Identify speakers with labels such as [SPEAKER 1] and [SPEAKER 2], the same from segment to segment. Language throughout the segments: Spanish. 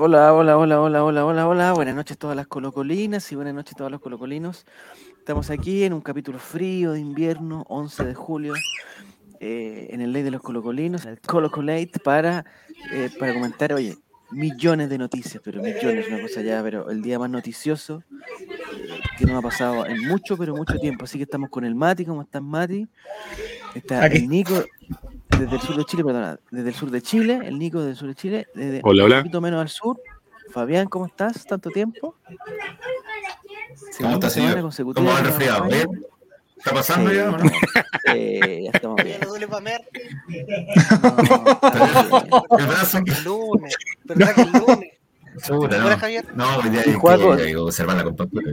[SPEAKER 1] Hola, hola, hola, hola, hola, hola, hola. Buenas noches todas las colocolinas y buenas noches todos los colocolinos. Estamos aquí en un capítulo frío de invierno, 11 de julio, eh, en el Ley de los Colocolinos, el Colocolate, para, eh, para comentar, oye, millones de noticias, pero millones, una cosa ya, pero el día más noticioso eh, que nos ha pasado en mucho, pero mucho tiempo. Así que estamos con el Mati, ¿cómo estás, Mati? Está
[SPEAKER 2] Aquí.
[SPEAKER 1] el Nico, desde el sur de Chile, perdona, desde el sur de Chile, el Nico desde el sur de Chile, desde
[SPEAKER 3] Hola,
[SPEAKER 1] un
[SPEAKER 3] hola.
[SPEAKER 1] poquito menos al sur. Fabián, ¿cómo estás? ¿Tanto tiempo?
[SPEAKER 2] ¿Cómo
[SPEAKER 1] Segunda
[SPEAKER 2] está,
[SPEAKER 1] semana
[SPEAKER 2] señor?
[SPEAKER 1] consecutiva
[SPEAKER 2] ¿Cómo va el
[SPEAKER 1] que
[SPEAKER 2] resfriado?
[SPEAKER 1] nos acompaña.
[SPEAKER 2] ¿Bien? ¿Está pasando
[SPEAKER 1] Sí.
[SPEAKER 2] ya o no?
[SPEAKER 1] Eh, ya estamos bien.
[SPEAKER 4] Me duele pamer
[SPEAKER 1] No, bien.
[SPEAKER 2] El brazo que
[SPEAKER 4] el lunes. ¿Verdad que el lunes?
[SPEAKER 2] chuta,
[SPEAKER 4] ¿Verdad,
[SPEAKER 2] no.
[SPEAKER 4] Javier?
[SPEAKER 2] No, hoy día
[SPEAKER 1] Y
[SPEAKER 2] hay
[SPEAKER 1] Juaco.
[SPEAKER 2] que hay que observar la compostura.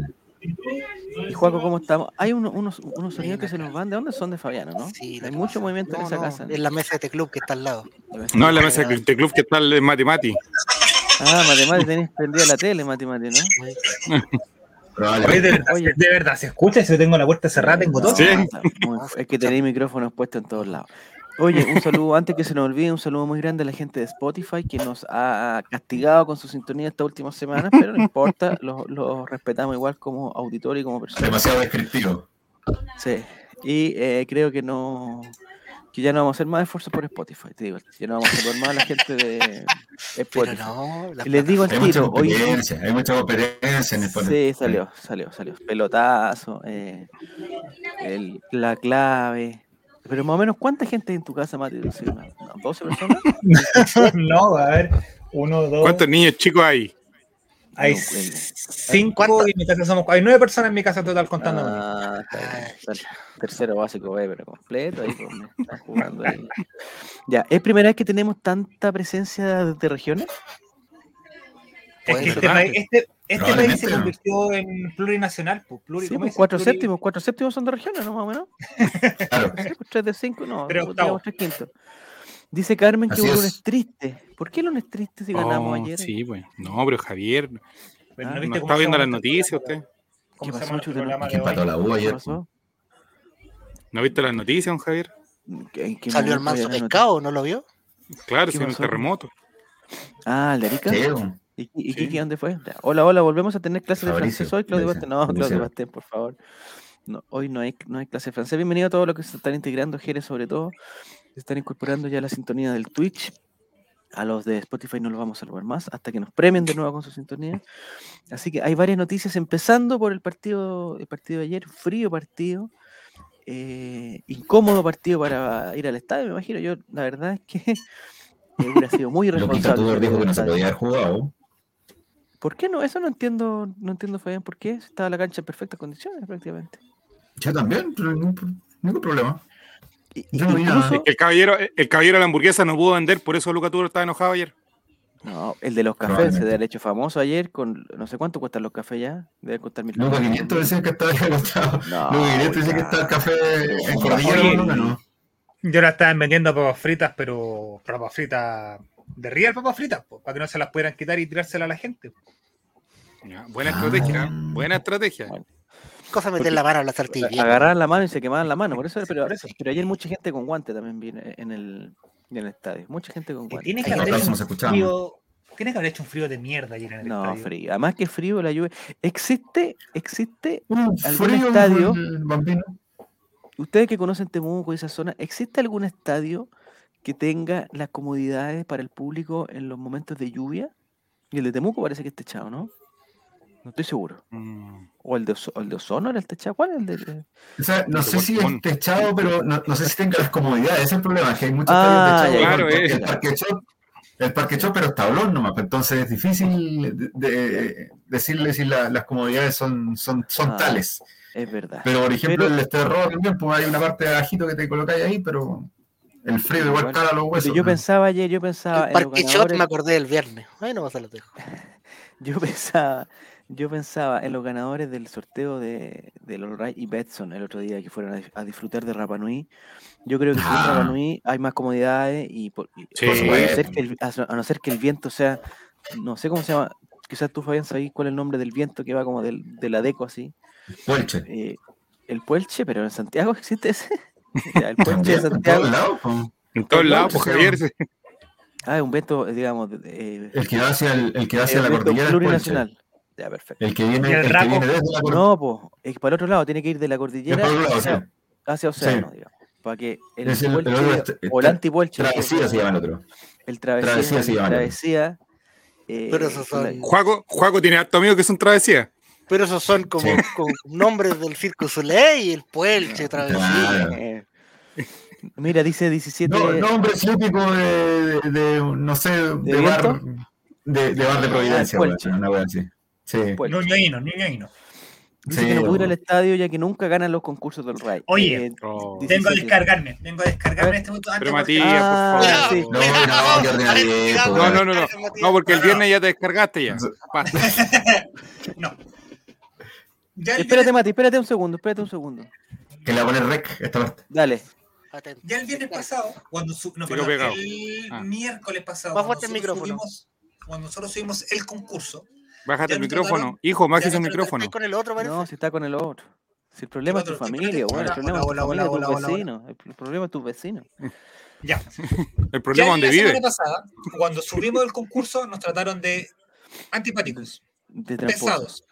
[SPEAKER 1] Y Juaco, ¿cómo estamos? Hay uno- unos, unos sonidos que se nos van. ¿De dónde son de Fabiano, no?
[SPEAKER 4] Sí,
[SPEAKER 1] Hay
[SPEAKER 4] la
[SPEAKER 1] mucho
[SPEAKER 4] casa.
[SPEAKER 1] movimiento en
[SPEAKER 4] No,
[SPEAKER 1] esa
[SPEAKER 4] no,
[SPEAKER 1] casa.
[SPEAKER 4] En la mesa de este club que está al lado.
[SPEAKER 3] No, en la mesa de este club que está el Mati Mati.
[SPEAKER 1] Ah, Matemati, tenés prendida la tele, Matemati, ¿no?
[SPEAKER 5] Oye, de,
[SPEAKER 2] Probablemente.
[SPEAKER 5] verdad, se- de verdad, ¿se escucha? Si yo tengo la puerta cerrada, tengo todo.
[SPEAKER 1] No,
[SPEAKER 3] Sí.
[SPEAKER 1] Ah, está muy- es que tenéis micrófonos puestos en todos lados. Oye, un saludo, antes que se nos olvide, un saludo muy grande a la gente de Spotify que nos ha castigado con su sintonía estas últimas semanas, pero no importa, los, los respetamos igual como auditor y como persona.
[SPEAKER 2] Demasiado descriptivo.
[SPEAKER 1] Sí. Y eh, creo que no que ya no vamos a hacer más esfuerzos por Spotify, te digo, ya no vamos a saludar más a la gente de
[SPEAKER 4] Pero
[SPEAKER 1] Spotify.
[SPEAKER 4] no, la
[SPEAKER 1] Y les digo al
[SPEAKER 2] Hay mucha
[SPEAKER 1] tiro, hoy no-
[SPEAKER 2] competencia, hay mucha competencia en el poder.
[SPEAKER 1] Sí, salió, salió, salió. Pelotazo, eh, el- la clave. Pero más o menos, ¿cuánta gente hay en tu casa, Mati? Sí, una- una- ¿12 personas?
[SPEAKER 5] No, a ver, uno, dos.
[SPEAKER 3] ¿Cuántos niños chicos hay?
[SPEAKER 5] Hay
[SPEAKER 1] No,
[SPEAKER 5] s-
[SPEAKER 1] bueno.
[SPEAKER 5] cinco y en mi casa somos. Hay nueve personas en mi casa total contándome.
[SPEAKER 1] Ah, está bien, está bien. Tercero básico, B, pero completo. Ahí pues, me está jugando ahí. Ya, ¿es primera vez que tenemos tanta presencia de regiones?
[SPEAKER 5] es que
[SPEAKER 4] bueno,
[SPEAKER 5] este, país- este, este país
[SPEAKER 2] Probablemente
[SPEAKER 5] se
[SPEAKER 2] no.
[SPEAKER 5] convirtió en plurinacional. Pues, pluri,
[SPEAKER 1] Sí,
[SPEAKER 5] ¿cómo
[SPEAKER 1] pues,
[SPEAKER 5] dice?
[SPEAKER 1] cuatro
[SPEAKER 5] Pluri-
[SPEAKER 1] séptimos. Cuatro séptimos son de regiones, ¿no? Más o menos.
[SPEAKER 2] Claro,
[SPEAKER 1] Sí, pues, tres de cinco, no.
[SPEAKER 5] Tres
[SPEAKER 1] digamos,
[SPEAKER 5] octavos.
[SPEAKER 1] tres quintos. Dice Carmen que
[SPEAKER 2] Así
[SPEAKER 1] hubo
[SPEAKER 2] es.
[SPEAKER 1] lunes triste. ¿Por qué lunes triste si ganamos
[SPEAKER 3] Oh,
[SPEAKER 1] ayer?
[SPEAKER 3] sí, pues. No, pero Javier, ¿no
[SPEAKER 5] Pero
[SPEAKER 1] Ah,
[SPEAKER 5] viste cómo
[SPEAKER 3] está
[SPEAKER 5] se
[SPEAKER 3] viendo las
[SPEAKER 5] llama nuestro
[SPEAKER 3] noticias
[SPEAKER 5] programa?
[SPEAKER 3] usted?
[SPEAKER 5] ¿Cómo
[SPEAKER 1] ¿Qué
[SPEAKER 5] se
[SPEAKER 1] pasó,
[SPEAKER 5] llama nuestro
[SPEAKER 1] Chute?
[SPEAKER 5] programa
[SPEAKER 2] que
[SPEAKER 5] de
[SPEAKER 2] empató
[SPEAKER 5] hoy?
[SPEAKER 2] la U
[SPEAKER 1] ¿Qué
[SPEAKER 2] ayer.
[SPEAKER 1] pasó?
[SPEAKER 3] ¿No viste las noticias, don Javier?
[SPEAKER 1] ¿En qué
[SPEAKER 4] Salió el
[SPEAKER 1] momento
[SPEAKER 4] manso
[SPEAKER 1] ya no-
[SPEAKER 4] pescado, ¿no lo vio?
[SPEAKER 3] Claro,
[SPEAKER 1] ¿Qué
[SPEAKER 3] si hay un
[SPEAKER 1] pasó?
[SPEAKER 3] terremoto.
[SPEAKER 1] Ah, el de Arica.
[SPEAKER 2] Sí, un-
[SPEAKER 1] ¿Y, y
[SPEAKER 3] Sí.
[SPEAKER 1] Kiki dónde fue? Ya. Hola, hola, volvemos a tener clases de
[SPEAKER 2] Fabricio,
[SPEAKER 1] francés hoy, Claudio Bastén.
[SPEAKER 2] Fabricio,
[SPEAKER 1] No, Claudio
[SPEAKER 2] Fabricio.
[SPEAKER 1] Bastén, por favor. No, hoy no hay, no hay clase de francés. Bienvenido a todos los que se están integrando, Jerez sobre todo. Se están incorporando ya a la sintonía del Twitch. A los de Spotify no los vamos a saludar más hasta que nos premien de nuevo con su sintonía. Así que hay varias noticias, empezando por el partido, el partido de ayer, frío partido, eh, incómodo partido para ir al estadio, me imagino. Yo, la verdad es que eh, hubiera sido muy
[SPEAKER 2] Loquita
[SPEAKER 1] irresponsable.
[SPEAKER 2] Tudor
[SPEAKER 1] ir
[SPEAKER 2] dijo
[SPEAKER 1] al
[SPEAKER 2] que no se
[SPEAKER 1] estadio.
[SPEAKER 2] podía haber jugado.
[SPEAKER 1] ¿Por qué no? Eso no entiendo, no entiendo Fabián, ¿por qué? Si Estaba la cancha en perfectas condiciones prácticamente.
[SPEAKER 2] Yo también, pero ningún, ningún problema.
[SPEAKER 1] I-
[SPEAKER 2] Yo no vi nada.
[SPEAKER 1] incluso-
[SPEAKER 3] El caballero, el caballero de la hamburguesa no pudo vender, por eso Luca Tudor estaba enojado ayer.
[SPEAKER 1] No, el de los cafés se
[SPEAKER 2] Probablemente.
[SPEAKER 1] debe haber hecho famoso ayer con no sé cuánto cuestan los cafés ya. Debe costar mil
[SPEAKER 2] Luego
[SPEAKER 1] pesos.
[SPEAKER 2] 500 decían que estaba agotado.
[SPEAKER 1] No,
[SPEAKER 2] Luego 500 decían que
[SPEAKER 1] ya.
[SPEAKER 2] estaba el café en cordillera.
[SPEAKER 5] Oye.
[SPEAKER 2] por lo menos.
[SPEAKER 5] Yo la estaban vendiendo papas fritas, pero papas fritas de real papas fritas, po, para que no se las pudieran quitar y tirárselas a la gente.
[SPEAKER 3] Ya, buena
[SPEAKER 2] Ah.
[SPEAKER 3] estrategia, ¿eh? buena estrategia.
[SPEAKER 4] Cosa meter
[SPEAKER 1] Porque-
[SPEAKER 4] la mano a la sartilla.
[SPEAKER 1] Agarraban la mano y se quemaban la mano. Por eso,
[SPEAKER 5] Sí,
[SPEAKER 1] pero,
[SPEAKER 5] por eso.
[SPEAKER 1] pero ayer mucha gente con guante también vino eh, en el, en el estadio. Mucha gente con
[SPEAKER 5] Que
[SPEAKER 1] guante.
[SPEAKER 5] tiene que
[SPEAKER 4] Ahí
[SPEAKER 5] haber
[SPEAKER 2] atrás
[SPEAKER 5] hecho
[SPEAKER 2] nos
[SPEAKER 5] un
[SPEAKER 2] escuchamos.
[SPEAKER 5] frío. Tiene que haber hecho un frío de mierda ayer en el
[SPEAKER 1] No,
[SPEAKER 5] estadio.
[SPEAKER 1] frío. Además que frío la lluvia. Existe, existe
[SPEAKER 2] Un
[SPEAKER 1] ¿Algún
[SPEAKER 2] frío,
[SPEAKER 1] estadio?
[SPEAKER 2] el bambino.
[SPEAKER 1] Ustedes que conocen Temuco y esa zona, ¿existe algún estadio que tenga las comodidades para el público en los momentos de lluvia? Y el de Temuco parece que es techado, ¿no? No estoy seguro.
[SPEAKER 3] Mm.
[SPEAKER 1] ¿O el de, Oso- o el de Osorno era el techado? ¿Cuál era el de- eh, de...?
[SPEAKER 2] O sea, no
[SPEAKER 3] Pero
[SPEAKER 2] sé si
[SPEAKER 3] Guatón.
[SPEAKER 2] es techado, pero no, no sé si tenga las comodidades. Ese es el problema, que hay muchos
[SPEAKER 1] Ah,
[SPEAKER 2] estadios
[SPEAKER 3] ya,
[SPEAKER 2] techados.
[SPEAKER 3] ya,
[SPEAKER 2] porque
[SPEAKER 3] ya.
[SPEAKER 2] el parque shop, el parque shop, pero es tablón nomás. pues, Entonces es difícil de, de- decirle si la- las comodidades son, son, son
[SPEAKER 1] Ah.
[SPEAKER 2] tales.
[SPEAKER 1] Es verdad.
[SPEAKER 2] Pero por ejemplo,
[SPEAKER 1] Pero-
[SPEAKER 2] el esterro también, pues hay una parte de abajito que te colocáis ahí, pero el frío igual
[SPEAKER 1] Igual.
[SPEAKER 2] cala los
[SPEAKER 1] Pero
[SPEAKER 2] huesos.
[SPEAKER 1] yo
[SPEAKER 2] ¿no?
[SPEAKER 1] pensaba ayer, yo pensaba
[SPEAKER 4] El
[SPEAKER 1] en los
[SPEAKER 4] parque shot
[SPEAKER 1] ganadores,
[SPEAKER 4] me acordé del viernes. Bueno, se lo dejo.
[SPEAKER 1] yo pensaba, yo pensaba en los ganadores del sorteo de, de los Ray y Betson el otro día que fueron a, dis- a disfrutar de Rapa Nui. Yo creo que si en
[SPEAKER 2] Ah.
[SPEAKER 1] Rapa Nui hay más comodidades y, por- y-
[SPEAKER 3] Sí.
[SPEAKER 1] a, no ser
[SPEAKER 2] Bueno.
[SPEAKER 1] que el, a no- a no ser que el viento sea, no sé cómo se llama, quizás tú Fabián sabés cuál es el nombre del viento que va como del, de la deco así.
[SPEAKER 2] pues. Puelche.
[SPEAKER 1] eh, el puelche, pero en Santiago existe ese. Ya, el puelche de
[SPEAKER 2] También, en todos
[SPEAKER 1] Santiago.
[SPEAKER 2] lados, pues.
[SPEAKER 3] En todos
[SPEAKER 2] Claro,
[SPEAKER 3] lados, pues
[SPEAKER 2] sí.
[SPEAKER 3] Javier. sí.
[SPEAKER 1] Ah, es un evento, eh, digamos, de- de- eh,
[SPEAKER 2] El que va hacia, el, el que va hacia
[SPEAKER 1] eh,
[SPEAKER 2] la
[SPEAKER 1] evento
[SPEAKER 2] cordillera. es Puenche.
[SPEAKER 1] plurinacional. Ya, perfecto.
[SPEAKER 2] El que viene,
[SPEAKER 6] Y el
[SPEAKER 2] el que
[SPEAKER 6] Raco.
[SPEAKER 2] viene desde la cordillera.
[SPEAKER 1] No, pues, es que para el otro lado, tiene que ir de la cordillera hacia, hacia Océano, digamos. Para que el,
[SPEAKER 2] Es el- el
[SPEAKER 1] Puelche,
[SPEAKER 2] otro es-
[SPEAKER 1] o el antipuelche,
[SPEAKER 2] Travesía se llama el otro.
[SPEAKER 1] el travesía,
[SPEAKER 2] Travesía
[SPEAKER 1] el
[SPEAKER 2] se llama, ¿no?
[SPEAKER 1] travesía, eh,
[SPEAKER 4] Pero esos
[SPEAKER 1] con la-
[SPEAKER 4] son-
[SPEAKER 3] Juaco, Juaco tiene harto amigos que son travesías.
[SPEAKER 4] Pero esos son como
[SPEAKER 2] Sí.
[SPEAKER 4] con nombres del Circo Soleil, el Puelche, Travesía.
[SPEAKER 2] Claro.
[SPEAKER 1] eh, Mira, dice 17.
[SPEAKER 2] No, nombre típico de, de- de, no sé, de,
[SPEAKER 1] ¿De
[SPEAKER 2] bar. De, de bar de Providencia,
[SPEAKER 1] Ah, Puelche.
[SPEAKER 2] guacho, una wea así. Sí.
[SPEAKER 1] Puelche.
[SPEAKER 6] Ñoñoíno, Ñoñoíno.
[SPEAKER 1] Dice
[SPEAKER 2] Sí,
[SPEAKER 1] que no pudo ir
[SPEAKER 2] bueno.
[SPEAKER 1] al estadio ya que nunca ganan los concursos del RAI.
[SPEAKER 6] Oye. oh.
[SPEAKER 1] Eh, Dice-
[SPEAKER 6] Vengo a
[SPEAKER 1] sí, sí.
[SPEAKER 6] descargarme, vengo a descargarme en este momento. antes
[SPEAKER 3] Pero
[SPEAKER 6] de-
[SPEAKER 3] Matías,
[SPEAKER 1] Ah,
[SPEAKER 3] por
[SPEAKER 1] sí.
[SPEAKER 3] favor.
[SPEAKER 2] No, no, qué ordinario.
[SPEAKER 3] No, no, no, no. No, porque el viernes ya te descargaste ya. Basta.
[SPEAKER 6] No. Ya, el
[SPEAKER 1] Espérate,
[SPEAKER 6] viernes,
[SPEAKER 1] Mati, espérate un segundo, espérate un segundo.
[SPEAKER 2] Que la pone rec esta parte.
[SPEAKER 1] Dale.
[SPEAKER 4] Atento.
[SPEAKER 6] ya el viernes pasado, cuando su- no,
[SPEAKER 3] Sigo
[SPEAKER 6] perdón,
[SPEAKER 3] pegado.
[SPEAKER 6] el
[SPEAKER 3] Ah.
[SPEAKER 6] miércoles pasado,
[SPEAKER 4] Más
[SPEAKER 6] cuando
[SPEAKER 4] fuerte el
[SPEAKER 1] este
[SPEAKER 6] nosotros
[SPEAKER 4] micrófono.
[SPEAKER 6] subimos- cuando nosotros subimos el concurso,
[SPEAKER 3] Bájate
[SPEAKER 6] Ya
[SPEAKER 3] el
[SPEAKER 6] me
[SPEAKER 3] micrófono.
[SPEAKER 6] trataron-
[SPEAKER 3] Hijo,
[SPEAKER 6] ya
[SPEAKER 3] Máxese el
[SPEAKER 6] me trataron-
[SPEAKER 3] micrófono.
[SPEAKER 4] Ahí con el otro, parece.
[SPEAKER 1] No, si está con el otro. Si el problema es tu
[SPEAKER 6] otro, sí,
[SPEAKER 1] familia,
[SPEAKER 6] espérate.
[SPEAKER 1] bueno, el
[SPEAKER 6] Hola,
[SPEAKER 1] problema es tu
[SPEAKER 6] hola,
[SPEAKER 1] familia,
[SPEAKER 6] hola,
[SPEAKER 1] tus
[SPEAKER 6] hola, hola, hola.
[SPEAKER 1] vecinos. El el problema es tus vecinos.
[SPEAKER 6] ya.
[SPEAKER 3] El
[SPEAKER 6] Ya
[SPEAKER 3] problema es donde
[SPEAKER 6] la
[SPEAKER 3] vive.
[SPEAKER 6] semana pasada, cuando subimos el concurso, nos trataron de antipáticos,
[SPEAKER 1] De tramposos.
[SPEAKER 6] pesados,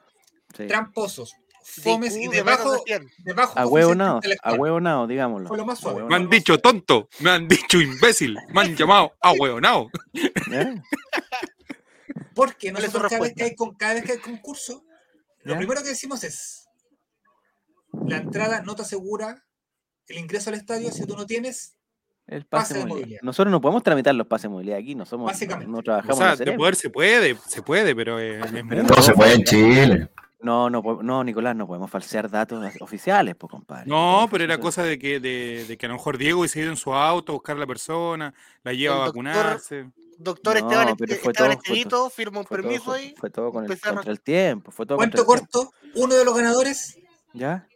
[SPEAKER 1] Sí.
[SPEAKER 6] tramposos,
[SPEAKER 4] De
[SPEAKER 6] fomes y
[SPEAKER 4] IQ de menos
[SPEAKER 6] debajo,
[SPEAKER 4] de 100.
[SPEAKER 6] debajo
[SPEAKER 1] A
[SPEAKER 6] coeficiente
[SPEAKER 1] huevonao, a
[SPEAKER 6] intelectual.
[SPEAKER 1] huevonao, digámoslo.
[SPEAKER 6] Fue lo más suave.
[SPEAKER 3] Me han dicho tonto, me han dicho imbécil, me han llamado a hueonao.
[SPEAKER 1] ¿Eh?
[SPEAKER 6] Porque
[SPEAKER 4] ¿Cuál es su
[SPEAKER 6] nosotros cada vez, que
[SPEAKER 4] respuesta?
[SPEAKER 6] hay, con- cada vez que hay concurso,
[SPEAKER 1] ¿Ya?
[SPEAKER 6] lo primero que decimos es, la entrada no te asegura el ingreso al estadio si tú no tienes,
[SPEAKER 1] El
[SPEAKER 6] Pase
[SPEAKER 1] pase
[SPEAKER 6] de
[SPEAKER 1] de movilidad.
[SPEAKER 6] movilidad.
[SPEAKER 1] Nosotros no podemos tramitar los pases de movilidad aquí, no somos,
[SPEAKER 6] Básicamente.
[SPEAKER 1] no
[SPEAKER 3] O
[SPEAKER 1] trabajamos en
[SPEAKER 3] sea,
[SPEAKER 1] el
[SPEAKER 3] de
[SPEAKER 1] CRM.
[SPEAKER 3] poder se puede, se puede, pero eh, es
[SPEAKER 1] Pero
[SPEAKER 3] mucho.
[SPEAKER 2] No se puede en Chile.
[SPEAKER 1] No, no, po- no, Nicolás, no podemos falsear datos oficiales, pues, compadre.
[SPEAKER 3] No,
[SPEAKER 1] podemos
[SPEAKER 3] pero era
[SPEAKER 1] falsear-
[SPEAKER 3] cosa de que, de, de que a lo mejor Diego hubiese ido en su auto a buscar a la persona, la lleva a
[SPEAKER 4] El doctor-
[SPEAKER 3] vacunarse.
[SPEAKER 4] Doctor
[SPEAKER 1] No,
[SPEAKER 4] Esteban,
[SPEAKER 1] pero
[SPEAKER 4] Este-
[SPEAKER 1] fue
[SPEAKER 4] Esteban
[SPEAKER 1] todo- fue
[SPEAKER 4] Estevito firma un
[SPEAKER 1] Fue todo,
[SPEAKER 4] permiso
[SPEAKER 1] con-
[SPEAKER 4] ahí.
[SPEAKER 1] fue todo con el,
[SPEAKER 4] empezaron.
[SPEAKER 1] contra el tiempo, fue todo contra
[SPEAKER 6] cuento
[SPEAKER 1] el tiempo.
[SPEAKER 6] corto, uno de los ganadores
[SPEAKER 1] ¿Ya?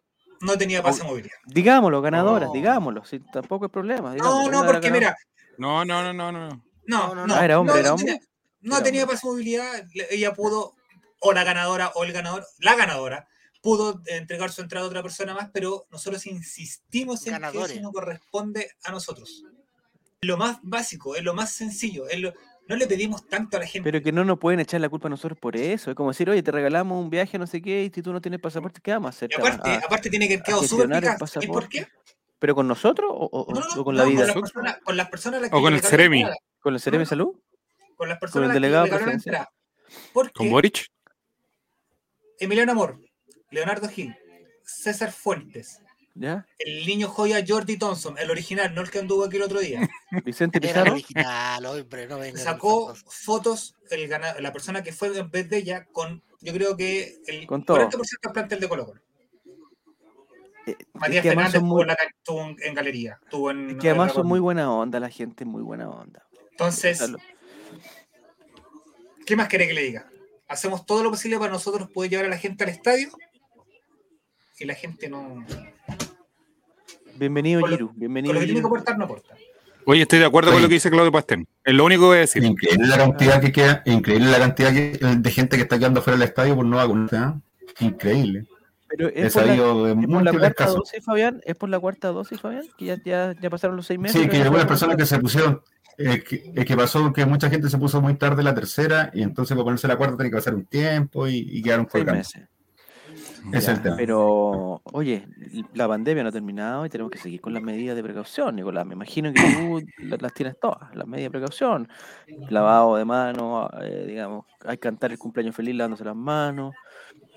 [SPEAKER 6] no tenía pase movilidad.
[SPEAKER 1] Digámoslo, ganadoras,
[SPEAKER 3] No.
[SPEAKER 1] digámoslo, si tampoco es problema.
[SPEAKER 6] No,
[SPEAKER 1] digámoslo, una
[SPEAKER 6] no,
[SPEAKER 1] de las
[SPEAKER 6] porque
[SPEAKER 1] ganadoras.
[SPEAKER 6] mira,
[SPEAKER 3] No, no, no, no, no.
[SPEAKER 6] No,
[SPEAKER 4] No, no,
[SPEAKER 6] no,
[SPEAKER 4] no.
[SPEAKER 1] Ah, era hombre,
[SPEAKER 6] no,
[SPEAKER 1] era
[SPEAKER 6] no
[SPEAKER 1] hombre.
[SPEAKER 6] tenía- No
[SPEAKER 1] Era
[SPEAKER 6] tenía
[SPEAKER 1] hombre.
[SPEAKER 6] posibilidad, le- ella pudo, o la ganadora, o el ganador, la ganadora, pudo entregar su entrada a otra persona más, pero nosotros insistimos en que
[SPEAKER 4] Ganadores.
[SPEAKER 6] eso no corresponde a nosotros. Lo más básico, es lo más sencillo, es lo- no le pedimos tanto a la gente.
[SPEAKER 1] Pero que no nos pueden echar la culpa a nosotros por eso. Es como decir, oye, te regalamos un viaje, no sé qué, y si tú no tienes pasaporte, ¿qué vamos a hacer?
[SPEAKER 6] Y
[SPEAKER 1] Te vamos
[SPEAKER 6] aparte,
[SPEAKER 1] a-
[SPEAKER 6] aparte tiene que haber quedado súper
[SPEAKER 1] gestionar ah, el
[SPEAKER 6] picante. ¿Sabes por qué?
[SPEAKER 1] ¿Pero con nosotros o, o-
[SPEAKER 6] No, no,
[SPEAKER 1] o
[SPEAKER 6] no,
[SPEAKER 1] con
[SPEAKER 6] no,
[SPEAKER 1] la vida?
[SPEAKER 6] Con las personas, con las personas a las
[SPEAKER 3] O
[SPEAKER 6] que
[SPEAKER 3] con
[SPEAKER 6] le
[SPEAKER 3] el
[SPEAKER 6] regalaron
[SPEAKER 3] Ceremi.
[SPEAKER 6] entrada,
[SPEAKER 1] ¿Con el Ceremi Salud?
[SPEAKER 6] Con las
[SPEAKER 1] Con el
[SPEAKER 6] personas a las que le
[SPEAKER 1] delegado
[SPEAKER 6] regalaron
[SPEAKER 1] presidencial.
[SPEAKER 6] entrada. Porque
[SPEAKER 3] ¿Con Boric?
[SPEAKER 6] Emiliano Amor, Leonardo Gil, César Fuentes,
[SPEAKER 1] ¿Ya?
[SPEAKER 6] El niño joya Jordi Thompson, el original, no el que anduvo aquí el otro día.
[SPEAKER 1] ¿Vicente
[SPEAKER 4] Era el
[SPEAKER 1] Pizarro?
[SPEAKER 4] original, hombre, no venga.
[SPEAKER 6] Sacó fotos el gana- la persona que fue en vez de ella con, yo creo que el
[SPEAKER 1] Con todo.
[SPEAKER 6] 40% del plantel de Colo Colo.
[SPEAKER 1] Eh,
[SPEAKER 6] Matías
[SPEAKER 1] que además
[SPEAKER 6] Fernández
[SPEAKER 1] son
[SPEAKER 6] estuvo,
[SPEAKER 1] muy-
[SPEAKER 6] en la ca- estuvo en, en galería. Estuvo en,
[SPEAKER 1] Es que además
[SPEAKER 6] en-
[SPEAKER 1] son muy buena onda, la gente es muy buena onda.
[SPEAKER 6] Entonces,
[SPEAKER 1] Gonzalo.
[SPEAKER 6] ¿qué más quiere que le diga? Hacemos todo lo posible para nosotros poder llevar a la gente al estadio y la gente no...
[SPEAKER 1] Bienvenido,
[SPEAKER 6] con lo-
[SPEAKER 1] Giru.
[SPEAKER 6] Con
[SPEAKER 1] Bienvenido.
[SPEAKER 6] lo que tiene que
[SPEAKER 1] Giru.
[SPEAKER 6] aportar, no aporta.
[SPEAKER 3] Oye, estoy de acuerdo con lo que dice Claudio Pastén. Es lo único que voy a decir.
[SPEAKER 2] Increíble la cantidad que queda, increíble la cantidad que- de gente que está quedando fuera del estadio por no vacunarse. ¿ah? Increíble.
[SPEAKER 1] Pero es por
[SPEAKER 2] He
[SPEAKER 1] la, es
[SPEAKER 2] sabido de
[SPEAKER 1] por la
[SPEAKER 2] múltiples
[SPEAKER 1] cuarta
[SPEAKER 2] casos.
[SPEAKER 1] dosis, Fabián. ¿Es por la cuarta dosis, Fabián? Que ya, ya, ya pasaron los seis meses.
[SPEAKER 2] Sí,
[SPEAKER 1] pero
[SPEAKER 2] que
[SPEAKER 1] ya
[SPEAKER 2] algunas
[SPEAKER 1] fueron-
[SPEAKER 2] personas que se pusieron, eh, que, eh, que pasó que mucha gente se puso muy tarde la tercera y entonces para ponerse la cuarta tenía que pasar un tiempo y, y quedaron
[SPEAKER 1] Seis
[SPEAKER 2] colgando.
[SPEAKER 1] meses.
[SPEAKER 2] Ese es
[SPEAKER 1] Ya,
[SPEAKER 2] el tema.
[SPEAKER 1] Pero, oye, la pandemia no ha terminado y tenemos que seguir con las medidas de precaución, Nicolás. Me imagino que tú la- las tienes todas, las medidas de precaución. Lavado de manos, eh, digamos, hay que cantar el cumpleaños feliz lavándose las manos,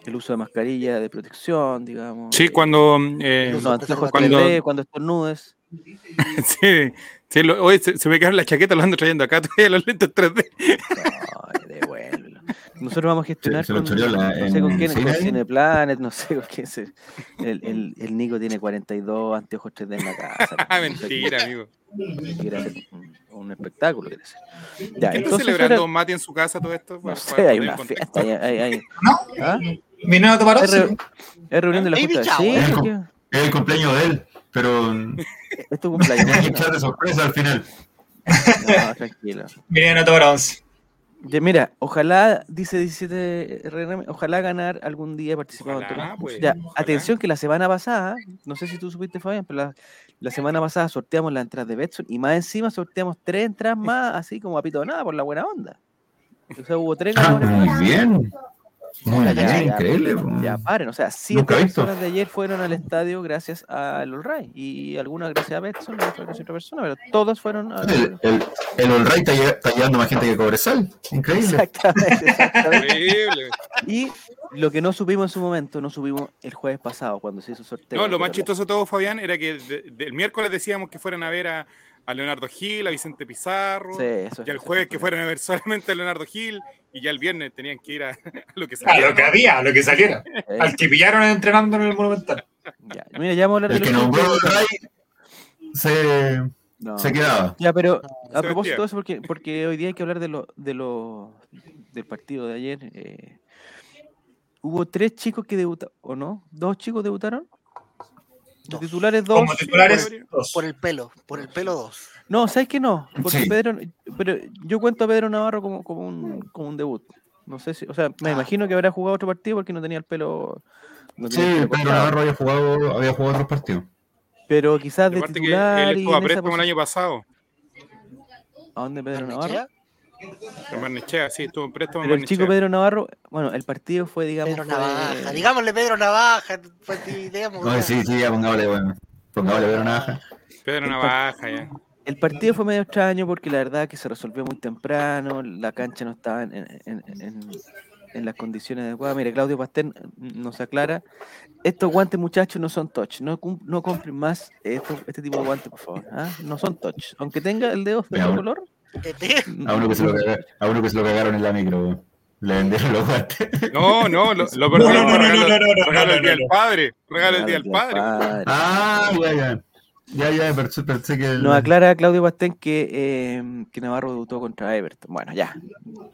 [SPEAKER 1] el uso de mascarilla de protección, digamos.
[SPEAKER 3] Sí,
[SPEAKER 1] eh,
[SPEAKER 3] cuando. eh,
[SPEAKER 1] Los anteojos
[SPEAKER 3] Cuando-
[SPEAKER 1] 3D, cuando estornudes.
[SPEAKER 3] sí, sí, lo- oye, se, se me quedaron las chaquetas, las ando trayendo acá todavía los lentes 3D.
[SPEAKER 1] Ay, devuélvelo. Nosotros vamos a gestionar
[SPEAKER 2] se lo
[SPEAKER 1] con,
[SPEAKER 2] choreó la-
[SPEAKER 1] no sé con
[SPEAKER 2] en
[SPEAKER 1] quién, con
[SPEAKER 2] Cine.
[SPEAKER 1] Cineplanet, no sé con quién se- el, el, el Nico tiene 42 anteojos 3D en la casa.
[SPEAKER 3] Ah,
[SPEAKER 1] no sé
[SPEAKER 3] mentira, amigo.
[SPEAKER 1] qué quiere hacer, un, un espectáculo quiere hacer.
[SPEAKER 3] ¿Qué
[SPEAKER 1] Ya,
[SPEAKER 3] está
[SPEAKER 1] entonces
[SPEAKER 3] celebrando
[SPEAKER 1] era-
[SPEAKER 3] Don Mati en su casa todo esto?
[SPEAKER 1] no
[SPEAKER 3] Para-
[SPEAKER 1] sé,
[SPEAKER 3] para
[SPEAKER 1] hay
[SPEAKER 3] poner
[SPEAKER 1] una
[SPEAKER 3] en contexto.
[SPEAKER 1] fiesta, hay, hay, hay-
[SPEAKER 6] ¿No?
[SPEAKER 1] ¿ah?
[SPEAKER 6] ¿Minero Toparov?
[SPEAKER 1] Es reu- es reunión de la
[SPEAKER 4] Baby
[SPEAKER 1] Junta de
[SPEAKER 4] shower.
[SPEAKER 1] sí,
[SPEAKER 2] Es como-
[SPEAKER 1] que-
[SPEAKER 2] Es el cumpleaños de él, pero mm,
[SPEAKER 1] es tu cumpleaños.
[SPEAKER 2] tenía que
[SPEAKER 1] No,
[SPEAKER 2] echar de sorpresa al final.
[SPEAKER 1] no, tranquilo.
[SPEAKER 6] Minero Toparov 11.
[SPEAKER 1] Ya, mira, ojalá, dice 17 RRM, ojalá ganar algún día participar en torneo.
[SPEAKER 3] Ojalá, pues,
[SPEAKER 1] Ya,
[SPEAKER 5] ojalá.
[SPEAKER 1] atención que la semana pasada, no sé si tú supiste, Fabián, pero la, la semana pasada sorteamos las entradas de Betson y más encima sorteamos tres entradas más, así como a pito de nada, por la buena onda. O sea, hubo tres
[SPEAKER 2] Ah,
[SPEAKER 1] ganadores más.
[SPEAKER 2] muy bien. Muy
[SPEAKER 1] Ya,
[SPEAKER 2] bien,
[SPEAKER 1] ya, ya.
[SPEAKER 2] increíble. po.
[SPEAKER 1] Ya paren, o sea, siete
[SPEAKER 2] Mm. Nunca visto.
[SPEAKER 1] personas de ayer fueron al estadio gracias a All Ray y algunas gracias a Betson, otras gracias a otra persona, pero todos fueron a...
[SPEAKER 2] El, el, el All Right está, lle- está llevando más gente que Cobresal. Increíble.
[SPEAKER 1] Exactamente, exactamente.
[SPEAKER 3] Increíble.
[SPEAKER 1] Y lo que no supimos en su momento, no supimos el jueves pasado cuando se hizo el sorteo.
[SPEAKER 3] No, lo más
[SPEAKER 1] Pero-
[SPEAKER 3] chistoso de todo, Fabián, era que de- de- el miércoles decíamos que fueran a ver a, a Leonardo Gil, a Vicente Pizarro,
[SPEAKER 1] Sí, eso es-
[SPEAKER 3] y el jueves que fueran a ver solamente a Leonardo Gil, y ya el viernes tenían que ir a, a lo que
[SPEAKER 5] A
[SPEAKER 3] saliera.
[SPEAKER 5] lo que había, a lo que saliera. Al
[SPEAKER 1] Eh,
[SPEAKER 5] que pillaron entrenando en el Monumental.
[SPEAKER 1] ya. Mira, ya vamos a hablar de
[SPEAKER 2] El
[SPEAKER 1] los
[SPEAKER 2] que nombró
[SPEAKER 1] sorteos.
[SPEAKER 2] All Right se,
[SPEAKER 1] No.
[SPEAKER 2] se quedaba.
[SPEAKER 1] Ya, pero a
[SPEAKER 3] Ah, Sebastián.
[SPEAKER 1] propósito de eso, porque, porque hoy día hay que hablar de lo, de lo, del partido de ayer. eh, hubo tres chicos que debutaron, ¿o no? ¿Dos chicos debutaron? Los
[SPEAKER 4] Dos.
[SPEAKER 1] titulares dos.
[SPEAKER 5] Como titulares, dos.
[SPEAKER 4] Por el pelo, por el pelo dos.
[SPEAKER 1] No, ¿sabes que no? Porque
[SPEAKER 2] Sí.
[SPEAKER 1] Pedro, pero yo cuento a Pedro Navarro como, como, un, como un debut. No sé si, o sea, me
[SPEAKER 4] Ah.
[SPEAKER 1] imagino que habrá jugado otro partido porque no tenía el pelo. no
[SPEAKER 2] Sí,
[SPEAKER 1] tenía el pelo
[SPEAKER 2] Pedro
[SPEAKER 1] cortado.
[SPEAKER 2] Navarro había jugado, había jugado otros partidos.
[SPEAKER 1] Pero quizás
[SPEAKER 3] Y
[SPEAKER 1] de
[SPEAKER 3] aparte que él
[SPEAKER 1] titular y
[SPEAKER 3] estuvo a
[SPEAKER 1] en esa
[SPEAKER 3] préstamo el año pasado,
[SPEAKER 1] posición- ¿A dónde Pedro Navarro?
[SPEAKER 4] Barnechea,
[SPEAKER 3] en Barnechea, sí, estuvo en préstamo en
[SPEAKER 1] Pero el chico
[SPEAKER 3] Barnechea.
[SPEAKER 1] Pedro Navarro, bueno, el partido fue, digamos.
[SPEAKER 4] Pedro
[SPEAKER 1] fue-
[SPEAKER 4] Navaja. Digámosle Pedro Navaja. Pues, digamos,
[SPEAKER 2] No, sí, sí, ya pongámosle, bueno. Pongámosle Pedro Navarro.
[SPEAKER 3] Pedro Navaja, ya.
[SPEAKER 1] El partido fue medio extraño porque la verdad que se resolvió muy temprano, la cancha no estaba en, en- en- en- en las condiciones adecuadas. Mire, Claudio Pastén nos aclara, estos guantes muchachos no son touch, no, cum- no compren más estos- este tipo de guantes, por favor. ¿ah? No son touch, aunque tenga el dedo de
[SPEAKER 2] Veamos.
[SPEAKER 1] otro color.
[SPEAKER 4] Este,
[SPEAKER 2] A uno, que se lo
[SPEAKER 1] no-
[SPEAKER 2] caga- a uno que se lo cagaron en la micro, weón. le vendieron los guantes.
[SPEAKER 3] No, no, lo, lo perdimos.
[SPEAKER 5] no,
[SPEAKER 3] regalo,
[SPEAKER 5] no, no, no, no, no,
[SPEAKER 3] regalo
[SPEAKER 5] no,
[SPEAKER 3] el día
[SPEAKER 5] no,
[SPEAKER 3] del
[SPEAKER 5] no.
[SPEAKER 3] padre. Regalo el día
[SPEAKER 1] al
[SPEAKER 3] del padre.
[SPEAKER 1] padre.
[SPEAKER 2] Ah, ya, ya. Ya, ya, pensé, pensé que. el-
[SPEAKER 1] Nos aclara Claudio Pastén que, eh, que Navarro debutó contra Everton. Bueno, ya.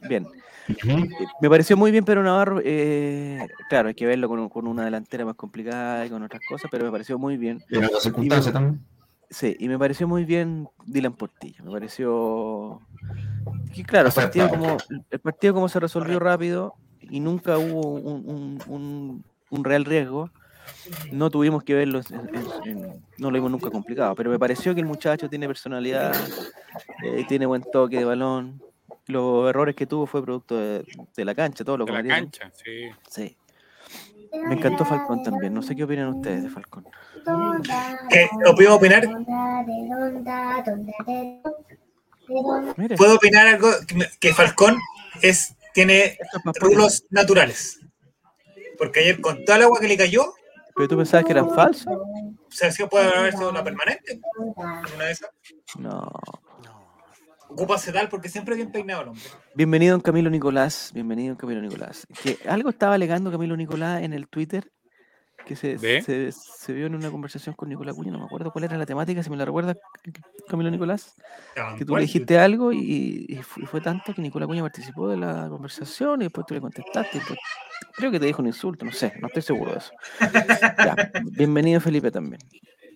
[SPEAKER 1] Bien.
[SPEAKER 2] Ujú.
[SPEAKER 1] Eh, Me pareció muy bien pero Navarro. eh, claro, hay que verlo con, un- con una delantera más complicada y con otras cosas, pero me pareció muy bien.
[SPEAKER 2] En otras circunstancias también.
[SPEAKER 1] Sí, y me pareció muy bien Dylan Portillo. Me pareció. Que claro, el partido como, el partido como se resolvió rápido y nunca hubo un, un- un- un real riesgo. No tuvimos que verlo, en- en- en- no lo vimos nunca complicado, pero me pareció que el muchacho tiene personalidad, eh, tiene buen toque de balón. Los errores que tuvo fue producto de, de la cancha, todo lo
[SPEAKER 3] De la
[SPEAKER 1] cometieron.
[SPEAKER 3] cancha, sí.
[SPEAKER 1] Sí. Me encantó Falcón también. No sé qué opinan ustedes de Falcón.
[SPEAKER 5] Eh, ¿lo puedo opinar?
[SPEAKER 1] Mira,
[SPEAKER 5] Puedo opinar algo que me- que Falcón es, tiene
[SPEAKER 1] esto es más
[SPEAKER 5] rulos naturales. Porque ayer con toda el agua que le cayó,
[SPEAKER 1] Pero tú pensabas que eran falsos.
[SPEAKER 5] se hacía puede haber sido la permanente. en Una de esas.
[SPEAKER 1] No.
[SPEAKER 5] Ocupa sedal porque siempre bien peinado el hombre.
[SPEAKER 1] Bienvenido don Camilo Nicolás. Bienvenido don Camilo Nicolás. Que algo estaba alegando Camilo Nicolás en el Twitter que se,
[SPEAKER 3] ¿De?
[SPEAKER 1] se, se vio en una conversación con Nicolás Cuña. No me acuerdo cuál era la temática, si me la recuerdas, C- C- Camilo Nicolás. Que tú le dijiste algo y, y fu- y fue tanto que Nicolás Cuña participó de la conversación y después tú le contestaste. y después- creo que te dijo un insulto, no sé, no estoy seguro de eso. Ya, Bienvenido Felipe también.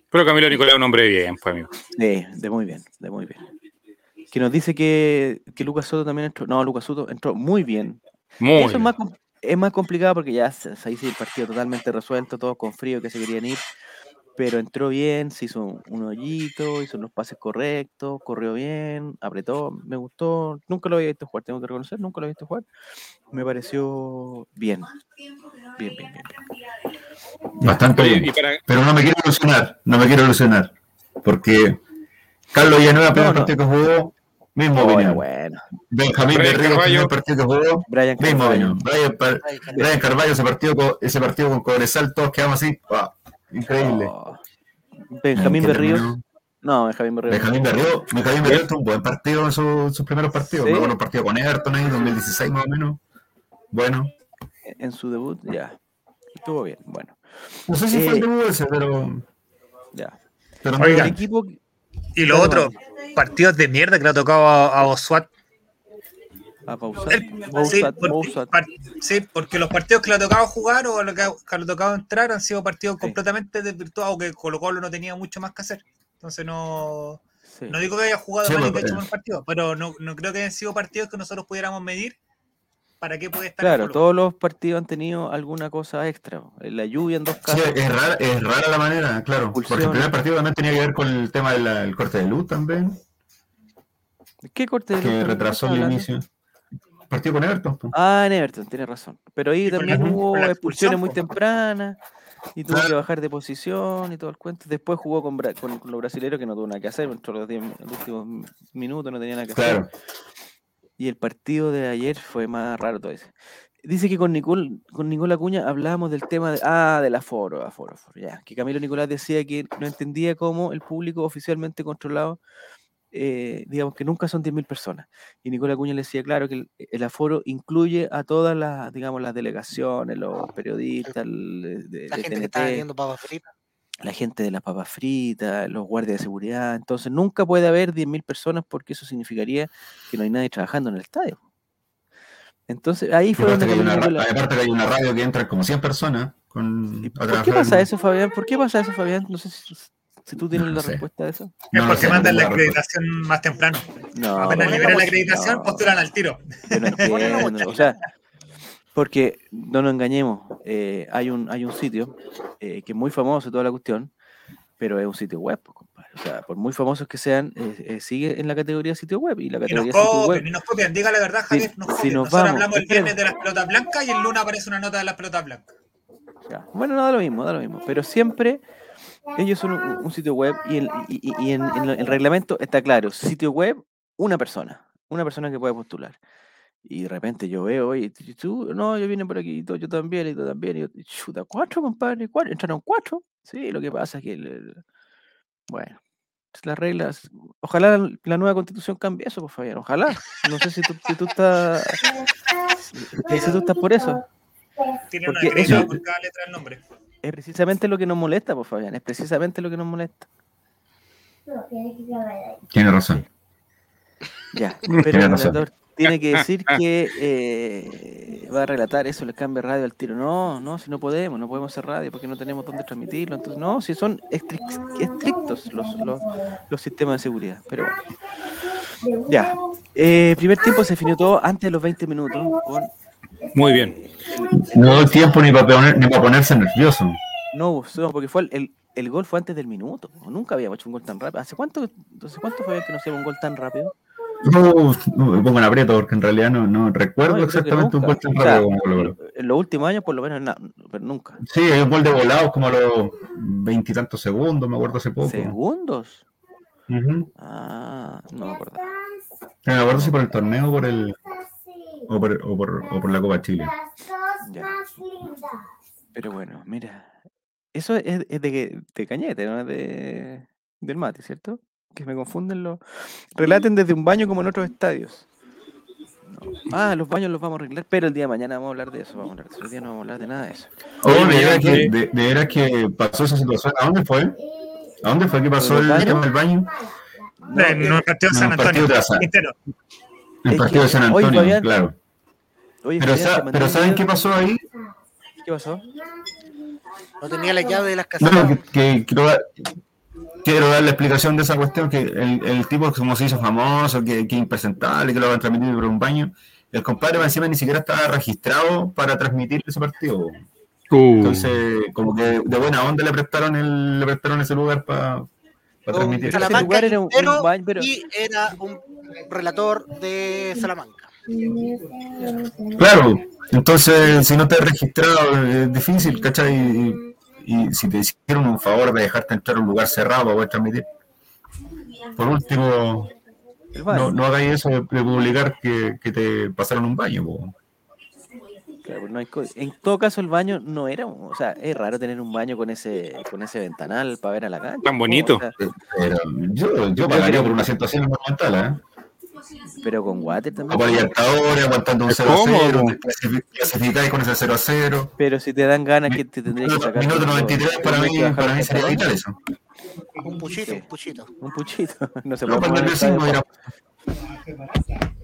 [SPEAKER 3] Pero Camilo Nicolás es un hombre bien, pues, amigo.
[SPEAKER 1] De, de muy bien, de muy bien. Que nos dice que, que Lucas Soto también entró. No, Lucas Soto entró muy bien.
[SPEAKER 3] Muy.
[SPEAKER 1] Eso es más, com- es más complicado porque ya se, se hizo el partido totalmente resuelto, todos con frío que se querían ir. Pero entró bien, se hizo un, un hoyito, hizo los pases correctos, corrió bien, apretó, me gustó. Nunca lo había visto jugar, tengo que reconocer, nunca lo había visto jugar. Me pareció bien. Bien, bien, bien. bien.
[SPEAKER 2] Bastante
[SPEAKER 3] Oye,
[SPEAKER 2] bien.
[SPEAKER 3] y para,
[SPEAKER 2] Pero no me quiero ilusionar, no me quiero ilusionar. Porque Carlos Villanueva, el
[SPEAKER 1] No,
[SPEAKER 2] primer
[SPEAKER 1] no.
[SPEAKER 2] partido que jugó, mismo
[SPEAKER 1] Oye,
[SPEAKER 2] opinión.
[SPEAKER 1] Oh, bueno,
[SPEAKER 2] Benjamín
[SPEAKER 3] Brian
[SPEAKER 2] del Río, el
[SPEAKER 3] Carballo.
[SPEAKER 2] primer partido que jugó,
[SPEAKER 1] Brian
[SPEAKER 2] mismo
[SPEAKER 1] Carvalho.
[SPEAKER 2] opinión. Brian, Par-
[SPEAKER 4] ay, Carlos.
[SPEAKER 2] Brian Carballo, ese partido, con, ese partido con Cobresal, todos quedamos así. ¡guau! Increíble.
[SPEAKER 1] Oh. Benjamín
[SPEAKER 2] Que
[SPEAKER 1] Berríos.
[SPEAKER 2] terminó-
[SPEAKER 1] No, Benjamín Berríos. no.
[SPEAKER 2] Benjamín Berrío, Benjamín Berrío tuvo un buen partido en su- sus primeros partidos.
[SPEAKER 1] Sí.
[SPEAKER 2] Luego los partidos con Everton ahí, 2016 más o menos. Bueno,
[SPEAKER 1] en su debut, ya. Estuvo bien, bueno,
[SPEAKER 2] no sé si fue
[SPEAKER 1] Eh,
[SPEAKER 2] el debut ese, pero.
[SPEAKER 1] ya.
[SPEAKER 2] pero
[SPEAKER 1] El
[SPEAKER 5] Oigan.
[SPEAKER 1] equipo,
[SPEAKER 5] Y lo otro, partidos de mierda que le ha tocado a, a Oswat.
[SPEAKER 1] a pausar,
[SPEAKER 5] El- sí, porque, par- sí, porque los partidos que le ha tocado jugar o lo que, ha- que le ha tocado entrar han sido partidos
[SPEAKER 1] Sí.
[SPEAKER 5] completamente desvirtuados que Colo Colo no tenía mucho más que hacer. Entonces no,
[SPEAKER 1] Sí. pues, eh.
[SPEAKER 5] No digo que haya jugado
[SPEAKER 2] Sí,
[SPEAKER 5] mal y
[SPEAKER 2] me
[SPEAKER 5] que haya hecho
[SPEAKER 2] parece.
[SPEAKER 5] mal partido, pero no, no creo que hayan sido partidos que nosotros pudiéramos medir para qué puede estar. el
[SPEAKER 1] Claro,
[SPEAKER 5] Colo.
[SPEAKER 1] todos los partidos han tenido alguna cosa extra. La lluvia en dos
[SPEAKER 2] Sí,
[SPEAKER 1] casos.
[SPEAKER 2] es rara, es rara la manera, claro. Porque el
[SPEAKER 1] Expulsión.
[SPEAKER 2] primer partido también tenía que ver con el tema del el corte de luz también,
[SPEAKER 1] ¿Qué corte de luz
[SPEAKER 2] que
[SPEAKER 1] estamos
[SPEAKER 2] retrasó el
[SPEAKER 1] hablando?
[SPEAKER 2] inicio. Partido con Everton. pues.
[SPEAKER 1] Ah, en Everton, tienes razón. Pero ahí
[SPEAKER 5] Y con la-
[SPEAKER 1] también
[SPEAKER 2] con
[SPEAKER 1] hubo
[SPEAKER 5] la
[SPEAKER 1] expulsiones
[SPEAKER 5] expulsión,
[SPEAKER 1] muy
[SPEAKER 5] po.
[SPEAKER 1] tempranas y tuvo que
[SPEAKER 2] Claro.
[SPEAKER 1] bajar de posición y todo el cuento. Después jugó con, Bra- con, con los brasileños que no tuvo nada que hacer, dentro de los, 10 los últimos minutos no tenía nada que hacer.
[SPEAKER 2] Claro.
[SPEAKER 1] Y el partido de ayer fue más raro todo eso. Dice que con, Nicol, con Nicola Cuña hablábamos del tema de, ah, del aforo, aforo, aforo, ya. Que Camilo Nicolás decía que no entendía cómo el público oficialmente controlado, eh, digamos que nunca son 10.000 personas. Y Nicola Cuña le decía, claro, que el, el aforo incluye a todas las, digamos, las delegaciones, los periodistas, el, de-
[SPEAKER 4] La
[SPEAKER 1] de
[SPEAKER 4] gente que estaba
[SPEAKER 1] TNT,
[SPEAKER 4] vendiendo papas fritas.
[SPEAKER 1] la gente de las papas fritas, los guardias de seguridad. Entonces nunca puede haber 10.000 personas porque eso significaría que no hay nadie trabajando en el estadio. Entonces ahí
[SPEAKER 2] Y
[SPEAKER 1] fue donde
[SPEAKER 2] aparte que hay
[SPEAKER 1] Camilo
[SPEAKER 2] una ra-
[SPEAKER 1] Nicolás-
[SPEAKER 2] aparte que hay una radio que entra como 100 personas. Con,
[SPEAKER 1] ¿Y
[SPEAKER 2] a
[SPEAKER 1] ¿Por qué
[SPEAKER 2] trabajar.
[SPEAKER 1] pasa eso, Fabián? ¿Por qué pasa eso, Fabián? No sé si, si tú tienes
[SPEAKER 2] No
[SPEAKER 1] la
[SPEAKER 2] sé.
[SPEAKER 1] respuesta a eso.
[SPEAKER 5] Es
[SPEAKER 2] No, no
[SPEAKER 5] porque
[SPEAKER 2] sé, no
[SPEAKER 5] mandan la
[SPEAKER 2] tengo respuesta.
[SPEAKER 5] acreditación más temprano.
[SPEAKER 1] No,
[SPEAKER 5] Apenas
[SPEAKER 1] pero-
[SPEAKER 5] liberan la acreditación, pues,
[SPEAKER 1] no,
[SPEAKER 5] postulan al tiro.
[SPEAKER 1] yo no
[SPEAKER 4] Ponelo,
[SPEAKER 1] entiendo, O sea, porque no nos engañemos, eh, hay, un, hay un sitio eh, que es muy famoso y toda la cuestión, pero es un sitio web, pues, compadre. O sea, por muy famosos que sean, eh, eh, sigue en la categoría sitio web y la
[SPEAKER 5] Y nos
[SPEAKER 1] categoría sitio
[SPEAKER 5] copian,
[SPEAKER 1] web.
[SPEAKER 5] y nos copian. Diga la verdad, Javier, nos
[SPEAKER 1] si
[SPEAKER 5] copian.
[SPEAKER 1] nos
[SPEAKER 5] Nosotros
[SPEAKER 1] vamos,
[SPEAKER 5] hablamos el
[SPEAKER 1] espera.
[SPEAKER 5] viernes de las pelotas blancas y el lunes aparece una nota de las pelotas blancas.
[SPEAKER 1] Ya. Bueno, no da lo mismo, da lo mismo. Pero siempre ellos son un, un sitio web y, el, y- y- y en, en lo- el reglamento está claro, sitio web, una persona, una persona que puede postular. Y de repente yo veo, oye, tú- tú- tú, no, yo vine por aquí, y tú, yo también, y tú también, y yo, chuta, cuatro, compadre, cuatro, entraron cuatro. Sí, lo que pasa es que, el- el- bueno, es las reglas, ojalá la- la nueva constitución cambie eso, por Fabián, ojalá. No sé si tú, si tú estás, si tú estás por eso.
[SPEAKER 5] Tiene una
[SPEAKER 1] Porque
[SPEAKER 5] acreditación
[SPEAKER 1] eso-
[SPEAKER 5] por cada letra del nombre.
[SPEAKER 1] Es precisamente lo que nos molesta, pues Fabián, es precisamente lo que nos molesta.
[SPEAKER 2] Tiene razón.
[SPEAKER 1] Ya, pero
[SPEAKER 2] Tiene
[SPEAKER 1] el
[SPEAKER 2] razón.
[SPEAKER 1] relator tiene que decir que eh, va a relatar eso, le cambia radio al tiro. No, no, si no podemos, no podemos hacer radio porque no tenemos dónde transmitirlo. Entonces, no, si son estric- estrictos los, los, los sistemas de seguridad. Pero bueno. ya, Eh, primer tiempo se definió todo antes de los 20 minutos con
[SPEAKER 3] Muy bien.
[SPEAKER 2] No doy tiempo ni para, poner- ni para ponerse nervioso.
[SPEAKER 1] No, hubo opción, porque fue el, el, el gol fue antes del minuto. po. Nunca habíamos hecho un gol tan rápido. ¿Hace cuánto, hace cuánto fue que no hacíamos un gol tan rápido?
[SPEAKER 2] No, no, me pongo en aprieto porque en realidad no, no recuerdo
[SPEAKER 1] No, yo creo que
[SPEAKER 2] exactamente un
[SPEAKER 1] nunca.
[SPEAKER 2] gol tan
[SPEAKER 1] O sea,
[SPEAKER 2] rápido como Colo-Colo.
[SPEAKER 1] En los últimos años, por lo menos, na- pero nunca.
[SPEAKER 2] Sí, hay un gol de volados como a los veintitantos segundos, me acuerdo hace poco.
[SPEAKER 1] ¿Segundos?
[SPEAKER 2] Ujú.
[SPEAKER 1] Ah, no me acuerdo.
[SPEAKER 2] No me acuerdo si por el torneo por el, o, por, o, por, o por la Copa Chile.
[SPEAKER 1] Ya. Pero bueno, mira. Eso es, es de, que- de Cañete, ¿no? Es De, del mate, ¿cierto? Que me confunden los. Relaten desde un baño como en otros estadios. No. Ah, los baños los vamos a arreglar, pero el día de mañana vamos a hablar de eso. Vamos a hablar de eso. Hoy día no vamos a hablar de nada de eso.
[SPEAKER 2] Oye, de veras
[SPEAKER 3] Oye,
[SPEAKER 2] que,
[SPEAKER 3] oye.
[SPEAKER 2] de, de veras que pasó esa situación. ¿A dónde fue? ¿A dónde fue que pasó
[SPEAKER 1] ¿En el
[SPEAKER 2] el
[SPEAKER 1] baño?
[SPEAKER 2] tema del baño?
[SPEAKER 5] No, en un partido de
[SPEAKER 2] no,
[SPEAKER 5] San
[SPEAKER 2] partido
[SPEAKER 5] Antonio.
[SPEAKER 2] de la Sa-
[SPEAKER 5] Quintero.
[SPEAKER 1] Es
[SPEAKER 2] El partido
[SPEAKER 1] que-
[SPEAKER 2] de San
[SPEAKER 1] oye,
[SPEAKER 2] Antonio,
[SPEAKER 1] Fabián,
[SPEAKER 2] claro.
[SPEAKER 1] Oye,
[SPEAKER 2] Pero,
[SPEAKER 1] Fabián, te
[SPEAKER 2] sa-
[SPEAKER 1] mandé
[SPEAKER 2] pero
[SPEAKER 1] un
[SPEAKER 2] ¿saben
[SPEAKER 1] video
[SPEAKER 2] qué
[SPEAKER 1] de-
[SPEAKER 2] pasó ahí?
[SPEAKER 1] ¿Qué pasó?
[SPEAKER 4] No tenía la llave de las
[SPEAKER 2] No,
[SPEAKER 4] casetas.
[SPEAKER 2] no, que, que quiero, dar, quiero dar la explicación de esa cuestión, que el, el tipo como se hizo famoso, que, que impresentable, que lo van a transmitir por un baño, el compadre más encima ni siquiera estaba registrado para transmitir ese partido. Entonces, como que de buena onda le prestaron el, le prestaron ese lugar para transmitir.
[SPEAKER 1] Oh, la-
[SPEAKER 4] Salamanca
[SPEAKER 1] lugar era un- un
[SPEAKER 4] Quintero
[SPEAKER 1] baño, pero-
[SPEAKER 4] y era un relator de Salamanca.
[SPEAKER 2] Claro, entonces si no te has registrado es difícil, ¿cachai? Y, y si te hicieron un favor de dejarte entrar a un lugar cerrado para poder transmitir. Por último,
[SPEAKER 1] El baño.
[SPEAKER 2] No, no hagáis eso de de publicar que, que te pasaron un baño. po.
[SPEAKER 1] Claro, pues no hay co- en todo caso, el baño no era. un- O sea, es raro tener un baño con ese, con ese ventanal para ver a la cancha.
[SPEAKER 3] Tan
[SPEAKER 1] ¿no?
[SPEAKER 3] bonito.
[SPEAKER 1] O sea,
[SPEAKER 2] Pero yo, yo pagaría por una situación monumental, ¿eh?
[SPEAKER 1] pero con water
[SPEAKER 2] A
[SPEAKER 1] también.
[SPEAKER 2] por Libertadores, aguantando un
[SPEAKER 3] Es
[SPEAKER 2] 0 a 0,
[SPEAKER 3] cómodo.
[SPEAKER 2] clasific- clasificáis con ese 0 a 0.
[SPEAKER 1] Pero si te dan ganas, que te tendrías que
[SPEAKER 2] Minuto
[SPEAKER 1] sacar.
[SPEAKER 2] minuto
[SPEAKER 1] con-
[SPEAKER 2] 93 para
[SPEAKER 1] tendrías
[SPEAKER 2] mí,
[SPEAKER 1] que bajar
[SPEAKER 2] para
[SPEAKER 1] los
[SPEAKER 2] mí sería
[SPEAKER 1] pantalones.
[SPEAKER 2] vital eso.
[SPEAKER 4] Un puchito,
[SPEAKER 1] Sí.
[SPEAKER 4] un puchito.
[SPEAKER 1] Un puchito. No se
[SPEAKER 2] Yo
[SPEAKER 1] puede
[SPEAKER 2] para el
[SPEAKER 1] poner el estadio
[SPEAKER 2] nerviosismo
[SPEAKER 1] pa-
[SPEAKER 2] era-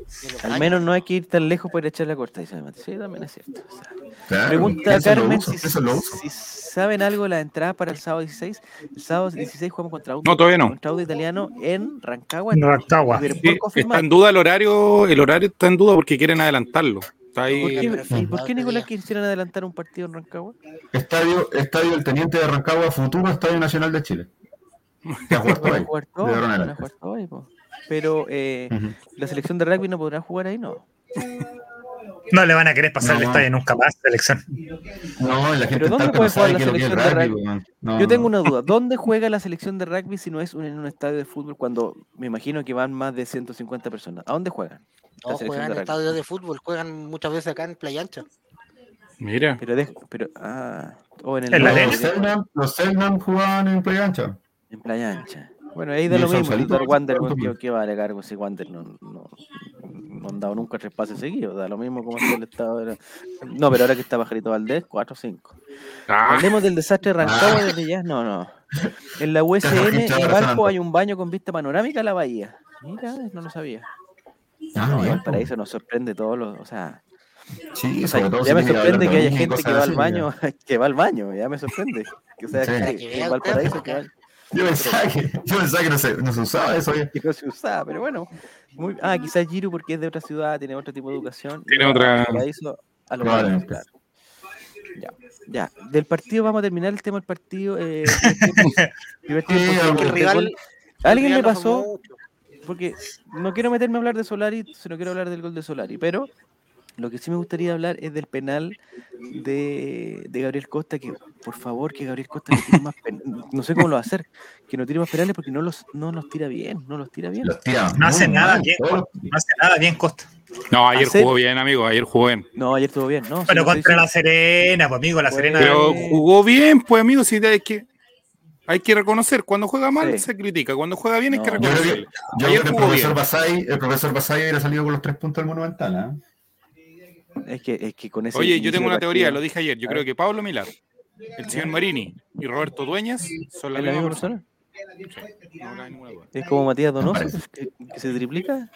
[SPEAKER 4] Y los
[SPEAKER 1] Al
[SPEAKER 4] baños.
[SPEAKER 1] menos no hay que ir tan lejos para ir a echar la corta. Dice Mati. Sí, también es cierto. o sea,
[SPEAKER 2] Claro,
[SPEAKER 1] Pregunta
[SPEAKER 2] eso lo
[SPEAKER 1] Carmen
[SPEAKER 2] uso,
[SPEAKER 1] si,
[SPEAKER 2] eso lo uso.
[SPEAKER 1] si saben algo de las entradas para el sábado 16. El sábado 16 jugamos contra Auto,
[SPEAKER 3] No, todavía no.
[SPEAKER 1] contra Auto Italiano en Rancagua.
[SPEAKER 6] En Rancagua.
[SPEAKER 1] Liverpool
[SPEAKER 3] Sí, está
[SPEAKER 1] confirmado.
[SPEAKER 3] en duda el horario, el horario está en duda porque quieren adelantarlo. Está
[SPEAKER 1] ¿Por
[SPEAKER 3] ahí.
[SPEAKER 1] qué, ¿Y por qué Nicolás
[SPEAKER 4] Batería.
[SPEAKER 1] quisieran adelantar un partido en Rancagua?
[SPEAKER 2] Estadio, estadio del Teniente de Rancagua, futuro Estadio Nacional de Chile. Que ha jugado
[SPEAKER 1] Van a
[SPEAKER 2] ahí.
[SPEAKER 1] jugar todos,
[SPEAKER 2] llegaron
[SPEAKER 1] van a
[SPEAKER 2] adelante.
[SPEAKER 1] jugar todos ahí, po. Pero eh,
[SPEAKER 2] Ujú.
[SPEAKER 1] la selección de rugby no podrá jugar ahí, no.
[SPEAKER 6] No le van a querer pasar el
[SPEAKER 2] No.
[SPEAKER 6] estadio nunca más, selección.
[SPEAKER 2] No, la gente
[SPEAKER 1] ¿Pero dónde
[SPEAKER 2] está
[SPEAKER 1] puede
[SPEAKER 2] que no
[SPEAKER 1] jugar
[SPEAKER 2] sabe
[SPEAKER 1] la
[SPEAKER 2] qué es lo que es
[SPEAKER 1] selección de
[SPEAKER 2] rugby,
[SPEAKER 1] rugby?
[SPEAKER 2] weón. No,
[SPEAKER 1] Yo tengo
[SPEAKER 2] no.
[SPEAKER 1] una duda. ¿Dónde juega la selección de rugby si no es un- en un estadio de fútbol cuando me imagino que van más de 150 personas? ¿A dónde juegan? La
[SPEAKER 4] No
[SPEAKER 1] selección de
[SPEAKER 4] juegan en
[SPEAKER 1] rugby.
[SPEAKER 4] estadios de fútbol, juegan muchas veces acá en Playa Ancha.
[SPEAKER 3] Mira,
[SPEAKER 1] Pero, de- pero ah, o en el
[SPEAKER 6] En la
[SPEAKER 1] no,
[SPEAKER 6] arena.
[SPEAKER 2] Los Selnam, los Selnam jugaban en Playa Ancha.
[SPEAKER 1] en Playa Ancha. Bueno, ahí da
[SPEAKER 2] Y
[SPEAKER 1] lo
[SPEAKER 2] el
[SPEAKER 1] mismo.
[SPEAKER 2] Sausalito
[SPEAKER 1] Total,
[SPEAKER 2] va a
[SPEAKER 1] Wander,
[SPEAKER 2] jugar
[SPEAKER 1] weón,
[SPEAKER 2] también.
[SPEAKER 1] ¿qué, qué vale cargo si Wander no, no, no han dado nunca tres pases seguidos? Da lo mismo como si el estado era- No, pero ahora que está Pajarito Valdés, 4 o 5.
[SPEAKER 3] Ah,
[SPEAKER 1] Hablemos del desastre de
[SPEAKER 6] Ah.
[SPEAKER 1] Rancagua desde ya. No, no. En la USN,
[SPEAKER 2] Hinchada
[SPEAKER 1] en
[SPEAKER 2] de
[SPEAKER 1] Valpo,
[SPEAKER 2] Santos.
[SPEAKER 1] hay un baño con vista panorámica a la bahía. Mira, no lo sabía.
[SPEAKER 2] Ah,
[SPEAKER 1] No,
[SPEAKER 2] bien,
[SPEAKER 1] Valparaíso nos sorprende todos los. O sea,
[SPEAKER 2] Sí,
[SPEAKER 1] o sea,
[SPEAKER 2] sobre todo si
[SPEAKER 1] ya me
[SPEAKER 2] tiene
[SPEAKER 1] sorprende
[SPEAKER 2] hablar
[SPEAKER 1] que
[SPEAKER 2] de
[SPEAKER 1] haya
[SPEAKER 2] niños y
[SPEAKER 1] gente que
[SPEAKER 2] cosas
[SPEAKER 1] va
[SPEAKER 2] así,
[SPEAKER 1] al baño, que va al baño, ya me sorprende. Que, o sea,
[SPEAKER 2] Sí.
[SPEAKER 1] que-
[SPEAKER 4] Que
[SPEAKER 1] que en
[SPEAKER 4] vea usted,
[SPEAKER 1] Valparaíso
[SPEAKER 4] pues,
[SPEAKER 1] que, va-
[SPEAKER 2] Yo pensaba que, yo pensaba que no, se, no se usaba eso. oye.
[SPEAKER 1] que no se usaba, pero bueno. muy- ah, quizás Giru porque es de otra ciudad, tiene otro tipo de educación.
[SPEAKER 3] Tiene
[SPEAKER 1] y
[SPEAKER 3] otra-
[SPEAKER 1] Valparaíso a lo mejor,
[SPEAKER 2] Probablemente.
[SPEAKER 1] claro. Ya, ya. Del partido vamos a terminar el tema del partido. eh, primer tiempo- primer tiempo,
[SPEAKER 2] Sí, porque
[SPEAKER 4] Porque el
[SPEAKER 1] Liverpool-
[SPEAKER 4] rival.
[SPEAKER 1] Alguien le
[SPEAKER 4] le
[SPEAKER 1] pasó porque no quiero meterme a hablar de Solari, sino quiero hablar del gol de Solari, pero lo que sí me gustaría hablar es del penal de, de Gabriel Costa, que por favor, que Gabriel Costa no tire más pen- no sé cómo lo va a hacer, que no tire más penales porque no los, no los tira bien, no los tira bien.
[SPEAKER 2] Los tira
[SPEAKER 6] No hace
[SPEAKER 2] muy
[SPEAKER 6] nada
[SPEAKER 2] mal,
[SPEAKER 6] bien,
[SPEAKER 2] todos los-
[SPEAKER 6] No hace nada bien Costa.
[SPEAKER 3] no, ayer
[SPEAKER 1] Hacer-
[SPEAKER 3] jugó bien, amigo, ayer jugó bien.
[SPEAKER 1] No, ayer estuvo bien, ¿no? sí, lo
[SPEAKER 6] Pero
[SPEAKER 1] estoy
[SPEAKER 6] contra la
[SPEAKER 1] diciendo.
[SPEAKER 6] Serena, pues amigo, la Serena.
[SPEAKER 3] Pero
[SPEAKER 1] Eh.
[SPEAKER 3] jugó bien, pues amigo, si hay que, hay que reconocer, cuando juega mal
[SPEAKER 1] Sí.
[SPEAKER 3] se critica, cuando juega bien hay que
[SPEAKER 1] No.
[SPEAKER 2] Yo creo que,
[SPEAKER 3] reconocer.
[SPEAKER 2] yo
[SPEAKER 3] Ayer
[SPEAKER 2] creo que el
[SPEAKER 3] jugó
[SPEAKER 2] profesor
[SPEAKER 3] bien.
[SPEAKER 2] Basay, el profesor Basay hubiera salido con los tres puntos del Monumental. ¿ah?
[SPEAKER 1] Es que, es que con ese
[SPEAKER 3] Oye,
[SPEAKER 1] inicio
[SPEAKER 3] yo tengo
[SPEAKER 1] de
[SPEAKER 3] una
[SPEAKER 1] partido-
[SPEAKER 3] teoría, lo dije ayer, yo
[SPEAKER 1] A
[SPEAKER 3] creo
[SPEAKER 1] ver.
[SPEAKER 3] que Pablo Milar, el señor Marini y Roberto Dueñas son la
[SPEAKER 1] ¿Es la misma
[SPEAKER 3] misma persona.
[SPEAKER 1] persona?
[SPEAKER 3] No me cabe ninguna duda.
[SPEAKER 1] ¿Es como Matías Donoso,
[SPEAKER 2] parece.
[SPEAKER 1] que, que se triplica?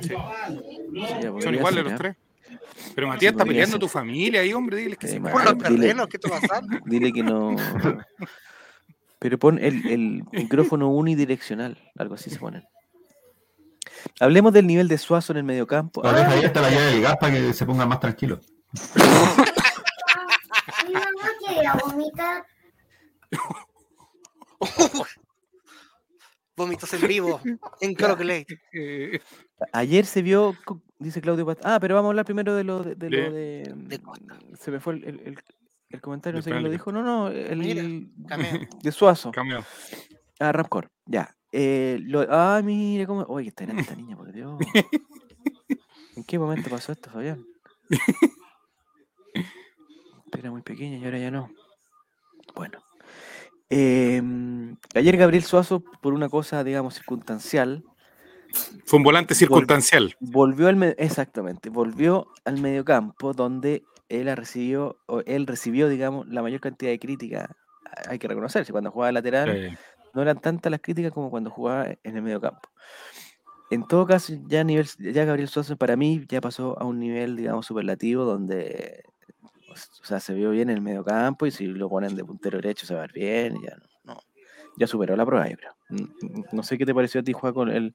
[SPEAKER 3] Sí.
[SPEAKER 1] Ya, podría
[SPEAKER 3] Son iguales
[SPEAKER 1] ser,
[SPEAKER 3] los
[SPEAKER 1] ¿ah?
[SPEAKER 3] tres. Pero Matías está
[SPEAKER 1] podría
[SPEAKER 3] peleando
[SPEAKER 1] ser.
[SPEAKER 3] tu familia ahí, hombre, diles que
[SPEAKER 1] Eh,
[SPEAKER 3] se
[SPEAKER 1] Matías.
[SPEAKER 4] Por
[SPEAKER 3] encuadren.
[SPEAKER 4] los
[SPEAKER 1] Dile-
[SPEAKER 4] terrenos, ¿qué está pasando?
[SPEAKER 1] Dile que no. Pero pon el, el micrófono unidireccional, algo así se pone. Hablemos del nivel de Suazo en el mediocampo.
[SPEAKER 2] Lo dejo
[SPEAKER 1] Ah,
[SPEAKER 2] ahí hasta la llave del gas para que se ponga más tranquilo.
[SPEAKER 7] Mi mamá quería vomitar.
[SPEAKER 4] Vómitos en vivo, en Crocolate.
[SPEAKER 3] Eh,
[SPEAKER 1] ayer se vio, co- dice Claudio Paz. Ah, pero vamos a hablar primero de lo de. de lo
[SPEAKER 3] De-
[SPEAKER 1] de,
[SPEAKER 4] de Costa.
[SPEAKER 1] se me fue el, el- el- el comentario, no
[SPEAKER 3] Del
[SPEAKER 1] sé quién lo
[SPEAKER 3] penal de
[SPEAKER 1] dijo. No, no, el,
[SPEAKER 4] Mira, cameo.
[SPEAKER 1] de Suazo.
[SPEAKER 3] cameo.
[SPEAKER 1] Ah, Rapcore, ya. Eh, lo- ah, mira cómo. Oye, está en esta niña, por Dios. ¿En qué momento pasó esto, Fabián? Era muy pequeña y ahora ya no. Bueno. Em, ayer Gabriel Suazo, por una cosa, digamos, circunstancial,
[SPEAKER 3] Fue un volante circunstancial.
[SPEAKER 1] volvió al me- exactamente, volvió al mediocampo donde él ha recibido, o él recibió, digamos, la mayor cantidad de críticas. Hay que reconocerse, cuando jugaba lateral,
[SPEAKER 3] Eh,
[SPEAKER 1] no eran tantas las críticas como cuando jugaba e-, en el mediocampo. En todo caso, ya, a nivel, ya Gabriel Suazo para mí ya pasó a un nivel, digamos, superlativo donde o sea, se vio bien en el mediocampo y si lo ponen de puntero derecho se va a ver bien. Ya, no, no, ya superó la prueba, yo creo. Mm, mm, No sé qué te pareció a ti, Juan, con el,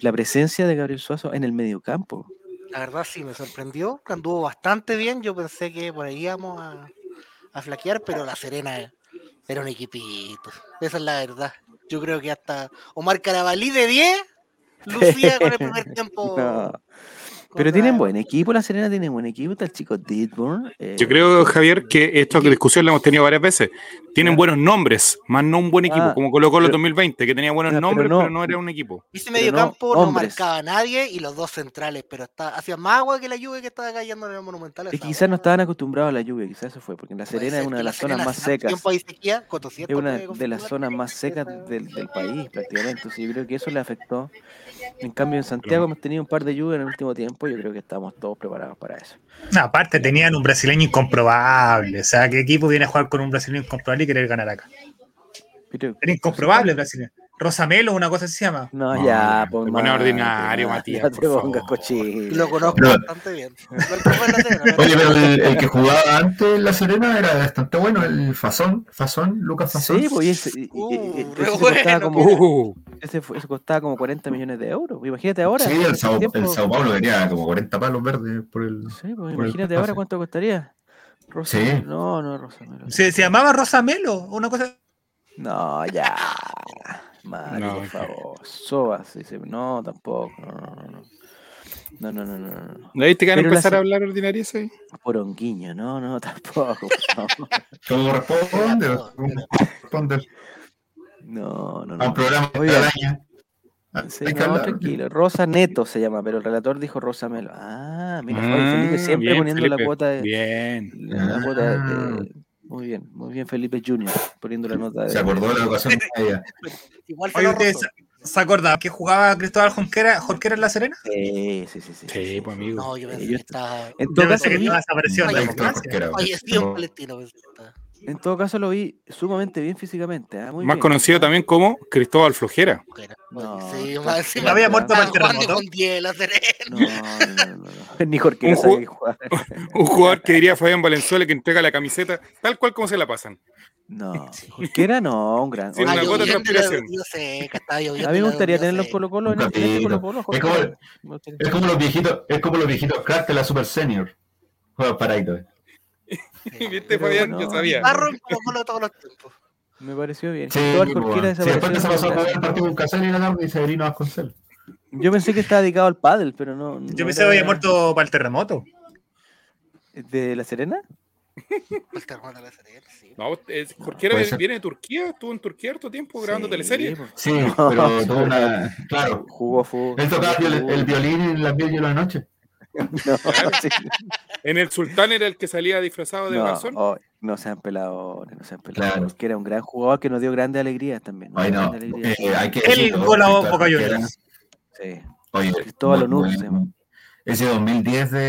[SPEAKER 1] la presencia de Gabriel Suazo en el mediocampo.
[SPEAKER 4] La verdad sí me sorprendió, anduvo bastante bien. Yo pensé que por ahí íbamos a, a flaquear, pero la Serena era un equipito. Esa es la verdad. Yo creo que hasta Omar Carabalí de 10 lucía con el primer tiempo.
[SPEAKER 1] No,
[SPEAKER 4] Oh, contra-
[SPEAKER 1] Pero tienen buen equipo, la Serena tiene buen equipo, está el chico eh, Didborn.
[SPEAKER 3] Yo creo, Javier, que esta discusión la hemos tenido varias veces. Tienen buenos nombres, más no un buen equipo,
[SPEAKER 1] Ah,
[SPEAKER 3] como Colo Colo
[SPEAKER 1] pero-
[SPEAKER 3] 2020, que tenía buenos
[SPEAKER 1] Ah, pero
[SPEAKER 3] nombres,
[SPEAKER 1] no-
[SPEAKER 3] pero no era un equipo.
[SPEAKER 4] Ese
[SPEAKER 1] pero
[SPEAKER 4] medio
[SPEAKER 1] no
[SPEAKER 4] campo no,
[SPEAKER 1] hombres.
[SPEAKER 4] marcaba a nadie y los dos centrales, pero está, hacía más agua que la lluvia que estaba cayendo en el Monumental. a
[SPEAKER 1] Es
[SPEAKER 4] esa
[SPEAKER 1] que quizás no
[SPEAKER 4] hora.
[SPEAKER 1] estaban acostumbrados a la lluvia, quizás eso fue, porque en La
[SPEAKER 4] Puede
[SPEAKER 1] Serena es
[SPEAKER 4] ser
[SPEAKER 1] una
[SPEAKER 4] que
[SPEAKER 1] de
[SPEAKER 4] la
[SPEAKER 1] las zonas
[SPEAKER 4] Serena
[SPEAKER 1] más
[SPEAKER 4] hace
[SPEAKER 1] secas.
[SPEAKER 4] tanto tiempo ahí sequía, Cotoseca
[SPEAKER 1] Es una
[SPEAKER 4] puede
[SPEAKER 1] de las
[SPEAKER 4] configurar
[SPEAKER 1] zonas más secas
[SPEAKER 4] esa-
[SPEAKER 1] del, del país prácticamente. Entonces yo creo que eso le afectó. En cambio en Santiago hemos tenido un par de lluvias en el último tiempo. Yo creo que estamos todos preparados para eso.
[SPEAKER 6] No, aparte tenían un brasileño incomprobable. O sea, ¿qué equipo viene a jugar con un brasileño incomprobable y querer ganar acá?
[SPEAKER 1] Pero,
[SPEAKER 6] Era incomprobable el brasileño. Rosamelo, una cosa así se llama.
[SPEAKER 1] No,
[SPEAKER 3] No,
[SPEAKER 1] ya,
[SPEAKER 3] te
[SPEAKER 1] pues.
[SPEAKER 3] pone
[SPEAKER 1] Mati,
[SPEAKER 3] ordinario,
[SPEAKER 1] ya,
[SPEAKER 3] Matías,
[SPEAKER 1] Ya te
[SPEAKER 3] por
[SPEAKER 1] pongas
[SPEAKER 3] favor.
[SPEAKER 1] cochino.
[SPEAKER 4] Lo conozco
[SPEAKER 2] Pero-
[SPEAKER 4] bastante bien. Lo alcancé en la Serena, ¿no?
[SPEAKER 2] Oye, pero el, el que jugaba antes en La Serena era bastante bueno, el Fasón, Fasón, Lucas Fasón.
[SPEAKER 1] Sí, pues y ese, y- y-
[SPEAKER 4] Uh,
[SPEAKER 1] y- ese
[SPEAKER 4] re
[SPEAKER 1] costaba
[SPEAKER 4] bueno, pues.
[SPEAKER 1] como,
[SPEAKER 3] Uh,
[SPEAKER 1] ese fue- ese costaba como 40 millones de euros. Imagínate ahora.
[SPEAKER 2] Sí,
[SPEAKER 1] en
[SPEAKER 2] el
[SPEAKER 1] ese
[SPEAKER 2] Sao, el
[SPEAKER 1] tiempo-
[SPEAKER 2] Sao Paulo tenía como 40 palos verdes por el.
[SPEAKER 1] Sí,
[SPEAKER 2] por
[SPEAKER 1] pues
[SPEAKER 2] el
[SPEAKER 1] imagínate
[SPEAKER 2] pase.
[SPEAKER 1] ahora cuánto costaría. Rosa,
[SPEAKER 2] Sí.
[SPEAKER 1] No, no, Rosamelo.
[SPEAKER 6] Se, se llamaba Rosamelo, una cosa.
[SPEAKER 1] No, ya. Mari,
[SPEAKER 3] No,
[SPEAKER 1] por
[SPEAKER 3] ok.
[SPEAKER 1] favor. Sobas. Dice, no, tampoco. No, no, no, no. No, no, no, no. no, no.
[SPEAKER 3] ¿Viste que van a
[SPEAKER 1] Pero la
[SPEAKER 3] empezar
[SPEAKER 1] se-
[SPEAKER 3] a hablar ordinario hoy?
[SPEAKER 1] Poronguiño, no, no, tampoco. por favor.
[SPEAKER 2] ¿Cómo responde? ¿Cómo responde?
[SPEAKER 1] No, no, no.
[SPEAKER 3] Ah,
[SPEAKER 2] A un programa
[SPEAKER 1] Oye,
[SPEAKER 2] de araña.
[SPEAKER 1] Sí,
[SPEAKER 2] Hay que
[SPEAKER 1] no,
[SPEAKER 2] hablar.
[SPEAKER 1] tranquilo. Rosa Neto se llama, pero el relator dijo Rosa Melo. Ah, mira, Fabi
[SPEAKER 3] Ah,
[SPEAKER 1] Felipe siempre
[SPEAKER 3] bien,
[SPEAKER 1] poniendo la
[SPEAKER 3] Felipe,
[SPEAKER 1] cuota de.
[SPEAKER 3] Bien.
[SPEAKER 1] la cuota de-
[SPEAKER 2] Ah.
[SPEAKER 1] muy bien, muy bien, Felipe Junior, poniendo la nota de.
[SPEAKER 2] Se acordó de la ocasión de ella.
[SPEAKER 4] Igual fue
[SPEAKER 6] Oye,
[SPEAKER 4] lo
[SPEAKER 6] ¿ustedes
[SPEAKER 4] roto.
[SPEAKER 6] se- se acordaban que jugaba Cristóbal Jonquera, Jonquera en La Serena?
[SPEAKER 1] Sí, sí, sí. sí,
[SPEAKER 3] Sí, pues amigo.
[SPEAKER 4] No, yo pensé
[SPEAKER 1] yo
[SPEAKER 4] que
[SPEAKER 1] est-
[SPEAKER 4] estaba
[SPEAKER 1] En
[SPEAKER 6] Yo
[SPEAKER 1] todo,
[SPEAKER 6] pensé
[SPEAKER 1] caso,
[SPEAKER 6] que
[SPEAKER 1] lo vi,
[SPEAKER 6] estaba desaparecido en la
[SPEAKER 2] Ahí está,
[SPEAKER 6] democracia.
[SPEAKER 2] cualquiera.
[SPEAKER 4] fallecido en Palestino. pues, pensé que estaba.
[SPEAKER 1] en todo caso lo vi sumamente bien físicamente. ah, muy
[SPEAKER 3] Más
[SPEAKER 1] bien.
[SPEAKER 3] conocido también como Cristóbal Flojera.
[SPEAKER 4] Mujer.
[SPEAKER 1] No,
[SPEAKER 4] pues, sí,
[SPEAKER 1] no,
[SPEAKER 4] más
[SPEAKER 1] no,
[SPEAKER 4] encima
[SPEAKER 1] no,
[SPEAKER 6] había
[SPEAKER 1] no,
[SPEAKER 6] muerto
[SPEAKER 1] no,
[SPEAKER 6] por
[SPEAKER 4] San
[SPEAKER 6] el
[SPEAKER 4] Juan de
[SPEAKER 6] terremoto.
[SPEAKER 4] Contiel, la Serena.
[SPEAKER 1] No, no, no, no, no. Ni Jorquera
[SPEAKER 3] Un
[SPEAKER 1] sabía
[SPEAKER 3] ju-
[SPEAKER 1] que jugar.
[SPEAKER 3] Un jugador que diría Fabián Valenzuela que entrega la camiseta tal cual como se la pasan.
[SPEAKER 1] No, Jorquera no, un gran.
[SPEAKER 3] Sí, una
[SPEAKER 1] Oye,
[SPEAKER 4] Estaba
[SPEAKER 3] gota de
[SPEAKER 4] lloviendo y la
[SPEAKER 3] transpiración.
[SPEAKER 4] Dios seca, estaba lloviendo
[SPEAKER 1] a mí
[SPEAKER 4] y
[SPEAKER 1] me
[SPEAKER 4] la
[SPEAKER 1] gustaría
[SPEAKER 4] Dios
[SPEAKER 1] tener los
[SPEAKER 4] seca.
[SPEAKER 1] Colo Colo en
[SPEAKER 2] Un
[SPEAKER 1] este en este Colo
[SPEAKER 2] ratito.
[SPEAKER 1] Colo.
[SPEAKER 2] Es como-
[SPEAKER 1] Jorquera. Me gustaría.
[SPEAKER 2] Es como los viejitos, es como los viejitos cracks de la Super Senior. Juega paraíto.
[SPEAKER 3] ¿Viste,
[SPEAKER 1] Pero
[SPEAKER 3] Fabián?
[SPEAKER 1] no.
[SPEAKER 3] Yo sabía.
[SPEAKER 4] Barro en Colo Colo todos los tiempos.
[SPEAKER 1] Me pareció bien.
[SPEAKER 2] Sí,
[SPEAKER 1] Cristóbal
[SPEAKER 2] pues,
[SPEAKER 1] Jorquera
[SPEAKER 2] bueno. Sí,
[SPEAKER 1] desapareció
[SPEAKER 2] después que se pasó a
[SPEAKER 1] de la
[SPEAKER 2] jugar el partido con Casal y la tarde y Severino Vasconcelos.
[SPEAKER 1] Yo pensé que estaba dedicado al pádel, pero no.
[SPEAKER 6] Yo
[SPEAKER 1] no
[SPEAKER 6] pensé que había
[SPEAKER 1] era-
[SPEAKER 6] muerto para el terremoto.
[SPEAKER 1] ¿De La Serena?
[SPEAKER 4] El terremoto de Pues, la Serena, sí.
[SPEAKER 3] No, es- Jorquera
[SPEAKER 2] Puede ser.
[SPEAKER 3] viene de Turquía, estuvo en Turquía harto tiempo grabando
[SPEAKER 1] Sí,
[SPEAKER 3] teleseries.
[SPEAKER 1] pues.
[SPEAKER 2] Sí, pero tuvo una. Claro.
[SPEAKER 1] Jugó fútbol.
[SPEAKER 2] Él tocaba
[SPEAKER 1] jugó
[SPEAKER 2] el, el
[SPEAKER 1] fútbol.
[SPEAKER 2] violín en las mil de la noche.
[SPEAKER 1] No,
[SPEAKER 3] Claro.
[SPEAKER 1] sí.
[SPEAKER 3] En el Sultán era el que salía disfrazado de
[SPEAKER 1] No,
[SPEAKER 3] Guasón.
[SPEAKER 1] oh, no sean peladores, no sean peladores.
[SPEAKER 2] Claro.
[SPEAKER 1] Porque era un gran jugador que nos dio grandes alegrías también. nos
[SPEAKER 2] Ay,
[SPEAKER 1] dio
[SPEAKER 2] no.
[SPEAKER 1] grandes
[SPEAKER 2] Eh,
[SPEAKER 1] alegrías.
[SPEAKER 2] hay que
[SPEAKER 6] El
[SPEAKER 2] decirlo,
[SPEAKER 6] gol a
[SPEAKER 2] Cristóbal
[SPEAKER 6] Boca
[SPEAKER 2] Jorquera.
[SPEAKER 6] Juniors.
[SPEAKER 1] Sí.
[SPEAKER 2] Oye,
[SPEAKER 1] Cristóbal
[SPEAKER 2] muy-
[SPEAKER 1] Onur
[SPEAKER 2] muy-
[SPEAKER 1] se llama.
[SPEAKER 2] Ese 2010 de,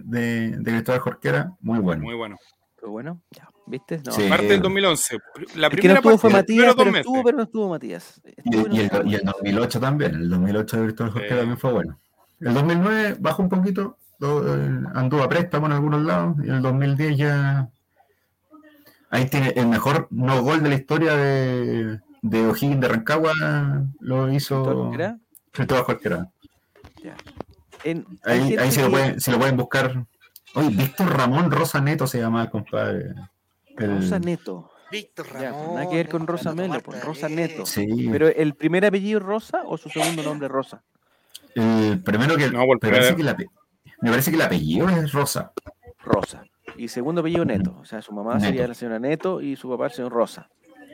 [SPEAKER 2] de, de Cristóbal Jorquera, muy bueno.
[SPEAKER 3] Muy bueno.
[SPEAKER 1] Pero bueno, ya. ¿Viste? No.
[SPEAKER 2] Sí.
[SPEAKER 3] Parte del 2011. La
[SPEAKER 1] El que no
[SPEAKER 3] primera
[SPEAKER 1] estuvo
[SPEAKER 3] parte,
[SPEAKER 1] fue
[SPEAKER 3] los
[SPEAKER 1] Matías,
[SPEAKER 3] primeros dos
[SPEAKER 1] pero
[SPEAKER 3] meses.
[SPEAKER 1] estuvo, pero no estuvo Matías.
[SPEAKER 2] Y,
[SPEAKER 1] Estuvo, pero no
[SPEAKER 2] y el,
[SPEAKER 1] estuvo
[SPEAKER 2] y el
[SPEAKER 1] Matías.
[SPEAKER 2] 2008 también, el 2008 de Cristóbal Jorquera
[SPEAKER 3] Sí.
[SPEAKER 2] también fue bueno. El 2009 bajó un poquito, lo- eh, anduvo a préstamo en algunos lados, y el 2010 ya... Ahí tiene el mejor no gol de la historia de, de O'Higgins de Rancagua, lo
[SPEAKER 1] ¿Cristóbal
[SPEAKER 2] hizo
[SPEAKER 1] Jorquera?
[SPEAKER 2] Cristóbal Jorquera.
[SPEAKER 1] En- hay
[SPEAKER 2] Ahí,
[SPEAKER 1] gente
[SPEAKER 2] ahí se, lo
[SPEAKER 1] que-
[SPEAKER 2] pueden, se lo pueden buscar. Oye, Víctor Ramón Rosa Neto se llama, compadre. El-
[SPEAKER 1] Rosa Neto.
[SPEAKER 4] Víctor
[SPEAKER 1] Ya, pues,
[SPEAKER 4] Ramón.
[SPEAKER 1] nada que ver con Rosa
[SPEAKER 4] Fernando
[SPEAKER 1] Melo, pues,
[SPEAKER 4] Marta
[SPEAKER 1] Rosa
[SPEAKER 4] Vélez.
[SPEAKER 1] Neto.
[SPEAKER 2] Sí.
[SPEAKER 1] Pero el primer apellido es Rosa o su segundo nombre es Rosa.
[SPEAKER 2] el primero que.
[SPEAKER 3] No, porque-
[SPEAKER 2] me, parece que el ape- me parece que el apellido es Rosa.
[SPEAKER 1] Rosa. Y segundo apellido Neto. O sea, su mamá
[SPEAKER 2] Neto.
[SPEAKER 1] sería la señora Neto y su papá el señor Rosa.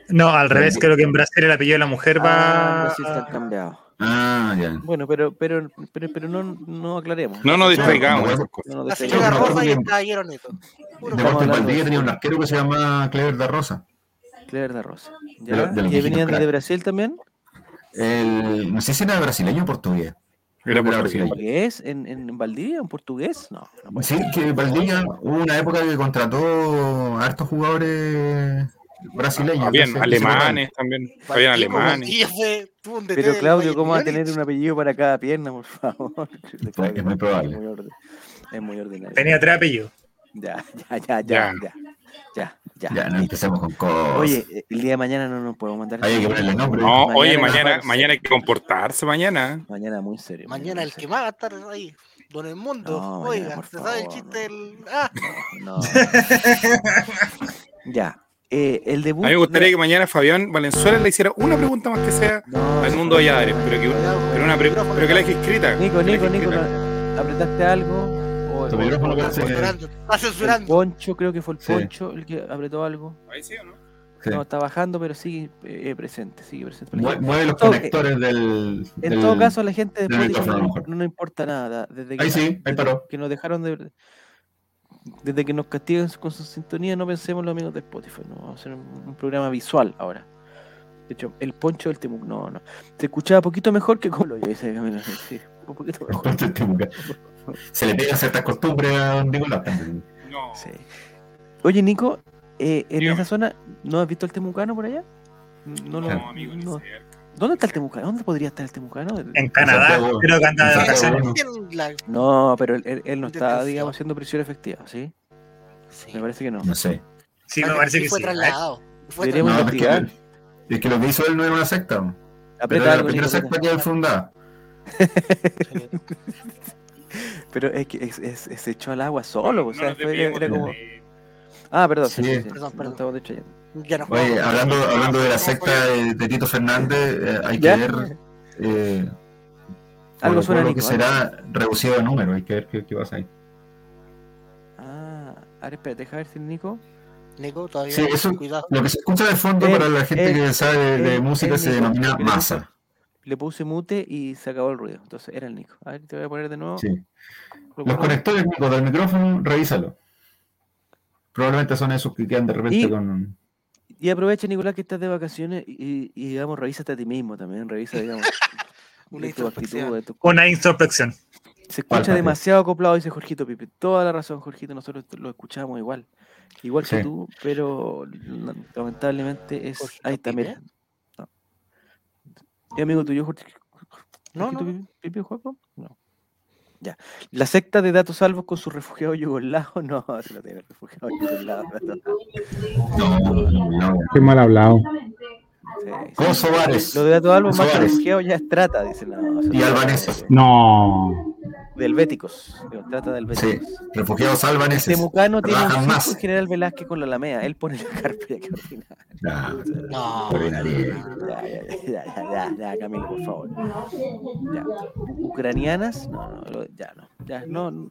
[SPEAKER 6] No, al revés, creo que en Brasil el apellido de la mujer
[SPEAKER 1] Ah,
[SPEAKER 6] va.
[SPEAKER 1] sí están cambiados.
[SPEAKER 2] Ah, ya.
[SPEAKER 1] Bueno, pero, pero, pero, pero no, no aclaremos.
[SPEAKER 3] No nos distraigamos.
[SPEAKER 2] Claro, pues,
[SPEAKER 3] esas cosas.
[SPEAKER 1] No nos
[SPEAKER 4] La
[SPEAKER 1] despegamos.
[SPEAKER 4] señora
[SPEAKER 2] Yo me acuerdo
[SPEAKER 4] Rosa y
[SPEAKER 2] que-
[SPEAKER 4] el caballero Neto. Puro
[SPEAKER 1] De-
[SPEAKER 2] De
[SPEAKER 1] Estamos
[SPEAKER 2] Puerto
[SPEAKER 1] hablando
[SPEAKER 2] Valdivia
[SPEAKER 1] de-
[SPEAKER 2] tenía un arquero que se llama Clever da Rosa.
[SPEAKER 1] Claire de Rosa. ¿Ya?
[SPEAKER 2] De lo- de los
[SPEAKER 1] ¿Y venían
[SPEAKER 2] mexicanos.
[SPEAKER 1] de Brasil también?
[SPEAKER 2] El- no sé si era brasileño o portugués.
[SPEAKER 3] Era
[SPEAKER 2] Era
[SPEAKER 3] portugués.
[SPEAKER 1] ¿Portugués? ¿En, en Valdivia? ¿En portugués? No. no puede
[SPEAKER 2] Sí,
[SPEAKER 1] ser.
[SPEAKER 2] que Valdivia hubo una época que contrató a hartos jugadores brasileños.
[SPEAKER 3] Habían
[SPEAKER 2] entonces-
[SPEAKER 3] alemanes también. Habían
[SPEAKER 4] Valdivia,
[SPEAKER 3] alemanes.
[SPEAKER 4] Valdivia fue- tuvo un DT
[SPEAKER 1] Pero
[SPEAKER 4] del
[SPEAKER 1] Claudio,
[SPEAKER 4] Bayern
[SPEAKER 1] ¿cómo va a
[SPEAKER 4] Múnich.
[SPEAKER 1] tener un apellido para cada pierna, por favor?
[SPEAKER 2] Es muy probable.
[SPEAKER 1] Es muy, orde- es muy ordinario.
[SPEAKER 6] Tenía tres apellidos.
[SPEAKER 1] Ya, ya, ya, ya, ya. Ya, ya.
[SPEAKER 2] Ya, no empecemos con cosas.
[SPEAKER 1] Oye, eh, el día de mañana no nos podemos mandar.
[SPEAKER 2] Hay que ponerle nombre.
[SPEAKER 3] No, oye,
[SPEAKER 1] nos
[SPEAKER 3] mañana,
[SPEAKER 1] vamos a-
[SPEAKER 3] mañana hay que comportarse mañana.
[SPEAKER 1] Mañana muy serio.
[SPEAKER 4] Mañana el que más va a estar ahí. Don el mundo,
[SPEAKER 1] No, mañana,
[SPEAKER 4] oiga,
[SPEAKER 1] por
[SPEAKER 4] se sabe el
[SPEAKER 1] favor,
[SPEAKER 4] chiste del. Ah,
[SPEAKER 1] No. ya. Eh, el debut.
[SPEAKER 3] A mí me gustaría que mañana Fabián Valenzuela le hiciera
[SPEAKER 1] Mm.
[SPEAKER 3] una pregunta más que sea
[SPEAKER 1] No,
[SPEAKER 3] al
[SPEAKER 1] no,
[SPEAKER 3] mundo allá, pero que, pero una pre- pero que la deje escrita.
[SPEAKER 1] Nico,
[SPEAKER 3] que la
[SPEAKER 1] Nico,
[SPEAKER 3] deje
[SPEAKER 1] Nico,
[SPEAKER 3] escrita.
[SPEAKER 1] ¿no? ¿apretaste algo? O,
[SPEAKER 2] Tu
[SPEAKER 1] o-
[SPEAKER 2] micrófono
[SPEAKER 1] o-
[SPEAKER 2] parece
[SPEAKER 4] está
[SPEAKER 2] Sí.
[SPEAKER 4] censurando, está
[SPEAKER 1] el
[SPEAKER 4] censurando.
[SPEAKER 1] poncho, creo que fue el
[SPEAKER 2] Sí.
[SPEAKER 1] poncho el que apretó algo.
[SPEAKER 3] Ahí sí o no?
[SPEAKER 2] Sí.
[SPEAKER 1] No, está bajando, pero sigue eh, presente, sigue presente.
[SPEAKER 2] Mue- Mueve los
[SPEAKER 1] todo-
[SPEAKER 2] conectores del.
[SPEAKER 1] En
[SPEAKER 2] del-
[SPEAKER 1] todo caso, a la gente de
[SPEAKER 2] del
[SPEAKER 1] Spotify
[SPEAKER 2] micrófono, a lo
[SPEAKER 1] no,
[SPEAKER 2] mejor.
[SPEAKER 1] no nos importa nada. Desde que,
[SPEAKER 2] Ahí sí, ahí
[SPEAKER 1] desde
[SPEAKER 2] paró.
[SPEAKER 1] que nos dejaron de. Desde que nos castigan con su sintonía, no pensemos los amigos de Spotify. No, vamos a hacer un, un programa visual ahora. De hecho, el poncho del Temuco. No, no. Se escuchaba poquito mejor que Colo. Yo dice Camilo. Sí, un poquito mejor.
[SPEAKER 2] Se le pega cierta costumbre a Don Nicolás también.
[SPEAKER 3] No.
[SPEAKER 1] Sí. Oye, Nico, eh, en
[SPEAKER 3] Dígame.
[SPEAKER 1] esa zona, ¿no has visto el Temucano por allá? No lo.
[SPEAKER 3] No, amigo, ni
[SPEAKER 1] no-
[SPEAKER 3] cerca.
[SPEAKER 1] ¿Dónde está el Temucano? ¿Dónde podría estar el Temucano?
[SPEAKER 6] En Canadá,
[SPEAKER 2] Santiago.
[SPEAKER 6] creo que anda de
[SPEAKER 2] Santiago.
[SPEAKER 6] vacaciones.
[SPEAKER 4] En Ah, la-
[SPEAKER 1] No, pero él, él- él no está,
[SPEAKER 4] Detención.
[SPEAKER 1] digamos, siendo prisión efectiva, ¿sí.
[SPEAKER 4] sí.
[SPEAKER 1] Me parece que no.
[SPEAKER 2] No sé.
[SPEAKER 6] Sí, me
[SPEAKER 4] Parece
[SPEAKER 6] parece
[SPEAKER 4] que
[SPEAKER 6] que
[SPEAKER 4] fue
[SPEAKER 6] sí.
[SPEAKER 4] trasladado. Fue
[SPEAKER 1] Diremos-
[SPEAKER 4] trasladado.
[SPEAKER 2] No, es que, es que lo que hizo él no era una secta. po. Pero
[SPEAKER 1] Aprieta
[SPEAKER 2] era la
[SPEAKER 1] algo,
[SPEAKER 2] primera
[SPEAKER 1] Nico,
[SPEAKER 2] secta
[SPEAKER 1] aprieta.
[SPEAKER 2] que él fundada.
[SPEAKER 1] Pero es que es- es- es- se echó al agua solo, o sea,
[SPEAKER 3] nos
[SPEAKER 1] fue-
[SPEAKER 3] desviemos
[SPEAKER 1] era
[SPEAKER 3] de-
[SPEAKER 1] como... Ah, perdón, sí,
[SPEAKER 2] Sí.
[SPEAKER 1] sí, sí.
[SPEAKER 4] Perdón,
[SPEAKER 1] No
[SPEAKER 4] perdón.
[SPEAKER 1] estaba dicho ya.
[SPEAKER 4] Ya no
[SPEAKER 2] Oye,
[SPEAKER 4] jugamos.
[SPEAKER 2] hablando, hablando de la
[SPEAKER 4] No,
[SPEAKER 2] secta de, de Tito Fernández, eh, hay que
[SPEAKER 1] ¿Ya?
[SPEAKER 2] ver. eh,
[SPEAKER 1] Algo suena,
[SPEAKER 2] por-
[SPEAKER 1] ¿eh?
[SPEAKER 2] por lo
[SPEAKER 1] Nico,
[SPEAKER 2] que será reducido de número, hay que ver qué, qué pasa ahí.
[SPEAKER 1] Ah, a ver, espérate, deja ver si Nico...
[SPEAKER 4] Nico, todavía
[SPEAKER 2] Sí, eso-
[SPEAKER 4] cuidado.
[SPEAKER 2] Lo que se escucha de fondo
[SPEAKER 1] Eh,
[SPEAKER 2] para la gente
[SPEAKER 1] eh,
[SPEAKER 2] que sabe de, de
[SPEAKER 1] eh,
[SPEAKER 2] música
[SPEAKER 1] eh,
[SPEAKER 2] se
[SPEAKER 1] Nico,
[SPEAKER 2] denomina
[SPEAKER 1] ¿qué
[SPEAKER 2] masa.
[SPEAKER 1] Le puse mute y se acabó el ruido. Entonces era el Nico. A ver, te voy a poner de nuevo.
[SPEAKER 2] Sí.
[SPEAKER 1] Lo
[SPEAKER 2] Los
[SPEAKER 1] pongo.
[SPEAKER 2] conectores Nico, del micrófono, revísalo. Probablemente son esos que quedan de repente
[SPEAKER 1] Y-
[SPEAKER 2] con.
[SPEAKER 1] Y aprovecha, Nicolás, que estás de vacaciones y, y, digamos, revísate a ti mismo también. Revisa, digamos,
[SPEAKER 4] Una
[SPEAKER 1] de tu
[SPEAKER 4] introspección.
[SPEAKER 1] actitud. de tu-
[SPEAKER 6] Una introspección.
[SPEAKER 1] Se
[SPEAKER 2] Palpate.
[SPEAKER 1] escucha demasiado acoplado, dice Jorgito Pipe. Toda la razón, Jorgito. Nosotros t- lo escuchamos igual. Igual que
[SPEAKER 2] Sí.
[SPEAKER 1] tú, pero no- lamentablemente es.
[SPEAKER 4] Jorgito ¿eh?
[SPEAKER 1] ahí está,
[SPEAKER 4] Pipe.
[SPEAKER 1] mira. No. ¿Es amigo tuyo, Jorge?
[SPEAKER 4] No, no,
[SPEAKER 1] Jorgito
[SPEAKER 4] no.
[SPEAKER 1] Pipe, Pipe Juaco? No. Ya. La secta de datos salvos con sus refugiados yugoslavos. No, se la tiene refugiados yugoslavos. no.
[SPEAKER 2] No, no, no.
[SPEAKER 8] Qué mal hablado.
[SPEAKER 1] Sí, sí.
[SPEAKER 2] Kosovares.
[SPEAKER 1] Lo de datos salvos más que
[SPEAKER 2] Suárez.
[SPEAKER 1] refugiados ya es trata, dice. No, eso
[SPEAKER 2] Y
[SPEAKER 1] es-
[SPEAKER 2] albaneses.
[SPEAKER 8] No.
[SPEAKER 1] De helvéticos. digo, Trata de helvéticos.
[SPEAKER 2] Sí, refugiados albaneses.
[SPEAKER 1] Temucano tiene un
[SPEAKER 2] Rajan
[SPEAKER 1] circo
[SPEAKER 2] más.
[SPEAKER 1] en General Velázquez con la Alameda. Él pone la carpa y Camila.
[SPEAKER 2] Nah,
[SPEAKER 1] Ah,
[SPEAKER 4] No,
[SPEAKER 2] ordinario.
[SPEAKER 1] Ya, ya, ya, ya, ya, ya, Camilo, por favor. Ya. U- Ucranianas, no, no, lo- ya no, ya no, no,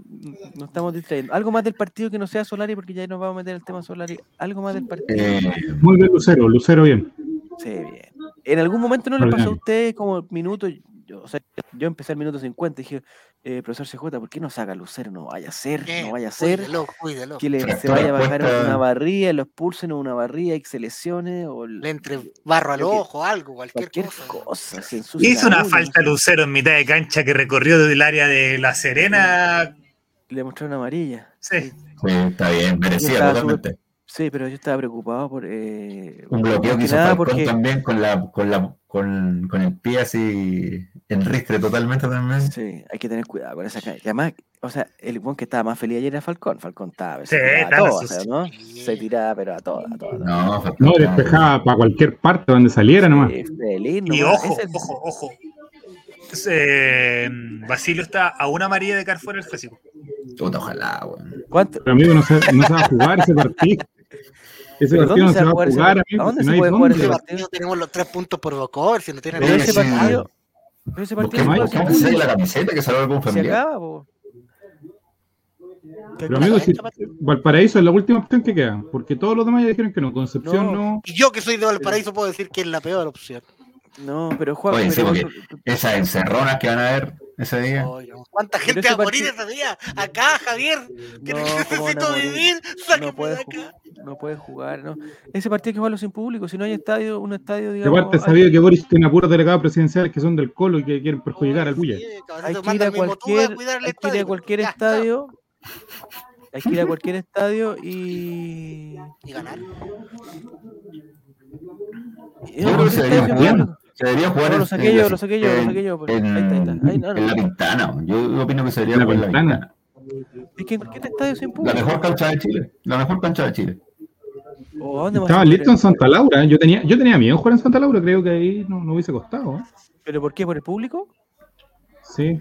[SPEAKER 1] no estamos distrayendo. Algo más del partido que no sea Solari, porque ya nos vamos a meter el tema Solari. Algo más del partido.
[SPEAKER 2] Eh,
[SPEAKER 8] Muy bien, Lucero. Lucero, bien.
[SPEAKER 1] Sí, bien. En algún momento no le pasó a
[SPEAKER 8] Ordenable.
[SPEAKER 1] usted como minuto, yo, o sea, yo empecé al minuto 50 y dije, eh, profesor CJ, ¿por qué no saca Lucero? No vaya a ser,
[SPEAKER 4] eh,
[SPEAKER 1] no vaya a ser.
[SPEAKER 4] Cuídelo, cuídelo.
[SPEAKER 1] que le, se
[SPEAKER 2] Fractura
[SPEAKER 1] vaya a bajar
[SPEAKER 2] expuesta.
[SPEAKER 1] una barría, lo expulsen o una barría y que se lesione o el-
[SPEAKER 4] Le entre barro al
[SPEAKER 1] Creo que-
[SPEAKER 4] ojo, algo, cualquier,
[SPEAKER 1] cualquier
[SPEAKER 4] cosa.
[SPEAKER 1] cosa. si ensucia
[SPEAKER 6] Hizo
[SPEAKER 1] la
[SPEAKER 6] una
[SPEAKER 1] uña,
[SPEAKER 6] falta Lucero en mitad de cancha que recorrió desde el área de La Serena.
[SPEAKER 1] Le mostraron amarilla.
[SPEAKER 6] Sí.
[SPEAKER 2] sí, está bien, merecía
[SPEAKER 1] estaba
[SPEAKER 2] totalmente.
[SPEAKER 1] Sí, pero yo estaba preocupado por. eh,
[SPEAKER 2] Un bloqueo
[SPEAKER 1] más
[SPEAKER 2] que
[SPEAKER 1] que
[SPEAKER 2] hizo
[SPEAKER 1] nada
[SPEAKER 2] Falcón
[SPEAKER 1] porque.
[SPEAKER 2] también con, la, con, la, con, con el pie así en ristre totalmente también.
[SPEAKER 1] Sí, hay que tener cuidado con esa calle. Y Además, o sea, el buen que estaba más feliz ayer era Falcón. Falcón estaba. pero se
[SPEAKER 6] Sí,
[SPEAKER 1] tiraba a
[SPEAKER 6] estaba
[SPEAKER 1] todas,
[SPEAKER 6] sus-
[SPEAKER 1] ¿no?
[SPEAKER 4] Sí.
[SPEAKER 1] Se tiraba, pero a todas, a todas.
[SPEAKER 2] No, Falcón
[SPEAKER 8] No,
[SPEAKER 2] estaba-
[SPEAKER 8] despejaba para cualquier parte donde saliera nomás.
[SPEAKER 1] Ah, Sí, Eh, feliz,
[SPEAKER 6] Y
[SPEAKER 1] nomás.
[SPEAKER 6] ojo,
[SPEAKER 1] Ese es-
[SPEAKER 6] ojo, ojo. Entonces, eh, Basilio está a una María de caer fuera del clásico.
[SPEAKER 2] Puta, ojalá, weón.
[SPEAKER 1] ¿Cuánto?
[SPEAKER 8] Pero amigo, no se, no se va a jugar ese partido. Ese
[SPEAKER 1] ¿Pero
[SPEAKER 8] partido
[SPEAKER 1] dónde
[SPEAKER 8] no se va a
[SPEAKER 1] ese
[SPEAKER 8] jugar,
[SPEAKER 1] partido?
[SPEAKER 8] amigo.
[SPEAKER 1] ¿A dónde
[SPEAKER 8] si
[SPEAKER 1] se
[SPEAKER 8] no hay
[SPEAKER 1] puede jugar
[SPEAKER 8] dónde.
[SPEAKER 1] ese
[SPEAKER 4] Este
[SPEAKER 1] partido?
[SPEAKER 4] partido tenemos los tres puntos por Bocor, si no tienen
[SPEAKER 1] Pero
[SPEAKER 2] Sí,
[SPEAKER 1] ese
[SPEAKER 2] sí.
[SPEAKER 1] partido. Pero ese partido.
[SPEAKER 2] Busquemos,
[SPEAKER 1] no
[SPEAKER 8] Mike,
[SPEAKER 1] se
[SPEAKER 2] busquemos
[SPEAKER 1] puede,
[SPEAKER 2] enseña la camiseta que salió algún
[SPEAKER 1] Se
[SPEAKER 2] familiar.
[SPEAKER 1] acaba, po.
[SPEAKER 8] Pero amigo, si
[SPEAKER 4] Esta parte-
[SPEAKER 8] Valparaíso es la última opción que queda, porque todos los demás ya dijeron que no, Concepción
[SPEAKER 1] No.
[SPEAKER 8] no.
[SPEAKER 4] Y yo que soy de Valparaíso puedo decir que es la peor opción.
[SPEAKER 1] No, pero Juan,
[SPEAKER 2] Oye, sí,
[SPEAKER 1] pero,
[SPEAKER 2] porque- Esas encerronas que van a ver ese día.
[SPEAKER 4] Oye, ¿Cuánta
[SPEAKER 1] Pero
[SPEAKER 4] gente va
[SPEAKER 1] ese
[SPEAKER 4] a morir
[SPEAKER 1] partido-
[SPEAKER 4] ese día? Acá, Javier, que
[SPEAKER 1] no, ¿cómo van a
[SPEAKER 4] necesito
[SPEAKER 1] morir?
[SPEAKER 4] vivir, sáquenme
[SPEAKER 1] no puede
[SPEAKER 4] de
[SPEAKER 1] jugar,
[SPEAKER 4] acá.
[SPEAKER 1] no puede jugar, no. Ese partido hay que jugarlo sin público, si no hay estadio, un estadio
[SPEAKER 8] Y
[SPEAKER 1] digamos,
[SPEAKER 8] aparte,
[SPEAKER 1] hay-
[SPEAKER 8] sabía que Boris tiene apuros delegados presidenciales que son del Colo y que quieren perjudicar
[SPEAKER 4] Oye,
[SPEAKER 8] al Bulla.
[SPEAKER 4] sí,
[SPEAKER 1] hay
[SPEAKER 4] cabrón,
[SPEAKER 1] que ir
[SPEAKER 4] manda
[SPEAKER 1] a
[SPEAKER 4] al mismo Tuga
[SPEAKER 1] cualquier,
[SPEAKER 4] cuidar el
[SPEAKER 1] hay que ir a
[SPEAKER 4] estadio.
[SPEAKER 1] cualquier
[SPEAKER 4] Ya está.
[SPEAKER 1] estadio, hay que ir a cualquier estadio y
[SPEAKER 4] Y ganar.
[SPEAKER 1] y
[SPEAKER 2] Yo creo que se
[SPEAKER 1] estadio
[SPEAKER 2] debería
[SPEAKER 1] sin
[SPEAKER 2] jugar.
[SPEAKER 1] público.
[SPEAKER 2] Se debería jugar
[SPEAKER 1] No,
[SPEAKER 2] en-
[SPEAKER 1] lo saqué yo,
[SPEAKER 2] en-
[SPEAKER 1] lo saqué yo, lo saqué yo, pero-
[SPEAKER 2] en-
[SPEAKER 1] ahí está, ahí está. Ahí, no, no.
[SPEAKER 2] En la ventana, weón. yo opino que se debería
[SPEAKER 8] La
[SPEAKER 2] jugar en la
[SPEAKER 8] Pintana.
[SPEAKER 2] ventana.
[SPEAKER 1] Es que en cualquier estadio sin
[SPEAKER 2] La
[SPEAKER 1] público.
[SPEAKER 2] mejor cancha de Chile. La mejor cancha de Chile.
[SPEAKER 1] ¿O Oh, a dónde vas a
[SPEAKER 8] Estaba
[SPEAKER 1] jugar?
[SPEAKER 8] listo en Santa Laura, ¿eh? yo tenía, yo tenía miedo de jugar en Santa Laura, creo que ahí no, no hubiese costado. ¿eh?
[SPEAKER 1] ¿Pero por qué? ¿Por el público?
[SPEAKER 8] Sí.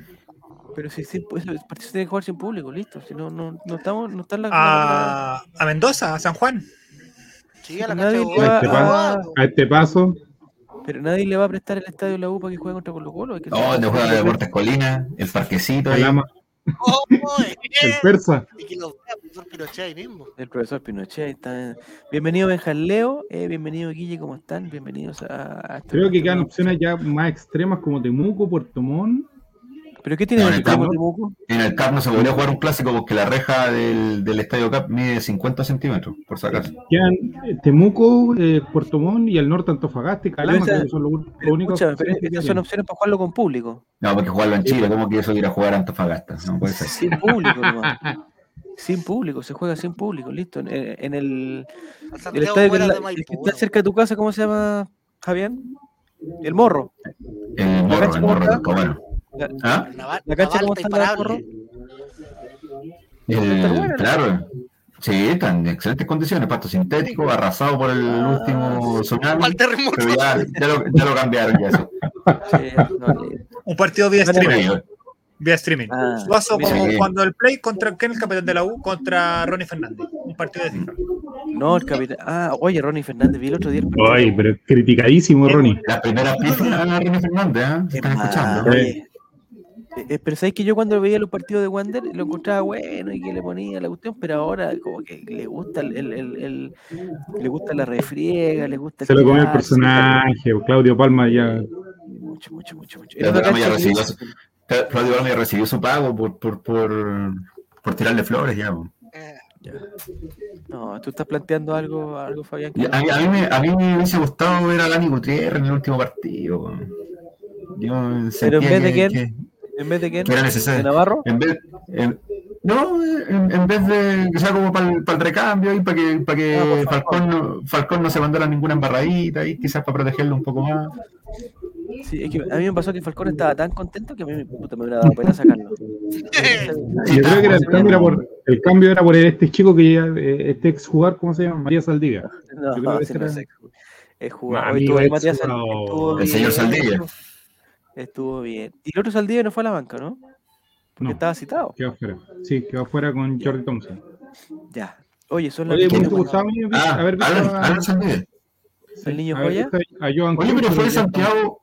[SPEAKER 1] Pero si si- pues, el partido se tiene que jugar sin público, listo. Si no, no, no estamos, no está la,
[SPEAKER 4] Ah.
[SPEAKER 1] la-
[SPEAKER 6] A, a Mendoza, a San Juan.
[SPEAKER 4] Sí, a la
[SPEAKER 1] Nadie
[SPEAKER 4] cancha de
[SPEAKER 1] le
[SPEAKER 4] Boca.
[SPEAKER 8] va
[SPEAKER 4] Ah,
[SPEAKER 1] a-
[SPEAKER 8] A este paso,
[SPEAKER 1] Pero nadie le va a prestar el estadio a la U para que juegue contra Colo Colo. hay que-
[SPEAKER 2] No, Oh, donde juega Deportes Colina, el parquecito. ahí.
[SPEAKER 8] Calama,
[SPEAKER 4] oh, oye,
[SPEAKER 8] el persa.
[SPEAKER 4] Y que lo vea profesor Pinochet ahí mismo.
[SPEAKER 1] El profesor Pinochet ahí está. Bienvenido Benjal Leo, eh, bienvenido Guille, ¿cómo están? Bienvenidos a, a este
[SPEAKER 8] Creo que quedan
[SPEAKER 1] nuestro-
[SPEAKER 8] opciones ya más extremas como Temuco, Puerto Montt.
[SPEAKER 1] ¿Pero qué tiene
[SPEAKER 2] Ya,
[SPEAKER 1] el
[SPEAKER 2] estamos.
[SPEAKER 1] Temuco Temuco?
[SPEAKER 2] En el CAP no se podría jugar un clásico porque la reja del, del estadio CAP mide 50 centímetros, por sacarse.
[SPEAKER 8] Quedan eh, Temuco, eh, Puerto Montt y al norte Antofagasta y Calama,
[SPEAKER 1] esa-
[SPEAKER 8] creo que son los ul- las
[SPEAKER 1] Pero
[SPEAKER 8] únicas
[SPEAKER 1] escucha, pero
[SPEAKER 8] opciones que
[SPEAKER 1] esas son
[SPEAKER 8] quedan.
[SPEAKER 1] opciones para jugarlo con público.
[SPEAKER 2] No, porque jugarlo en Chile, ¿cómo que eso ir a jugar a Antofagasta? No puede ser.
[SPEAKER 1] Sin público, nomás. Sin público, se juega sin público, listo. En, en el,
[SPEAKER 4] Al
[SPEAKER 1] el
[SPEAKER 4] Santiago
[SPEAKER 1] estadio que,
[SPEAKER 4] fuera
[SPEAKER 1] es la-
[SPEAKER 4] de
[SPEAKER 1] el que
[SPEAKER 4] Maipú.
[SPEAKER 1] está cerca de tu casa, ¿cómo se llama, Javier? El morro.
[SPEAKER 2] El morro,
[SPEAKER 1] cacha
[SPEAKER 2] el
[SPEAKER 1] cómo
[SPEAKER 2] morro,
[SPEAKER 1] está?
[SPEAKER 2] está bueno.
[SPEAKER 1] La-
[SPEAKER 2] ¿Ah?
[SPEAKER 4] Naval,
[SPEAKER 1] ¿La cacha
[SPEAKER 4] Naval
[SPEAKER 1] cómo
[SPEAKER 4] está
[SPEAKER 1] está la
[SPEAKER 4] imparable.
[SPEAKER 1] corro? Está
[SPEAKER 2] El,
[SPEAKER 1] bueno.
[SPEAKER 2] claro. Sí, están en excelentes condiciones. Pasto sintético, arrasado por el
[SPEAKER 1] Ah,
[SPEAKER 2] último
[SPEAKER 4] Para
[SPEAKER 2] tsunami.
[SPEAKER 4] el terremoto.
[SPEAKER 2] Pero ya, ya, lo, ya lo cambiaron. Ya eso.
[SPEAKER 1] Sí, no, eh,
[SPEAKER 6] Un partido vía
[SPEAKER 1] Vale.
[SPEAKER 6] streaming.
[SPEAKER 2] Pero yo-
[SPEAKER 6] Vía streaming.
[SPEAKER 1] Ah,
[SPEAKER 6] Lo hago
[SPEAKER 1] mira.
[SPEAKER 6] como
[SPEAKER 2] Sí.
[SPEAKER 6] cuando el play contra ¿quién es el capitán de la U contra Ronnie Fernández. Un partido de FIFA.
[SPEAKER 1] no, el capitán. Ah, oye, Ronnie Fernández, vi el otro día el partido.
[SPEAKER 8] Ay, pero criticadísimo, Ronnie.
[SPEAKER 2] Las primeras piezas de René Fernández, ¿eh? Se
[SPEAKER 1] Qué
[SPEAKER 2] están
[SPEAKER 1] mal,
[SPEAKER 2] escuchando.
[SPEAKER 1] oye. Ah, Eh, eh, pero sabéis que yo cuando veía los partidos de Wander lo encontraba bueno y que le ponía la cuestión, pero ahora como que le gusta el, el- el- el- le gusta la refriega, le gusta el
[SPEAKER 8] Se lo comió el
[SPEAKER 1] tirarse,
[SPEAKER 8] personaje, o Claudio Palma ya.
[SPEAKER 1] Mucho, mucho, mucho, mucho.
[SPEAKER 2] Pero
[SPEAKER 1] Era una
[SPEAKER 2] Rama ya
[SPEAKER 1] cancha
[SPEAKER 2] recibió
[SPEAKER 1] gris.
[SPEAKER 2] su- Cla- Claudio Barney recibió su pago por, por, por, por tirarle flores. Ya. po.
[SPEAKER 4] Eh,
[SPEAKER 1] No, tú estás planteando algo, algo Fabián. que
[SPEAKER 2] Y
[SPEAKER 1] no-
[SPEAKER 2] A, mí- a mí me, a mí me hubiese gustado ver a Dani Gutiérrez en el último partido. po. Yo sentía
[SPEAKER 1] vez de
[SPEAKER 2] que-
[SPEAKER 1] quién,
[SPEAKER 2] que-
[SPEAKER 1] en vez de que
[SPEAKER 2] que era necesario.
[SPEAKER 1] de Navarro,
[SPEAKER 2] En vez, en- no, en, en vez de que sea como para el, recambio y para que, para que
[SPEAKER 1] Ah, por
[SPEAKER 2] Falcón, no, Falcón no se mandara ninguna embarradita y quizás para protegerlo un poco más.
[SPEAKER 1] sí, es que a mí me pasó que Falcón estaba tan contento que a mí me- puta, me hubiera dado pena sacarlo.
[SPEAKER 8] Yo creo que era el, cambio era por, el cambio era por este chico que ya, eh, este ex jugador, ¿cómo se llama? María Saldivia.
[SPEAKER 1] No,
[SPEAKER 8] Yo creo que
[SPEAKER 1] si no
[SPEAKER 8] era-
[SPEAKER 1] sé. Es jugador.
[SPEAKER 8] Amigo,
[SPEAKER 1] Estuvo,
[SPEAKER 8] ex
[SPEAKER 1] Matías Sal-
[SPEAKER 8] jugador.
[SPEAKER 1] estuvo
[SPEAKER 2] El señor
[SPEAKER 1] bien,
[SPEAKER 2] Saldivia.
[SPEAKER 1] Estuvo bien. Y el otro Saldivia no fue a la banca, ¿no? Porque
[SPEAKER 8] No.
[SPEAKER 1] estaba citado.
[SPEAKER 8] Quedó afuera. Sí, quedó afuera con Jordi Thompson.
[SPEAKER 1] Ya. Oye, son las
[SPEAKER 8] Oye, ¿por
[SPEAKER 2] ¿quién?
[SPEAKER 8] qué te
[SPEAKER 1] niñas-
[SPEAKER 8] gustaba a mí?
[SPEAKER 2] Ah,
[SPEAKER 8] haber visto
[SPEAKER 2] Alan,
[SPEAKER 8] a-
[SPEAKER 2] Alan Saldivia.
[SPEAKER 1] ¿El niño
[SPEAKER 8] a ver,
[SPEAKER 1] joya?
[SPEAKER 8] a Joan
[SPEAKER 2] Oye,
[SPEAKER 8] Cruz,
[SPEAKER 2] pero fue
[SPEAKER 8] ya- Ah,
[SPEAKER 2] Santiago,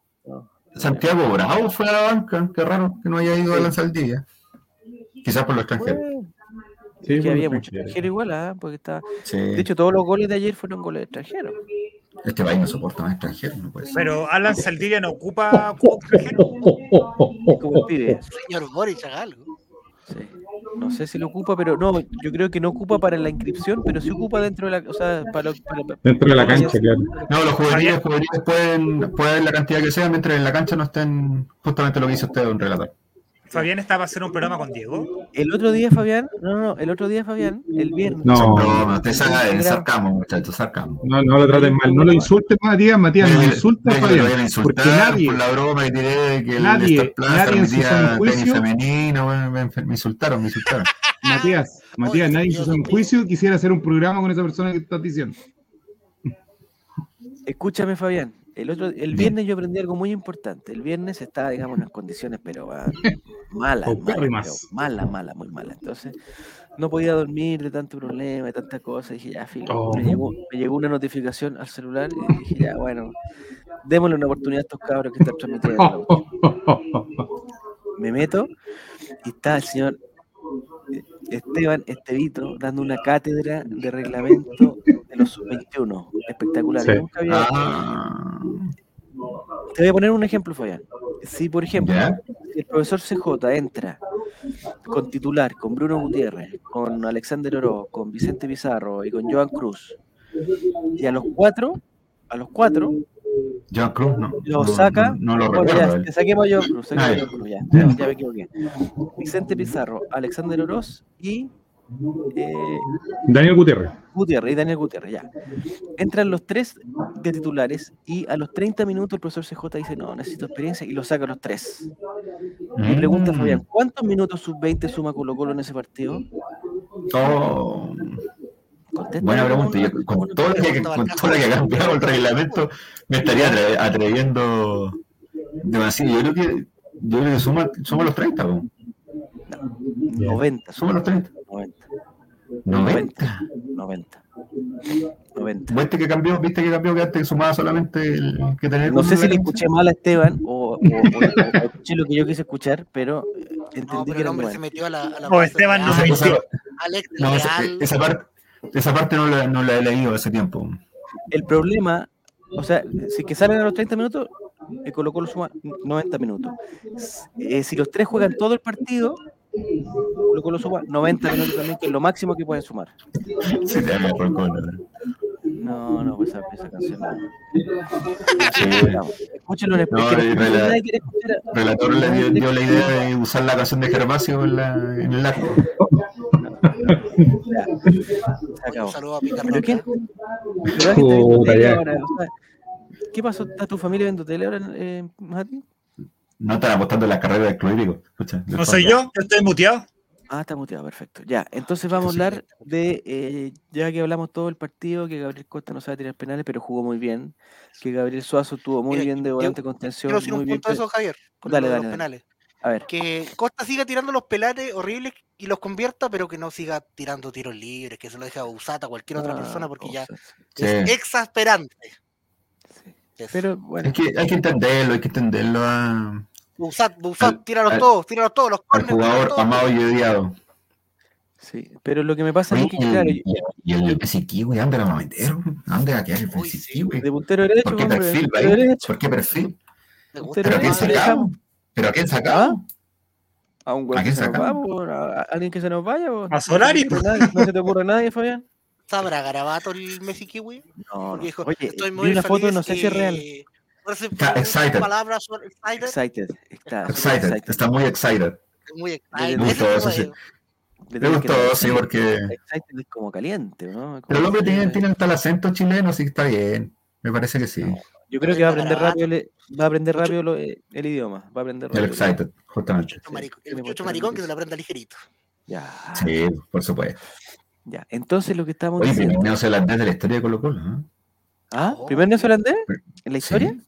[SPEAKER 2] Santiago Bravo, fue a la banca. Qué raro que no haya ido Alan Saldivia. Quizás por los extranjeros.
[SPEAKER 1] Bueno,
[SPEAKER 8] Sí,
[SPEAKER 1] es que
[SPEAKER 8] por
[SPEAKER 1] había
[SPEAKER 8] los
[SPEAKER 1] mucho
[SPEAKER 8] extranjeros.
[SPEAKER 1] extranjero igual, ¿ah? Porque estaba... De
[SPEAKER 2] Sí,
[SPEAKER 1] hecho, todos los goles de ayer fueron goles extranjeros.
[SPEAKER 2] este país no soporta más extranjeros, no puede ser.
[SPEAKER 6] Pero Alan Saldivia no ocupa juego extranjero.
[SPEAKER 1] Como el pibe.
[SPEAKER 4] Señor Boris, haga algo.
[SPEAKER 1] Sí. No sé si lo ocupa, pero no, yo creo que no ocupa para la inscripción, pero sí ocupa dentro de la, o sea, para, lo- para- para-
[SPEAKER 8] Dentro de la cancha, claro.
[SPEAKER 2] No, los juveniles,
[SPEAKER 6] Javier.
[SPEAKER 2] juveniles pueden, pueden la cantidad que sea mientras en la cancha no estén justamente lo que hizo usted, don relator.
[SPEAKER 6] Fabián está para hacer un programa con Diego.
[SPEAKER 1] El otro día, Fabián, no, no, no, el otro día, Fabián, el viernes.
[SPEAKER 8] No.
[SPEAKER 2] No, no, usted sabe, sarcamo, muchachos, sarcamo.
[SPEAKER 8] No, no lo traten mal, no lo insultes, Matías, Matías, no insultes,
[SPEAKER 2] Dejen de
[SPEAKER 8] Fabián,
[SPEAKER 2] ver
[SPEAKER 8] porque
[SPEAKER 2] insultar
[SPEAKER 8] nadie,
[SPEAKER 2] por la broma que tiré de que
[SPEAKER 8] nadie-
[SPEAKER 2] el Star Plus
[SPEAKER 8] nadie en su
[SPEAKER 2] transmitía
[SPEAKER 8] sano
[SPEAKER 2] tenis
[SPEAKER 8] juicio-
[SPEAKER 2] femenino, bueno, me, me insultaron, me insultaron.
[SPEAKER 8] Matías, Matías,
[SPEAKER 4] Oye,
[SPEAKER 8] nadie
[SPEAKER 4] señor,
[SPEAKER 8] hizo un
[SPEAKER 4] Dios.
[SPEAKER 8] juicio y quisiera hacer un programa con esa persona que estás diciendo.
[SPEAKER 1] Escúchame, Fabián. El, otro, el viernes yo aprendí algo muy importante. El viernes estaba, digamos, en unas condiciones, pero ah, malas, malas, pero
[SPEAKER 8] Paupérrimas.
[SPEAKER 1] malas, malas, muy malas. Entonces, no podía dormir de tanto problema, de tanta cosa. Dije, ya, filo.
[SPEAKER 8] Oh.
[SPEAKER 1] Me, llegó, me llegó una notificación al celular y dije, ya, bueno, démosle una oportunidad a estos cabros que están transmitiendo. la cuestión". Me meto y está el señor eh, Esteban Estevito dando una cátedra de reglamento de los sub-21. Espectacular.
[SPEAKER 8] Sí.
[SPEAKER 1] Nunca había
[SPEAKER 2] Ah,
[SPEAKER 1] te voy a poner un ejemplo, Fabián. Si, por ejemplo,
[SPEAKER 2] ¿Ya?
[SPEAKER 1] si el profesor CJ entra con titular, con Bruno Gutiérrez, con Alexander Oro, con Vicente Pizarro y con Joan Cruz, y a los cuatro, a los cuatro,
[SPEAKER 2] John Cruz no.
[SPEAKER 1] lo
[SPEAKER 2] no-
[SPEAKER 1] saca.
[SPEAKER 2] No, no lo
[SPEAKER 1] bueno,
[SPEAKER 2] recuerdo. ¿eh?
[SPEAKER 1] ya,
[SPEAKER 2] él.
[SPEAKER 1] te saquemos a Joan Cruz, saquemos a
[SPEAKER 2] Ah,
[SPEAKER 1] Joan Cruz, ya,
[SPEAKER 8] ya.
[SPEAKER 1] ya, ya me equivoqué. Vicente Pizarro, Alexander Oroz y eh,
[SPEAKER 8] Daniel Gutiérrez.
[SPEAKER 1] Gutiérrez y Daniel Gutiérrez, ya. Entran los tres de titulares y a los 30 minutos el profesor CJ dice, no, necesito experiencia y lo saca a los tres. Me pregunta
[SPEAKER 2] Mm.
[SPEAKER 1] Fabián, ¿cuántos minutos sub-20 suma Colo Colo en ese partido?
[SPEAKER 2] Oh,
[SPEAKER 1] Contesta,
[SPEAKER 2] buena
[SPEAKER 1] ¿no?
[SPEAKER 2] pregunta. Yo, con todo lo que, con todo lo que ha cambiado el reglamento, me estaría atre- atreviendo demasiado. Yo creo que, yo creo que suma, suma los 30, po.
[SPEAKER 1] 90,
[SPEAKER 2] suma
[SPEAKER 1] suma
[SPEAKER 2] los 30.
[SPEAKER 1] 90,
[SPEAKER 2] 90.
[SPEAKER 1] 90, 90.
[SPEAKER 2] ¿Viste que cambió? ¿Viste que cambió que antes sumaba solamente el que tenía
[SPEAKER 1] No
[SPEAKER 2] con
[SPEAKER 1] sé si
[SPEAKER 2] la
[SPEAKER 1] le
[SPEAKER 2] cancha?
[SPEAKER 1] escuché mal a Esteban o, o- o- o escuché lo que yo quise escuchar, pero eh, entendí
[SPEAKER 4] No, pero
[SPEAKER 1] que
[SPEAKER 4] el
[SPEAKER 1] era
[SPEAKER 4] hombre
[SPEAKER 1] 90.
[SPEAKER 4] se metió a la. A la
[SPEAKER 6] No, Esteban no
[SPEAKER 4] Ah,
[SPEAKER 2] Esa,
[SPEAKER 6] se-
[SPEAKER 2] esa-
[SPEAKER 4] Alex
[SPEAKER 2] no, esa-
[SPEAKER 4] Leal.
[SPEAKER 2] esa parte, esa parte no, la, no la he leído hace tiempo.
[SPEAKER 1] El problema, o sea, si que salen a los 30 minutos, el Colo Colo suma 90 minutos. S- eh, si los tres juegan todo el partido, Colo Colo suma 90 minutos también, que es lo máximo que pueden sumar.
[SPEAKER 2] Se te habla por el color.
[SPEAKER 1] No, no, pues esa, esa canción no.
[SPEAKER 2] Sí.
[SPEAKER 1] Escúchenlo en Spotify,
[SPEAKER 2] No,
[SPEAKER 1] que no
[SPEAKER 2] y
[SPEAKER 1] escucha-
[SPEAKER 2] rela-
[SPEAKER 1] nadie quiere escuchar a-
[SPEAKER 2] Relator le dio, dio la idea de usar la canción de Gervasio en, la, en el arco.
[SPEAKER 1] Ya, se acabó.
[SPEAKER 4] Un saludo a ¿eh? Peter
[SPEAKER 1] ¿Pero
[SPEAKER 4] Roca.
[SPEAKER 1] qué? ¿Verdad que está bien
[SPEAKER 8] Puta,
[SPEAKER 1] media
[SPEAKER 8] ya.
[SPEAKER 1] hora? O sea, ¿Qué pasó? ¿Está tu familia viendo tele ahora, eh, Mati?
[SPEAKER 2] No están apostando en la carrera del clérigo. Escucha,
[SPEAKER 6] No soy yo, yo estoy muteado.
[SPEAKER 1] Ah, está muteado, perfecto. Ya, entonces vamos a hablar de, eh, ya que hablamos todo el partido, que Gabriel Costa no sabe tirar penales, pero jugó muy bien, que Gabriel Suazo tuvo muy
[SPEAKER 4] Mira,
[SPEAKER 1] bien de
[SPEAKER 4] yo-
[SPEAKER 1] volante con
[SPEAKER 4] Quiero
[SPEAKER 1] tensión,
[SPEAKER 4] decir
[SPEAKER 1] muy
[SPEAKER 4] un
[SPEAKER 1] bien. pues.
[SPEAKER 4] punto de eso, Javier, con
[SPEAKER 1] Dale,
[SPEAKER 4] lo de
[SPEAKER 1] dale,
[SPEAKER 4] los
[SPEAKER 1] dale.
[SPEAKER 4] penales.
[SPEAKER 1] A ver,
[SPEAKER 4] Que Costa siga tirando los penales horribles y los convierta, pero que no siga tirando tiros libres, que se lo deje a Usata a cualquier otra
[SPEAKER 1] ah,
[SPEAKER 4] persona, porque ya
[SPEAKER 1] cosas.
[SPEAKER 2] Sí.
[SPEAKER 4] es exasperante.
[SPEAKER 1] Sí.
[SPEAKER 4] Es-
[SPEAKER 1] Pero bueno,
[SPEAKER 2] Hay que, hay que entenderlo, hay que entenderlo a-
[SPEAKER 4] Bouzat, Bouzat,
[SPEAKER 2] Al-
[SPEAKER 4] tíralos
[SPEAKER 2] al-
[SPEAKER 4] todos, tíralos todos, los
[SPEAKER 2] al
[SPEAKER 4] córneres, tíralos
[SPEAKER 2] jugador
[SPEAKER 4] todos.
[SPEAKER 2] amado y odiado.
[SPEAKER 1] sí, pero lo que me pasa a mí
[SPEAKER 2] Oye,
[SPEAKER 1] es que, claro,
[SPEAKER 2] y, y el Messi Kiwi, ¿dónde lo va a meter? ¿Dónde va a quedar el
[SPEAKER 4] Uy,
[SPEAKER 2] Messi
[SPEAKER 4] sí.
[SPEAKER 2] Kiwi?
[SPEAKER 1] de puntero derecho,
[SPEAKER 2] ¿Por qué
[SPEAKER 1] hombre,
[SPEAKER 2] perfil,
[SPEAKER 1] puntero
[SPEAKER 2] Bailey?
[SPEAKER 1] derecho,
[SPEAKER 2] ¿Por qué perfil?
[SPEAKER 4] Me
[SPEAKER 1] Usted
[SPEAKER 4] gusta
[SPEAKER 1] Pero no
[SPEAKER 2] ¿Pero a
[SPEAKER 4] la
[SPEAKER 2] quién
[SPEAKER 1] se
[SPEAKER 4] madre.
[SPEAKER 1] deja.
[SPEAKER 2] sacamos? ¿Pero a quién sacamos?
[SPEAKER 1] a un
[SPEAKER 2] ¿A
[SPEAKER 1] güey que
[SPEAKER 2] quién
[SPEAKER 1] se nos va,
[SPEAKER 2] sacamos?
[SPEAKER 1] po, a- a alguien que se nos vaya, po.
[SPEAKER 6] A Solari,
[SPEAKER 1] No se te ocurre nadie- no se te ocurre a nadie, Fabián.
[SPEAKER 4] ¿Sabrá garabato el Messi Kiwi?
[SPEAKER 1] No, no.
[SPEAKER 4] Porque dijo,
[SPEAKER 1] Oye,
[SPEAKER 4] estoy
[SPEAKER 1] Eh, vi
[SPEAKER 4] muy
[SPEAKER 1] una foto,
[SPEAKER 4] feliz
[SPEAKER 1] no sé si es real.
[SPEAKER 4] que- por eso
[SPEAKER 2] Está
[SPEAKER 4] pongo una
[SPEAKER 2] excited.
[SPEAKER 4] palabra sobre excited,
[SPEAKER 1] Excited, está
[SPEAKER 2] Excited,
[SPEAKER 1] Ah, excited.
[SPEAKER 2] está muy excited.
[SPEAKER 4] muy
[SPEAKER 1] Le
[SPEAKER 4] excited.
[SPEAKER 1] gustó,
[SPEAKER 4] Ese
[SPEAKER 2] eso
[SPEAKER 4] tipo
[SPEAKER 2] sí.
[SPEAKER 4] de-
[SPEAKER 1] Le
[SPEAKER 2] Me
[SPEAKER 1] tenés que
[SPEAKER 2] gustó,
[SPEAKER 1] dar-
[SPEAKER 2] sí, porque.
[SPEAKER 1] Excited es como caliente, ¿no? Es como
[SPEAKER 2] Pero el hombre
[SPEAKER 1] que-
[SPEAKER 2] tiene, tiene hasta el acento chileno, así que está bien. Me parece que sí.
[SPEAKER 1] Yo creo que va a
[SPEAKER 4] Tiene
[SPEAKER 1] aprender
[SPEAKER 4] garabato.
[SPEAKER 1] rápido, el- va a aprender rápido lo- eh, el idioma. Va a aprender
[SPEAKER 2] El
[SPEAKER 1] rápido.
[SPEAKER 2] excited, justamente.
[SPEAKER 4] chucho marico-
[SPEAKER 1] tiene
[SPEAKER 4] El
[SPEAKER 1] bastante
[SPEAKER 4] chucho maricón que se
[SPEAKER 1] matiz.
[SPEAKER 4] lo aprenda ligerito.
[SPEAKER 1] Ya,
[SPEAKER 2] Sí, por supuesto.
[SPEAKER 1] ya. Entonces lo que estamos
[SPEAKER 2] Oye,
[SPEAKER 1] diciendo.
[SPEAKER 2] primer neozelandés de la historia de Colo Colo, ¿no?
[SPEAKER 1] ¿Ah?
[SPEAKER 4] Oh.
[SPEAKER 1] ¿Primer neozelandés? ¿En la historia?
[SPEAKER 2] Sí, Eh,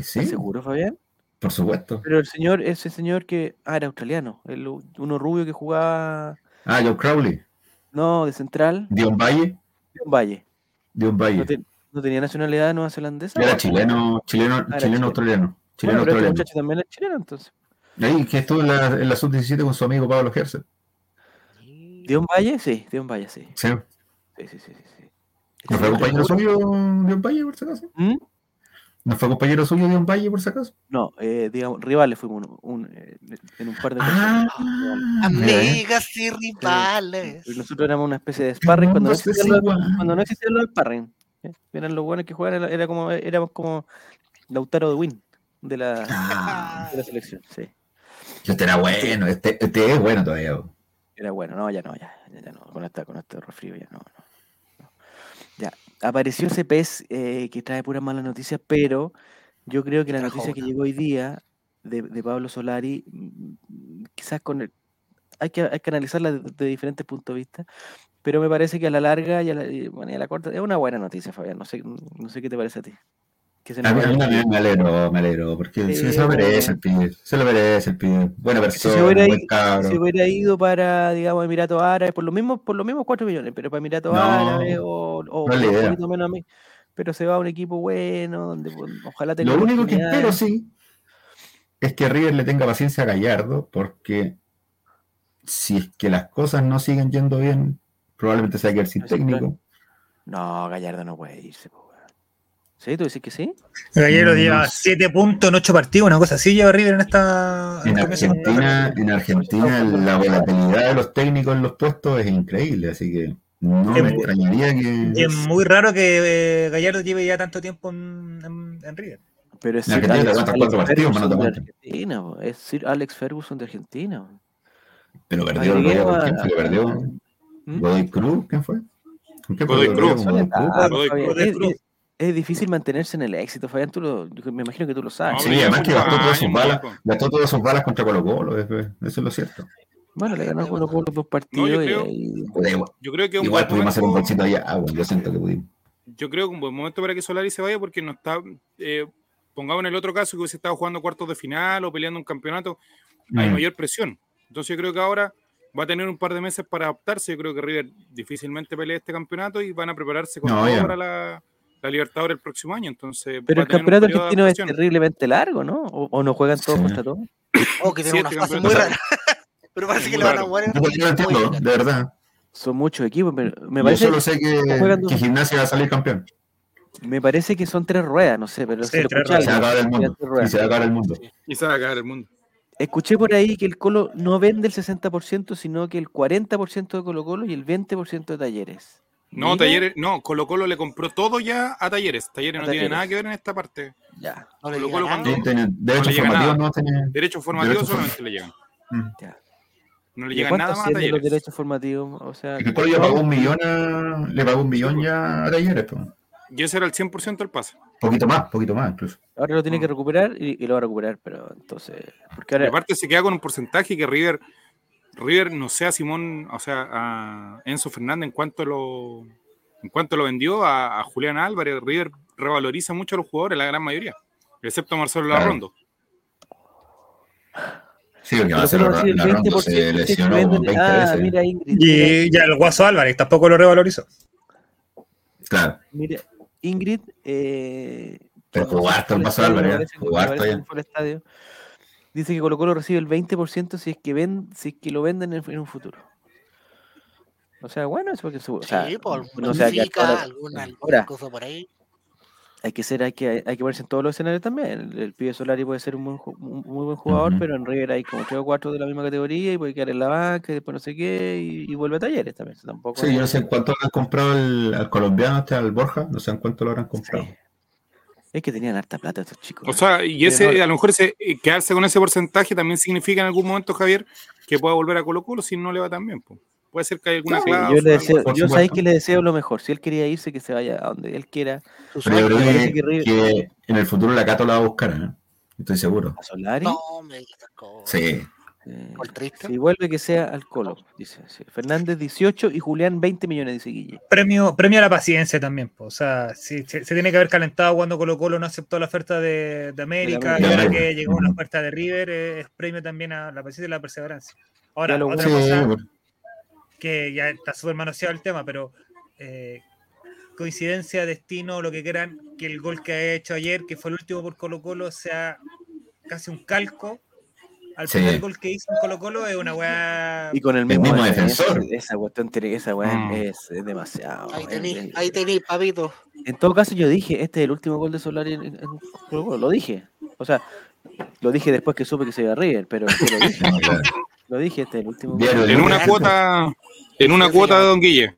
[SPEAKER 1] ¿Estás
[SPEAKER 2] sí
[SPEAKER 1] seguro, Fabián?
[SPEAKER 2] por supuesto.
[SPEAKER 1] Pero el señor, ese señor que. Ah, era australiano. El, u- uno rubio que jugaba.
[SPEAKER 2] Ah, Joe Crowley,
[SPEAKER 1] No, de central.
[SPEAKER 2] Dion Valle,
[SPEAKER 1] de un Valle.
[SPEAKER 2] Dion
[SPEAKER 1] No,
[SPEAKER 2] Valle.
[SPEAKER 1] te- no tenía nacionalidad neozelandesa.
[SPEAKER 2] Era chileno, chileno,
[SPEAKER 1] Ah, era chileno.
[SPEAKER 2] chileno australiano. Chileno
[SPEAKER 1] Bueno, pero este
[SPEAKER 2] australiano.
[SPEAKER 1] muchacho también es chileno, entonces.
[SPEAKER 2] Ahí que estuvo en la, en la sub-17 con su amigo Pablo Gerser.
[SPEAKER 1] Dion Valle, sí. Dion Valle, sí.
[SPEAKER 2] Sí. ¿No
[SPEAKER 1] Sí, sí, sí. sí, sí.
[SPEAKER 2] fue compañero suyo Dion Valle, por si acaso?
[SPEAKER 1] ¿Mm?
[SPEAKER 2] ¿No fue compañero suyo Dion Valle, por si acaso?
[SPEAKER 1] No, eh, digamos, rivales fuimos un- un, eh, en un par de
[SPEAKER 2] Ah, mira, ¿eh?
[SPEAKER 4] Amigas y rivales.
[SPEAKER 1] Y Nosotros éramos una especie de sparring cuando no
[SPEAKER 2] Mundos
[SPEAKER 1] existían los,
[SPEAKER 2] desiguales.
[SPEAKER 1] cuando no existían los sparring. ¿eh? Eran los buenos que jugaban, era- era como, éramos como Lautaro de Win de la,
[SPEAKER 2] Ah,
[SPEAKER 1] de la selección. Sí,
[SPEAKER 2] este era bueno, este, este es bueno todavía. bo.
[SPEAKER 1] era bueno. No, ya no, ya, ya, ya no. Con esta, con este refrío ya no, no, no. Ya, apareció ese pez eh, que trae puras malas noticias, pero yo creo que la
[SPEAKER 4] Trajo
[SPEAKER 1] noticia que
[SPEAKER 4] una.
[SPEAKER 1] llegó hoy día de, de Pablo Solari, mm, quizás con el- hay que, hay que analizarla de, de diferentes puntos de vista, pero me parece que a la larga y a la, y, bueno, y a la corta es una buena noticia, Fabián. No sé, no sé qué te parece a ti. Que se nos
[SPEAKER 2] A mí, a
[SPEAKER 1] vaya
[SPEAKER 2] mí
[SPEAKER 1] Solari.
[SPEAKER 2] también me alegro, me alegro, porque
[SPEAKER 1] Sí,
[SPEAKER 2] se, se lo merece el
[SPEAKER 1] bueno.
[SPEAKER 2] pibe, se lo merece el pibe. Buena
[SPEAKER 1] Porque si
[SPEAKER 2] persona,
[SPEAKER 1] se hubiera,
[SPEAKER 2] buen
[SPEAKER 1] i-
[SPEAKER 2] cabro.
[SPEAKER 1] si hubiera ido para, digamos, Emiratos Árabes, por lo mismo, por lo mismo 4 millones, pero para Emiratos
[SPEAKER 2] No,
[SPEAKER 1] Árabes o, o
[SPEAKER 2] no es la
[SPEAKER 1] un
[SPEAKER 2] idea.
[SPEAKER 1] poquito menos a mí. Pero se va a un equipo bueno, donde pues, ojalá tenga
[SPEAKER 2] Lo único que espero,
[SPEAKER 1] oportunidades.
[SPEAKER 2] sí, es que River le tenga paciencia a Gallardo, porque si es que las cosas no siguen yendo bien, probablemente sea que el sin
[SPEAKER 1] Eso es
[SPEAKER 2] técnico.
[SPEAKER 1] No, Gallardo no puede irse. po, weón. ¿Sí? ¿Tú dices que sí?
[SPEAKER 6] Gallero
[SPEAKER 2] Mm,
[SPEAKER 6] lleva
[SPEAKER 2] no
[SPEAKER 6] 7 puntos en 8 partidos, una cosa así lleva River en esta.
[SPEAKER 2] En
[SPEAKER 6] esta mesa.
[SPEAKER 2] Argentina, en Argentina la volatilidad de los técnicos en los puestos es increíble, así que no me
[SPEAKER 6] Em-
[SPEAKER 2] extrañaría
[SPEAKER 6] Y
[SPEAKER 2] que...
[SPEAKER 6] es muy raro que eh, Gallardo lleve ya tanto tiempo en, en- en River.
[SPEAKER 1] Pero es
[SPEAKER 2] No,
[SPEAKER 1] Sir
[SPEAKER 2] que tiene
[SPEAKER 1] Alex-
[SPEAKER 2] que aguantar
[SPEAKER 1] Alex
[SPEAKER 2] cuatro partidos,
[SPEAKER 1] Ferguson
[SPEAKER 2] mano,
[SPEAKER 1] de
[SPEAKER 2] te
[SPEAKER 1] Argentina, po, es Sir Alex Ferguson de Argentina. po.
[SPEAKER 2] Pero perdió el
[SPEAKER 1] Agreguemos a-
[SPEAKER 2] Godoy, ¿quién fue? que ¿Perdió?
[SPEAKER 1] ¿Mm?
[SPEAKER 2] ¿Godoy Cruz? ¿Quién fue? ¿Con qué
[SPEAKER 3] Godoy
[SPEAKER 2] perdió?
[SPEAKER 3] Cruz.
[SPEAKER 2] ¿Con Godoy Cruz?
[SPEAKER 1] Ah,
[SPEAKER 3] Godoy
[SPEAKER 1] Fabián,
[SPEAKER 3] Cruz.
[SPEAKER 1] es- es- Es difícil mantenerse en el éxito, Fabián. Tú lo, yo me imagino que tú lo sabes.
[SPEAKER 2] Sí, además que gastó todas sus
[SPEAKER 3] Años,
[SPEAKER 2] balas,
[SPEAKER 3] loco.
[SPEAKER 2] gastó todas sus balas contra Colo Colo, eso es eso es lo cierto.
[SPEAKER 1] Bueno, le ganó Colo Colo dos
[SPEAKER 3] No,
[SPEAKER 1] partidos
[SPEAKER 3] yo
[SPEAKER 1] y
[SPEAKER 3] creo-
[SPEAKER 1] ahí-
[SPEAKER 2] Puta, Igual,
[SPEAKER 3] Yo creo que es un
[SPEAKER 2] igual
[SPEAKER 3] buen
[SPEAKER 2] pudimos hacer un
[SPEAKER 3] momento-
[SPEAKER 2] bolsito allá, ah, bueno, yo siento que pudimos.
[SPEAKER 3] Yo creo que un buen momento para que Solari se vaya porque no está. eh, pongamos en el otro caso que hubiese estado jugando cuartos de final o peleando un campeonato, hay
[SPEAKER 2] Mm.
[SPEAKER 3] mayor presión. Entonces yo creo que ahora va a tener un par de meses para adaptarse. Yo creo que River difícilmente pelea este campeonato y van a prepararse con
[SPEAKER 2] No,
[SPEAKER 3] todo
[SPEAKER 2] ya.
[SPEAKER 3] para la, la Libertadores el próximo año. Entonces,
[SPEAKER 1] Pero
[SPEAKER 3] va a
[SPEAKER 1] el
[SPEAKER 3] tener un
[SPEAKER 1] campeonato
[SPEAKER 3] periodo de
[SPEAKER 1] argentino es
[SPEAKER 3] adaptación.
[SPEAKER 1] terriblemente largo, ¿no? O, o no juegan todos
[SPEAKER 2] Sí.
[SPEAKER 1] contra todos.
[SPEAKER 4] Oh, que tiene una
[SPEAKER 3] Siete
[SPEAKER 4] fase muy
[SPEAKER 3] campeonatos.
[SPEAKER 4] rara. Pero parece que
[SPEAKER 3] Muy
[SPEAKER 4] le van a
[SPEAKER 3] raro.
[SPEAKER 4] jugar en
[SPEAKER 2] Yo no entiendo, de verdad.
[SPEAKER 1] Son muchos equipos, pero me
[SPEAKER 2] Yo
[SPEAKER 1] parece,
[SPEAKER 2] solo sé que,
[SPEAKER 1] juegan dos-
[SPEAKER 2] que Gimnasia va a salir campeón.
[SPEAKER 1] me parece que son tres ruedas, no sé, pero
[SPEAKER 6] Sí,
[SPEAKER 1] se lo
[SPEAKER 6] tres
[SPEAKER 1] escuché a
[SPEAKER 2] Se va a
[SPEAKER 1] alguien,
[SPEAKER 2] acabar el
[SPEAKER 1] que
[SPEAKER 2] mundo.
[SPEAKER 1] eran tres ruedas.
[SPEAKER 2] Y se va a acabar el mundo.
[SPEAKER 3] Y se va a cagar el mundo.
[SPEAKER 1] Escuché por ahí que el Colo no vende el 60%, sino que el 40% de Colo Colo y el 20% de Talleres.
[SPEAKER 3] No,
[SPEAKER 1] Mira,
[SPEAKER 3] Talleres, no, Colo Colo le compró todo ya a Talleres. Talleres
[SPEAKER 1] A
[SPEAKER 3] no tiene
[SPEAKER 1] Talleres.
[SPEAKER 3] nada que ver en esta parte.
[SPEAKER 1] Ya,
[SPEAKER 4] No le
[SPEAKER 3] Colo
[SPEAKER 4] llega
[SPEAKER 3] Colo
[SPEAKER 4] nada.
[SPEAKER 3] cuando-
[SPEAKER 2] Sí, tiene- De hecho,
[SPEAKER 3] llega
[SPEAKER 2] formativo
[SPEAKER 3] nada.
[SPEAKER 2] no tiene.
[SPEAKER 3] Derechos formativos
[SPEAKER 2] Derechos
[SPEAKER 3] solamente le llegan.
[SPEAKER 2] Mm.
[SPEAKER 1] ya.
[SPEAKER 3] No le
[SPEAKER 1] ¿Y a
[SPEAKER 3] llegan
[SPEAKER 1] cuánto
[SPEAKER 3] nada más a
[SPEAKER 1] ascienden los
[SPEAKER 3] Talleres.
[SPEAKER 1] derechos formativos? O sea,
[SPEAKER 2] El Colo ya pagó un millón a, le pagó un millón ya a Talleres. po.
[SPEAKER 3] Y ese era el 100% el pase.
[SPEAKER 2] Poquito más, poquito más incluso.
[SPEAKER 1] Ahora lo tiene
[SPEAKER 2] Mm.
[SPEAKER 1] que recuperar y, y lo va a recuperar, pero entonces. Porque
[SPEAKER 3] Y
[SPEAKER 1] ahora.
[SPEAKER 3] aparte se queda con un porcentaje que River, River no sea Simón, o sea, a Enzo Fernández en cuanto lo, en cuanto lo vendió a, a Julián Álvarez, River revaloriza mucho a los jugadores, la gran mayoría, excepto a Marcelo
[SPEAKER 2] Claro.
[SPEAKER 3] Larrondo.
[SPEAKER 2] Sí, porque
[SPEAKER 1] Pero
[SPEAKER 2] va a ser
[SPEAKER 1] ¿cómo va a ser el
[SPEAKER 2] la ronda,
[SPEAKER 1] 20%
[SPEAKER 2] se lesionó
[SPEAKER 1] que venden?
[SPEAKER 2] 20
[SPEAKER 1] Ah,
[SPEAKER 2] veces.
[SPEAKER 1] mira, Ingrid. mira,
[SPEAKER 6] Y ya el Guaso Álvarez tampoco lo revalorizó.
[SPEAKER 2] Claro,
[SPEAKER 1] mira, Ingrid. Eh,
[SPEAKER 2] pero
[SPEAKER 1] cuando
[SPEAKER 2] jugó
[SPEAKER 1] se
[SPEAKER 2] harto
[SPEAKER 1] fue
[SPEAKER 2] el
[SPEAKER 1] al
[SPEAKER 2] paso
[SPEAKER 1] estadio,
[SPEAKER 2] Álvarez,
[SPEAKER 1] parece-
[SPEAKER 2] jugó harto
[SPEAKER 1] parece
[SPEAKER 2] ya.
[SPEAKER 1] que fue al estadio, Dice que Colo Colo recibe el 20% si es que ven, si es que lo venden en, en un futuro. O sea, bueno, eso porque su, o sea,
[SPEAKER 4] sí, por
[SPEAKER 1] no se va a quedar
[SPEAKER 4] música,
[SPEAKER 1] fuera.
[SPEAKER 4] alguna, alguna
[SPEAKER 1] Ahora,
[SPEAKER 4] cosa por ahí.
[SPEAKER 1] hay que ser, hay que, hay que ponerse en todos los escenarios también. El, el pibe Solari puede ser un, buen ju- un muy buen jugador,
[SPEAKER 2] Ujú.
[SPEAKER 1] pero en River hay como tres o cuatro de la misma categoría y puede quedar en la banca y después no sé qué y, y vuelve a talleres también. Tampoco
[SPEAKER 2] Sí, yo no sé en cuánto han comprado al, al colombiano, este, al Borja, no sé en cuánto lo habrán comprado.
[SPEAKER 1] Sí. Es que tenían harta plata estos chicos.
[SPEAKER 3] O sea, y ese,
[SPEAKER 1] Mejor.
[SPEAKER 3] a lo mejor ese, eh, quedarse con ese porcentaje también significa en algún momento, Javier, que pueda volver a Colo Colo si no le va tan bien. po. Puede ser que haya alguna
[SPEAKER 1] Sí,
[SPEAKER 3] clave.
[SPEAKER 1] yo le deseo, yo
[SPEAKER 2] por supuesto.
[SPEAKER 1] sabéis que le deseo lo mejor. Si él quería irse, que se vaya a donde él quiera.
[SPEAKER 2] Pero yo
[SPEAKER 4] Su sueldo.
[SPEAKER 2] creo
[SPEAKER 1] Me parece
[SPEAKER 2] que,
[SPEAKER 1] que River-
[SPEAKER 2] que en el futuro la Cato la va a buscar, ¿eh? Estoy seguro.
[SPEAKER 1] A Solari.
[SPEAKER 4] No, me digas cosas.
[SPEAKER 2] Sí,
[SPEAKER 1] eh,
[SPEAKER 4] Por triste.
[SPEAKER 1] si vuelve, que sea al Colo. Dice sí. Fernández 18 y Julián 20 millones, dice Guille.
[SPEAKER 6] Premio, premio a la paciencia también. po. O sea, sí, se, se tiene que haber calentado cuando Colo Colo no aceptó la oferta de, de América.
[SPEAKER 1] De
[SPEAKER 6] y ahora
[SPEAKER 2] América.
[SPEAKER 6] que llegó
[SPEAKER 2] Ujú.
[SPEAKER 6] la oferta de River, eh, es premio también a la paciencia y la perseverancia. Ahora,
[SPEAKER 1] Ya lo
[SPEAKER 6] otra
[SPEAKER 2] sí,
[SPEAKER 6] cosa
[SPEAKER 2] por-
[SPEAKER 6] que ya está súper manoseado el tema, pero eh, coincidencia, destino, lo que quieran, que el gol que ha hecho ayer, que fue el último por Colo Colo, sea casi un calco. Al
[SPEAKER 2] Sí.
[SPEAKER 6] primer gol que hizo en Colo Colo es una
[SPEAKER 4] Ah.
[SPEAKER 6] weá.
[SPEAKER 1] Y con el mismo,
[SPEAKER 2] mismo defensor.
[SPEAKER 1] Esa cuestión tiene- esa weá
[SPEAKER 3] Mm.
[SPEAKER 1] es, es demasiado.
[SPEAKER 4] Ahí
[SPEAKER 1] es-
[SPEAKER 4] tení,
[SPEAKER 1] es-
[SPEAKER 4] ahí tení, papito.
[SPEAKER 1] En todo caso, yo dije, este es el último gol de Solari en, en- en Colo Colo, Lo dije. O sea, lo dije después que supe que se iba a River, pero yo lo dije.
[SPEAKER 2] no, claro.
[SPEAKER 1] Lo dije, este es el último
[SPEAKER 2] Diario
[SPEAKER 1] gol.
[SPEAKER 2] de
[SPEAKER 3] En
[SPEAKER 2] lunes.
[SPEAKER 3] una cuota, en una
[SPEAKER 4] Sí,
[SPEAKER 3] cuota de
[SPEAKER 4] señor.
[SPEAKER 3] Don Guille,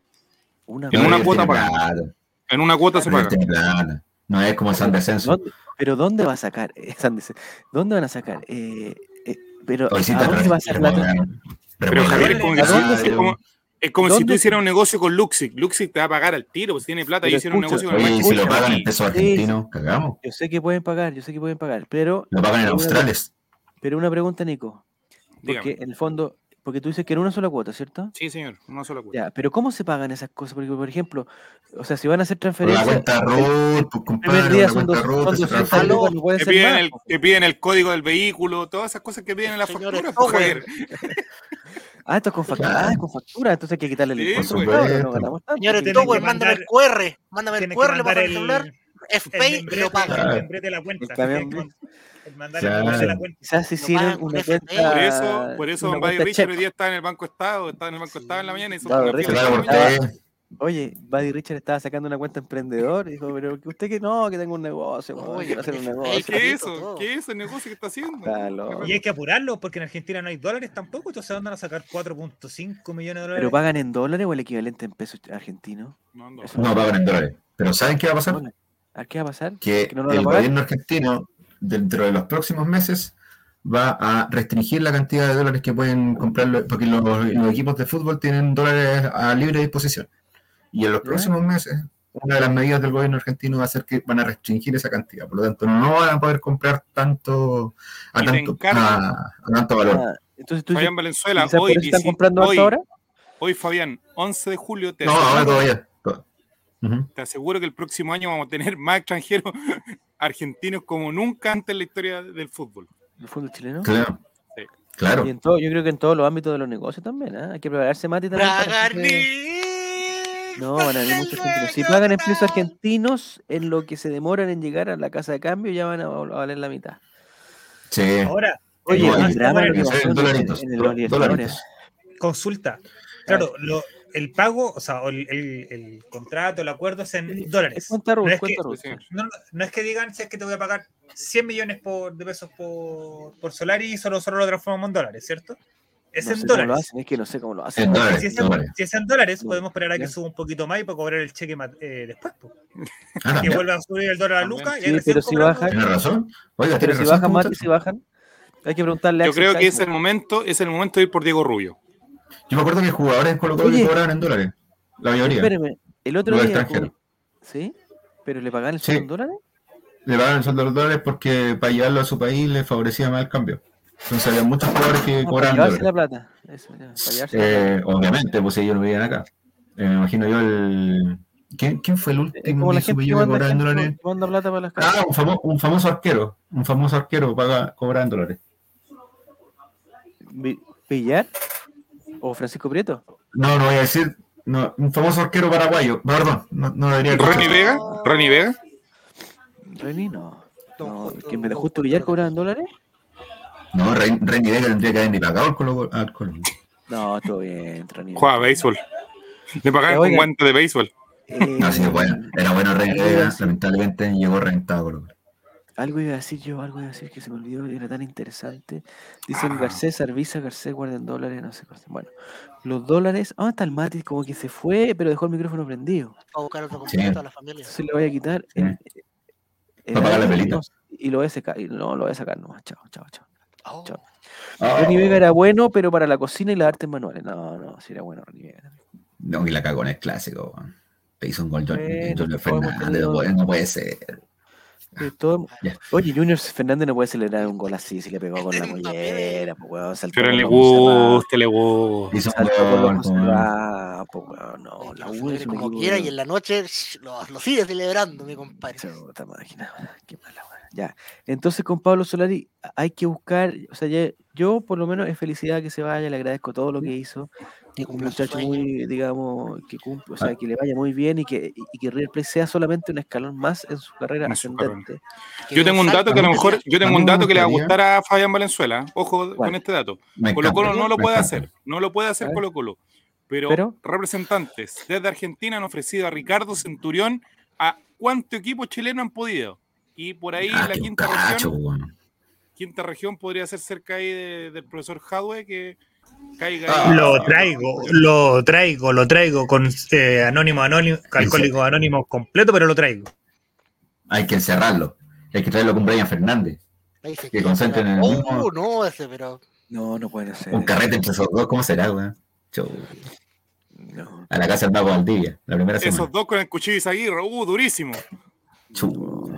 [SPEAKER 1] Una
[SPEAKER 3] En
[SPEAKER 2] No,
[SPEAKER 1] weá.
[SPEAKER 3] una
[SPEAKER 2] River
[SPEAKER 3] cuota
[SPEAKER 2] tiene
[SPEAKER 3] para-
[SPEAKER 2] plata,
[SPEAKER 3] en una cuota se
[SPEAKER 2] River
[SPEAKER 3] paga.
[SPEAKER 2] tiene plata. No es como San Descenso.
[SPEAKER 1] ¿Dónde- pero ¿dónde va a sacar? eh, San Vicente? ¿Dónde van a sacar? Eh, eh, pero
[SPEAKER 2] Hoy sí
[SPEAKER 1] ¿a
[SPEAKER 2] está
[SPEAKER 1] dónde
[SPEAKER 2] re-
[SPEAKER 1] va a ser plata?
[SPEAKER 2] remodelaron.
[SPEAKER 3] Pero Javier es como, que
[SPEAKER 1] ¿A
[SPEAKER 3] si-
[SPEAKER 1] dónde
[SPEAKER 3] es
[SPEAKER 1] se-
[SPEAKER 3] como, es como si tú
[SPEAKER 1] dónde se-
[SPEAKER 3] hicieras un negocio con Luxic. Luxic te va a pagar al tiro, pues tiene plata.
[SPEAKER 1] Pero
[SPEAKER 3] Yo hicieron un
[SPEAKER 1] escucha,
[SPEAKER 3] negocio con el
[SPEAKER 2] Oye, si
[SPEAKER 3] Manchester
[SPEAKER 2] lo pagan en
[SPEAKER 3] City.
[SPEAKER 2] peso argentino, cagamos.
[SPEAKER 1] Yo sé que pueden pagar, yo sé que pueden pagar, pero,
[SPEAKER 2] Lo pagan en
[SPEAKER 1] Una-
[SPEAKER 2] australes.
[SPEAKER 1] pero una pregunta, Nico. Porque
[SPEAKER 3] Dígame.
[SPEAKER 1] en el fondo, porque tú dices que en una sola cuota, ¿cierto?
[SPEAKER 3] Sí, señor, una sola cuota.
[SPEAKER 1] Ya, pero ¿cómo se pagan esas cosas? Porque, por ejemplo, o sea, si van a hacer
[SPEAKER 2] Por la
[SPEAKER 1] transferencias,
[SPEAKER 2] cuenta RUT, pues
[SPEAKER 1] el primer
[SPEAKER 2] compadre,
[SPEAKER 1] día
[SPEAKER 2] la
[SPEAKER 1] son,
[SPEAKER 2] cuenta
[SPEAKER 1] dos, son
[SPEAKER 2] RUT, se
[SPEAKER 1] 200
[SPEAKER 2] transfiere.
[SPEAKER 4] Aló.
[SPEAKER 1] lucas, no puede
[SPEAKER 3] Te
[SPEAKER 1] ser
[SPEAKER 3] piden,
[SPEAKER 1] más.
[SPEAKER 3] el,
[SPEAKER 1] po.
[SPEAKER 3] te piden el código del vehículo, todas esas cosas que piden en la
[SPEAKER 4] Señor
[SPEAKER 3] factura, pues,
[SPEAKER 4] Stowell.
[SPEAKER 3] Javier.
[SPEAKER 1] Ah, esto es con factura, ah, es con factura, entonces hay que quitarle el
[SPEAKER 3] Sí,
[SPEAKER 1] impuesto.
[SPEAKER 2] pues.
[SPEAKER 1] Claro, no ganamos tanto,
[SPEAKER 4] Señores,
[SPEAKER 1] tiene
[SPEAKER 6] tienen
[SPEAKER 1] que-
[SPEAKER 4] Tower,
[SPEAKER 6] mandar-
[SPEAKER 4] mándame el QR. Mándame el
[SPEAKER 6] Tienes
[SPEAKER 4] QR,
[SPEAKER 6] que
[SPEAKER 4] le
[SPEAKER 6] mandar
[SPEAKER 4] paso el
[SPEAKER 6] el,
[SPEAKER 4] celular,
[SPEAKER 6] el
[SPEAKER 4] FPay y lo
[SPEAKER 6] membrete,
[SPEAKER 4] paga.
[SPEAKER 6] el
[SPEAKER 2] Claro.
[SPEAKER 6] membrete de la cuenta.
[SPEAKER 1] El camión
[SPEAKER 6] tienes que man- mandar
[SPEAKER 2] Claro.
[SPEAKER 6] el membrete de la cuenta.
[SPEAKER 1] Quizás
[SPEAKER 4] Lo
[SPEAKER 1] hicieron
[SPEAKER 4] pagan con
[SPEAKER 1] una
[SPEAKER 4] FP.
[SPEAKER 1] cuenta.
[SPEAKER 3] Por eso, por eso
[SPEAKER 1] una
[SPEAKER 3] Don Buddy
[SPEAKER 1] cuenta
[SPEAKER 3] Richard
[SPEAKER 1] check.
[SPEAKER 3] hoy día está en el Banco Estado, está en el Banco Estado en la mañana y hizo
[SPEAKER 1] Claro,
[SPEAKER 3] una
[SPEAKER 1] Richard.
[SPEAKER 2] Se
[SPEAKER 3] fila
[SPEAKER 2] paga
[SPEAKER 3] de
[SPEAKER 2] por
[SPEAKER 1] Claro.
[SPEAKER 3] cuenta.
[SPEAKER 2] ustedes.
[SPEAKER 1] Oye, Buddy Richard estaba sacando una cuenta emprendedor. y Dijo, pero que usted que no, que tengo un negocio, weón,
[SPEAKER 4] Oye,
[SPEAKER 1] quiero hacer un
[SPEAKER 4] pero
[SPEAKER 1] negocio.
[SPEAKER 4] es que-
[SPEAKER 3] ¿Qué es
[SPEAKER 4] Todo.
[SPEAKER 3] eso? ¿Qué es el negocio que está haciendo?
[SPEAKER 1] Está loco.
[SPEAKER 6] Y hay que apurarlo porque en Argentina no hay dólares tampoco. Entonces andan a sacar 4.5 millones de
[SPEAKER 1] ¿Pero
[SPEAKER 6] dólares.
[SPEAKER 1] pagan en dólares o el equivalente en pesos argentinos?
[SPEAKER 3] No, no.
[SPEAKER 2] No, pagan en dólares. Pero ¿saben qué va a pasar?
[SPEAKER 1] Dólares. ¿A qué va a pasar?
[SPEAKER 2] que
[SPEAKER 1] ¿Que no lo van a
[SPEAKER 2] el
[SPEAKER 1] pagar?
[SPEAKER 2] gobierno argentino dentro de los próximos meses va a restringir la cantidad de dólares que pueden comprar lo- porque los, los equipos de fútbol tienen dólares a libre disposición. Y en los
[SPEAKER 1] Ya.
[SPEAKER 2] próximos meses, una de las medidas del gobierno argentino va a ser que van a restringir esa cantidad. Por lo tanto, no van a poder comprar tanto a,
[SPEAKER 3] Y te
[SPEAKER 2] tanto,
[SPEAKER 3] encargan-
[SPEAKER 2] a- a tanto valor.
[SPEAKER 1] Ah, entonces tú dices,
[SPEAKER 3] Fabián Valenzuela,
[SPEAKER 1] quizás por
[SPEAKER 3] hoy,
[SPEAKER 1] eso están
[SPEAKER 3] dieci-
[SPEAKER 1] comprando
[SPEAKER 3] hoy,
[SPEAKER 1] hasta ahora.
[SPEAKER 3] hoy, Fabián, 11 de julio, te
[SPEAKER 2] No, ahora
[SPEAKER 3] aseguro-
[SPEAKER 2] todavía. to- Ujú.
[SPEAKER 3] te aseguro que el próximo año vamos a tener más extranjeros argentinos como nunca antes en la historia del fútbol.
[SPEAKER 1] El fútbol chileno.
[SPEAKER 2] Claro.
[SPEAKER 3] Sí.
[SPEAKER 2] Claro.
[SPEAKER 1] Y en todo, yo creo que en todos los ámbitos de los negocios también. ¿ah? Hay que prepararse, Mati. También para que- No, van a venir muchos argentinos. Si pagan en pesos argentinos, en lo que se demoran en llegar a la casa de cambio, ya van a val- a valer la mitad.
[SPEAKER 2] Sí.
[SPEAKER 6] Ahora,
[SPEAKER 1] Oye,
[SPEAKER 6] Igual,
[SPEAKER 1] el
[SPEAKER 6] está
[SPEAKER 1] drama de lo que
[SPEAKER 6] bueno,
[SPEAKER 2] Sí,
[SPEAKER 1] pasó en-
[SPEAKER 2] dolaritos,
[SPEAKER 1] en, en los
[SPEAKER 2] dolaritos.
[SPEAKER 1] Libertadores.
[SPEAKER 6] consulta. Claro, lo- el pago, o sea, o el, el- el contrato, el acuerdo es en
[SPEAKER 1] Es
[SPEAKER 6] dólares.
[SPEAKER 1] cuenta
[SPEAKER 6] No
[SPEAKER 1] Ruth,
[SPEAKER 6] es que-
[SPEAKER 1] cuenta Ruth.
[SPEAKER 3] Sí, sí.
[SPEAKER 6] No, no es que digan si es que te voy a pagar 100 millones por- de pesos por, por Solari y solo, solo lo transformamos en dólares, ¿cierto? Es
[SPEAKER 1] No
[SPEAKER 6] en
[SPEAKER 1] sé cómo lo
[SPEAKER 6] dólares.
[SPEAKER 1] hacen, es que no sé cómo lo hacen.
[SPEAKER 2] En
[SPEAKER 1] weón.
[SPEAKER 2] dólares,
[SPEAKER 6] Si es,
[SPEAKER 2] en
[SPEAKER 6] en,
[SPEAKER 2] dólares.
[SPEAKER 6] si es en dólares,
[SPEAKER 1] Ya.
[SPEAKER 6] podemos esperar a que
[SPEAKER 1] Ya.
[SPEAKER 6] suba un poquito más y para cobrar el cheque ma- eh, después. po.
[SPEAKER 2] Ah,
[SPEAKER 6] Que
[SPEAKER 2] también.
[SPEAKER 6] vuelva a subir el dólar a
[SPEAKER 3] También.
[SPEAKER 6] Lucas. y
[SPEAKER 1] Sí,
[SPEAKER 6] ahí recién
[SPEAKER 1] pero si
[SPEAKER 6] cobramos.
[SPEAKER 1] baja-
[SPEAKER 2] Tiene razón. Oiga, tiene
[SPEAKER 1] Pero si
[SPEAKER 2] razón.
[SPEAKER 1] bajan, Mati,
[SPEAKER 2] muchacho.
[SPEAKER 1] si bajan, hay que preguntarle a
[SPEAKER 3] Yo
[SPEAKER 1] Axel
[SPEAKER 3] creo que es
[SPEAKER 1] Kaiser.
[SPEAKER 3] el momento, es el momento de ir por Diego Rubio.
[SPEAKER 2] Yo me acuerdo que jugadores en Colo Colo que
[SPEAKER 1] Oye.
[SPEAKER 2] cobraban en dólares. La mayoría.
[SPEAKER 1] Espérame, el otro
[SPEAKER 2] Lugar
[SPEAKER 1] día.
[SPEAKER 2] extranjero.
[SPEAKER 1] como- ¿Sí? ¿Pero le pagan el
[SPEAKER 2] Sí.
[SPEAKER 1] sueldo en dólares?
[SPEAKER 2] Le pagaban el sueldo de los dólares porque para llevarlo a su país le favorecía más el cambio. Entonces había muchos jugadores que
[SPEAKER 1] Ah, para
[SPEAKER 2] cobraban
[SPEAKER 1] llevarse
[SPEAKER 2] dólares.
[SPEAKER 1] la plata. Eso, ya, para llevarse la plata.
[SPEAKER 2] Eh, obviamente, pues ellos lo veían acá. Eh, me imagino yo el. ¿Quién, quién fue el
[SPEAKER 1] Es
[SPEAKER 2] último
[SPEAKER 1] como
[SPEAKER 2] que
[SPEAKER 1] la
[SPEAKER 2] supe
[SPEAKER 1] gente que
[SPEAKER 2] yo que
[SPEAKER 1] manda,
[SPEAKER 2] cobraba en
[SPEAKER 1] gente
[SPEAKER 2] dólares?
[SPEAKER 1] que manda plata para las casas.
[SPEAKER 2] Ah, un, famo- un famoso arquero. Un famoso arquero paga, cobraba en dólares.
[SPEAKER 1] Vi- ¿Villar? ¿O Francisco Prieto?
[SPEAKER 2] No, no voy a decir. No, un famoso arquero paraguayo. Perdón, no, no debería
[SPEAKER 3] Ronnie Vega, Ronnie Vega.
[SPEAKER 1] Reni no.
[SPEAKER 4] Don
[SPEAKER 1] No,
[SPEAKER 4] Justo-
[SPEAKER 1] ¿Que me
[SPEAKER 4] don
[SPEAKER 1] justo
[SPEAKER 4] Justo
[SPEAKER 1] Villar
[SPEAKER 4] Rodríguez.
[SPEAKER 1] cobraba en dólares?
[SPEAKER 2] No, Ren- Ronnie Vega tendría que haber ni pagado al Colo- al Colo.
[SPEAKER 1] No, todo bien, Reni.
[SPEAKER 3] Juega béisbol. Le
[SPEAKER 1] Ya,
[SPEAKER 3] pagaban
[SPEAKER 1] oiga.
[SPEAKER 3] con guante de béisbol.
[SPEAKER 1] Eh,
[SPEAKER 2] No, sí, bueno. Era bueno Ronnie
[SPEAKER 1] Algo iba a
[SPEAKER 2] Vega.
[SPEAKER 1] decir-
[SPEAKER 2] Lamentablemente llegó rentado a Colo. Colo.
[SPEAKER 1] Algo iba a decir yo, algo iba a decir que se me olvidó, era tan interesante. Dicen Garcés, Arvisa, Garcés, guarden dólares, no sé. cosa. Bueno, los dólares. Ah, está el Mati, como que se fue, pero dejó el micrófono prendido.
[SPEAKER 4] a buscar otro
[SPEAKER 2] Sí.
[SPEAKER 4] completo a la familia.
[SPEAKER 1] Entonces le voy a quitar.
[SPEAKER 2] Sí.
[SPEAKER 1] el- el
[SPEAKER 2] Va a pagar la
[SPEAKER 1] audio,
[SPEAKER 2] velita.
[SPEAKER 1] Y lo voy a sacar. y No, lo voy a sacar nomás. Chao, chao, chao.
[SPEAKER 4] Oh,
[SPEAKER 1] Chao.
[SPEAKER 2] Ah,
[SPEAKER 1] Ronnie Vega era bueno, pero para la cocina y las artes manuales. No, no, sí era bueno Ronnie Vega.
[SPEAKER 2] No, y la cagó en el clásico. weón. Te hizo un gol John-
[SPEAKER 1] Bueno,
[SPEAKER 2] Julio
[SPEAKER 1] podemos
[SPEAKER 2] Fernández.
[SPEAKER 1] tener
[SPEAKER 2] No puede,
[SPEAKER 1] otro.
[SPEAKER 2] no puede ser.
[SPEAKER 1] De todo-
[SPEAKER 2] Ya.
[SPEAKER 1] Oye, Junior Fernández no puede celebrar un gol así si le pegó con la
[SPEAKER 4] También.
[SPEAKER 1] mollera, pues weón, saltó
[SPEAKER 3] Pero
[SPEAKER 1] por
[SPEAKER 3] le
[SPEAKER 1] los conservados,
[SPEAKER 3] gusta, le gusta.
[SPEAKER 2] Hizo un
[SPEAKER 1] saltó por los
[SPEAKER 2] gol. weón.
[SPEAKER 1] conservados, pues weón, no, la U es un
[SPEAKER 4] Oh, como
[SPEAKER 1] equipo,
[SPEAKER 4] quiera y
[SPEAKER 1] weón.
[SPEAKER 4] en la noche sh, lo, lo sigue celebrando, mi compadre.
[SPEAKER 1] Chuta máquina, weón, qué mala, weón. Ya. Entonces con Pablo Solari a- hay que buscar, o sea, ya- yo por lo menos es felicidad que se vaya, le agradezco todo lo que hizo.
[SPEAKER 4] Que
[SPEAKER 1] Un
[SPEAKER 4] cumpla su
[SPEAKER 1] muchacho
[SPEAKER 4] sueño.
[SPEAKER 1] muy, digamos, que cumple, o sea,
[SPEAKER 2] Ah.
[SPEAKER 1] que le vaya muy bien y que, y- y que River Plate sea solamente un escalón más en su carrera
[SPEAKER 3] En su carrera.
[SPEAKER 1] ascendente.
[SPEAKER 4] Que
[SPEAKER 3] Yo
[SPEAKER 4] dé
[SPEAKER 3] tengo un
[SPEAKER 4] salto,
[SPEAKER 3] dato que a lo
[SPEAKER 4] que
[SPEAKER 3] mejor,
[SPEAKER 4] sea-
[SPEAKER 3] yo
[SPEAKER 2] A
[SPEAKER 3] tengo
[SPEAKER 2] mí
[SPEAKER 3] un
[SPEAKER 2] me
[SPEAKER 3] dato que le va a
[SPEAKER 2] gustaría-
[SPEAKER 3] gustar a Fabián Valenzuela. Ojo
[SPEAKER 1] ¿Cuál?
[SPEAKER 3] con este dato.
[SPEAKER 2] Me
[SPEAKER 3] Colo Colo
[SPEAKER 2] encanta,
[SPEAKER 3] no lo
[SPEAKER 2] me
[SPEAKER 3] puede
[SPEAKER 2] encanta.
[SPEAKER 3] hacer, no lo puede hacer
[SPEAKER 1] ¿Eh?
[SPEAKER 3] Colo Colo. Pero,
[SPEAKER 1] Pero-
[SPEAKER 3] representantes desde Argentina han ofrecido a Ricardo Centurión a cuánto equipo chileno han podido. Y por ahí
[SPEAKER 2] Ah,
[SPEAKER 3] la
[SPEAKER 2] qué
[SPEAKER 3] quinta
[SPEAKER 2] cacho,
[SPEAKER 3] región,
[SPEAKER 2] weón.
[SPEAKER 3] quinta región podría ser cerca ahí de- del profesor Hadwe que caiga.
[SPEAKER 2] Ah,
[SPEAKER 3] ahí.
[SPEAKER 6] Lo traigo, lo traigo, lo traigo con eh, anónimo, anónimo, alcohólico anónimo completo, pero lo traigo.
[SPEAKER 2] Hay que encerrarlo. Hay que traerlo con Brian Fernández.
[SPEAKER 4] Ahí se
[SPEAKER 2] que
[SPEAKER 4] queda,
[SPEAKER 2] concentren
[SPEAKER 4] pero-
[SPEAKER 2] en el mismo-
[SPEAKER 4] Oh, no, ese, pero.
[SPEAKER 1] No, no puede ser.
[SPEAKER 2] Un carrete entre esos dos. ¿Cómo será, weón? Chu.
[SPEAKER 1] No.
[SPEAKER 2] A la casa del Mago Valdivia. La primera
[SPEAKER 3] Esos
[SPEAKER 2] semana.
[SPEAKER 3] dos con el cuchillo de Izaguirre, uh, durísimo.
[SPEAKER 2] Chu.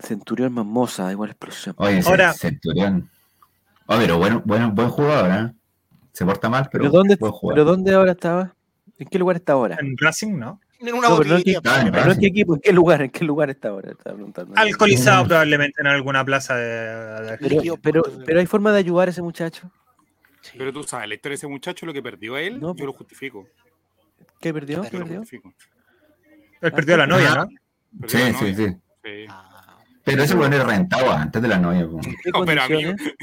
[SPEAKER 1] Centurión Mamosa, igual explosión.
[SPEAKER 2] Oye, ese
[SPEAKER 6] Ahora-
[SPEAKER 2] Centurión. Oh, pero bueno, bueno, buen jugador, ¿eh? Se porta mal, pero,
[SPEAKER 1] ¿Pero dónde,
[SPEAKER 2] buen jugador.
[SPEAKER 1] ¿Pero dónde ahora estaba? ¿En qué lugar está ahora?
[SPEAKER 6] En Racing, ¿no?
[SPEAKER 4] En una
[SPEAKER 1] No, pero no es que-
[SPEAKER 4] botillería,
[SPEAKER 2] Ah, en
[SPEAKER 4] pero-
[SPEAKER 1] Pero no, ¿en qué
[SPEAKER 2] Racing.
[SPEAKER 1] equipo? ¿En qué lugar? ¿En qué lugar está ahora? Estaba preguntando.
[SPEAKER 6] Alcoholizado probablemente en alguna plaza de, de-
[SPEAKER 1] Pero, pero, pero hay forma de ayudar a ese muchacho.
[SPEAKER 4] Sí.
[SPEAKER 3] Pero tú sabes, la historia de ese muchacho, lo que perdió a él,
[SPEAKER 1] No,
[SPEAKER 3] yo lo justifico.
[SPEAKER 1] ¿Qué perdió?
[SPEAKER 4] ¿Qué
[SPEAKER 3] Yo
[SPEAKER 1] ¿Qué
[SPEAKER 3] lo
[SPEAKER 1] perdió?
[SPEAKER 3] justifico.
[SPEAKER 6] Él perdió a la novia, ¿no?
[SPEAKER 3] Perdió la
[SPEAKER 2] Sí,
[SPEAKER 3] novia,
[SPEAKER 2] sí, sí.
[SPEAKER 3] sí.
[SPEAKER 4] Ah,
[SPEAKER 2] Pero ese weón era rentado antes de la novia, weón.
[SPEAKER 1] ¿En qué
[SPEAKER 3] No, pero amigo.
[SPEAKER 1] condiciones?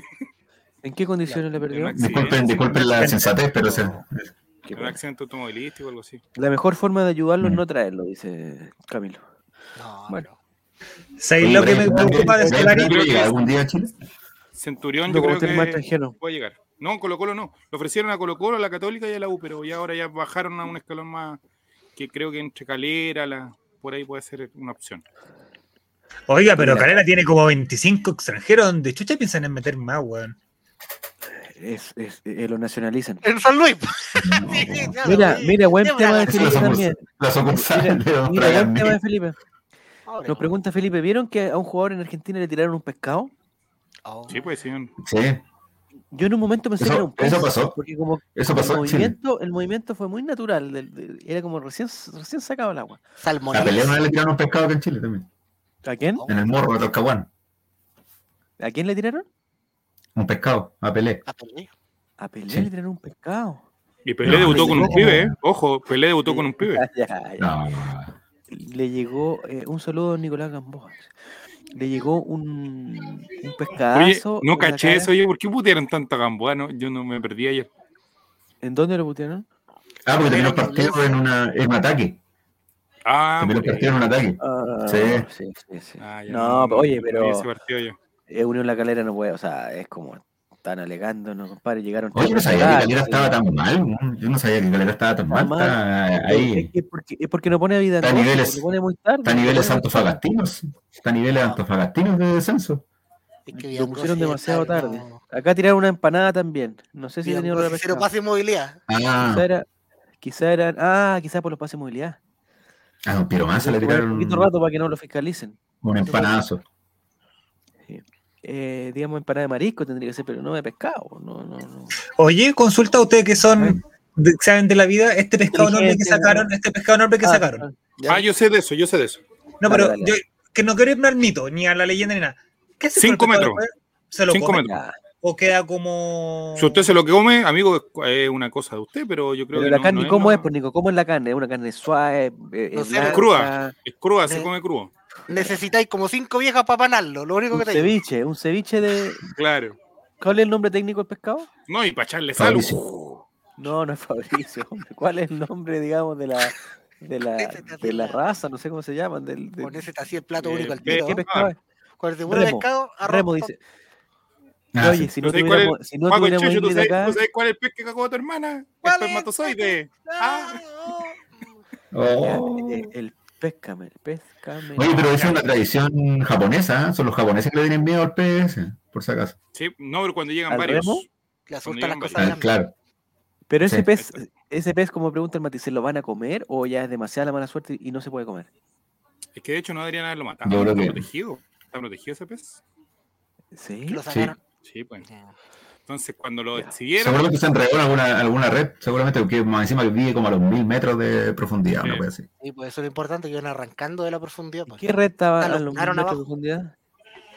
[SPEAKER 1] ¿En qué condiciones la perdió?
[SPEAKER 3] Maxi.
[SPEAKER 2] Disculpen,
[SPEAKER 3] sí.
[SPEAKER 2] disculpen la sensatez, pero se...
[SPEAKER 1] Qué
[SPEAKER 3] un
[SPEAKER 1] pena.
[SPEAKER 3] accidente automovilístico o algo así.
[SPEAKER 1] La mejor forma de ayudarlo es
[SPEAKER 2] Mm.
[SPEAKER 1] no traerlo, dice Camilo.
[SPEAKER 4] no,
[SPEAKER 1] Bueno.
[SPEAKER 4] no.
[SPEAKER 6] ¿Sabéis lo que me
[SPEAKER 2] Brian-
[SPEAKER 6] preocupa de
[SPEAKER 2] Brian-
[SPEAKER 6] Solari?
[SPEAKER 2] Brian llega algún día a Chile?
[SPEAKER 3] Centurión,
[SPEAKER 1] Pero
[SPEAKER 3] yo
[SPEAKER 1] como
[SPEAKER 3] creo
[SPEAKER 1] usted es más
[SPEAKER 3] que
[SPEAKER 1] extranjero.
[SPEAKER 3] puede llegar. No, Colo Colo no. Lo ofrecieron a Colo Colo, a la Católica y a la U, pero ya ahora ya bajaron a un escalón más que creo que entre Calera, la, por ahí puede ser una opción.
[SPEAKER 6] Oiga, pero Calera tiene como 25 extranjeros donde chucha piensan en meter más, weón.
[SPEAKER 1] Es, es- eh, lo nacionalizan.
[SPEAKER 4] En San Luis. pues,
[SPEAKER 2] No,
[SPEAKER 4] Sí, sí,
[SPEAKER 2] weón.
[SPEAKER 4] ya,
[SPEAKER 1] Mira,
[SPEAKER 4] güey.
[SPEAKER 1] mira, buen
[SPEAKER 4] Siempre
[SPEAKER 1] tema
[SPEAKER 4] la-
[SPEAKER 1] de
[SPEAKER 2] Esa es la
[SPEAKER 1] Felipe también.
[SPEAKER 2] sucursal, la
[SPEAKER 1] Mira,
[SPEAKER 2] sucursal de Don
[SPEAKER 1] mira,
[SPEAKER 2] Brian
[SPEAKER 1] buen tema de
[SPEAKER 2] May.
[SPEAKER 1] Felipe.
[SPEAKER 4] Ahora
[SPEAKER 1] Nos
[SPEAKER 4] no.
[SPEAKER 1] pregunta Felipe, ¿vieron que a un jugador en Argentina le tiraron un pescado?
[SPEAKER 4] Oh.
[SPEAKER 3] Sí, pues sí. un-
[SPEAKER 2] Sí,
[SPEAKER 1] Yo en un momento pensé
[SPEAKER 2] Eso-
[SPEAKER 1] que era un pez.
[SPEAKER 2] eso pasó.
[SPEAKER 1] Porque como
[SPEAKER 2] eso
[SPEAKER 1] el
[SPEAKER 2] pasó en Chile.
[SPEAKER 1] movimiento, el movimiento fue muy natural. del- del- era como recién, recién sacado el agua.
[SPEAKER 2] La
[SPEAKER 4] Salmonella.
[SPEAKER 2] pelea una vez le tiraron un pescado que en Chile también.
[SPEAKER 1] ¿A quién?
[SPEAKER 4] Oh.
[SPEAKER 2] En el morro de Talcahuano.
[SPEAKER 1] ¿A quién le tiraron?
[SPEAKER 2] Un pescado, a Pelé.
[SPEAKER 4] La pelea.
[SPEAKER 1] A Pelé
[SPEAKER 2] Sí.
[SPEAKER 1] le tiraron un pescado.
[SPEAKER 3] Y Pelé
[SPEAKER 2] No,
[SPEAKER 3] debutó con un
[SPEAKER 1] no.
[SPEAKER 3] pibe, ¿eh? Ojo, Pelé debutó con un pibe.
[SPEAKER 1] Ya, ya, ya.
[SPEAKER 2] No,
[SPEAKER 1] Le llegó eh, un saludo a Nicolás Gamboa. Le llegó un, un
[SPEAKER 3] Oye,
[SPEAKER 1] pescadazo.
[SPEAKER 3] no
[SPEAKER 1] en la
[SPEAKER 3] caché
[SPEAKER 1] cara.
[SPEAKER 3] eso, oye, ¿por qué putearon tanta gamboa? No, yo no me perdí ayer.
[SPEAKER 1] ¿En dónde lo putearon?
[SPEAKER 2] Ah, porque terminó el
[SPEAKER 4] Pero
[SPEAKER 2] partido
[SPEAKER 4] violencia.
[SPEAKER 2] en, una, en un ataque.
[SPEAKER 3] Ah,
[SPEAKER 2] Terminó el
[SPEAKER 3] por ahí.
[SPEAKER 2] partido en un ataque.
[SPEAKER 1] Ah,
[SPEAKER 2] Sí.
[SPEAKER 1] sí, sí, sí.
[SPEAKER 3] Ah, ya,
[SPEAKER 1] no, pero- oye,
[SPEAKER 3] vi
[SPEAKER 1] pero
[SPEAKER 3] ese partido yo.
[SPEAKER 1] eh, Unión La Calera no puede, o sea, es como están alegando, no compadre, llegaron.
[SPEAKER 2] Oye, yo no
[SPEAKER 1] tarde,
[SPEAKER 2] sabía que Calera
[SPEAKER 1] llegaron-
[SPEAKER 2] estaba tan mal. weón. Yo no sabía que Calera estaba tan mal.
[SPEAKER 1] mal.
[SPEAKER 2] Está
[SPEAKER 1] Es,
[SPEAKER 2] ahí.
[SPEAKER 1] que porque, es porque no pone a vida
[SPEAKER 2] Está a
[SPEAKER 1] Noche,
[SPEAKER 2] niveles-
[SPEAKER 1] porque lo pone muy tarde.
[SPEAKER 2] Está a
[SPEAKER 1] lo pone
[SPEAKER 2] niveles
[SPEAKER 1] muy tarde.
[SPEAKER 2] antofagastinos. Está a niveles antofagastinos de descenso.
[SPEAKER 4] Es que
[SPEAKER 1] Lo
[SPEAKER 4] Villangosa
[SPEAKER 1] pusieron
[SPEAKER 4] ya
[SPEAKER 1] demasiado
[SPEAKER 4] está,
[SPEAKER 1] tarde.
[SPEAKER 4] no.
[SPEAKER 1] Acá tiraron una empanada también. No sé si tenía olor a
[SPEAKER 4] Villangosa, Cero
[SPEAKER 1] pescado.
[SPEAKER 4] pase de movilidad.
[SPEAKER 2] Ah,
[SPEAKER 1] Quizá era, quizá eran, ah, quizá por los pases de movilidad.
[SPEAKER 2] A don Piero Massa le
[SPEAKER 1] Jugar Un
[SPEAKER 2] tiraron
[SPEAKER 1] poquito
[SPEAKER 2] un,
[SPEAKER 1] rato para que no lo fiscalicen.
[SPEAKER 2] un empanazo.
[SPEAKER 1] Eh, digamos, empanada de marisco tendría que ser, pero no de pescado. No, no, no.
[SPEAKER 6] Oye, consulta a ustedes que son, de- saben de la vida, este pescado enorme que
[SPEAKER 1] Inteligente,
[SPEAKER 6] sacaron, este pescado enorme que
[SPEAKER 1] Ah,
[SPEAKER 6] sacaron.
[SPEAKER 1] ah, ya.
[SPEAKER 3] Ah, yo sé de eso, yo sé de eso.
[SPEAKER 6] No,
[SPEAKER 1] Dale,
[SPEAKER 6] pero
[SPEAKER 1] dale,
[SPEAKER 6] yo que no quiero irme al mito, ni a la leyenda, ni nada. ¿Qué hace
[SPEAKER 3] Cinco
[SPEAKER 6] con el pescado
[SPEAKER 3] metros.
[SPEAKER 6] después? ¿Se lo
[SPEAKER 3] Cinco
[SPEAKER 6] come?
[SPEAKER 3] metros.
[SPEAKER 1] Ya,
[SPEAKER 6] ¿O queda como.?
[SPEAKER 3] Si usted se lo que come, amigo, es es una cosa de usted, pero yo creo
[SPEAKER 1] Pero
[SPEAKER 3] que.
[SPEAKER 1] la
[SPEAKER 3] no-
[SPEAKER 1] carne,
[SPEAKER 3] no
[SPEAKER 1] ¿cómo
[SPEAKER 3] no-
[SPEAKER 1] es, pues, Nico? ¿Cómo es la carne? ¿Es una carne suave? eh, eh,
[SPEAKER 4] No sé,
[SPEAKER 1] blanca,
[SPEAKER 3] cruda. Es cruda, se
[SPEAKER 4] Eh.
[SPEAKER 3] come crudo.
[SPEAKER 4] Necesitáis como cinco viejas para panarlo, lo único
[SPEAKER 1] Un
[SPEAKER 4] que te digo.
[SPEAKER 1] ceviche, un ceviche de.
[SPEAKER 3] Claro.
[SPEAKER 1] ¿Cuál es el nombre técnico del pescado?
[SPEAKER 3] No, y para echarle sal.
[SPEAKER 2] Fabricio.
[SPEAKER 1] No, no es Fabricio. hombre. ¿Cuál es el nombre, digamos, de la, de la, de la raza? No sé cómo se llaman. Del, del-
[SPEAKER 4] Este Con ese está así el plato
[SPEAKER 3] Eh,
[SPEAKER 4] único al
[SPEAKER 3] ¿qué-
[SPEAKER 4] tiro.
[SPEAKER 1] ¿Qué
[SPEAKER 4] ¿eh?
[SPEAKER 1] pescado es?
[SPEAKER 4] Con el de puro
[SPEAKER 1] Remo,
[SPEAKER 4] pescado, arroz.
[SPEAKER 1] Remo
[SPEAKER 4] con-
[SPEAKER 1] dice.
[SPEAKER 2] Ah,
[SPEAKER 1] Oye,
[SPEAKER 2] sí.
[SPEAKER 1] si no
[SPEAKER 3] Yo sé cuál es-
[SPEAKER 1] tuviéramos, si no
[SPEAKER 3] Paco el
[SPEAKER 1] tuviéramos
[SPEAKER 3] Checho, ¿tú
[SPEAKER 1] Ingrid
[SPEAKER 3] sabes,
[SPEAKER 1] acá,
[SPEAKER 3] tú sabes cuál es el pez que cagó tu hermana?
[SPEAKER 4] ¿Cuál es?
[SPEAKER 3] Espermatozoide.
[SPEAKER 4] Ah,
[SPEAKER 1] ya,
[SPEAKER 2] Oh.
[SPEAKER 1] eh, el pescame, el pescame.
[SPEAKER 2] Oye, pero esa es una tradición japonesa. ¿eh? Son los japoneses que le tienen miedo al PS, por si acaso.
[SPEAKER 3] Sí, no, pero cuando llegan
[SPEAKER 1] ¿Al
[SPEAKER 3] varios.
[SPEAKER 1] remo?
[SPEAKER 4] Le
[SPEAKER 3] Cuando
[SPEAKER 4] asustan las
[SPEAKER 3] llegan
[SPEAKER 2] Ah,
[SPEAKER 4] cosas grandes.
[SPEAKER 2] claro.
[SPEAKER 1] Pero ese
[SPEAKER 2] sí.
[SPEAKER 1] pez, ese pez, como pregunta el Mati, ¿se lo van a comer o ya es demasiada la mala suerte y no se puede comer?
[SPEAKER 3] Es que de hecho no deberían haberlo matado.
[SPEAKER 2] Yo creo
[SPEAKER 3] está
[SPEAKER 2] que-
[SPEAKER 3] protegido. Está protegido ese pez.
[SPEAKER 1] Sí.
[SPEAKER 4] Lo sacaron.
[SPEAKER 3] Sí, pues.
[SPEAKER 4] Ya.
[SPEAKER 3] Entonces, cuando lo
[SPEAKER 1] Ya.
[SPEAKER 3] exhibieron,
[SPEAKER 2] Seguramente se enredó en alguna, alguna red, seguramente, porque más encima que vive como a los mil metros de profundidad,
[SPEAKER 3] Sí.
[SPEAKER 2] una cosa así.
[SPEAKER 4] Sí, pues eso es lo importante, que iban arrancando de la profundidad. pues.
[SPEAKER 1] ¿Qué red estaba
[SPEAKER 4] Ah, lo
[SPEAKER 1] a los mil
[SPEAKER 4] tiraron
[SPEAKER 1] metros de
[SPEAKER 4] abajo.
[SPEAKER 1] profundidad?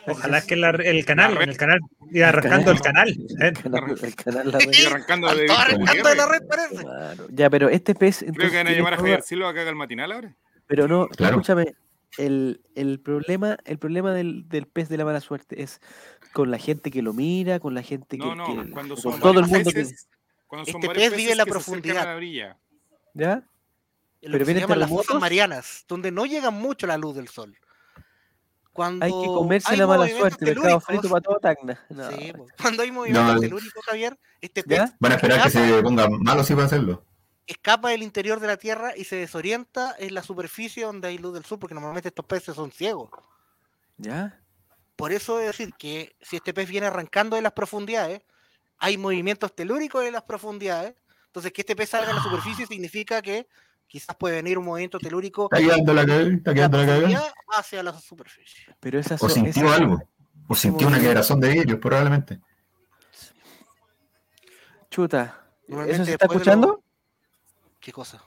[SPEAKER 6] Ojalá
[SPEAKER 1] Así
[SPEAKER 6] que la- el canal,
[SPEAKER 3] La
[SPEAKER 6] en el canal, y arrancando el canal. ¿eh?
[SPEAKER 1] El canal, el canal la
[SPEAKER 3] y
[SPEAKER 1] red.
[SPEAKER 3] arrancando
[SPEAKER 4] Al
[SPEAKER 3] de
[SPEAKER 4] todo
[SPEAKER 3] Víctor
[SPEAKER 4] arrancando de
[SPEAKER 3] Gutiérrez.
[SPEAKER 4] la red, parece.
[SPEAKER 1] Claro. Ya, pero este pez.
[SPEAKER 3] Creo
[SPEAKER 1] entonces,
[SPEAKER 3] que van a
[SPEAKER 1] tiene
[SPEAKER 3] llamar a
[SPEAKER 1] toda-
[SPEAKER 3] Javier Silva acá al matinal ahora.
[SPEAKER 1] Pero no,
[SPEAKER 2] Claro.
[SPEAKER 1] escúchame, el, el problema, el problema del, del pez de la mala suerte es con la gente que lo mira, con la gente que.
[SPEAKER 3] No,
[SPEAKER 1] que-
[SPEAKER 3] no, cuando
[SPEAKER 1] con
[SPEAKER 3] son
[SPEAKER 1] todo el
[SPEAKER 3] varios
[SPEAKER 1] mundo que-
[SPEAKER 3] peces. Cuando son
[SPEAKER 4] Este
[SPEAKER 3] varios
[SPEAKER 4] pez vive
[SPEAKER 3] peces
[SPEAKER 4] en la
[SPEAKER 3] que se acercan
[SPEAKER 4] profundidad.
[SPEAKER 3] a la orilla.
[SPEAKER 1] ¿Ya?
[SPEAKER 4] Lo
[SPEAKER 1] Pero
[SPEAKER 4] que se
[SPEAKER 1] vienen
[SPEAKER 4] llaman las fosas
[SPEAKER 1] terremotos.
[SPEAKER 4] marianas, donde no llega mucho la luz del sol. Cuando
[SPEAKER 1] Hay que comerse
[SPEAKER 4] hay
[SPEAKER 1] la mala
[SPEAKER 4] movimientos
[SPEAKER 1] suerte, pescado
[SPEAKER 4] telúricos-
[SPEAKER 1] frito para todo Tacna. No, eh,
[SPEAKER 4] Sí, pues, cuando hay movimiento
[SPEAKER 2] No.
[SPEAKER 4] telúrico, Javier, este pez
[SPEAKER 1] ¿Ya?
[SPEAKER 2] Van a esperar que
[SPEAKER 4] Escapa.
[SPEAKER 2] se pongan malos y para hacerlo.
[SPEAKER 4] escapa del interior de la Tierra y se desorienta en la superficie donde hay luz del sol, porque normalmente estos peces son ciegos.
[SPEAKER 1] ¿Ya?
[SPEAKER 4] Por eso es decir que si este pez viene arrancando de las profundidades, hay movimientos telúricos en las profundidades. Entonces, que este pez salga a la superficie significa que quizás puede venir un movimiento telúrico
[SPEAKER 2] Está quedando la cagada, está
[SPEAKER 4] de la
[SPEAKER 2] quedando la cagada.
[SPEAKER 4] profundidad hacia la superficie.
[SPEAKER 1] Pero esa
[SPEAKER 2] O
[SPEAKER 1] so-
[SPEAKER 2] sintió
[SPEAKER 1] esa-
[SPEAKER 2] algo. O sintió una quebrazón de vidrio, probablemente.
[SPEAKER 1] Chuta. ¿Eso
[SPEAKER 4] Normalmente
[SPEAKER 1] se está
[SPEAKER 4] después de lo-
[SPEAKER 1] escuchando?
[SPEAKER 4] ¿Qué cosa?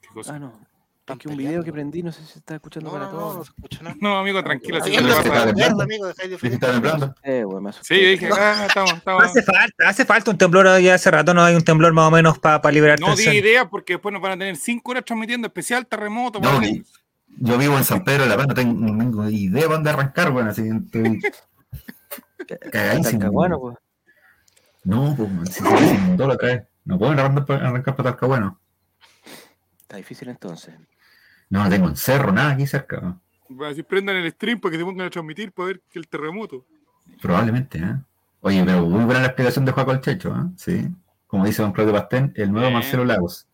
[SPEAKER 3] Qué cosa.
[SPEAKER 1] Ah, no.
[SPEAKER 4] Están
[SPEAKER 1] Es que un video que
[SPEAKER 4] peleando.
[SPEAKER 1] prendí, no sé si se está escuchando
[SPEAKER 4] No,
[SPEAKER 1] para
[SPEAKER 4] no, no,
[SPEAKER 1] todos.
[SPEAKER 4] no se escucha nada.
[SPEAKER 3] No,
[SPEAKER 1] Ah,
[SPEAKER 3] amigo, tranquilo. si
[SPEAKER 4] Oye,
[SPEAKER 3] no le
[SPEAKER 4] no
[SPEAKER 3] pasa
[SPEAKER 4] se
[SPEAKER 3] nada.
[SPEAKER 2] Está temblando.
[SPEAKER 4] acuerda, amigo, dejáis de
[SPEAKER 2] Sí,
[SPEAKER 4] ofender.
[SPEAKER 2] está temblando.
[SPEAKER 1] Eh, güey, me asusté.
[SPEAKER 3] Sí, yo dije, ah, estamos, estamos.
[SPEAKER 6] Hace falta, hace falta un temblor ya hace rato, no hay un temblor más o menos para liberar
[SPEAKER 3] No di
[SPEAKER 6] tensión.
[SPEAKER 3] idea porque después nos van a tener cinco horas transmitiendo especial terremoto.
[SPEAKER 2] No,
[SPEAKER 3] porque-
[SPEAKER 2] y- Yo vivo en San Pedro de la Paz, no tengo, no tengo idea de dónde arrancar, bueno, así que estoy cagadísimo.
[SPEAKER 1] Talcahuano, pues.
[SPEAKER 2] No, pues, man, si se inundó la otra vez. No pueden arrancar, pa- arrancar para Talcahuano.
[SPEAKER 1] Está difícil entonces.
[SPEAKER 2] No, no tengo encerro, nada aquí cerca. man.
[SPEAKER 3] Va a decir, prendan el stream para que se pongan a transmitir para ver que el terremoto.
[SPEAKER 2] Probablemente, ¿eh? Oye, pero muy buena la explicación de Juan Checho, ¿eh? Sí. Como dice don Claudio Pastén, el nuevo
[SPEAKER 4] Eh,
[SPEAKER 3] Bien.
[SPEAKER 2] Marcelo Lagos.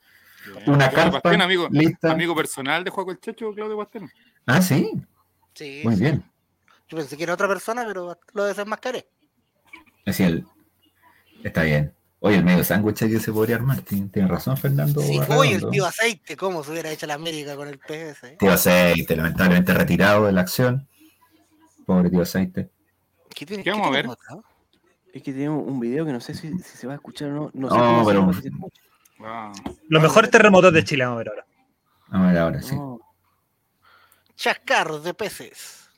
[SPEAKER 2] Una
[SPEAKER 3] Claudio
[SPEAKER 2] carpa
[SPEAKER 3] Pastén, amigo,
[SPEAKER 2] lista.
[SPEAKER 3] amigo personal de Juaco el Checho, Claudio Pastén.
[SPEAKER 2] Ah, sí.
[SPEAKER 4] Sí,
[SPEAKER 2] Muy
[SPEAKER 4] sí.
[SPEAKER 2] bien.
[SPEAKER 4] Yo pensé que era otra persona, pero lo desenmascaré.
[SPEAKER 2] Así el... Está bien. Oye, el medio sándwich ahí que se podría armar. Tien- Tienes razón, Fernando.
[SPEAKER 4] Sí,
[SPEAKER 2] Arredondo.
[SPEAKER 4] hoy el tío aceite, cómo se hubiera hecho la América con el PS. eh?
[SPEAKER 2] Tío aceite, lamentablemente retirado de la acción. Pobre tío aceite.
[SPEAKER 4] ¿Qué tiene-
[SPEAKER 3] ¿Qué vamos a ver?
[SPEAKER 4] tenemos acá?
[SPEAKER 1] Es que tiene un un video que no sé si, si se va a escuchar o no. No, sé
[SPEAKER 2] No,
[SPEAKER 1] cómo se
[SPEAKER 2] pero-
[SPEAKER 1] llama, si se escucha.
[SPEAKER 3] Ah,
[SPEAKER 6] Los mejores terremotos de Chile, vamos a ver ahora.
[SPEAKER 2] A ver, ahora sí.
[SPEAKER 1] No,
[SPEAKER 4] Chascarros de peces.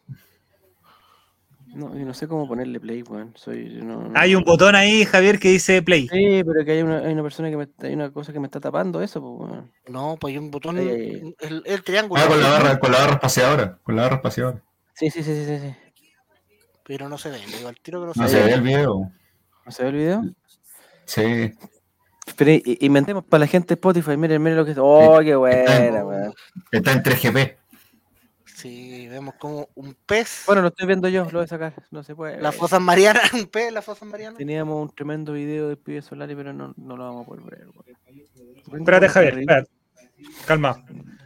[SPEAKER 1] no, yo no sé cómo ponerle play, weón. Soy, yo no, no-
[SPEAKER 6] Hay un botón ahí, Javier, que dice play.
[SPEAKER 1] Sí, pero que hay una, hay una persona que me, hay una cosa que me está tapando eso, pues, weón.
[SPEAKER 4] No, pues hay un botón.
[SPEAKER 1] Ay, ay, ay.
[SPEAKER 4] El, el triángulo.
[SPEAKER 2] Ah, con la barra, con la barra espaciadora. Con la barra espaciadora.
[SPEAKER 1] Sí, sí, sí, sí, sí, sí.
[SPEAKER 4] Pero no se ve. le digo, al tiro que no se
[SPEAKER 2] No
[SPEAKER 4] ve.
[SPEAKER 2] se ve el video.
[SPEAKER 1] ¿No se ve el video?
[SPEAKER 2] Sí.
[SPEAKER 1] Pero i- inventemos para la gente de Spotify, miren, miren lo que es. ¡Oh, qué buena, weón!
[SPEAKER 2] Está en 3GP.
[SPEAKER 4] Sí, vemos como un pez.
[SPEAKER 1] Bueno, eh. lo estoy viendo yo, lo voy a sacar, no se puede.
[SPEAKER 4] la fosa mariana, un pez, la fosa mariana.
[SPEAKER 1] Teníamos un tremendo video de Pibe Solari, pero no, no lo vamos a poder ver, weón.
[SPEAKER 6] Espérate, Javier, espérate. Calma.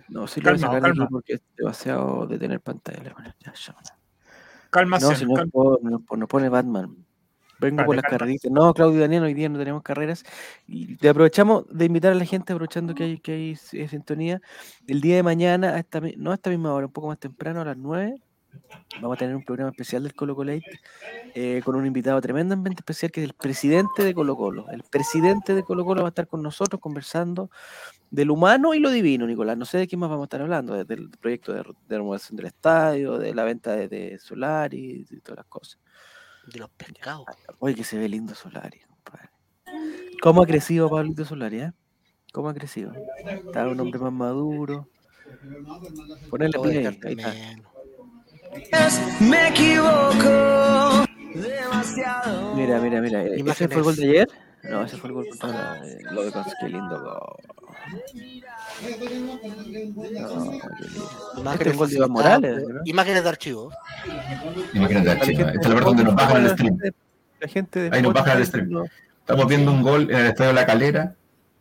[SPEAKER 1] No, sí lo voy a
[SPEAKER 6] Calma,
[SPEAKER 1] sacar de aquí
[SPEAKER 6] calma.
[SPEAKER 1] porque es demasiado de tener pantalla. weón. Ya, ya, weón.
[SPEAKER 6] Calma,
[SPEAKER 1] No,
[SPEAKER 6] Sion,
[SPEAKER 1] si no,
[SPEAKER 6] calma.
[SPEAKER 1] po- no, po- no pone Batman. Vengo
[SPEAKER 6] Vale,
[SPEAKER 1] por las
[SPEAKER 6] calma.
[SPEAKER 1] carreritas. No, Claudio y Daniel, hoy día no tenemos carreras. Y te aprovechamos de invitar a la gente, aprovechando que hay, que hay eh, sintonía. El día de mañana, a esta mi- no a esta misma hora, un poco más temprano, a las 9, vamos a tener un programa especial del Colo Colate eh, con un invitado tremendamente especial que es el presidente de Colo Colo. El presidente de Colo Colo va a estar con nosotros conversando del humano y lo divino, Nicolás. No sé de qué más vamos a estar hablando, de- del proyecto de, de renovación del estadio, de la venta de, de Solari y todas las cosas.
[SPEAKER 4] de los pescados.
[SPEAKER 1] Oye, que se ve lindo Solari, compadre. ¿Cómo ha crecido Pablito Solari, eh? ¿Cómo ha crecido? Está un hombre más maduro. Ponerle
[SPEAKER 4] Todo
[SPEAKER 1] play, ahí,
[SPEAKER 4] el
[SPEAKER 1] ahí está.
[SPEAKER 4] cartamelo.
[SPEAKER 1] Mira, mira, mira. eh, ¿Ese fue el gol
[SPEAKER 4] Imágenes.
[SPEAKER 1] de ayer? No, ese fue el gol contra la- eh, lo de Cons- Qué lindo gol. No, qué lindo. Este es
[SPEAKER 4] Imágenes
[SPEAKER 1] un gol de Iván
[SPEAKER 4] facilitadas
[SPEAKER 1] Morales,
[SPEAKER 4] por-
[SPEAKER 1] ¿no?
[SPEAKER 4] Imágenes de archivo.
[SPEAKER 2] Imagínate,
[SPEAKER 1] La
[SPEAKER 2] archivo,
[SPEAKER 1] gente
[SPEAKER 2] Esta es la parte donde nos bajan el stream.
[SPEAKER 1] La gente de
[SPEAKER 2] Ahí nos bajan el
[SPEAKER 1] Spotify,
[SPEAKER 2] stream. Estamos viendo un gol en el estadio de La Calera.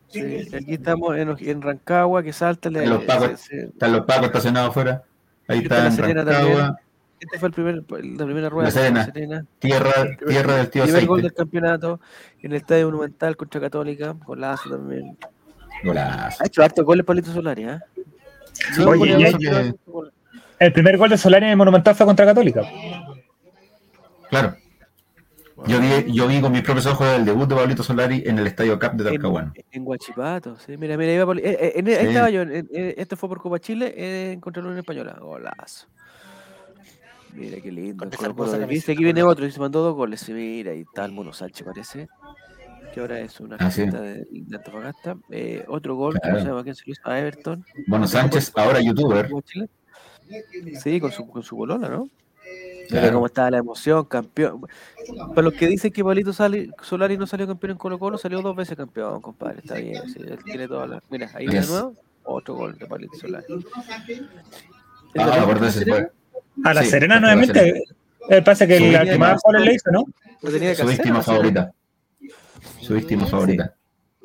[SPEAKER 1] sí, aquí estamos en, en Rancagua, que salta. le-
[SPEAKER 2] En los pagos.
[SPEAKER 1] se- se-
[SPEAKER 2] Están los pacos estacionados afuera. Ahí
[SPEAKER 1] Ahí está
[SPEAKER 2] están
[SPEAKER 1] la Serena
[SPEAKER 2] Rancagua,
[SPEAKER 1] Este fue el primer, la primera rueda.
[SPEAKER 2] La Serena.
[SPEAKER 1] con Serena.
[SPEAKER 2] tierra, tierra del tío
[SPEAKER 1] Primer gol
[SPEAKER 2] Aceite.
[SPEAKER 1] del campeonato en el Estadio Monumental contra Católica, golazo también.
[SPEAKER 2] Golazo.
[SPEAKER 1] Ha hecho hartos goles Pablito Solari, ¿eh?
[SPEAKER 2] Sí,
[SPEAKER 6] Oye,
[SPEAKER 2] yo
[SPEAKER 6] y
[SPEAKER 2] pienso
[SPEAKER 1] hay-
[SPEAKER 2] que-
[SPEAKER 6] El primer gol de Solari en el Monumental fue contra Católica.
[SPEAKER 2] Claro. Yo vi, yo vi con mis propios ojos el debut de Pablito Solari en el Estadio Cap de Talcahuano.
[SPEAKER 1] En, en Guachipato, sí. Mira, mira, iba por- eh, eh, en- ahí
[SPEAKER 2] Sí.
[SPEAKER 1] estaba yo. en- en- este fue por Copa Chile eh, contra la Unión Española. Golazo. Mira qué lindo.
[SPEAKER 4] Con esa
[SPEAKER 1] Colo
[SPEAKER 4] hermosa
[SPEAKER 1] Colo de
[SPEAKER 4] camiseta,
[SPEAKER 1] Viste, aquí viene
[SPEAKER 4] Colo.
[SPEAKER 1] otro. Y se mandó dos goles. Sí, mira, ahí está el Mono Sánchez, parece. Que ahora es una
[SPEAKER 2] Ah, sí.
[SPEAKER 1] camiseta de, de Antofagasta. Eh, otro gol,
[SPEAKER 2] Claro.
[SPEAKER 1] no sé a quién se lo hizo, a Everton.
[SPEAKER 2] Bueno, Sánchez, ahora youtuber.
[SPEAKER 1] Copa Chile. Sí, con su, con su bolola, ¿no? Mira
[SPEAKER 2] Claro.
[SPEAKER 1] cómo estaba la emoción, campeón. Para los que dicen que Pablito Sali- Solari no salió campeón en Colo Colo, salió dos veces campeón, compadre. Está bien, sí, él tiene todas las. Mira, ahí de
[SPEAKER 2] Yes.
[SPEAKER 1] nuevo, otro gol de Pablito Solari.
[SPEAKER 2] Ah, me acuerdo de ese gol.
[SPEAKER 6] A la
[SPEAKER 2] Sí,
[SPEAKER 6] Serena
[SPEAKER 2] contra la
[SPEAKER 6] nuevamente. El pase que
[SPEAKER 2] Sí,
[SPEAKER 6] la
[SPEAKER 2] sí,
[SPEAKER 6] que más
[SPEAKER 1] sí.
[SPEAKER 6] goles le hizo, ¿no?
[SPEAKER 1] Lo tenía que
[SPEAKER 2] Su
[SPEAKER 1] hacer,
[SPEAKER 2] víctima
[SPEAKER 1] así era.
[SPEAKER 2] favorita. Su víctima favorita.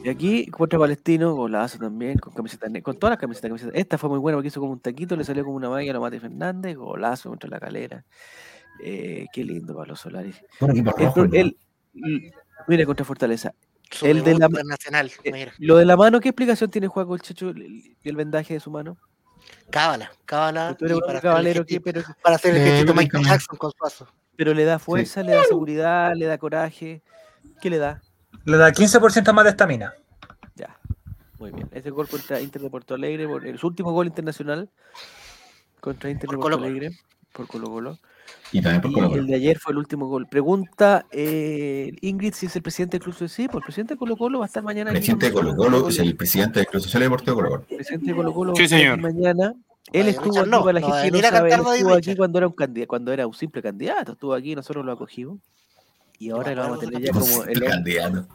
[SPEAKER 1] Y aquí contra Palestino, golazo también, con camiseta ne- con todas las camisetas, camisetas. Esta fue muy buena porque hizo como un taquito, le salió como una magia a la Mati Fernández, golazo contra la calera. Eh, qué lindo Pablo Solari.
[SPEAKER 2] Un equipo
[SPEAKER 1] El
[SPEAKER 2] rojo.
[SPEAKER 1] pro-
[SPEAKER 2] ¿no?
[SPEAKER 1] el- l- mira contra Fortaleza. El
[SPEAKER 4] El
[SPEAKER 1] de
[SPEAKER 4] de
[SPEAKER 1] la-
[SPEAKER 4] Nacional.
[SPEAKER 1] Eh,
[SPEAKER 4] Mira.
[SPEAKER 1] Lo de la mano, ¿qué explicación tiene Juan Colchecho el, el vendaje de su mano?
[SPEAKER 4] Cábala. Cábala.
[SPEAKER 1] Tú eres
[SPEAKER 4] y
[SPEAKER 1] un
[SPEAKER 4] para hacer el
[SPEAKER 1] caballero que,
[SPEAKER 4] gesti-
[SPEAKER 1] pero,
[SPEAKER 4] Para hacer el
[SPEAKER 2] Eh,
[SPEAKER 4] gestito Michael
[SPEAKER 2] básicamente.
[SPEAKER 4] Jackson con Suazo.
[SPEAKER 1] pero le da fuerza, le da seguridad, le da coraje. ¿Qué le da?
[SPEAKER 6] Le da 15% más de estamina.
[SPEAKER 1] Ya. Muy bien. Ese gol contra Inter de Porto Alegre, por- el su último gol internacional contra Inter de
[SPEAKER 4] Por
[SPEAKER 1] Porto
[SPEAKER 4] Colo-Colo.
[SPEAKER 1] Alegre, por Colo Colo.
[SPEAKER 2] Y también por
[SPEAKER 1] Y
[SPEAKER 2] Colo
[SPEAKER 1] el de ayer fue el último gol. Pregunta eh, Ingrid si es el presidente del club de sí, pues el presidente de Colo Colo va a estar mañana.
[SPEAKER 2] El
[SPEAKER 1] aquí con
[SPEAKER 2] presidente de Colo
[SPEAKER 1] nosotros.
[SPEAKER 2] Colo es el presidente del Club Social y Deportivo de Colo Colo.
[SPEAKER 1] presidente de Colo Colo
[SPEAKER 3] Sí,
[SPEAKER 1] va a estar
[SPEAKER 3] señor.
[SPEAKER 1] aquí mañana. Él
[SPEAKER 4] Ay,
[SPEAKER 1] estuvo
[SPEAKER 4] Richard,
[SPEAKER 1] aquí
[SPEAKER 4] no,
[SPEAKER 1] para la
[SPEAKER 4] no
[SPEAKER 1] gente
[SPEAKER 4] va a
[SPEAKER 1] que no
[SPEAKER 4] venir a
[SPEAKER 1] sabe, él
[SPEAKER 4] cantar David
[SPEAKER 1] estuvo aquí
[SPEAKER 4] Richard.
[SPEAKER 1] cuando era un candidato, cuando era un simple candidato, estuvo aquí, nosotros lo acogimos y ahora lo vamos a
[SPEAKER 4] acuerdo
[SPEAKER 1] tener
[SPEAKER 4] de
[SPEAKER 1] ya
[SPEAKER 2] Con
[SPEAKER 1] como,
[SPEAKER 2] siete
[SPEAKER 1] el, hom-
[SPEAKER 2] candidatos.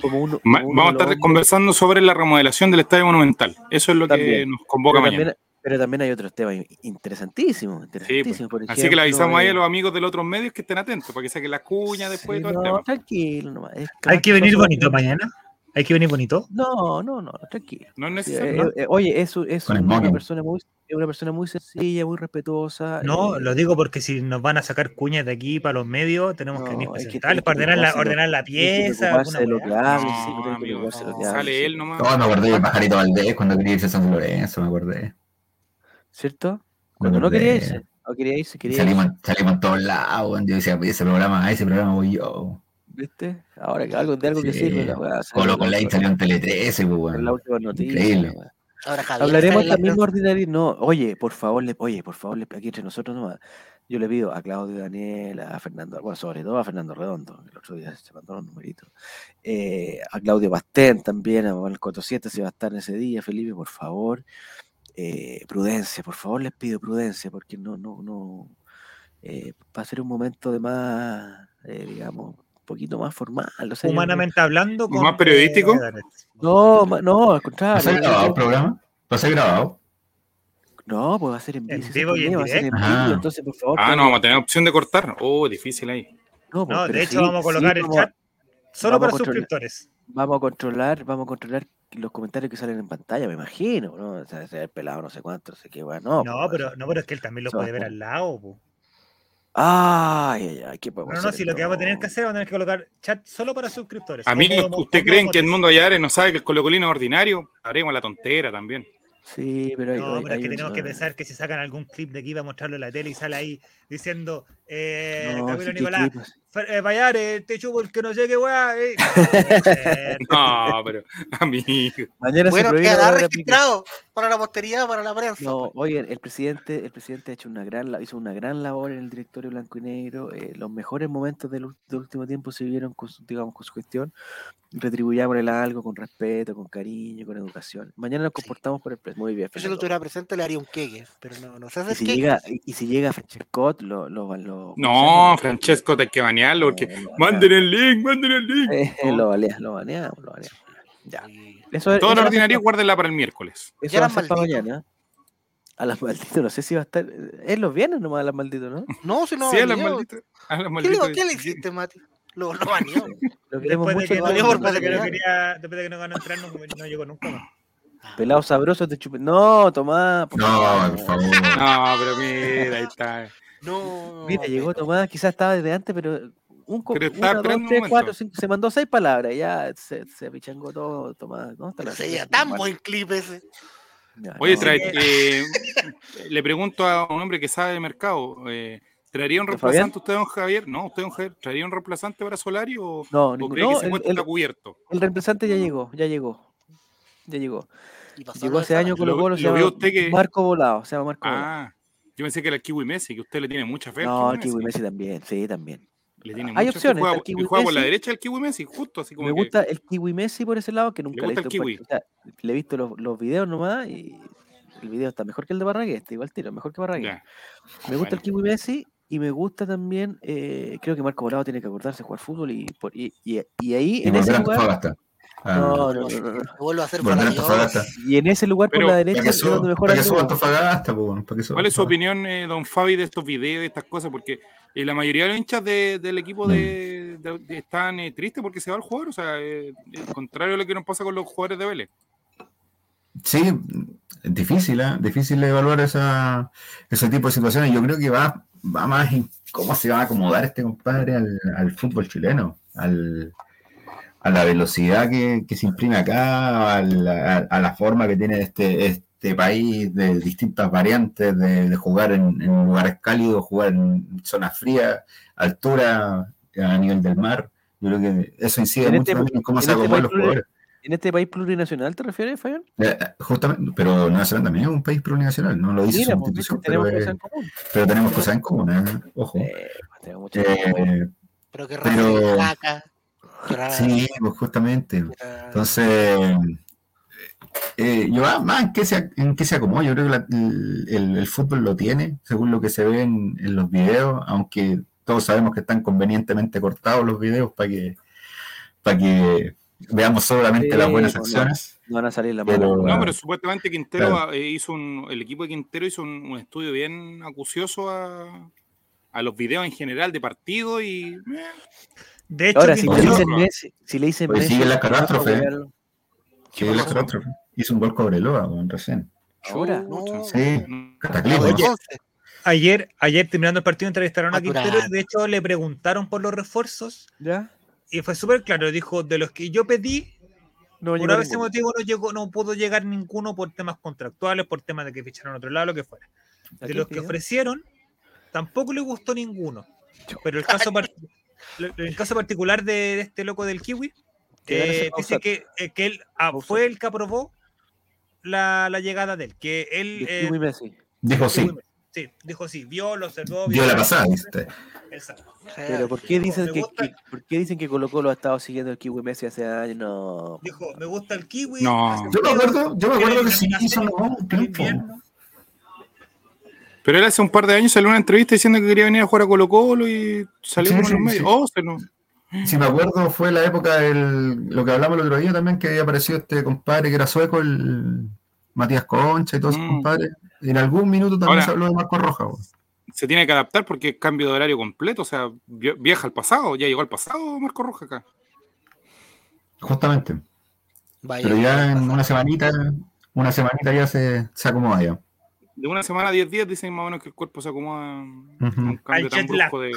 [SPEAKER 1] como uno,
[SPEAKER 3] Ma-
[SPEAKER 1] como uno
[SPEAKER 3] Vamos
[SPEAKER 1] de
[SPEAKER 3] a
[SPEAKER 1] los
[SPEAKER 3] estar
[SPEAKER 1] hombres.
[SPEAKER 3] conversando sobre la remodelación del Estadio Monumental. Eso es lo que
[SPEAKER 1] También.
[SPEAKER 3] nos convoca
[SPEAKER 1] pero
[SPEAKER 3] mañana. pues.
[SPEAKER 1] también, pero también hay otros temas in- interesantísimos, interesantísimos. por
[SPEAKER 3] Así que le
[SPEAKER 1] ejemplo,
[SPEAKER 3] avisamos ahí a
[SPEAKER 1] eh,
[SPEAKER 3] los amigos de los otros medios que estén atentos para que saquen la cuña después
[SPEAKER 1] sí,
[SPEAKER 3] de todo
[SPEAKER 1] no,
[SPEAKER 3] el tema.
[SPEAKER 1] tranquilo nomás, es
[SPEAKER 6] Hay
[SPEAKER 1] capaz
[SPEAKER 6] que venir
[SPEAKER 1] pase
[SPEAKER 6] bonito
[SPEAKER 1] algo.
[SPEAKER 6] mañana. Hay que venir bonito.
[SPEAKER 1] No, no, no, tranquilo.
[SPEAKER 3] No es
[SPEAKER 1] Sí,
[SPEAKER 3] necesario.
[SPEAKER 1] eh, eh, oye, es, un- es
[SPEAKER 2] Con el
[SPEAKER 1] un- una
[SPEAKER 2] moño.
[SPEAKER 1] persona muy es una persona muy sencilla, muy respetuosa.
[SPEAKER 6] No,
[SPEAKER 1] eh,
[SPEAKER 6] lo digo porque si nos van a sacar cuñas de aquí para los medios, tenemos que
[SPEAKER 1] No,
[SPEAKER 6] venir
[SPEAKER 1] es que
[SPEAKER 6] presentables
[SPEAKER 1] tienen que
[SPEAKER 6] para ordenar la,
[SPEAKER 1] ocuparse de-
[SPEAKER 6] ordenar la
[SPEAKER 1] Tienen que
[SPEAKER 6] pieza.
[SPEAKER 1] preocuparse
[SPEAKER 6] alguna
[SPEAKER 1] de lo
[SPEAKER 6] weá.
[SPEAKER 1] que hablan, sí,
[SPEAKER 3] No,
[SPEAKER 1] tienen que
[SPEAKER 3] amigo,
[SPEAKER 1] preocuparse de lo que
[SPEAKER 4] no,
[SPEAKER 1] hablan,
[SPEAKER 3] Sale
[SPEAKER 1] sí,
[SPEAKER 3] él nomás.
[SPEAKER 2] No, me acordé de Pajarito Valdés cuando quería irse a San Lorenzo, me acordé.
[SPEAKER 1] ¿Cierto?
[SPEAKER 2] Me
[SPEAKER 1] Cuando no
[SPEAKER 2] acordé.
[SPEAKER 1] quería irse. No quería irse, quería
[SPEAKER 2] Salimos,
[SPEAKER 1] irse,
[SPEAKER 2] salimos en todos lados, weón. yo decía, "Oye, ese programa, a ese programa voy yo.
[SPEAKER 1] ¿Viste? Ahora que algo de algo que sirve la weá, salió
[SPEAKER 2] Colo
[SPEAKER 1] la-
[SPEAKER 2] Colo ahí salió en Tele 13, pues,
[SPEAKER 1] la-
[SPEAKER 2] weón.
[SPEAKER 1] la última noticia.
[SPEAKER 2] Increíble.
[SPEAKER 1] la weá.
[SPEAKER 4] Ahora Javier.
[SPEAKER 1] Hablaremos
[SPEAKER 4] sale la
[SPEAKER 1] también
[SPEAKER 4] prensa.
[SPEAKER 1] ordinario. No, oye, por favor, le- oye, por favor, le- aquí entre nosotros nomás. Yo le pido a Claudio Daniel, a Fernando, bueno, sobre todo a Fernando Redondo, que el otro día se mandó un numerito. eh, a Claudio Bastén también, a Manuel Coto Siete, si va a estar ese día, Felipe, por favor. eh, prudencia, por favor, les pido prudencia, porque no, no, no. eh, va a ser un momento de más, eh, digamos, un poquito más formal. o sea, yo-
[SPEAKER 6] Humanamente hablando. con-
[SPEAKER 3] ¿Más periodístico?
[SPEAKER 1] No, ma- no, al contrario.
[SPEAKER 2] ¿Va a ser
[SPEAKER 1] yo
[SPEAKER 2] grabado el
[SPEAKER 1] creo-
[SPEAKER 2] programa? ¿Va a ser grabado?
[SPEAKER 1] No, pues va a ser en
[SPEAKER 6] En
[SPEAKER 1] vivo. si es
[SPEAKER 6] vivo y en
[SPEAKER 1] torneo, va a ser en
[SPEAKER 2] directo.
[SPEAKER 1] vivo,
[SPEAKER 2] Ah.
[SPEAKER 1] entonces por favor.
[SPEAKER 3] Ah, no,
[SPEAKER 1] Claudio,
[SPEAKER 3] vamos a tener opción de cortar. Oh, difícil ahí.
[SPEAKER 1] no, pues,
[SPEAKER 6] No,
[SPEAKER 1] pero
[SPEAKER 6] de hecho
[SPEAKER 1] sí,
[SPEAKER 6] vamos a colocar
[SPEAKER 1] sí,
[SPEAKER 6] el
[SPEAKER 1] vamos a-
[SPEAKER 6] chat solo
[SPEAKER 1] vamos a
[SPEAKER 6] para
[SPEAKER 1] controlar.
[SPEAKER 6] suscriptores.
[SPEAKER 1] Vamos a controlar, vamos a controlar los comentarios que salen en pantalla, me imagino, ¿no? O sea, se ve el pelado no sé cuánto, no sé qué, bueno,
[SPEAKER 6] No, pero, no, pero es que él también lo
[SPEAKER 1] Eso va a
[SPEAKER 6] puede ver
[SPEAKER 1] estar.
[SPEAKER 6] al lado. po.
[SPEAKER 1] Ay, ay, ay, ¿qué podemos
[SPEAKER 6] No, no,
[SPEAKER 1] hacer?
[SPEAKER 6] si lo que vamos a tener que hacer, vamos a tener que colocar chat solo para suscriptores.
[SPEAKER 3] Amigos,
[SPEAKER 6] Como-
[SPEAKER 3] ¿usted
[SPEAKER 6] como
[SPEAKER 3] creen que el
[SPEAKER 6] motes.
[SPEAKER 3] mundo Ayares no sabe que el colocolino es ordinario? Haremos la tontera también.
[SPEAKER 1] Sí, pero hay,
[SPEAKER 6] No,
[SPEAKER 1] hay-
[SPEAKER 6] pero es
[SPEAKER 1] hay
[SPEAKER 6] que
[SPEAKER 1] un-
[SPEAKER 6] tenemos que pensar que si sacan algún clip de aquí va a mostrarlo en la tele y sale ahí diciendo eh,
[SPEAKER 1] No,
[SPEAKER 6] Camilo
[SPEAKER 1] sí, qué
[SPEAKER 6] Nicolás,
[SPEAKER 1] clipas.
[SPEAKER 6] Fer- eh, Bayar, eh, te chupo el que no llegue, weá. eh. No, eh,
[SPEAKER 3] No, pero, amigo.
[SPEAKER 1] Mañana se
[SPEAKER 4] Bueno,
[SPEAKER 1] prohíbe la
[SPEAKER 4] quedará
[SPEAKER 1] hora pico.
[SPEAKER 4] registrado para la posteridad, para la prensa.
[SPEAKER 1] No, oye, el presidente, el presidente ha hecho una gran, la- hizo una gran labor en el directorio blanco y negro. eh, los mejores momentos del, ul- del último tiempo se vivieron con su, digamos, con su gestión. Retribuyámosle algo con respeto, con cariño, con educación. Mañana nos comportamos por el pres- Muy bien,
[SPEAKER 4] Yo si lo
[SPEAKER 1] Fernando.
[SPEAKER 4] tuviera presente le haría un queque, pero no, no se
[SPEAKER 1] Y
[SPEAKER 4] hace
[SPEAKER 1] si
[SPEAKER 4] queque.
[SPEAKER 1] llega, y, y si llega Francescot, lo, lo, lo-
[SPEAKER 3] No,
[SPEAKER 1] lo-
[SPEAKER 3] Francesco, hay que banearlo porque.
[SPEAKER 1] eh, lo
[SPEAKER 3] Manden el link, manden el link.
[SPEAKER 1] baneamos. Eh, Lo baneamos, lo baneamos, lo baneamos. Ya.
[SPEAKER 4] Sí.
[SPEAKER 1] Eso,
[SPEAKER 3] Toda
[SPEAKER 1] eso
[SPEAKER 3] la
[SPEAKER 1] va a ser
[SPEAKER 3] ordinaria,
[SPEAKER 1] pa-
[SPEAKER 3] guárdenla para el miércoles.
[SPEAKER 1] Eso
[SPEAKER 4] Ya
[SPEAKER 1] va a
[SPEAKER 4] las
[SPEAKER 1] ser para
[SPEAKER 4] maldito.
[SPEAKER 1] mañana. A las malditas, no sé si va a estar. eh, Es los viernes nomás a las malditas, ¿no?
[SPEAKER 4] No, si no
[SPEAKER 3] sí, a las
[SPEAKER 4] baneó.
[SPEAKER 3] malditas. A las
[SPEAKER 4] ¿Qué, le-
[SPEAKER 3] malditas.
[SPEAKER 4] qué le hiciste, Mati? Lo, lo baneó.
[SPEAKER 1] Lo queremos
[SPEAKER 6] Después
[SPEAKER 1] mucho.
[SPEAKER 6] de que,
[SPEAKER 1] lo
[SPEAKER 6] no,
[SPEAKER 4] Vale,
[SPEAKER 1] queremos
[SPEAKER 4] por
[SPEAKER 6] después de que no
[SPEAKER 1] mucho.
[SPEAKER 4] padre.
[SPEAKER 6] quería, después de que no ganó entrar, no, no llegó nunca más.
[SPEAKER 1] Pelados sabrosos de chupete. No, Tomás. por
[SPEAKER 2] No,
[SPEAKER 1] favor.
[SPEAKER 2] por
[SPEAKER 1] Ah,
[SPEAKER 2] favor.
[SPEAKER 3] No, pero mira, ahí está.
[SPEAKER 4] No.
[SPEAKER 1] Mira, llegó
[SPEAKER 4] pero-
[SPEAKER 1] Tomás, quizás estaba desde antes, pero un co-
[SPEAKER 3] Pero estaba
[SPEAKER 1] una, dos,
[SPEAKER 3] esperando un
[SPEAKER 1] tres, cuatro,
[SPEAKER 3] momento.
[SPEAKER 1] cinco, se mandó seis palabras, ya se, se pichangó todo, Tomás. ¿no? Hasta
[SPEAKER 4] pero
[SPEAKER 1] la-
[SPEAKER 4] Sería tan buen clip ese.
[SPEAKER 1] Ya,
[SPEAKER 3] Oye,
[SPEAKER 1] no,
[SPEAKER 3] trae,
[SPEAKER 1] ya.
[SPEAKER 3] eh, le pregunto a un hombre que sabe de mercado. eh, ¿Traería un
[SPEAKER 1] ¿Don Fabián?
[SPEAKER 3] reemplazante usted, don Javier? No, usted, don Javier. ¿Traería un reemplazante para Solari o,
[SPEAKER 1] No,
[SPEAKER 3] o
[SPEAKER 1] ningún-
[SPEAKER 3] cree que
[SPEAKER 1] no,
[SPEAKER 3] ese
[SPEAKER 1] el-
[SPEAKER 3] puesto
[SPEAKER 1] el-
[SPEAKER 3] está cubierto?
[SPEAKER 1] el reemplazante
[SPEAKER 3] Mm.
[SPEAKER 1] ya llegó, ya llegó. Ya llegó.
[SPEAKER 4] Y pasó
[SPEAKER 1] Llegó
[SPEAKER 4] lo de
[SPEAKER 1] hace
[SPEAKER 4] Sala.
[SPEAKER 1] años con los
[SPEAKER 3] Lo-
[SPEAKER 1] golos, se
[SPEAKER 3] lo
[SPEAKER 1] llama
[SPEAKER 3] vio usted que-
[SPEAKER 1] Marco Volado, se llama Marco Volado.
[SPEAKER 3] Ah, yo pensé que era el Kiwi Messi, que usted le tiene mucha fe. al
[SPEAKER 1] No, el Kiwi Messi también, sí, también.
[SPEAKER 3] Le tiene
[SPEAKER 1] Hay
[SPEAKER 3] mucha fe.
[SPEAKER 1] opciones,
[SPEAKER 3] Juega,
[SPEAKER 1] está el
[SPEAKER 3] y
[SPEAKER 1] Kiwi
[SPEAKER 3] juega por la
[SPEAKER 1] Messi.
[SPEAKER 3] derecha el Kiwi Messi, justo así como
[SPEAKER 1] Me
[SPEAKER 3] que-
[SPEAKER 1] gusta el Kiwi Messi por ese lado, que nunca le he
[SPEAKER 3] gusta
[SPEAKER 1] visto
[SPEAKER 3] el
[SPEAKER 1] en
[SPEAKER 3] kiwi.
[SPEAKER 1] partido. O sea, le he visto los, los videos nomás y el video está mejor que el de Barragués, está igual tiro, mejor que Barragués.
[SPEAKER 3] Ya.
[SPEAKER 1] Me gusta el
[SPEAKER 3] Bueno.
[SPEAKER 1] Kiwi Messi y me gusta también, eh, creo que Marco Volado tiene que acordarse de jugar fútbol y, por- y, y, y ahí
[SPEAKER 2] Y
[SPEAKER 1] en
[SPEAKER 2] volver
[SPEAKER 1] ese
[SPEAKER 2] a
[SPEAKER 1] lugar.
[SPEAKER 2] Antofagasta. Ah,
[SPEAKER 1] No, no, no, no, no.
[SPEAKER 4] Me Vuelvo a hacer
[SPEAKER 2] Volver a
[SPEAKER 4] baneador.
[SPEAKER 2] Antofagasta.
[SPEAKER 1] Y en ese lugar
[SPEAKER 3] Pero,
[SPEAKER 1] por la
[SPEAKER 2] ¿Para
[SPEAKER 1] derecha
[SPEAKER 2] qué
[SPEAKER 1] es donde
[SPEAKER 2] suba
[SPEAKER 1] mejor
[SPEAKER 2] para que suba
[SPEAKER 1] anduvo.
[SPEAKER 2] Antofagasta? po, weón? ¿Para que suba
[SPEAKER 3] ¿Cuál es su
[SPEAKER 2] Antofagasta?
[SPEAKER 3] opinión, eh, don Fabi, de estos videos, de estas cosas? Porque eh, la mayoría de los hinchas de- del equipo de,
[SPEAKER 2] Mm.
[SPEAKER 3] de- de- están eh, tristes porque se va el jugador. O sea, eh, eh, contrario a lo que nos pasa con los jugadores de Vélez.
[SPEAKER 2] Sí, es difícil, ¿eh? difícil evaluar esa, ese tipo de situaciones. Yo creo que va, va más en cómo se va a acomodar este compadre al, al fútbol chileno, al, a la velocidad que, que se imprime acá, a la, a la forma que tiene este, este país de distintas variantes, de, de jugar en, en lugares cálidos, jugar en zonas frías, altura a nivel del mar. Yo creo que eso incide
[SPEAKER 1] En
[SPEAKER 2] mucho
[SPEAKER 1] este-
[SPEAKER 2] también en cómo
[SPEAKER 1] en
[SPEAKER 2] se
[SPEAKER 1] este
[SPEAKER 2] acomodan
[SPEAKER 1] país
[SPEAKER 2] los jugadores.
[SPEAKER 1] ¿En este país plurinacional te refieres, Fabián?
[SPEAKER 2] Eh, Justamente, pero Nueva Zelanda también es un país plurinacional, no lo dice
[SPEAKER 1] Mira,
[SPEAKER 2] su
[SPEAKER 1] pues, viste,
[SPEAKER 2] constitución, pero,
[SPEAKER 1] tenemos
[SPEAKER 2] eh,
[SPEAKER 1] cosas en común.
[SPEAKER 2] pero tenemos cosas en común, ¿eh? ojo.
[SPEAKER 1] Eh, pues, tenemos muchas cosas en común.
[SPEAKER 2] Eh,
[SPEAKER 4] Pero que
[SPEAKER 2] Pero-
[SPEAKER 4] rápido. Jaca. que ra-
[SPEAKER 2] sí, pues justamente.
[SPEAKER 4] que ra-
[SPEAKER 2] Entonces, eh, yo ah, más en qué se, en qué se acomoda, yo creo que la- el, el fútbol lo tiene, según lo que se ve en, en los videos, aunque todos sabemos que están convenientemente cortados los videos para que, para que veamos solamente
[SPEAKER 1] Sí,
[SPEAKER 2] las buenas
[SPEAKER 1] pues, no.
[SPEAKER 2] acciones.
[SPEAKER 1] No van a salir la
[SPEAKER 2] Pero- ah,
[SPEAKER 1] mano.
[SPEAKER 3] No,
[SPEAKER 2] Claro.
[SPEAKER 3] pero supuestamente Quintero
[SPEAKER 2] Claro.
[SPEAKER 3] ah, eh, hizo un, el equipo de Quintero hizo un, un estudio bien acucioso a, a los videos en general de partido y eh,
[SPEAKER 6] De hecho,
[SPEAKER 1] Ahora, si
[SPEAKER 2] que-
[SPEAKER 1] le
[SPEAKER 6] Quintero-
[SPEAKER 2] Oye,
[SPEAKER 1] dicen Messi, si le dicen
[SPEAKER 2] Oye,
[SPEAKER 1] Messi,
[SPEAKER 2] sigue la
[SPEAKER 1] no,
[SPEAKER 2] catástrofe, ¿eh?
[SPEAKER 1] weón.
[SPEAKER 2] Que el otro hizo un gol Cobreloa weón, recién.
[SPEAKER 1] Ahora,
[SPEAKER 4] No,
[SPEAKER 2] Sí,
[SPEAKER 3] no-
[SPEAKER 2] cataclismo.
[SPEAKER 4] Oye,
[SPEAKER 6] ayer, ayer terminando el partido entrevistaron a
[SPEAKER 4] Maturana.
[SPEAKER 6] Quintero y de hecho le preguntaron por los refuerzos
[SPEAKER 1] ¿ya?
[SPEAKER 6] y fue súper claro, dijo, de los que yo pedí,
[SPEAKER 1] No
[SPEAKER 6] por
[SPEAKER 1] llegó
[SPEAKER 6] ese
[SPEAKER 1] ninguno.
[SPEAKER 6] motivo no, llegó, no pudo llegar ninguno por temas contractuales, por temas de que ficharon a otro lado, lo que fuera.
[SPEAKER 1] ¿A
[SPEAKER 6] De
[SPEAKER 1] quién
[SPEAKER 6] los que
[SPEAKER 1] pidió?
[SPEAKER 6] ofrecieron, tampoco le gustó ninguno. Pero el caso, par- lo- el caso particular de, de este loco del Kiwi,
[SPEAKER 1] Que gana
[SPEAKER 6] eh,
[SPEAKER 1] ese
[SPEAKER 6] dice
[SPEAKER 1] Bausat.
[SPEAKER 6] que, eh, que él ah,
[SPEAKER 1] Bausat.
[SPEAKER 6] fue el que aprobó la, la llegada de él, que él...
[SPEAKER 1] Del
[SPEAKER 6] eh,
[SPEAKER 1] Kiwi Messi.
[SPEAKER 2] Dijo
[SPEAKER 6] Kiwi
[SPEAKER 2] sí,
[SPEAKER 6] Messi. sí, dijo sí, vio, lo observó.
[SPEAKER 2] dio
[SPEAKER 6] vio-
[SPEAKER 2] la pasada, ¿viste?
[SPEAKER 6] Exacto.
[SPEAKER 1] Pero pues, ¿por qué
[SPEAKER 6] dijo,
[SPEAKER 1] dicen
[SPEAKER 6] eh, me
[SPEAKER 1] que,
[SPEAKER 6] gusta-
[SPEAKER 1] que- por qué dicen que Colo Colo ha estado siguiendo el Kiwi Messi hace años? No.
[SPEAKER 6] Dijo, me gusta el kiwi.
[SPEAKER 3] No.
[SPEAKER 6] hace
[SPEAKER 2] Yo me
[SPEAKER 6] frío,
[SPEAKER 2] acuerdo, yo me
[SPEAKER 6] tiene
[SPEAKER 2] acuerdo que sí
[SPEAKER 6] vitamina C,
[SPEAKER 2] hizo un
[SPEAKER 6] en
[SPEAKER 2] tiempo.
[SPEAKER 6] invierno".
[SPEAKER 3] Pero él hace un par de años salió en una entrevista diciendo que quería venir a jugar a Colo Colo y salió
[SPEAKER 2] Sí,
[SPEAKER 3] como en
[SPEAKER 2] sí,
[SPEAKER 3] los medios.
[SPEAKER 2] sí.
[SPEAKER 3] Oh, se nos-
[SPEAKER 2] Si me acuerdo, fue la época del. Lo que hablamos el otro día también, que había aparecido este compadre que era sueco, el Matías Concha y todos esos
[SPEAKER 3] Mm.
[SPEAKER 2] compadres. En algún minuto también
[SPEAKER 3] Ahora-
[SPEAKER 2] se habló de Marco Roja. weón.
[SPEAKER 3] se tiene que adaptar porque es cambio de horario completo. O sea, vi- viaja al pasado. Ya llegó al pasado Marco Roja acá.
[SPEAKER 2] Justamente.
[SPEAKER 4] Vaya,
[SPEAKER 2] Pero ya en
[SPEAKER 4] pasa.
[SPEAKER 2] una semanita, una semanita ya se, se acomoda ya.
[SPEAKER 3] de una semana a 10 días dicen más o menos que el cuerpo se acomoda a un
[SPEAKER 2] Ujú.
[SPEAKER 3] cambio
[SPEAKER 6] Al
[SPEAKER 3] tan
[SPEAKER 6] jet lag.
[SPEAKER 3] brusco de.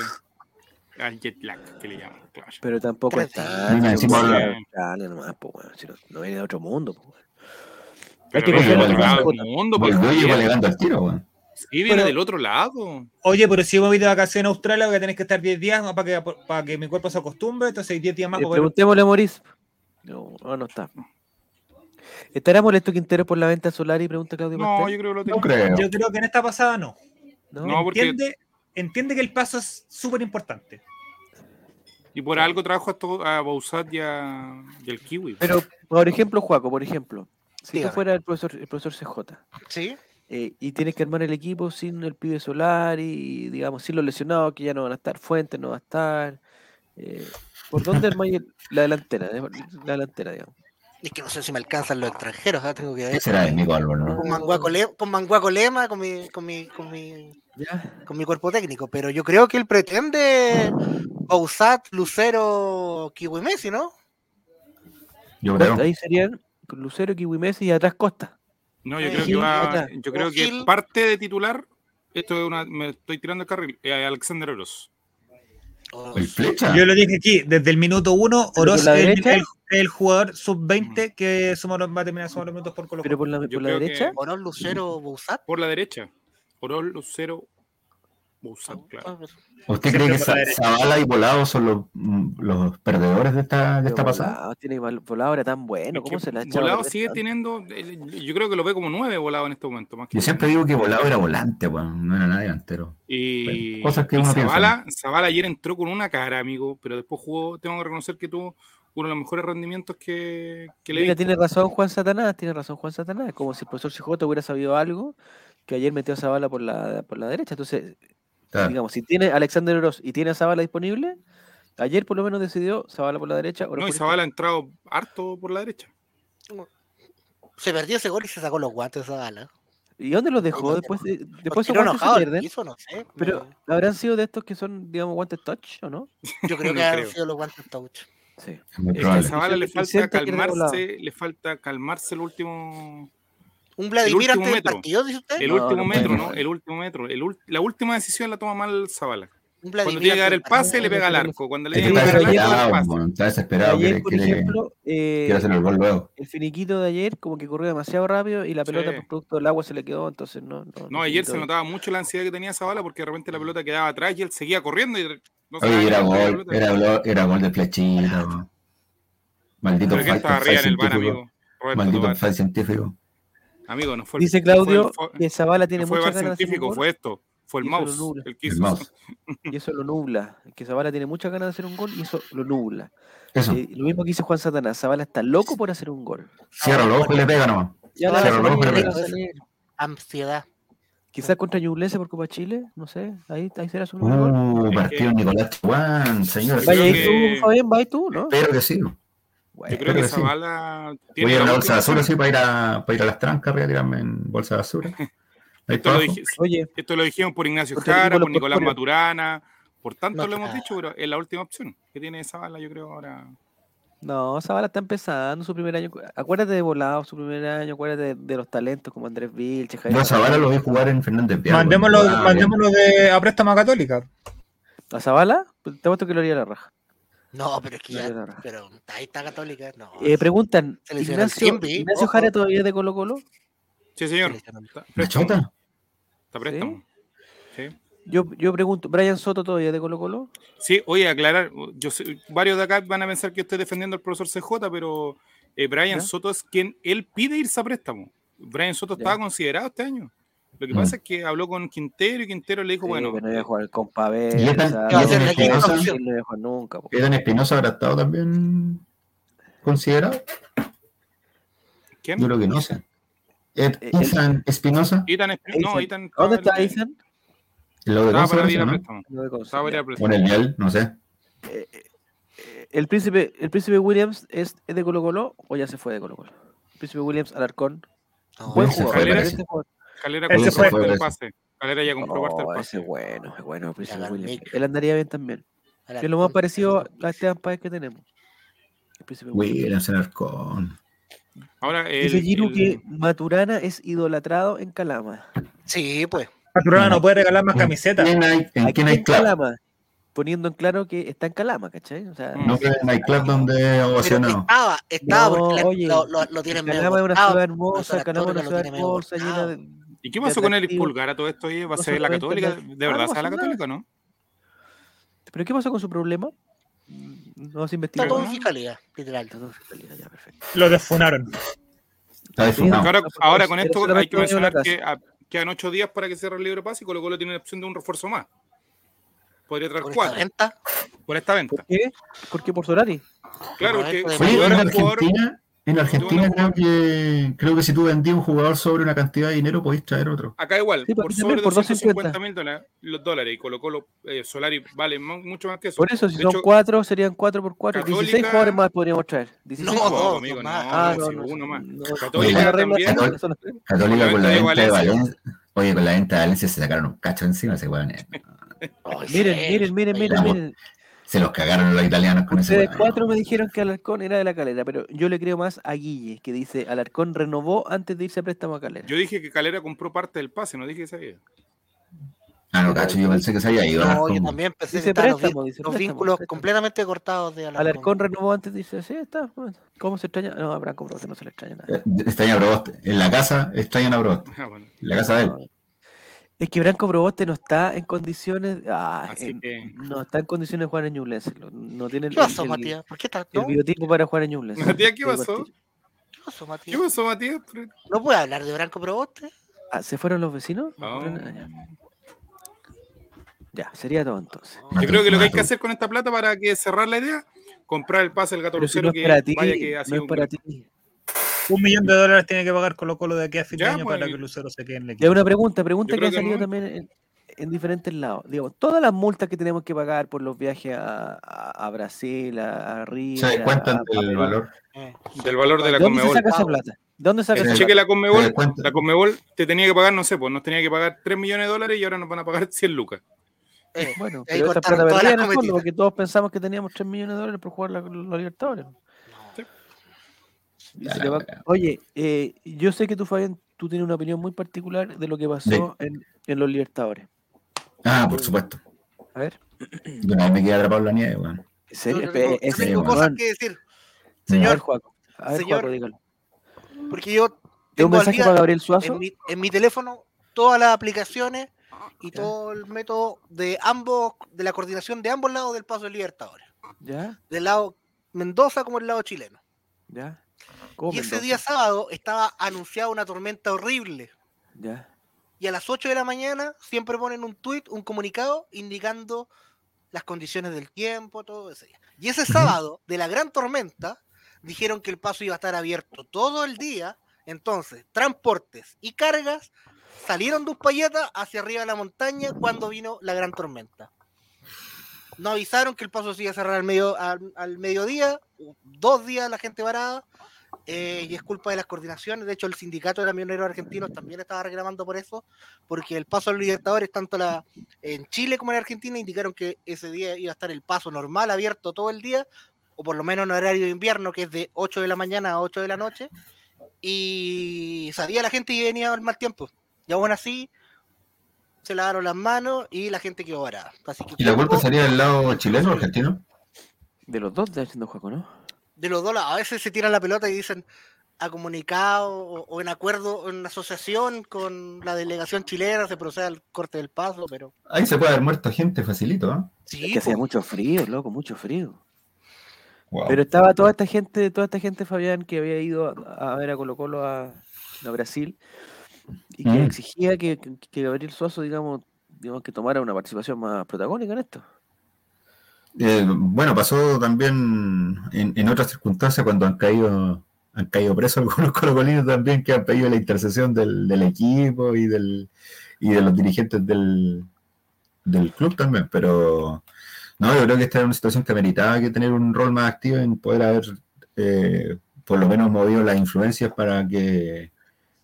[SPEAKER 3] Al jet lag, que le llaman. claro.
[SPEAKER 1] Pero tampoco
[SPEAKER 4] Tres
[SPEAKER 1] es
[SPEAKER 4] días.
[SPEAKER 1] tan.
[SPEAKER 2] Mira, encima
[SPEAKER 1] weón,
[SPEAKER 3] ahora-
[SPEAKER 1] Australia nomás, po, weón, si no, no viene de otro mundo. po, weón.
[SPEAKER 3] Pero
[SPEAKER 1] que
[SPEAKER 3] viene
[SPEAKER 2] confiar
[SPEAKER 3] del
[SPEAKER 2] en
[SPEAKER 3] otro
[SPEAKER 2] la
[SPEAKER 3] lado del
[SPEAKER 1] mascota.
[SPEAKER 3] mundo, pues,
[SPEAKER 2] Volvió y
[SPEAKER 3] Javier.
[SPEAKER 2] iba llegando al tiro, weón.
[SPEAKER 3] Sí, viene
[SPEAKER 6] Pero-
[SPEAKER 3] del otro lado.
[SPEAKER 6] Oye, pero si yo me voy de vacaciones a Australia, voy a tener que estar 10 días para que, para que mi cuerpo se acostumbre, entonces 10 días más
[SPEAKER 1] Eh,
[SPEAKER 6] para poder-
[SPEAKER 1] preguntémosle a Moris. No, no, no está. ¿Estará molesto Quintero por la venta solar y pregunta Claudio
[SPEAKER 3] No,
[SPEAKER 1] Pastel?
[SPEAKER 3] yo creo que lo tenía.
[SPEAKER 2] No creo.
[SPEAKER 6] Yo creo que en esta pasada no.
[SPEAKER 1] No,
[SPEAKER 3] no, porque-
[SPEAKER 6] Entiende, entiende que el paso es súper importante.
[SPEAKER 3] Y por algo trajo a, todo, a Bausat y, a, y al Kiwi.
[SPEAKER 1] Pero, por ejemplo, Juaco, por ejemplo, si tú
[SPEAKER 4] Dígame.
[SPEAKER 1] fueras el profesor, el profesor CJ
[SPEAKER 4] ¿Sí?
[SPEAKER 1] eh, y tienes que armar el equipo sin el pibe solar y, digamos, sin los lesionados que ya no van a estar, Fuentes no va a estar. eh, ¿Por dónde armáis el- la delantera? eh, La delantera, digamos.
[SPEAKER 4] Es que no sé si me alcanzan los extranjeros, ah, tengo que
[SPEAKER 2] ¿Qué
[SPEAKER 4] ver.
[SPEAKER 2] será de Nico Álvaro? no?
[SPEAKER 4] Con Manguaco, Le- con Manguaco Lema, con mi, con, mi, con, mi,
[SPEAKER 1] ¿Ya?
[SPEAKER 4] con mi cuerpo técnico, pero yo creo que él pretende Bousat, Lucero, Kiwi Messi, ¿no?
[SPEAKER 2] Yo
[SPEAKER 1] Costa,
[SPEAKER 2] creo.
[SPEAKER 1] Ahí serían con Lucero, Kiwi Messi y atrás Costa.
[SPEAKER 3] No, yo
[SPEAKER 4] Eh,
[SPEAKER 3] creo que
[SPEAKER 1] Gil,
[SPEAKER 3] va.
[SPEAKER 1] otra.
[SPEAKER 3] Yo creo que
[SPEAKER 4] Gil.
[SPEAKER 3] parte de titular, esto es una, me estoy tirando el carril, eh, Alexander Oroz.
[SPEAKER 4] O-
[SPEAKER 2] ¿El flecha?
[SPEAKER 6] Yo lo dije aquí, desde el minuto 1,
[SPEAKER 1] Pero por
[SPEAKER 6] Oroz es
[SPEAKER 1] la
[SPEAKER 6] el,
[SPEAKER 1] derecha.
[SPEAKER 6] el- el jugador sub-20 que suma los- va a terminar sumando los minutos por Colo
[SPEAKER 1] Pero por la,
[SPEAKER 3] Yo
[SPEAKER 1] por la
[SPEAKER 3] creo que-
[SPEAKER 1] derecha,
[SPEAKER 4] ¿O no Lucero Bousat?
[SPEAKER 3] Por la derecha. Oroz, Lucero,
[SPEAKER 1] Ah,
[SPEAKER 3] Bausat, claro.
[SPEAKER 2] ¿Usted
[SPEAKER 6] Siempre
[SPEAKER 2] cree que
[SPEAKER 6] por la
[SPEAKER 2] Za-
[SPEAKER 6] derecha.
[SPEAKER 2] Zavala y Volado son los, mm, los perdedores de esta, de
[SPEAKER 1] pero
[SPEAKER 2] esta pasada?
[SPEAKER 1] Volado tiene val- volado era tan bueno. ¿Cómo
[SPEAKER 3] Es que
[SPEAKER 1] se la ha echado a
[SPEAKER 3] Volado
[SPEAKER 1] perder
[SPEAKER 3] sigue
[SPEAKER 1] tanto?
[SPEAKER 3] teniendo. eh, Yo creo que lo ve como nueve volado en este momento. Más que
[SPEAKER 2] Yo siempre digo que Volado era volante, weón, no era nada delantero.
[SPEAKER 3] Y,
[SPEAKER 2] Bueno, cosas que
[SPEAKER 3] y
[SPEAKER 2] uno piensa,
[SPEAKER 3] Zavala, Zavala ayer entró con una cara, amigo, pero después jugó, tengo que reconocer que tuvo uno de los mejores rendimientos que, que le he
[SPEAKER 1] Mira,
[SPEAKER 3] visto.
[SPEAKER 1] tiene razón Juan Satanás, tiene razón Juan Satanás. Como si el profesor Cijota hubiera sabido algo que ayer metió a Zavala por la, por la derecha. Entonces,
[SPEAKER 2] Claro.
[SPEAKER 1] digamos, si tiene a Alexander Oroz y tiene a Zavala disponible, ayer por lo menos decidió Zavala por la derecha. Oroz
[SPEAKER 3] No, y
[SPEAKER 1] por
[SPEAKER 3] Zavala ha entrado harto por la derecha.
[SPEAKER 4] Se perdió ese gol y se sacó los guantes esa bala.
[SPEAKER 1] izquierda. ¿Y dónde los dejó?
[SPEAKER 4] Los
[SPEAKER 1] Después, de- después
[SPEAKER 4] Después
[SPEAKER 1] esos guantes se pierden.
[SPEAKER 4] Hizo, no sé.
[SPEAKER 1] Pero
[SPEAKER 4] no.
[SPEAKER 1] habrán sido de estos que son, digamos, guantes touch, ¿o no?
[SPEAKER 4] yo creo que
[SPEAKER 3] no
[SPEAKER 4] han
[SPEAKER 3] creo.
[SPEAKER 4] sido los guantes touch.
[SPEAKER 1] Sí.
[SPEAKER 2] Es muy
[SPEAKER 1] Es que
[SPEAKER 3] A
[SPEAKER 2] probable.
[SPEAKER 1] Zavala-
[SPEAKER 3] Zavala le
[SPEAKER 1] Vicente- Vicente
[SPEAKER 3] falta
[SPEAKER 1] quiere de
[SPEAKER 3] calmarse, le falta calmarse el último,
[SPEAKER 4] Un Vladimir
[SPEAKER 3] último
[SPEAKER 4] antes del
[SPEAKER 3] metro.
[SPEAKER 4] partido, dice usted.
[SPEAKER 3] el
[SPEAKER 1] ¿Eh? No,
[SPEAKER 3] último
[SPEAKER 1] no
[SPEAKER 3] metro,
[SPEAKER 2] puede.
[SPEAKER 3] ¿no? El último metro. El ul- la última decisión la toma mal Zavala.
[SPEAKER 4] Un
[SPEAKER 3] Cuando
[SPEAKER 4] Vladimir
[SPEAKER 3] tiene que dar el
[SPEAKER 4] antes del
[SPEAKER 3] pase, le
[SPEAKER 4] partido.
[SPEAKER 3] pega al arco. Cuando le
[SPEAKER 2] Es que
[SPEAKER 3] llega
[SPEAKER 2] está
[SPEAKER 3] al arco, le da el
[SPEAKER 2] desesperado,
[SPEAKER 3] pase.
[SPEAKER 2] weón, está desesperado,
[SPEAKER 1] Ayer,
[SPEAKER 2] quiere,
[SPEAKER 1] por
[SPEAKER 2] quiere-
[SPEAKER 1] ejemplo, eh,
[SPEAKER 2] quiere hacer el gol luego.
[SPEAKER 1] el finiquito de ayer como que corrió demasiado rápido y la pelota
[SPEAKER 3] Sí.
[SPEAKER 1] por producto del agua se le quedó, entonces no... No,
[SPEAKER 3] No, ayer
[SPEAKER 1] finiquitó
[SPEAKER 3] se
[SPEAKER 1] bien.
[SPEAKER 3] notaba mucho la ansiedad que tenía Zavala porque de repente la pelota quedaba atrás y él seguía corriendo. Y no se daba
[SPEAKER 2] Oye, era
[SPEAKER 3] cuenta de la
[SPEAKER 2] gol,
[SPEAKER 3] pelota.
[SPEAKER 2] era gol, era gol de flechita, weón. Maldito
[SPEAKER 3] Pero ¿quién
[SPEAKER 2] fal-
[SPEAKER 3] estaba
[SPEAKER 2] fal
[SPEAKER 3] arriba en el bar,
[SPEAKER 2] científico.
[SPEAKER 3] amigo? Roberto
[SPEAKER 2] Maldito
[SPEAKER 3] Tobar.
[SPEAKER 2] fal científico.
[SPEAKER 3] Amigo, no fue el-
[SPEAKER 1] Dice
[SPEAKER 3] no fue el-
[SPEAKER 1] Claudio
[SPEAKER 3] fue-
[SPEAKER 1] que Zavala tiene
[SPEAKER 3] no fue
[SPEAKER 1] muchas
[SPEAKER 3] bar
[SPEAKER 1] ganas de hacer un
[SPEAKER 3] científico,
[SPEAKER 1] gol.
[SPEAKER 3] fue esto. Fue el
[SPEAKER 1] y eso lo
[SPEAKER 3] mouse
[SPEAKER 1] nubla.
[SPEAKER 3] el que
[SPEAKER 2] El
[SPEAKER 3] hizo.
[SPEAKER 2] mouse.
[SPEAKER 1] y eso lo nubla. Que Zavala tiene muchas ganas de hacer un gol y eso lo nubla.
[SPEAKER 2] Eso.
[SPEAKER 1] Eh, lo mismo que dice Juan Satanás, Zavala está loco por hacer un gol.
[SPEAKER 2] Cierra los ojos y le pega nomás.
[SPEAKER 1] Ya
[SPEAKER 4] Zavala
[SPEAKER 2] Cierra los ojos y le
[SPEAKER 4] Pero-
[SPEAKER 2] pega.
[SPEAKER 4] Ansiedad.
[SPEAKER 1] Quizás contra Ñublense por Copa Chile, no sé, ahí, ahí será su primer gol.
[SPEAKER 2] Uh,
[SPEAKER 3] que-
[SPEAKER 2] partido Nicolás Juan, señor.
[SPEAKER 1] Vaya
[SPEAKER 3] creo
[SPEAKER 1] ahí
[SPEAKER 3] que-
[SPEAKER 1] tú, Fabián, va ahí tú, ¿no?
[SPEAKER 2] Espero que sí.
[SPEAKER 1] Bueno,
[SPEAKER 3] Yo creo que
[SPEAKER 2] Pero sí.
[SPEAKER 3] Zavala
[SPEAKER 2] Voy a
[SPEAKER 3] la
[SPEAKER 2] una bolsa de
[SPEAKER 3] última-
[SPEAKER 2] basura, sí, para ir a, para ir a las trancas, voy a tirarme en bolsa de basura. Ahí
[SPEAKER 3] Esto
[SPEAKER 2] está.
[SPEAKER 3] lo,
[SPEAKER 2] abajo.
[SPEAKER 3] dij-
[SPEAKER 1] Oye,
[SPEAKER 3] esto lo dijimos por Ignacio
[SPEAKER 1] Porque el
[SPEAKER 3] Jara,
[SPEAKER 1] equipo
[SPEAKER 3] por
[SPEAKER 1] lo
[SPEAKER 3] Nicolás
[SPEAKER 1] corpórea.
[SPEAKER 3] Maturana. Por tanto lo hemos
[SPEAKER 4] Maturana.
[SPEAKER 3] dicho, pero es la última opción que tiene Zavala, yo creo, ahora.
[SPEAKER 1] no, Zavala está empezando su primer año. Acuérdate de Volado, su primer año, acuérdate de, de los talentos como Andrés Vilche, Javier.
[SPEAKER 2] Yo a Zavala
[SPEAKER 1] Fernández.
[SPEAKER 2] lo vi jugar en Fernández Vial.
[SPEAKER 6] Mandémoslo,
[SPEAKER 2] weón. Ah,
[SPEAKER 6] mandémoslo de a préstamo a Católica.
[SPEAKER 1] ¿A Zavala? Te apuesto que lo haría la raja.
[SPEAKER 4] No, pero es que
[SPEAKER 1] No, no,
[SPEAKER 4] ya.
[SPEAKER 1] no.
[SPEAKER 4] Pero ahí está Católica. No.
[SPEAKER 1] Eh, preguntan,
[SPEAKER 4] Se le hicieron al
[SPEAKER 1] ¿Ignacio,
[SPEAKER 4] Simbi,
[SPEAKER 1] Ignacio
[SPEAKER 4] ojo.
[SPEAKER 1] Jara todavía es de Colo Colo?
[SPEAKER 3] Sí,
[SPEAKER 4] se
[SPEAKER 3] señor.
[SPEAKER 4] le hicieron-
[SPEAKER 3] Está
[SPEAKER 2] bien. ¿La
[SPEAKER 3] préstamo.
[SPEAKER 2] chota?
[SPEAKER 3] Está préstamo. Sí.
[SPEAKER 1] Yo, yo pregunto, ¿Brian Soto todavía es de Colo Colo?
[SPEAKER 3] Sí, oye, aclarar, yo sé- varios de acá van a pensar que estoy defendiendo al profesor CJ, pero eh, Brian
[SPEAKER 1] ¿Ya?
[SPEAKER 3] Soto es quien él pide irse a préstamo. Brian Soto
[SPEAKER 1] Ya.
[SPEAKER 3] estaba considerado este año. Lo que
[SPEAKER 2] Mm.
[SPEAKER 3] pasa es que habló con Quintero y Quintero le dijo,
[SPEAKER 1] Sí,
[SPEAKER 3] bueno,
[SPEAKER 1] que no iba a jugar con Pavel.
[SPEAKER 2] Y Ethan-
[SPEAKER 1] Saavedra,
[SPEAKER 4] ¿Qué va a
[SPEAKER 1] no
[SPEAKER 4] hacer la
[SPEAKER 1] iba a
[SPEAKER 4] quinta
[SPEAKER 1] jugar
[SPEAKER 4] opción?
[SPEAKER 1] Gil, no iba a jugar nunca. po.
[SPEAKER 2] Edan Espinosa habrá estado también considerado.
[SPEAKER 3] ¿quién?
[SPEAKER 2] Yo creo que no sé. Ed,
[SPEAKER 1] Eh,
[SPEAKER 2] Ethan Espinosa,
[SPEAKER 3] Ethan Espe- no,
[SPEAKER 1] Ethan,
[SPEAKER 3] Ethan estaba
[SPEAKER 1] ¿Dónde está
[SPEAKER 3] en-
[SPEAKER 1] Ethan?
[SPEAKER 2] el lado de
[SPEAKER 3] Estaba Ah, para
[SPEAKER 2] Gonzalo,
[SPEAKER 3] ir a
[SPEAKER 2] ¿no?
[SPEAKER 3] préstamo.
[SPEAKER 1] No me consta,
[SPEAKER 3] Estaba para ir
[SPEAKER 1] ya.
[SPEAKER 3] a préstamo.
[SPEAKER 2] Con el Vial, no sé.
[SPEAKER 1] Eh, eh, eh, el príncipe, el príncipe Williams es, es de Colo Colo o ya se fue de Colo Colo. Príncipe Williams Alarcón.
[SPEAKER 4] No,
[SPEAKER 1] Buen
[SPEAKER 2] se fue,
[SPEAKER 1] jugador.
[SPEAKER 3] Calera.
[SPEAKER 1] excelente jugador.
[SPEAKER 3] Calera
[SPEAKER 6] Él
[SPEAKER 3] compró
[SPEAKER 6] se fue.
[SPEAKER 3] parte del pase. Calera ya compró parte del
[SPEAKER 1] Oh,
[SPEAKER 3] pase.
[SPEAKER 1] ese es bueno, es bueno, el príncipe
[SPEAKER 4] Alarcón.
[SPEAKER 1] Williams. Él andaría bien también. Que es lo más parecido a este Esteban Páez que tenemos. El príncipe Williams.
[SPEAKER 2] Williams, el Arcón.
[SPEAKER 3] Ahora, el,
[SPEAKER 1] Dice Giru
[SPEAKER 3] el-
[SPEAKER 1] que Maturana es idolatrado en Calama.
[SPEAKER 4] Sí, pues.
[SPEAKER 6] Patrona
[SPEAKER 2] Mm.
[SPEAKER 6] no puede regalar más camisetas.
[SPEAKER 2] ¿Quién hay, ¿En
[SPEAKER 1] Aquí
[SPEAKER 2] qué
[SPEAKER 1] en
[SPEAKER 2] nightclub?
[SPEAKER 1] Calama, poniendo en claro que está en Calama, ¿cachai? O sea,
[SPEAKER 2] No que el nightclub donde
[SPEAKER 4] Pero
[SPEAKER 2] ovacionado.
[SPEAKER 4] estaba, estaba,
[SPEAKER 1] No,
[SPEAKER 4] porque la-
[SPEAKER 1] oye,
[SPEAKER 4] lo, lo- lo tienen medio
[SPEAKER 1] Calama es una
[SPEAKER 4] botado,
[SPEAKER 1] ciudad
[SPEAKER 4] la
[SPEAKER 1] hermosa, Calama es una
[SPEAKER 4] Católica lo
[SPEAKER 1] ciudad
[SPEAKER 4] tiene medio
[SPEAKER 1] hermosa, llena
[SPEAKER 4] cortado.
[SPEAKER 1] de...
[SPEAKER 3] ¿Y qué pasó con el
[SPEAKER 1] Atractivo.
[SPEAKER 3] pulgar a todo esto? oye? ¿Va a
[SPEAKER 1] No
[SPEAKER 3] ser la
[SPEAKER 1] solamente
[SPEAKER 3] católica?
[SPEAKER 1] la-
[SPEAKER 3] ¿De
[SPEAKER 1] Ah,
[SPEAKER 3] verdad
[SPEAKER 1] no
[SPEAKER 3] será la
[SPEAKER 1] pasa nada.
[SPEAKER 3] católica no?
[SPEAKER 1] ¿Pero qué pasó con su problema? Mm, No se investigó.
[SPEAKER 4] Está todo en
[SPEAKER 1] ¿no?
[SPEAKER 4] fiscalía, literal.
[SPEAKER 1] Está todo en fiscalía, ya, perfecto.
[SPEAKER 6] Lo desfunaron.
[SPEAKER 2] Está
[SPEAKER 1] No.
[SPEAKER 3] Porque
[SPEAKER 2] disfrutado.
[SPEAKER 3] ahora,
[SPEAKER 1] No, pero
[SPEAKER 3] ahora
[SPEAKER 1] es-
[SPEAKER 3] con
[SPEAKER 1] pero
[SPEAKER 3] esto
[SPEAKER 1] solamente
[SPEAKER 3] hay que
[SPEAKER 1] dueño de la
[SPEAKER 3] mencionar que ah, quedan ocho días para que cierre el libro pase y Colo Colo tiene la opción de un refuerzo más. Podría traer
[SPEAKER 4] Por esta
[SPEAKER 3] cuatro
[SPEAKER 4] venta,
[SPEAKER 3] por esta venta.
[SPEAKER 1] ¿Por qué? ¿Por qué por Solari?
[SPEAKER 3] Claro,
[SPEAKER 4] Por
[SPEAKER 3] porque
[SPEAKER 4] esta
[SPEAKER 3] si
[SPEAKER 4] venta.
[SPEAKER 2] Oye,
[SPEAKER 3] yo
[SPEAKER 2] en
[SPEAKER 3] era un jugador,
[SPEAKER 2] Argentina, en Argentina
[SPEAKER 3] Yo
[SPEAKER 2] creo que, creo que si tú vendías un jugador sobre una cantidad de dinero, podías traer otro.
[SPEAKER 3] acá igual,
[SPEAKER 1] Sí,
[SPEAKER 3] por
[SPEAKER 1] pues,
[SPEAKER 3] sobre
[SPEAKER 1] también por
[SPEAKER 3] 250 mil dólares, los dólares y Colo Colo eh, Solari vale mo- mucho más que eso.
[SPEAKER 1] Por eso, si
[SPEAKER 3] De
[SPEAKER 1] son
[SPEAKER 3] hecho,
[SPEAKER 1] cuatro, serían cuatro por cuatro.
[SPEAKER 3] Católica-
[SPEAKER 1] 16 jugadores más podríamos traer. 16
[SPEAKER 4] No,
[SPEAKER 1] jugadores.
[SPEAKER 4] dos,
[SPEAKER 3] no, amigo,
[SPEAKER 4] dos
[SPEAKER 3] no,
[SPEAKER 4] más.
[SPEAKER 1] Ah, no,
[SPEAKER 3] si
[SPEAKER 1] no,
[SPEAKER 3] uno más.
[SPEAKER 1] no,
[SPEAKER 3] Católica
[SPEAKER 1] son las reglas,
[SPEAKER 3] también.
[SPEAKER 1] son las- son las reglas.
[SPEAKER 2] Católica con la
[SPEAKER 3] Obviamente,
[SPEAKER 2] venta de
[SPEAKER 3] Valencia.
[SPEAKER 2] Valencia. Oye, con la venta de Valencia se sacaron un cacho encima, se weón. eh.
[SPEAKER 4] Ay,
[SPEAKER 1] Miren,
[SPEAKER 4] sí,
[SPEAKER 1] miren, miren,
[SPEAKER 4] oye,
[SPEAKER 1] miren,
[SPEAKER 2] Vamos.
[SPEAKER 1] miren.
[SPEAKER 2] Se los cagaron los italianos con ese
[SPEAKER 1] Ustedes
[SPEAKER 2] weón.
[SPEAKER 1] cuatro me dijeron que Alarcón era de la calera, pero yo le creo más a Guille, que dice Alarcón renovó antes de irse a préstamo a calera.
[SPEAKER 3] Yo dije que Calera compró parte del pase, no dije que sabía.
[SPEAKER 2] Ah, no, cacho, yo pensé que se había ido. ah, a
[SPEAKER 4] No, yo
[SPEAKER 2] Alarcón.
[SPEAKER 4] también pensé que
[SPEAKER 1] Dice
[SPEAKER 4] estaban los, vi-
[SPEAKER 1] préstamo, dice
[SPEAKER 4] los
[SPEAKER 1] préstamo,
[SPEAKER 4] vínculos
[SPEAKER 1] préstamo.
[SPEAKER 4] completamente cortados de Alarcón.
[SPEAKER 1] Alarcón renovó antes de irse, sí, está. bueno, ¿Cómo se extraña? No, habrá comprado que no se le extraña nada.
[SPEAKER 2] Eh, Extraña a Probost. En la casa, extrañan a Probost.
[SPEAKER 3] Ah, bueno.
[SPEAKER 2] En la casa de él.
[SPEAKER 1] Es que Branco Proboste no está en condiciones. Ah,
[SPEAKER 3] Así
[SPEAKER 1] en-
[SPEAKER 3] que
[SPEAKER 1] no está en condiciones de jugar en Ñublense. lo- No tiene el,
[SPEAKER 4] ¿Qué pasó,
[SPEAKER 1] el-
[SPEAKER 4] Matías? ¿Por qué estás?
[SPEAKER 1] el
[SPEAKER 4] No, ¿qué
[SPEAKER 1] biotipo para jugar en Ñublense.
[SPEAKER 3] Matías, ¿qué
[SPEAKER 1] Te digo
[SPEAKER 3] pasó?
[SPEAKER 1] al tiro.
[SPEAKER 4] pasó,
[SPEAKER 3] ¿Qué
[SPEAKER 4] Matías?
[SPEAKER 3] pasó, Matías?
[SPEAKER 4] No puede hablar de Branco Proboste.
[SPEAKER 1] Ah, ¿Se fueron los vecinos?
[SPEAKER 3] No.
[SPEAKER 1] Ah, ya. Ya, sería todo entonces.
[SPEAKER 3] Yo creo que lo que hay que hacer con esta plata para que cerrar la idea, comprar el pase del gato
[SPEAKER 1] Pero si
[SPEAKER 3] Lucero
[SPEAKER 1] no es
[SPEAKER 3] que
[SPEAKER 1] para ti,
[SPEAKER 3] vaya que ha
[SPEAKER 1] no
[SPEAKER 3] sido
[SPEAKER 1] es
[SPEAKER 3] un
[SPEAKER 1] para
[SPEAKER 3] gran-
[SPEAKER 1] ti.
[SPEAKER 6] Un millón de dólares tiene que pagar Colo Colo de aquí a fin de
[SPEAKER 3] Ya,
[SPEAKER 6] año
[SPEAKER 3] pues,
[SPEAKER 6] para
[SPEAKER 3] y-
[SPEAKER 6] que Lucero se quede en el
[SPEAKER 1] Y hay
[SPEAKER 6] equipo.
[SPEAKER 1] una pregunta, pregunta
[SPEAKER 3] Yo
[SPEAKER 1] que
[SPEAKER 3] creo
[SPEAKER 1] ha
[SPEAKER 3] que
[SPEAKER 1] salido
[SPEAKER 3] no.
[SPEAKER 1] también en, en diferentes lados. Digamos, todas las multas que tenemos que pagar por los viajes a, a- a Brasil, a, a Río.
[SPEAKER 2] Se descuentan del valor.
[SPEAKER 4] Eh,
[SPEAKER 3] del valor de la
[SPEAKER 1] ¿De dónde se
[SPEAKER 3] Conmebol.
[SPEAKER 1] saca esa plata? ¿De dónde se saca
[SPEAKER 3] El
[SPEAKER 1] esa
[SPEAKER 3] cheque de
[SPEAKER 1] plata?
[SPEAKER 3] la Conmebol,
[SPEAKER 2] descuentan.
[SPEAKER 3] la Conmebol te tenía que pagar, no sé, pues nos tenía que pagar 3 millones de dólares y ahora nos van a pagar 100 lucas.
[SPEAKER 4] eh,
[SPEAKER 1] Bueno,
[SPEAKER 4] ahí
[SPEAKER 1] pero esa
[SPEAKER 4] cortaron
[SPEAKER 1] plata
[SPEAKER 4] todas
[SPEAKER 1] perdida
[SPEAKER 4] las
[SPEAKER 1] en el fondo,
[SPEAKER 4] cometidas.
[SPEAKER 1] porque todos pensamos que teníamos 3 millones de dólares por jugar la, la Libertadores. Y
[SPEAKER 2] Ya
[SPEAKER 1] se
[SPEAKER 2] la
[SPEAKER 1] le va-
[SPEAKER 2] wea.
[SPEAKER 1] Oye, eh, yo sé que tú, Fabián, tú tienes una opinión muy particular de lo que pasó en, en los Libertadores.
[SPEAKER 2] Ah, por supuesto.
[SPEAKER 1] A ver,
[SPEAKER 2] Yo una vez me quedé atrapado en la nieve, weón.
[SPEAKER 1] en
[SPEAKER 4] Yo
[SPEAKER 1] serio,
[SPEAKER 4] tengo-
[SPEAKER 1] Espe-
[SPEAKER 4] yo
[SPEAKER 1] ese-
[SPEAKER 4] tengo
[SPEAKER 2] weón.
[SPEAKER 4] cosas
[SPEAKER 1] Juan,
[SPEAKER 4] que decir,
[SPEAKER 1] A ver,
[SPEAKER 4] señor,
[SPEAKER 1] Juaco, a ver,
[SPEAKER 4] señor.
[SPEAKER 1] Juaco, dígalo.
[SPEAKER 4] porque yo
[SPEAKER 1] Tengo un
[SPEAKER 4] tengo al
[SPEAKER 1] mensaje
[SPEAKER 4] día
[SPEAKER 1] para Gabriel Suazo.
[SPEAKER 4] en mi, en mi teléfono todas las aplicaciones y todo el método de ambos, de la coordinación de ambos lados del paso de Libertadores,
[SPEAKER 1] ¿Ya?
[SPEAKER 4] del lado Mendoza como el lado chileno.
[SPEAKER 1] ¿Ya? ¿Cómo
[SPEAKER 4] Y ese
[SPEAKER 1] Oh, Mendoza?
[SPEAKER 4] día sábado estaba anunciada una tormenta horrible.
[SPEAKER 1] ¿Ya?
[SPEAKER 4] Y a las 8 de la mañana siempre ponen un tuit, un comunicado indicando las condiciones del tiempo, todo eso. Y ese sábado, de la gran tormenta, dijeron que el paso iba a estar abierto todo el día. Entonces, transportes y cargas salieron de Uspallata hacia arriba de la montaña cuando vino la gran tormenta. No avisaron que el paso se iba a cerrar al, medio, al, al mediodía, dos días la gente varada, eh, y es culpa de las coordinaciones. De hecho, el sindicato de camioneros argentinos también estaba reclamando por eso, porque el paso a los libertadores, tanto la, en Chile como en Argentina, indicaron que ese día iba a estar el paso normal, abierto todo el día, o por lo menos en horario de invierno, que es de 8 de la mañana a 8 de la noche, y sabía la gente que venía al mal tiempo. Y aún así, se lavaron las manos y la gente quedó varada. Así que
[SPEAKER 2] ¿Y la culpa
[SPEAKER 4] culpo
[SPEAKER 2] sería del lado chileno o argentino?
[SPEAKER 1] De los dos está haciendo Juaco, ¿no?
[SPEAKER 4] de los dólares, a veces se tiran la pelota y dicen a comunicado o, o en acuerdo, o en asociación con la delegación chilena, se procede al corte del paso, pero
[SPEAKER 2] Ahí se puede haber muerto gente facilito, ¿ah?
[SPEAKER 1] Es
[SPEAKER 4] sí, pues.
[SPEAKER 1] que hacía
[SPEAKER 4] po,
[SPEAKER 1] mucho frío, loco, mucho frío.
[SPEAKER 2] Wow.
[SPEAKER 1] Pero estaba toda esta gente, toda esta gente, Fabián, que había ido a, a ver a Colo Colo a, a Brasil y que
[SPEAKER 2] Mm.
[SPEAKER 1] exigía que, que- que Gabriel Suazo, digamos, digamos, que tomara una participación más protagónica en esto.
[SPEAKER 2] Eh, bueno, pasó también en, en otras circunstancias cuando han caído han caído presos algunos colocolinos también que han pedido la intercesión del, del equipo y del y de los dirigentes del, del club también, pero no, yo creo que esta era una situación que meritaba que tener un rol más activo en poder haber eh, por lo menos movido las influencias para que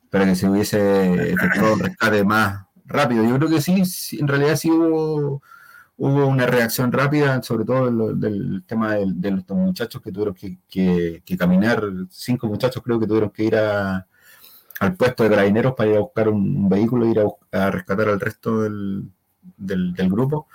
[SPEAKER 2] para que se hubiese efectuado un rescate más rápido. Yo creo que sí, sí, en realidad sí hubo hubo una reacción rápida, sobre todo de lo- del tema del- de, los muchachos que tuvieron que, que- que caminar, cinco muchachos creo que tuvieron que ir a, al puesto de carabineros para ir a buscar un, un vehículo e ir a, bus- a rescatar al resto del, del- del grupo.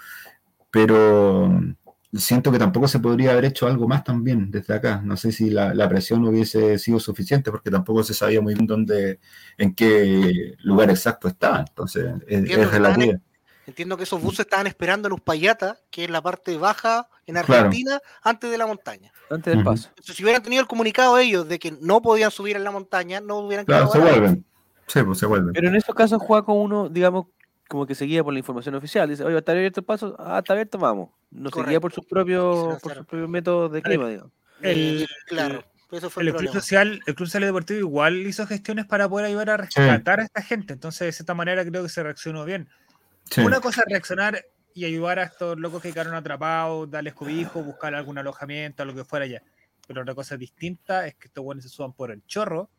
[SPEAKER 2] Pero mm, siento que tampoco se podría haber hecho algo más también desde acá. No sé si la, la presión hubiese sido suficiente porque tampoco se sabía muy bien dónde, en qué lugar exacto estaba. Entonces, es,
[SPEAKER 4] Entiendo
[SPEAKER 2] es
[SPEAKER 4] que estaban
[SPEAKER 2] relativo.
[SPEAKER 4] Entiendo que esos buses estaban esperando en Uspallata, que es la parte baja en
[SPEAKER 2] Claro.
[SPEAKER 4] Argentina, antes de la montaña.
[SPEAKER 1] Antes del
[SPEAKER 2] Ujú.
[SPEAKER 1] paso.
[SPEAKER 4] Entonces, si hubieran tenido el comunicado ellos de que no podían subir en la montaña, no hubieran
[SPEAKER 2] Claro, se
[SPEAKER 4] quedado ahí.
[SPEAKER 2] vuelven. Sí, pues se vuelven.
[SPEAKER 1] Pero en esos casos, Juaco, uno, digamos, como que seguía por la información oficial. Dice, oye, está abierto el paso. Ah, está abierto, vamos. No seguía
[SPEAKER 4] Correcto.
[SPEAKER 1] por sus propios, por
[SPEAKER 4] Claro.
[SPEAKER 1] sus propios métodos de clima, digamos.
[SPEAKER 6] El,
[SPEAKER 4] Eh, Claro, eso fue
[SPEAKER 6] el
[SPEAKER 4] el,
[SPEAKER 6] club
[SPEAKER 4] problema.
[SPEAKER 6] social, el club social deportivo igual hizo gestiones para poder ayudar a rescatar a esta gente. Entonces, de cierta manera creo que se reaccionó bien.
[SPEAKER 2] Sí.
[SPEAKER 6] Una cosa es reaccionar y ayudar a estos locos que quedaron atrapados, darles cobijo, buscar algún alojamiento, lo que fuera ya. Pero otra cosa distinta es que estos buenos se suban por el chorro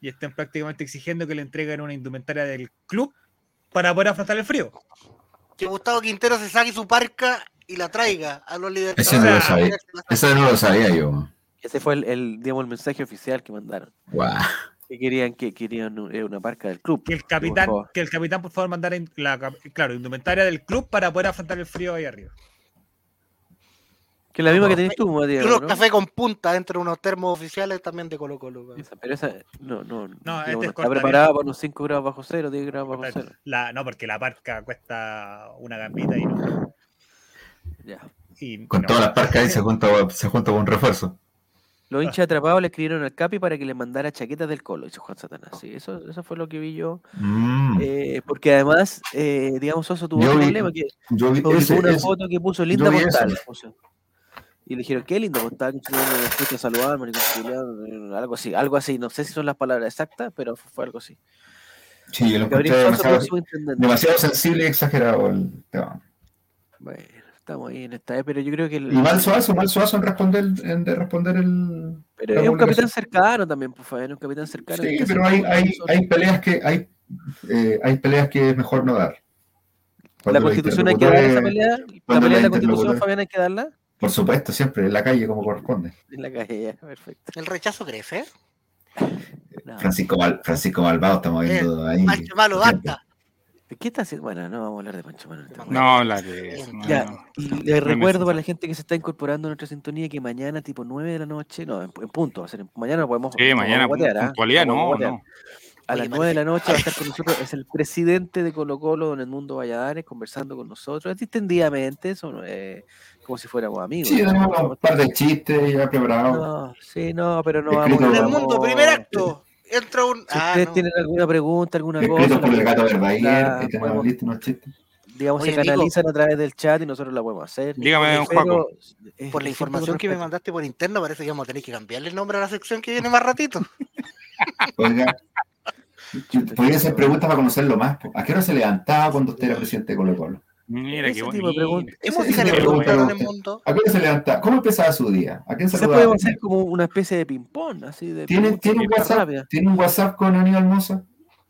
[SPEAKER 6] y estén prácticamente exigiendo que le entreguen una indumentaria del club para poder afrontar el frío.
[SPEAKER 4] Que Gustavo Quintero se saque su parca y la traiga a los libertadores.
[SPEAKER 2] Ese
[SPEAKER 6] no lo
[SPEAKER 2] sabía. Eso no lo sabía yo.
[SPEAKER 1] Ese fue el, el, digamos, el mensaje oficial que mandaron.
[SPEAKER 2] Guau.
[SPEAKER 1] Que querían que querían un- eh, una parca del club.
[SPEAKER 6] Que el
[SPEAKER 1] por
[SPEAKER 6] capitán,
[SPEAKER 1] favor.
[SPEAKER 6] que el capitán por favor mandara in- la cap- claro, indumentaria del club para poder afrontar el frío ahí arriba.
[SPEAKER 1] Que es la misma que tenés tú, Matías.
[SPEAKER 4] Y unos
[SPEAKER 1] ¿no?
[SPEAKER 4] café con punta dentro de unos termos oficiales también de Colo Colo. weón.
[SPEAKER 1] Esa- Pero esa, no, no, digamos, no
[SPEAKER 6] este es
[SPEAKER 1] está
[SPEAKER 6] corta,
[SPEAKER 1] preparada para unos 5 grados bajo cero, 10 grados bajo cero.
[SPEAKER 6] La, no, porque la parca cuesta una gambita y no.
[SPEAKER 1] Ya.
[SPEAKER 6] y
[SPEAKER 2] Con
[SPEAKER 6] no.
[SPEAKER 2] todas las parcas ahí se junta, se junta con un refuerzo.
[SPEAKER 1] Los
[SPEAKER 6] Ah.
[SPEAKER 1] hinchas atrapados le escribieron al Capi para que le mandara chaquetas del colo, dice Juan Satanás. Sí, eso, eso fue lo que vi yo.
[SPEAKER 2] Mm.
[SPEAKER 1] Eh, porque además, eh, digamos, Soso tuvo
[SPEAKER 2] Yo
[SPEAKER 1] un
[SPEAKER 2] vi-
[SPEAKER 1] problema que
[SPEAKER 2] Yo vi
[SPEAKER 1] publicó
[SPEAKER 2] ese-
[SPEAKER 1] una
[SPEAKER 2] ese-
[SPEAKER 1] foto que puso linda
[SPEAKER 2] vi eso.
[SPEAKER 1] postal. puso. Y le dijeron, qué linda postal, que chulo, me fuiste a saludar, maricón culiao", eh, algo así, algo así. No sé si son las palabras exactas, pero fue fue algo así.
[SPEAKER 2] Sí, yo lo encontré
[SPEAKER 1] Gabriel Soso,
[SPEAKER 2] demasiado,
[SPEAKER 1] próximo intendente.
[SPEAKER 2] demasiado sensible y exagerado el tema.
[SPEAKER 1] Bueno, estamos ahí en esta, eh, pero yo creo que... el-
[SPEAKER 2] Y mal suazo, mal suazo en responder, en de responder el.
[SPEAKER 1] Pero
[SPEAKER 2] la
[SPEAKER 1] es un capitán
[SPEAKER 2] publicación.
[SPEAKER 1] cercano también, por favor, es un capitán cercano.
[SPEAKER 2] Sí,
[SPEAKER 1] que hace
[SPEAKER 2] pero
[SPEAKER 1] todo
[SPEAKER 2] hay,
[SPEAKER 1] por
[SPEAKER 2] hay,
[SPEAKER 1] nosotros.
[SPEAKER 2] hay peleas que hay, eh, hay peleas que es mejor no dar. Cuando
[SPEAKER 1] La
[SPEAKER 2] los
[SPEAKER 1] constitución hay que darla
[SPEAKER 2] interlocutores-
[SPEAKER 1] esa pelea. La
[SPEAKER 2] cuando
[SPEAKER 1] pelea de
[SPEAKER 2] los
[SPEAKER 1] la constitución,
[SPEAKER 2] interlocutores-
[SPEAKER 1] Fabián, hay que darla.
[SPEAKER 2] Por supuesto, siempre, en la calle como corresponde.
[SPEAKER 1] En la calle, ya, perfecto.
[SPEAKER 4] El rechazo crece. ¿eh?
[SPEAKER 1] No.
[SPEAKER 2] Francisco, Val- Francisco Malvado estamos viendo
[SPEAKER 1] Eh,
[SPEAKER 2] ahí.
[SPEAKER 4] Pancho Malo, basta.
[SPEAKER 1] ¿De ¿Qué está haciendo? Bueno, no vamos a hablar de Pancho Manuel.
[SPEAKER 4] No,
[SPEAKER 3] No, la de eso, no,
[SPEAKER 1] Ya,
[SPEAKER 3] Ah, no.
[SPEAKER 1] y
[SPEAKER 3] no
[SPEAKER 1] le
[SPEAKER 3] es
[SPEAKER 1] recuerdo para
[SPEAKER 3] necesario.
[SPEAKER 1] la gente que se está incorporando a nuestra sintonía que mañana, tipo 9 de la noche, no, en, en punto, va a ser en- mañana no podemos.
[SPEAKER 3] Sí,
[SPEAKER 1] no
[SPEAKER 3] mañana,
[SPEAKER 1] podemos guatear, ¿ah?
[SPEAKER 3] puntualidad,
[SPEAKER 1] podemos
[SPEAKER 3] no,
[SPEAKER 1] guatear.
[SPEAKER 3] no.
[SPEAKER 1] A las
[SPEAKER 4] Oye,
[SPEAKER 1] 9 de la noche va a estar con nosotros, es el presidente de Colo Colo, don Edmundo Valladares, conversando con nosotros, distendidamente, son, eh, como si fuéramos amigos.
[SPEAKER 2] Sí,
[SPEAKER 1] ¿no?
[SPEAKER 2] tenemos un par de chistes ya preparados.
[SPEAKER 1] No, sí, no, pero no
[SPEAKER 2] Escrito
[SPEAKER 1] vamos.
[SPEAKER 4] En el
[SPEAKER 2] no.
[SPEAKER 4] mundo, primer acto. Entra un.
[SPEAKER 1] Si
[SPEAKER 4] Ah,
[SPEAKER 1] ustedes
[SPEAKER 4] no.
[SPEAKER 1] tienen alguna pregunta, alguna cosa,
[SPEAKER 2] Escritos por el gato Verdaguer, este
[SPEAKER 1] la
[SPEAKER 2] ahí tenemos
[SPEAKER 1] podemos-
[SPEAKER 2] listos unos chistes.
[SPEAKER 1] digamos,
[SPEAKER 4] Oye,
[SPEAKER 1] se
[SPEAKER 4] Nico.
[SPEAKER 1] canalizan a través del chat y nosotros la podemos hacer.
[SPEAKER 3] Dígame, don
[SPEAKER 1] Pero,
[SPEAKER 3] Juaco.
[SPEAKER 1] eh,
[SPEAKER 4] Por la
[SPEAKER 1] siempre
[SPEAKER 4] información
[SPEAKER 1] con
[SPEAKER 4] que me
[SPEAKER 1] respeto.
[SPEAKER 4] mandaste por interno, parece que vamos a tener que cambiarle el nombre a la sección que viene más ratito.
[SPEAKER 2] Oiga, podría hacer preguntas para conocerlo más. po. ¿A qué hora se levantaba cuando usted era presidente de Colo Colo?
[SPEAKER 3] Mira, qué
[SPEAKER 1] Ese tipo de
[SPEAKER 3] bonito.
[SPEAKER 1] preguntas.
[SPEAKER 4] ¿Qué
[SPEAKER 1] ese
[SPEAKER 4] música le
[SPEAKER 1] tipo de
[SPEAKER 2] pregunta
[SPEAKER 1] preguntas.
[SPEAKER 4] preguntaron en
[SPEAKER 2] usted.
[SPEAKER 4] el mundo?
[SPEAKER 2] ¿A qué hora se levantaba? ¿Cómo empezaba su día? ¿A quién
[SPEAKER 1] Quizás
[SPEAKER 2] saludaba?
[SPEAKER 1] podemos hacer como una especie de ping-pong, así de.
[SPEAKER 2] ¿Tiene,
[SPEAKER 1] preguntas
[SPEAKER 2] tiene, un
[SPEAKER 1] bien
[SPEAKER 2] WhatsApp,
[SPEAKER 1] rápidas.
[SPEAKER 2] ¿Tiene un WhatsApp con Aníbal Moza?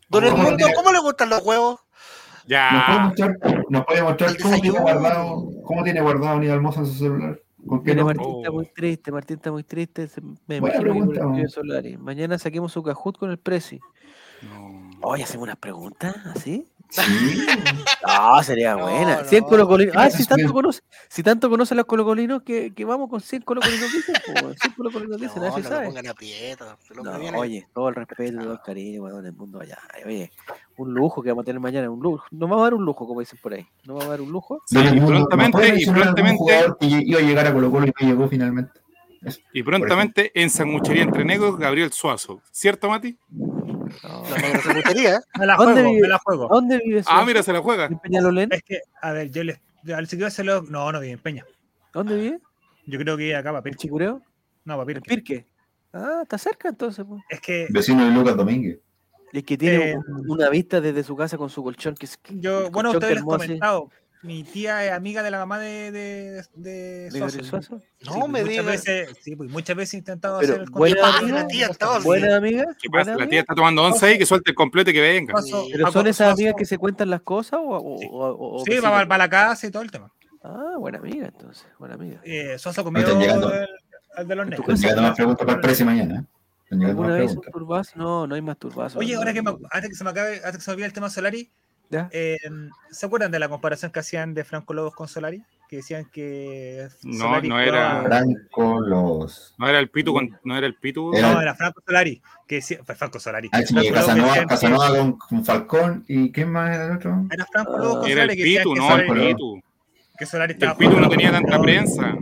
[SPEAKER 4] Don
[SPEAKER 2] ¿Cómo
[SPEAKER 4] Edmundo,
[SPEAKER 2] tiene-
[SPEAKER 4] ¿cómo le gustan los huevos?
[SPEAKER 2] ¿Nos puede
[SPEAKER 3] Ya.
[SPEAKER 2] mostrar, nos puede mostrar
[SPEAKER 4] El
[SPEAKER 2] cómo, tiene
[SPEAKER 4] desayuno.
[SPEAKER 2] guardado, cómo tiene guardado Aníbal Moza en su celular? ¿Con qué
[SPEAKER 1] Mira,
[SPEAKER 2] nombre?
[SPEAKER 1] Martín está muy triste, Martín está muy triste. se- Me
[SPEAKER 2] Buena
[SPEAKER 1] imagino que por
[SPEAKER 2] pregunta,
[SPEAKER 1] el
[SPEAKER 2] man.
[SPEAKER 1] tío Solari. Mañana saquemos su cajut con el Prezi.
[SPEAKER 3] No.
[SPEAKER 1] Oye, hacemos unas preguntas, ¿así?
[SPEAKER 2] Sí.
[SPEAKER 1] No, sería
[SPEAKER 4] No,
[SPEAKER 1] buena. 100
[SPEAKER 4] no.
[SPEAKER 1] colocolinos. Ah, si
[SPEAKER 2] haces,
[SPEAKER 1] tanto,
[SPEAKER 2] Miguel?
[SPEAKER 1] conoce, si tanto conocen los colocolinos, que, que vamos con 100 colocolinos dicen. po, weón. 100 colocolinos
[SPEAKER 4] No,
[SPEAKER 1] dicen,
[SPEAKER 4] no
[SPEAKER 1] nadie
[SPEAKER 4] lo
[SPEAKER 1] sabe.
[SPEAKER 4] pongan aprieto. se lo
[SPEAKER 1] No,
[SPEAKER 4] previene.
[SPEAKER 1] oye, todo el respeto y todo el cariño, weón, el mundo allá. Ay, Oye, un lujo que vamos a tener mañana, un lujo. No vamos a dar un lujo, como dicen por ahí. No vamos a dar un lujo.
[SPEAKER 3] Sí,
[SPEAKER 2] Don Edmundo,
[SPEAKER 3] y
[SPEAKER 2] ¿nos puede
[SPEAKER 3] prontamente, y
[SPEAKER 2] mencionar algún
[SPEAKER 3] prontamente,
[SPEAKER 2] jugador que iba a llegar a Colo Colo y no llegó finalmente.
[SPEAKER 3] y prontamente en Sanguchería Entre Negros, Gabriel Suazo. ¿Cierto, Mati?
[SPEAKER 1] No.
[SPEAKER 4] Los negros se gustaría, ¿eh?
[SPEAKER 6] Me la
[SPEAKER 1] ¿Dónde
[SPEAKER 6] juego,
[SPEAKER 1] vive?
[SPEAKER 6] me la juego.
[SPEAKER 1] ¿Dónde vive
[SPEAKER 3] Ah,
[SPEAKER 1] Suazo?
[SPEAKER 3] mira, se la juega.
[SPEAKER 1] ¿En Peñalolén?
[SPEAKER 6] Es que, a ver, yo les. Al siquiera se lo. No, no vive en Peña.
[SPEAKER 1] ¿Dónde vive?
[SPEAKER 6] Yo creo que acá para
[SPEAKER 1] ¿En
[SPEAKER 6] Pirque.
[SPEAKER 1] Chicureo?
[SPEAKER 6] No, para
[SPEAKER 1] ¿En
[SPEAKER 6] Pirque.
[SPEAKER 1] Pirque? Ah, está cerca entonces. po.
[SPEAKER 6] Es que
[SPEAKER 2] Vecino de Lucas Domínguez.
[SPEAKER 1] Y es que tiene
[SPEAKER 6] Eh,
[SPEAKER 1] un- una vista desde su casa con su colchón. que es, que-
[SPEAKER 6] yo.
[SPEAKER 1] el colchón
[SPEAKER 6] Bueno,
[SPEAKER 1] que
[SPEAKER 6] ustedes les he
[SPEAKER 1] armó así,
[SPEAKER 6] comentado. Mi tía es amiga de la mamá de, de, de
[SPEAKER 1] de Gabriel
[SPEAKER 6] Suazo.
[SPEAKER 1] Suazo.
[SPEAKER 4] No,
[SPEAKER 6] Sí, pues,
[SPEAKER 4] me
[SPEAKER 6] muchas
[SPEAKER 4] diga.
[SPEAKER 6] veces- sí, pues, muchas veces he intentado
[SPEAKER 1] Pero
[SPEAKER 6] hacer el
[SPEAKER 1] buena
[SPEAKER 6] contacto
[SPEAKER 1] amiga,
[SPEAKER 6] con-
[SPEAKER 4] tía,
[SPEAKER 6] con-
[SPEAKER 4] entonces.
[SPEAKER 1] Buena amiga.
[SPEAKER 3] ¿Qué
[SPEAKER 1] buena
[SPEAKER 3] pasa? pues, La
[SPEAKER 1] amiga.
[SPEAKER 3] tía está tomando once ahí, que suelte el completo y que venga.
[SPEAKER 6] Suazo-
[SPEAKER 1] ¿Pero
[SPEAKER 6] a-
[SPEAKER 1] son esas
[SPEAKER 6] Suazo-
[SPEAKER 1] amigas que se cuentan las cosas o, o- o- o- o
[SPEAKER 6] Sí,
[SPEAKER 1] vecinas?
[SPEAKER 6] va para la casa y todo el tema.
[SPEAKER 1] Ah, buena amiga entonces, buena amiga.
[SPEAKER 6] Eh, Suazo
[SPEAKER 2] Están
[SPEAKER 6] comió
[SPEAKER 2] llegando.
[SPEAKER 6] al- al de los
[SPEAKER 1] En tu
[SPEAKER 6] negros.
[SPEAKER 1] casa.
[SPEAKER 2] Llegando más preguntas para el precio mañana. ¿eh? Están llegando
[SPEAKER 1] ¿Alguna
[SPEAKER 2] más
[SPEAKER 1] vez un
[SPEAKER 2] preguntas.
[SPEAKER 1] turbazo? No, no hay más turbazo.
[SPEAKER 6] Oye, ahora que me, antes que se me acabe, antes que se me olvide el tema Solari,
[SPEAKER 1] ¿Ya?
[SPEAKER 6] eh, ¿se acuerdan de la comparación que hacían de Franco Lobos con Solari? Que decían que
[SPEAKER 3] No,
[SPEAKER 6] Solari
[SPEAKER 3] no
[SPEAKER 6] jugaba-
[SPEAKER 3] era-
[SPEAKER 2] Franco los.
[SPEAKER 3] No era el Pitu, con- no era el Pitu.
[SPEAKER 2] Era-
[SPEAKER 6] No, era Franco Solari, que decía, fue Franco Solari.
[SPEAKER 2] Ah, sí,
[SPEAKER 6] Franco Lobos decían
[SPEAKER 2] Casanova,
[SPEAKER 6] que-
[SPEAKER 2] Casanova con, con Falcón. ¿Y quién más era el otro?
[SPEAKER 6] Era Franco Lobos con
[SPEAKER 3] Era el
[SPEAKER 6] Solari que decían
[SPEAKER 3] Pitu,
[SPEAKER 6] que
[SPEAKER 3] no,
[SPEAKER 6] Solari-
[SPEAKER 3] el Pitu.
[SPEAKER 6] que Solari estaba
[SPEAKER 3] El Pitu no
[SPEAKER 6] jugando
[SPEAKER 3] tenía
[SPEAKER 6] con
[SPEAKER 3] tanta
[SPEAKER 6] Lobos.
[SPEAKER 3] prensa.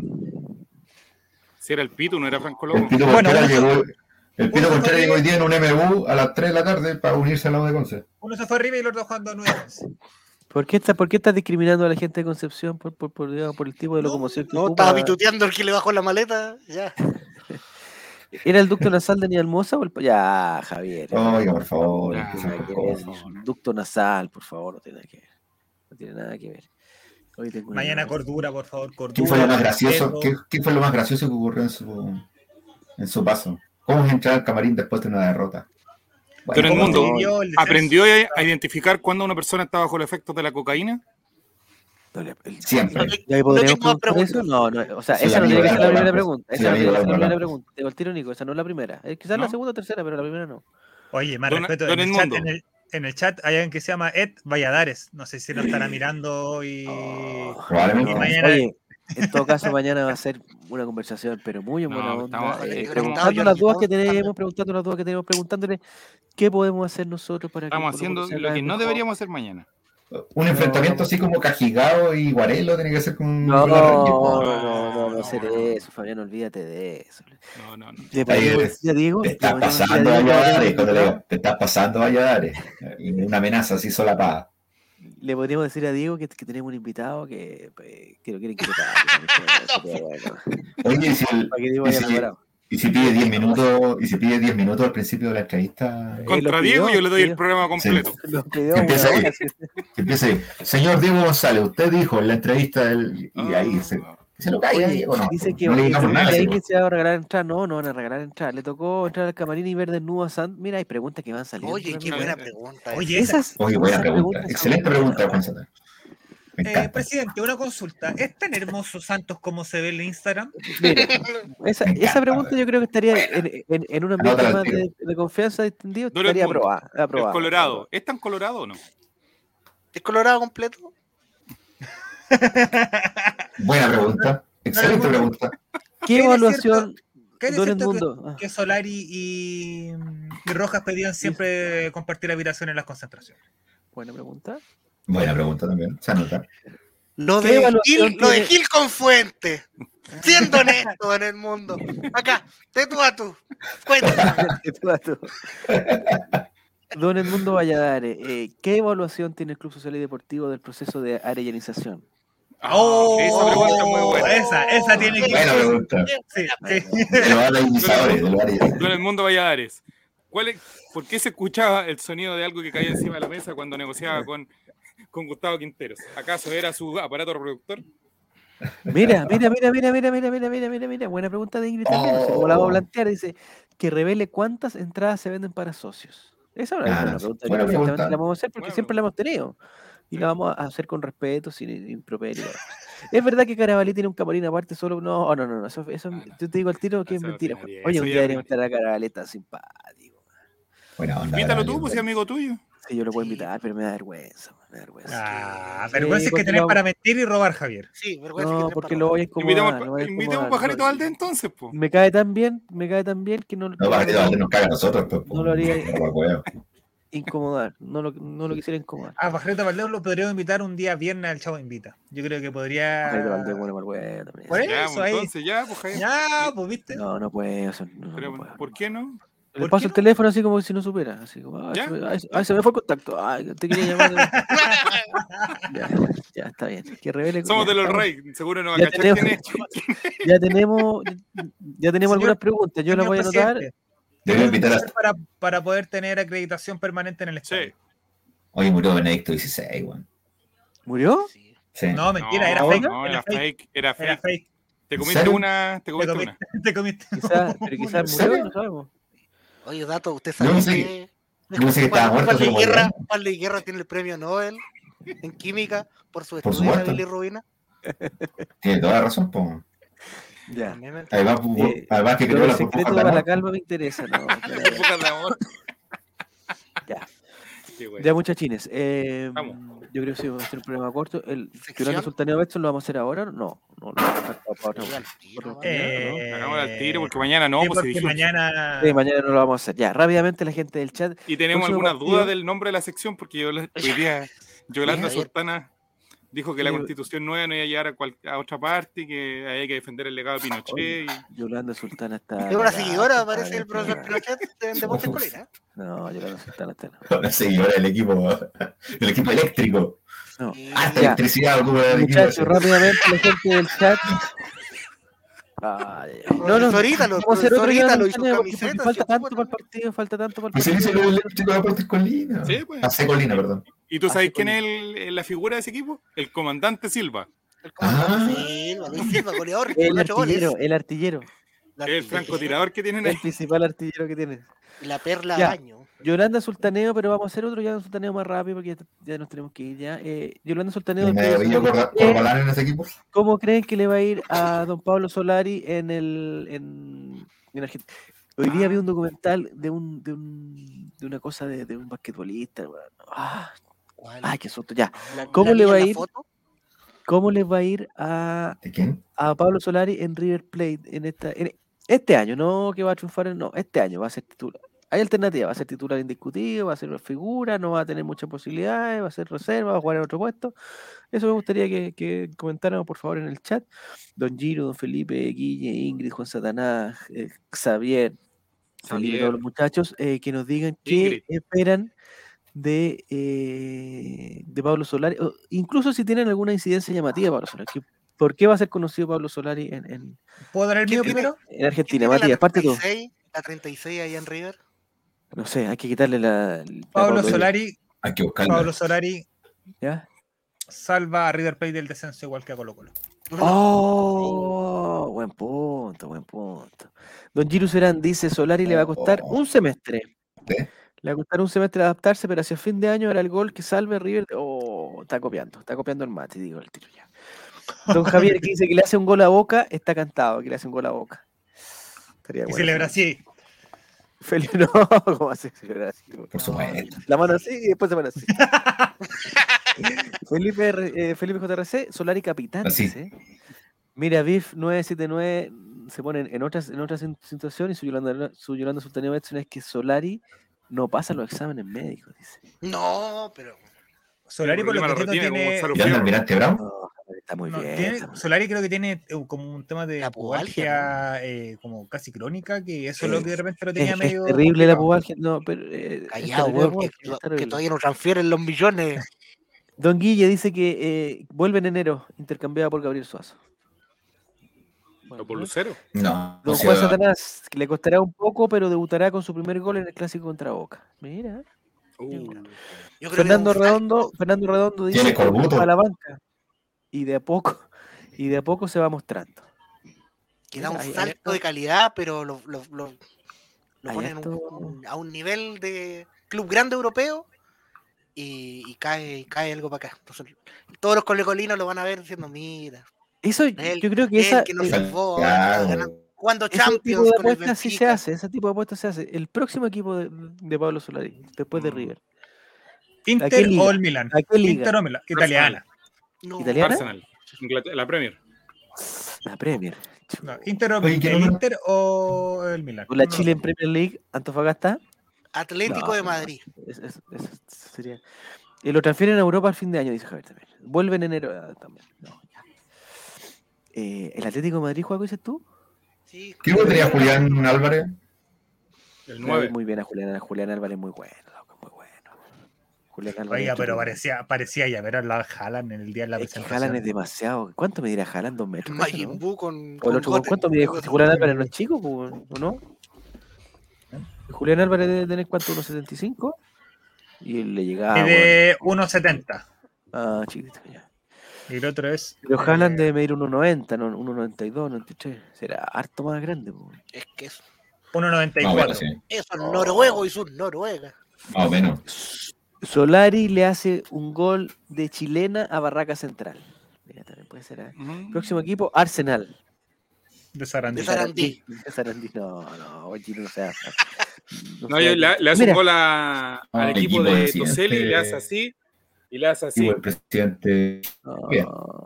[SPEAKER 3] Si era el Pitu, no era Franco
[SPEAKER 2] El
[SPEAKER 3] Lobo.
[SPEAKER 2] Pito
[SPEAKER 6] Bueno,
[SPEAKER 2] Contreras
[SPEAKER 6] uno se-
[SPEAKER 2] llegó. El Pito
[SPEAKER 6] uno se
[SPEAKER 2] Contreras
[SPEAKER 6] fue-
[SPEAKER 2] llegó hoy día en un MU a las 3 de la tarde para unirse al lado de Conce.
[SPEAKER 6] Uno se fue arriba y el otro jugando a nueve. No,
[SPEAKER 1] ¿Por qué, está, ¿Por qué estás discriminando a la gente de Concepción por, por, por, digamos, por el tipo de locomoción que
[SPEAKER 4] No,
[SPEAKER 1] ocupa?
[SPEAKER 4] estaba pituteando el que le bajó la maleta. Ya.
[SPEAKER 1] ¿Era el ducto nasal de Nialmosa o el.? pa- Ya, Javier.
[SPEAKER 2] Oiga, por favor.
[SPEAKER 3] Ah,
[SPEAKER 2] empieza
[SPEAKER 1] Nada
[SPEAKER 2] con
[SPEAKER 1] que
[SPEAKER 2] cosas.
[SPEAKER 1] ver, es un ducto nasal, por favor, no tiene nada que ver. No tiene nada que ver. Hoy tengo una
[SPEAKER 6] Mañana
[SPEAKER 1] náusea.
[SPEAKER 6] cordura, por favor,
[SPEAKER 2] ¿Qué
[SPEAKER 6] cordura.
[SPEAKER 2] fue lo más gracioso?
[SPEAKER 6] respeto.
[SPEAKER 2] ¿Qué, qué fue lo más gracioso que ocurrió en su, en su paso? ¿Cómo es entrar al camarín después de una derrota?
[SPEAKER 3] Pero el
[SPEAKER 6] ¿Cómo
[SPEAKER 3] mundo
[SPEAKER 6] se vivió el descenso?
[SPEAKER 3] ¿Aprendió a a identificar cuando una persona está bajo los efectos de la cocaína?
[SPEAKER 1] Dale, el-
[SPEAKER 2] Siempre.
[SPEAKER 1] ¿Y ahí
[SPEAKER 4] No tengo
[SPEAKER 1] podríamos
[SPEAKER 4] más
[SPEAKER 1] preguntar eso?
[SPEAKER 4] preguntas.
[SPEAKER 1] No, no, o sea,
[SPEAKER 2] Sí,
[SPEAKER 1] esa no
[SPEAKER 2] amigo,
[SPEAKER 1] tiene que ser la
[SPEAKER 2] hablamos.
[SPEAKER 1] primera pregunta.
[SPEAKER 2] Sí,
[SPEAKER 1] Esa no tiene
[SPEAKER 2] amigo,
[SPEAKER 1] que ser la primera
[SPEAKER 2] hablamos.
[SPEAKER 1] pregunta. Te digo al tiro, Nico, esa no es la primera. Eh, Quizás
[SPEAKER 3] ¿No?
[SPEAKER 1] la segunda o tercera, pero la primera no.
[SPEAKER 6] Oye, más
[SPEAKER 3] Don-
[SPEAKER 6] respeto.
[SPEAKER 3] don
[SPEAKER 6] en, el
[SPEAKER 3] Edmundo.
[SPEAKER 6] chat, en, el, en el chat hay alguien que se llama Ed Valladares. No sé si lo estará mirando hoy.
[SPEAKER 2] Probablemente.
[SPEAKER 6] Y
[SPEAKER 2] no.
[SPEAKER 6] mañana-
[SPEAKER 1] Oye, en todo caso, mañana va a ser una conversación, pero muy en
[SPEAKER 3] No,
[SPEAKER 1] buena
[SPEAKER 3] estamos-
[SPEAKER 1] onda. eh,
[SPEAKER 4] estamos-
[SPEAKER 1] preguntando las dudas que
[SPEAKER 4] estamos-
[SPEAKER 1] tenemos, preguntando las dudas que tenemos, preguntándole qué podemos hacer nosotros para que
[SPEAKER 3] Estamos
[SPEAKER 1] el Colo-Colo
[SPEAKER 3] haciendo
[SPEAKER 1] se
[SPEAKER 3] lo
[SPEAKER 1] haga
[SPEAKER 3] que no
[SPEAKER 1] mejor.
[SPEAKER 3] deberíamos hacer mañana.
[SPEAKER 2] Un enfrentamiento así como Cajigao y Guarelo tiene que ser con.
[SPEAKER 1] No,
[SPEAKER 2] con la
[SPEAKER 1] no,
[SPEAKER 2] Rangers.
[SPEAKER 1] no, no, no hacer
[SPEAKER 3] No.
[SPEAKER 1] eso, Fabián, olvídate de eso.
[SPEAKER 3] No, no, no.
[SPEAKER 1] Le pedimos
[SPEAKER 2] eres-
[SPEAKER 1] a Diego,
[SPEAKER 2] Te
[SPEAKER 1] le
[SPEAKER 2] estás
[SPEAKER 1] pedimos a
[SPEAKER 2] pasando
[SPEAKER 1] Diego que vaya a
[SPEAKER 2] Valladares, cuando le
[SPEAKER 1] comprar-
[SPEAKER 2] digo, te estás pasando Valladares. Y Una amenaza así solapada.
[SPEAKER 1] Le podríamos decir a Diego que, que tenemos un invitado que, eh, que lo quieren quitar. que no sé, que todo, bueno,
[SPEAKER 2] Oye, y si, el-
[SPEAKER 1] Para que Diego vaya
[SPEAKER 2] Sí, sí.
[SPEAKER 1] enamorado.
[SPEAKER 2] y si pide 10 minutos, y si pide 10 minutos al principio de la entrevista,
[SPEAKER 3] Contra
[SPEAKER 1] lo
[SPEAKER 3] Diego
[SPEAKER 1] pidió,
[SPEAKER 3] yo le doy el
[SPEAKER 1] pidió.
[SPEAKER 3] programa completo.
[SPEAKER 1] Nos pidió
[SPEAKER 2] Que
[SPEAKER 1] una
[SPEAKER 2] empiece ahí.
[SPEAKER 1] hora, así que-
[SPEAKER 2] que empieza ahí, señor Diego González, usted dijo en la entrevista del, y
[SPEAKER 3] Ah.
[SPEAKER 2] ahí se, se lo calla
[SPEAKER 1] Oye,
[SPEAKER 2] Diego, no,
[SPEAKER 1] dice que,
[SPEAKER 2] no le
[SPEAKER 1] que
[SPEAKER 2] digamos
[SPEAKER 1] se
[SPEAKER 2] nada.
[SPEAKER 1] dice ahí
[SPEAKER 2] Diego.
[SPEAKER 1] que se va a regalar entrar. No, no van a regalar entrar. Le tocó entrar al camarín y ver desnudo a Sand. Mira, hay preguntas que van saliendo.
[SPEAKER 4] Oye, qué
[SPEAKER 1] realmente.
[SPEAKER 4] buena pregunta. eh. Oye,
[SPEAKER 6] Oye, esa.
[SPEAKER 1] Esas,
[SPEAKER 2] Oye, buena
[SPEAKER 1] esas
[SPEAKER 2] pregunta.
[SPEAKER 1] preguntas son-
[SPEAKER 2] Excelente pregunta, Juan Santana. Me
[SPEAKER 6] Eh,
[SPEAKER 1] pues,
[SPEAKER 2] encanta.
[SPEAKER 6] presidente, una consulta. ¿Es tan hermoso Santos como se ve en Instagram?
[SPEAKER 1] Mira, esa,
[SPEAKER 2] Me encanta,
[SPEAKER 1] esa pregunta yo creo que estaría en, en, en un ambiente
[SPEAKER 2] Anótala al
[SPEAKER 1] más
[SPEAKER 2] tiro.
[SPEAKER 1] de, de confianza distendido.
[SPEAKER 3] Duro el
[SPEAKER 1] Estaría
[SPEAKER 3] mundo.
[SPEAKER 1] aprobada.
[SPEAKER 3] El
[SPEAKER 1] aprobada.
[SPEAKER 3] Colorado. ¿Es tan Colorado o no?
[SPEAKER 4] ¿Es colorado completo?
[SPEAKER 2] Buena pregunta. Excelente
[SPEAKER 6] Pero-
[SPEAKER 2] pregunta.
[SPEAKER 1] ¿Qué
[SPEAKER 6] ¿Qué es
[SPEAKER 1] evaluación
[SPEAKER 6] ¿Qué es
[SPEAKER 1] Don
[SPEAKER 6] cierto que-
[SPEAKER 1] Edmundo? Ah.
[SPEAKER 6] que Solari y, y Rojas pedían siempre compartir habitación en las concentraciones?
[SPEAKER 1] Ah, Buena pregunta.
[SPEAKER 2] Buena pregunta también. Se anota.
[SPEAKER 4] Lo
[SPEAKER 1] ¿Qué
[SPEAKER 4] de,
[SPEAKER 1] evaluación
[SPEAKER 4] Gil, lo de
[SPEAKER 1] tiene?
[SPEAKER 4] Gil con Fuente. Siendo honesto en el mundo. Acá, de tú a tú. Cuéntame.
[SPEAKER 1] De tú a tú. Don Edmundo Valladares, eh, ¿qué evaluación tiene el Club Social y Deportivo del proceso de arellanización?
[SPEAKER 3] Ah, esa pregunta es muy
[SPEAKER 6] Oh,
[SPEAKER 3] buena.
[SPEAKER 6] Esa, esa tiene que
[SPEAKER 2] Buena pregunta.
[SPEAKER 6] sí, sí.
[SPEAKER 2] De los analizadores, de los analizadores.
[SPEAKER 3] Don el mundo Valladares. ¿Cuál es- ¿Por qué se escuchaba el sonido de algo que caía encima de la mesa cuando negociaba con, con Gustavo Quinteros? ¿Acaso era su aparato reproductor?
[SPEAKER 1] Mira, mira, mira, mira, mira, mira, mira, mira, mira, mira. Buena pregunta de Ingrid también. no sé cómo la va a
[SPEAKER 2] Oh.
[SPEAKER 1] plantear. Dice que revele cuántas entradas se venden para socios. Esa es una
[SPEAKER 2] Claro,
[SPEAKER 1] buena pregunta. que
[SPEAKER 2] Ah, buena
[SPEAKER 1] perfectamente
[SPEAKER 2] pregunta.
[SPEAKER 1] La vamos a hacer porque
[SPEAKER 3] Buena
[SPEAKER 1] siempre la hemos tenido. Y
[SPEAKER 3] Sí.
[SPEAKER 1] la vamos a hacer con respeto, sin improperio. ¿Es verdad que Carabalí tiene un camarín aparte solo? No, no, no, no. Eso, eso,
[SPEAKER 3] Ah, no.
[SPEAKER 1] Yo te digo al tiro que es
[SPEAKER 3] Eso
[SPEAKER 1] mentira.
[SPEAKER 3] ordinaria,
[SPEAKER 1] Oye,
[SPEAKER 3] eso
[SPEAKER 1] un
[SPEAKER 3] ya
[SPEAKER 1] día
[SPEAKER 3] es
[SPEAKER 1] deberíamos estar a Carabalí tan simpático.
[SPEAKER 2] Buena onda.
[SPEAKER 3] Invítalo
[SPEAKER 2] Gabriel.
[SPEAKER 3] tú, pues, si es amigo tuyo.
[SPEAKER 1] Que yo lo puedo
[SPEAKER 4] Sí.
[SPEAKER 1] invitar, pero me da vergüenza. Me da vergüenza.
[SPEAKER 6] Ah,
[SPEAKER 1] Sí,
[SPEAKER 6] vergüenza que
[SPEAKER 1] porque
[SPEAKER 6] tenés
[SPEAKER 1] lo-
[SPEAKER 6] para mentir y robar, Javier.
[SPEAKER 4] Sí, vergüenza que
[SPEAKER 1] No,
[SPEAKER 4] tenés
[SPEAKER 1] porque
[SPEAKER 4] para
[SPEAKER 1] lo
[SPEAKER 4] robar.
[SPEAKER 1] voy a
[SPEAKER 3] Invitemos,
[SPEAKER 1] incomodar. lo voy a
[SPEAKER 3] invitemos a
[SPEAKER 1] incomodar,
[SPEAKER 3] Pajarito
[SPEAKER 1] no-
[SPEAKER 3] Valdés entonces, po.
[SPEAKER 1] Me cae tan bien, me cae tan bien que no,
[SPEAKER 2] No,
[SPEAKER 1] no
[SPEAKER 2] para que
[SPEAKER 1] lo-
[SPEAKER 2] Valdés nos caga a nosotros. Pues,
[SPEAKER 1] No lo haría.
[SPEAKER 2] por favor, weón.
[SPEAKER 1] incomodar, no lo, no lo quisiera incomodar.
[SPEAKER 6] A Pajarito Valdeo Ah, lo podríamos invitar un día viernes al Chavo Invita. Yo creo que
[SPEAKER 3] Ah.
[SPEAKER 6] podría.
[SPEAKER 1] Javier Valdés, bueno, mal bueno, también.
[SPEAKER 6] Por
[SPEAKER 3] Ya,
[SPEAKER 6] eso, ahí.
[SPEAKER 3] entonces, ya, pues, Jaime.
[SPEAKER 6] Ya, pues viste.
[SPEAKER 1] No, no puede. o sea, no, no
[SPEAKER 3] este? Pero,
[SPEAKER 1] puedo,
[SPEAKER 3] ¿Por
[SPEAKER 1] no.
[SPEAKER 3] qué no?
[SPEAKER 1] Le
[SPEAKER 6] ¿por
[SPEAKER 1] paso
[SPEAKER 6] qué
[SPEAKER 1] el
[SPEAKER 6] no?
[SPEAKER 1] teléfono así como si no supiera. Así como, ay,
[SPEAKER 3] Ya,
[SPEAKER 1] se me, ay, se- ay, se me fue el contacto. Ay, te quería llamar. ya, ya, está bien. Que revele.
[SPEAKER 3] Somos
[SPEAKER 1] ya,
[SPEAKER 3] de los
[SPEAKER 1] estamos-
[SPEAKER 3] reyes, seguro no va a
[SPEAKER 1] Ya
[SPEAKER 3] cachar
[SPEAKER 1] tenemos,
[SPEAKER 3] quién es.
[SPEAKER 1] ya tenemos, ya tenemos
[SPEAKER 6] Señor-
[SPEAKER 1] algunas preguntas. Yo las
[SPEAKER 6] Señor
[SPEAKER 1] voy a anotar.
[SPEAKER 6] presidente,
[SPEAKER 2] Debe invitar a.
[SPEAKER 6] para, para poder tener acreditación permanente en el
[SPEAKER 3] Sí.
[SPEAKER 6] estadio.
[SPEAKER 2] Oye, murió Benedicto XVI, weón.
[SPEAKER 1] ¿Murió?
[SPEAKER 4] Sí.
[SPEAKER 2] Sí.
[SPEAKER 6] No, mentira, era
[SPEAKER 3] No,
[SPEAKER 6] fake.
[SPEAKER 3] No, era fake, era
[SPEAKER 6] Era
[SPEAKER 3] fake.
[SPEAKER 6] fake.
[SPEAKER 3] Te
[SPEAKER 2] ¿En
[SPEAKER 3] comiste
[SPEAKER 2] serio?
[SPEAKER 3] una, te comiste una.
[SPEAKER 6] comiste. Te comiste.
[SPEAKER 1] Quizás, pero quizás
[SPEAKER 2] ¿En
[SPEAKER 1] murió,
[SPEAKER 2] serio?
[SPEAKER 1] no sabemos.
[SPEAKER 4] Oye, Dato, ¿usted
[SPEAKER 2] Yo
[SPEAKER 4] sabe
[SPEAKER 2] pensé
[SPEAKER 4] que...
[SPEAKER 2] yo pensé que estaba muerto,
[SPEAKER 4] Pablo
[SPEAKER 2] se lo
[SPEAKER 4] Guerra,
[SPEAKER 2] mataron.
[SPEAKER 4] Pablo Guerra tiene el premio Nobel en química por su
[SPEAKER 2] Por
[SPEAKER 4] estudio de la
[SPEAKER 2] supuesto.
[SPEAKER 4] bilirrubina.
[SPEAKER 2] pues. Tiene toda la razón, po.
[SPEAKER 1] Ya.
[SPEAKER 2] Además, jugó-
[SPEAKER 1] Eh,
[SPEAKER 2] además que creó
[SPEAKER 1] Pero el
[SPEAKER 2] la
[SPEAKER 1] secreto
[SPEAKER 2] burbuja
[SPEAKER 1] para la
[SPEAKER 2] Danone.
[SPEAKER 1] calma me interesa. no,
[SPEAKER 3] Las
[SPEAKER 1] pero-
[SPEAKER 3] burbujas de amor.
[SPEAKER 1] Ya.
[SPEAKER 3] Qué bueno.
[SPEAKER 1] ya, muchachines. eh,
[SPEAKER 3] Vamos.
[SPEAKER 1] Yo creo que sí, vamos a hacer un programa corto. ¿El
[SPEAKER 4] Sección.
[SPEAKER 1] Yolanda Sultaneo Betson lo vamos a hacer ahora? No, no, no. para- para otra
[SPEAKER 4] Oiga,
[SPEAKER 1] ocasión.
[SPEAKER 4] el tiro,
[SPEAKER 1] otro-
[SPEAKER 4] vale.
[SPEAKER 6] Eh,
[SPEAKER 3] Hagamos al tiro porque mañana no,
[SPEAKER 6] sí,
[SPEAKER 3] pues,
[SPEAKER 6] porque
[SPEAKER 3] si dijimos.
[SPEAKER 6] mañana.
[SPEAKER 1] Sí, mañana no lo vamos a hacer. Ya, rápidamente la gente del chat.
[SPEAKER 3] Y tenemos
[SPEAKER 1] Próximo
[SPEAKER 3] algunas
[SPEAKER 1] partido.
[SPEAKER 3] dudas del nombre de la sección porque yo les hoy día Yolanda
[SPEAKER 4] Javier.
[SPEAKER 3] Sultana dijo que la
[SPEAKER 1] Sí.
[SPEAKER 3] constitución nueva no iba a llegar a, cual- a otra parte y que había que defender el legado de Pinochet. y-
[SPEAKER 1] Yolanda Sultana está.
[SPEAKER 4] Es una
[SPEAKER 1] ya,
[SPEAKER 4] seguidora,
[SPEAKER 1] compadre,
[SPEAKER 4] parece el
[SPEAKER 1] ya.
[SPEAKER 4] profesor Pinochet de Deportes Colina.
[SPEAKER 1] No, Yolanda Sultana está. no.
[SPEAKER 2] Ahora seguidora del equipo, del equipo eléctrico.
[SPEAKER 1] No.
[SPEAKER 4] Y-
[SPEAKER 2] Hasta
[SPEAKER 1] Ya.
[SPEAKER 2] electricidad ocupa el equipo.
[SPEAKER 1] Muchachos, rápidamente la gente del chat. Ay, no, no,
[SPEAKER 4] Profesor Ítalo,
[SPEAKER 1] vamos a hacer otro
[SPEAKER 4] profesor
[SPEAKER 1] Yolanda
[SPEAKER 4] Ítalo y sus
[SPEAKER 1] Sultana porque- porque Falta
[SPEAKER 4] camisetas, sí,
[SPEAKER 1] tanto
[SPEAKER 4] bueno.
[SPEAKER 1] para el partido, falta tanto para el
[SPEAKER 2] Pues se hizo
[SPEAKER 1] partido.
[SPEAKER 2] el eléctrico de Deportes Colina.
[SPEAKER 3] Sí, pues.
[SPEAKER 2] AC Colina, perdón.
[SPEAKER 3] ¿Y tú sabes
[SPEAKER 1] Así
[SPEAKER 3] quién
[SPEAKER 1] con-
[SPEAKER 3] es el- la figura de ese equipo? El comandante Silva.
[SPEAKER 4] El comandante
[SPEAKER 2] Ah.
[SPEAKER 4] Silva, Luis Silva, goleador,
[SPEAKER 1] El
[SPEAKER 4] con ocho goles.
[SPEAKER 1] artillero, el artillero,
[SPEAKER 4] La-
[SPEAKER 3] El francotirador que tienen ahí.
[SPEAKER 1] el principal artillero que tiene.
[SPEAKER 4] La perla
[SPEAKER 1] Ya.
[SPEAKER 4] baño.
[SPEAKER 1] Yolanda Sultaneo, pero vamos a hacer otro Yolanda Sultaneo más rápido porque ya, ya nos tenemos que ir ya. Eh, Yolanda Sultaneo,
[SPEAKER 2] ¿Tiene
[SPEAKER 1] ¿ustedes
[SPEAKER 2] Bello
[SPEAKER 1] cómo
[SPEAKER 2] Corba-
[SPEAKER 1] creen-
[SPEAKER 2] Corbalán en ese equipo?
[SPEAKER 1] ¿Cómo creen que le va a ir a don Pablo Solari en el en, en Argentina? Hoy día vi un documental de un de, un, de una cosa de, de un basquetbolista. weón. Ah,
[SPEAKER 4] ¿Cuál?
[SPEAKER 1] ay, qué susto. Ya.
[SPEAKER 4] La-
[SPEAKER 1] ¿Cómo
[SPEAKER 4] la
[SPEAKER 1] le va a
[SPEAKER 4] niña en la
[SPEAKER 1] ir?
[SPEAKER 4] foto,
[SPEAKER 1] ¿Cómo les va a ir a,
[SPEAKER 2] ¿De quién?
[SPEAKER 1] a Pablo Solari en River Plate en esta en este año? No que va a triunfar, en- no, este año va a ser titular. Hay alternativa, va a ser titular indiscutido, va a ser una figura, no va a tener muchas posibilidades, va a ser reserva, va a jugar en otro puesto. Eso me gustaría que, que comentaran, por favor, en el chat. Don Giro, Don Felipe, Guille, Ingrid, Juan Satanás, eh, Xavier, Felipe, todos
[SPEAKER 3] Javier.
[SPEAKER 1] los muchachos, eh, que nos digan
[SPEAKER 3] Ingrid.
[SPEAKER 1] qué esperan de, eh, de Pablo Solari, o incluso si tienen alguna incidencia llamativa de Pablo Solari. que- ¿Por qué va a ser conocido Pablo Solari en, en-
[SPEAKER 6] ¿Puedo dar el
[SPEAKER 4] ¿Quién
[SPEAKER 6] mío
[SPEAKER 4] tiene-
[SPEAKER 6] primero?
[SPEAKER 1] en
[SPEAKER 4] ¿quién
[SPEAKER 1] Argentina?
[SPEAKER 4] tiene
[SPEAKER 1] Matías, parte tú.
[SPEAKER 4] La 36, la 36 ahí en River.
[SPEAKER 1] No sé, hay que quitarle la. la
[SPEAKER 6] Pablo
[SPEAKER 1] Díaz,
[SPEAKER 6] Solari,
[SPEAKER 2] Hay que buscarlo.
[SPEAKER 6] Pablo Solari
[SPEAKER 1] ¿ya?
[SPEAKER 6] salva a River Plate del descenso igual que a Colo Colo.
[SPEAKER 1] ¡Oh! Buen punto, buen punto. Don Giro Serán dice: Solari le va a costar
[SPEAKER 2] Oh.
[SPEAKER 1] un semestre.
[SPEAKER 2] Sí.
[SPEAKER 1] Le va a costar un semestre adaptarse, pero hacia fin de año era el gol que salve a River. Oh, está copiando, está copiando el mate, digo el tiro ya. Don Javier que dice que le hace un gol a Boca, está cantado, que le hace un gol a Boca. Estaría
[SPEAKER 6] Y
[SPEAKER 1] bueno.
[SPEAKER 6] celebra así.
[SPEAKER 1] Feliz, no, ¿cómo hace celebrar así?
[SPEAKER 2] Por supuesto.
[SPEAKER 1] La mano así y después se van así. Felipe, R- eh, Felipe JRC, Solari Capitán.
[SPEAKER 2] Así.
[SPEAKER 1] dice. Mira, BIF 979 se pone en otras, en otras sin- situaciones y su Yolanda, su Yolanda Sultaneo Betson es que Solari no pasa los exámenes médicos. Dice.
[SPEAKER 4] No, pero
[SPEAKER 6] Solari por lo que entiendo tiene.
[SPEAKER 2] ¿Y anda Almirante Brown?
[SPEAKER 1] No, está muy
[SPEAKER 6] no,
[SPEAKER 1] bien.
[SPEAKER 6] tiene-
[SPEAKER 1] está muy bien.
[SPEAKER 6] Solari creo que tiene eh, como un tema de
[SPEAKER 4] La pubalgia,
[SPEAKER 6] pubalgia eh, como casi crónica, que eso es
[SPEAKER 1] Sí.
[SPEAKER 6] lo que de repente lo tenía
[SPEAKER 1] Es, es
[SPEAKER 6] medio.
[SPEAKER 1] terrible la
[SPEAKER 6] complicado.
[SPEAKER 1] pubalgia. No, pero, eh, es
[SPEAKER 4] callado,
[SPEAKER 1] terrible la
[SPEAKER 4] weón, que,
[SPEAKER 1] pubalgia, es
[SPEAKER 4] que
[SPEAKER 1] terrible.
[SPEAKER 4] todavía no transfieren los millones.
[SPEAKER 1] Don Guille dice que eh, vuelve en enero, intercambiada por Gabriel Suazo. Bueno,
[SPEAKER 3] O por
[SPEAKER 1] ¿no?
[SPEAKER 3] Lucero.
[SPEAKER 2] No.
[SPEAKER 1] Don
[SPEAKER 2] no sé,
[SPEAKER 1] Juan
[SPEAKER 2] weón.
[SPEAKER 1] Satanás, que le costará un poco, pero debutará con su primer gol en el clásico contra Boca. Mira.
[SPEAKER 3] Uh,
[SPEAKER 4] Yo creo que
[SPEAKER 1] Fernando
[SPEAKER 4] es un salto.
[SPEAKER 1] Redondo, Fernando Redondo dice
[SPEAKER 2] Tiene
[SPEAKER 1] que va
[SPEAKER 2] corbuto.
[SPEAKER 1] a la banca. Y de a poco, y de a poco se va mostrando.
[SPEAKER 4] que da
[SPEAKER 1] Mira,
[SPEAKER 4] un
[SPEAKER 1] hay- hay
[SPEAKER 4] salto
[SPEAKER 1] harto-
[SPEAKER 4] de calidad, pero lo, lo, lo, lo
[SPEAKER 1] hay
[SPEAKER 4] ponen un-
[SPEAKER 1] harto-
[SPEAKER 4] un- a un nivel de club grande europeo y, y cae, y cae algo para acá. Entonces, todos los colecolinos lo van a ver diciendo, mira,
[SPEAKER 1] Eso
[SPEAKER 4] Él-
[SPEAKER 1] yo creo que esa.
[SPEAKER 4] él que no
[SPEAKER 1] eh,
[SPEAKER 4] salvó,
[SPEAKER 2] Claro.
[SPEAKER 4] ganando- jugando
[SPEAKER 1] Ese tipo
[SPEAKER 4] Champions
[SPEAKER 1] de
[SPEAKER 4] con el
[SPEAKER 1] apuestas sí se
[SPEAKER 4] Benfica.
[SPEAKER 1] hace, ese tipo de apuestas se hace. El próximo equipo de, de Pablo Solari, después de
[SPEAKER 3] Mm.
[SPEAKER 1] River. ¿A qué
[SPEAKER 6] Inter
[SPEAKER 1] liga?
[SPEAKER 6] o el Milan.
[SPEAKER 1] ¿A qué liga?
[SPEAKER 6] Inter o Milan. Italiana.
[SPEAKER 4] No,
[SPEAKER 1] ¿Italiana?
[SPEAKER 3] Arsenal. Inglaterra- la Premier.
[SPEAKER 1] La Premier.
[SPEAKER 6] No, Inter o
[SPEAKER 2] Oye, ¿qué
[SPEAKER 6] el
[SPEAKER 2] número?
[SPEAKER 6] Inter o el Milan.
[SPEAKER 1] O la
[SPEAKER 6] Uno de
[SPEAKER 1] Chile
[SPEAKER 6] los
[SPEAKER 1] en Premier League, Antofagasta.
[SPEAKER 4] Atlético
[SPEAKER 1] No,
[SPEAKER 4] de
[SPEAKER 1] no,
[SPEAKER 4] Madrid.
[SPEAKER 1] es- es- es- sería. Y lo transfieren a Europa al fin de año, dice Javier también. Vuelve en enero ah, también. No, ya. Eh, ¿El Atlético de Madrid juega, dices tú?
[SPEAKER 4] Sí,
[SPEAKER 2] ¿Qué equipo tenía Julián Álvarez?
[SPEAKER 3] El
[SPEAKER 1] Le
[SPEAKER 3] 9.
[SPEAKER 1] va Muy bien a Julián, Julián Álvarez, muy bueno, loco, muy bueno. Julián
[SPEAKER 6] dos.
[SPEAKER 1] Álvarez.
[SPEAKER 6] Oiga, pero
[SPEAKER 1] tremendo.
[SPEAKER 6] parecía, parecía ya ver a la Haaland en el día de la
[SPEAKER 1] Es que Haaland es
[SPEAKER 6] presentación.
[SPEAKER 1] demasiado. ¿Cuánto medirá Haaland? ¿Dos metros? casi, no?
[SPEAKER 4] Majin Buu con,
[SPEAKER 1] ¿O el
[SPEAKER 4] con
[SPEAKER 1] otro,
[SPEAKER 4] Goten.
[SPEAKER 1] ¿Cuánto mide Julián Álvarez? ¿No es chico, po, weón? ¿o no? Julián Álvarez debe tener cuánto, unos 75. Y él le llegaba.
[SPEAKER 6] Es
[SPEAKER 1] weón.
[SPEAKER 6] de 1.70.
[SPEAKER 1] Ah, chiquito, ya.
[SPEAKER 6] Y el otro es.
[SPEAKER 1] Pero
[SPEAKER 6] eh,
[SPEAKER 1] Haaland debe medir 1,90, no, 1,92, 93. Será harto más grande. po.
[SPEAKER 4] Es que eso,
[SPEAKER 6] eh, 1.94.
[SPEAKER 2] Más o menos, Ah, sí.
[SPEAKER 4] eso es noruego y sur noruega.
[SPEAKER 2] Más o menos.
[SPEAKER 1] Solari le hace un gol de chilena a Barraca Central. Mira, también puede ser. ¿eh?
[SPEAKER 3] Ujú.
[SPEAKER 1] Próximo equipo, Arsenal.
[SPEAKER 6] de Sarandí.
[SPEAKER 4] De Sarandí.
[SPEAKER 1] De Sarandí, no, no, Chile no se hace.
[SPEAKER 3] No, yo le, le hace
[SPEAKER 1] Mira,
[SPEAKER 3] un gol a- al
[SPEAKER 2] Ah,
[SPEAKER 3] equipo
[SPEAKER 2] equipo
[SPEAKER 3] de
[SPEAKER 2] presidente.
[SPEAKER 3] Toselli y le hace así. Y le hace
[SPEAKER 2] Sí,
[SPEAKER 3] así.
[SPEAKER 2] buen presidente. Bien.
[SPEAKER 1] no.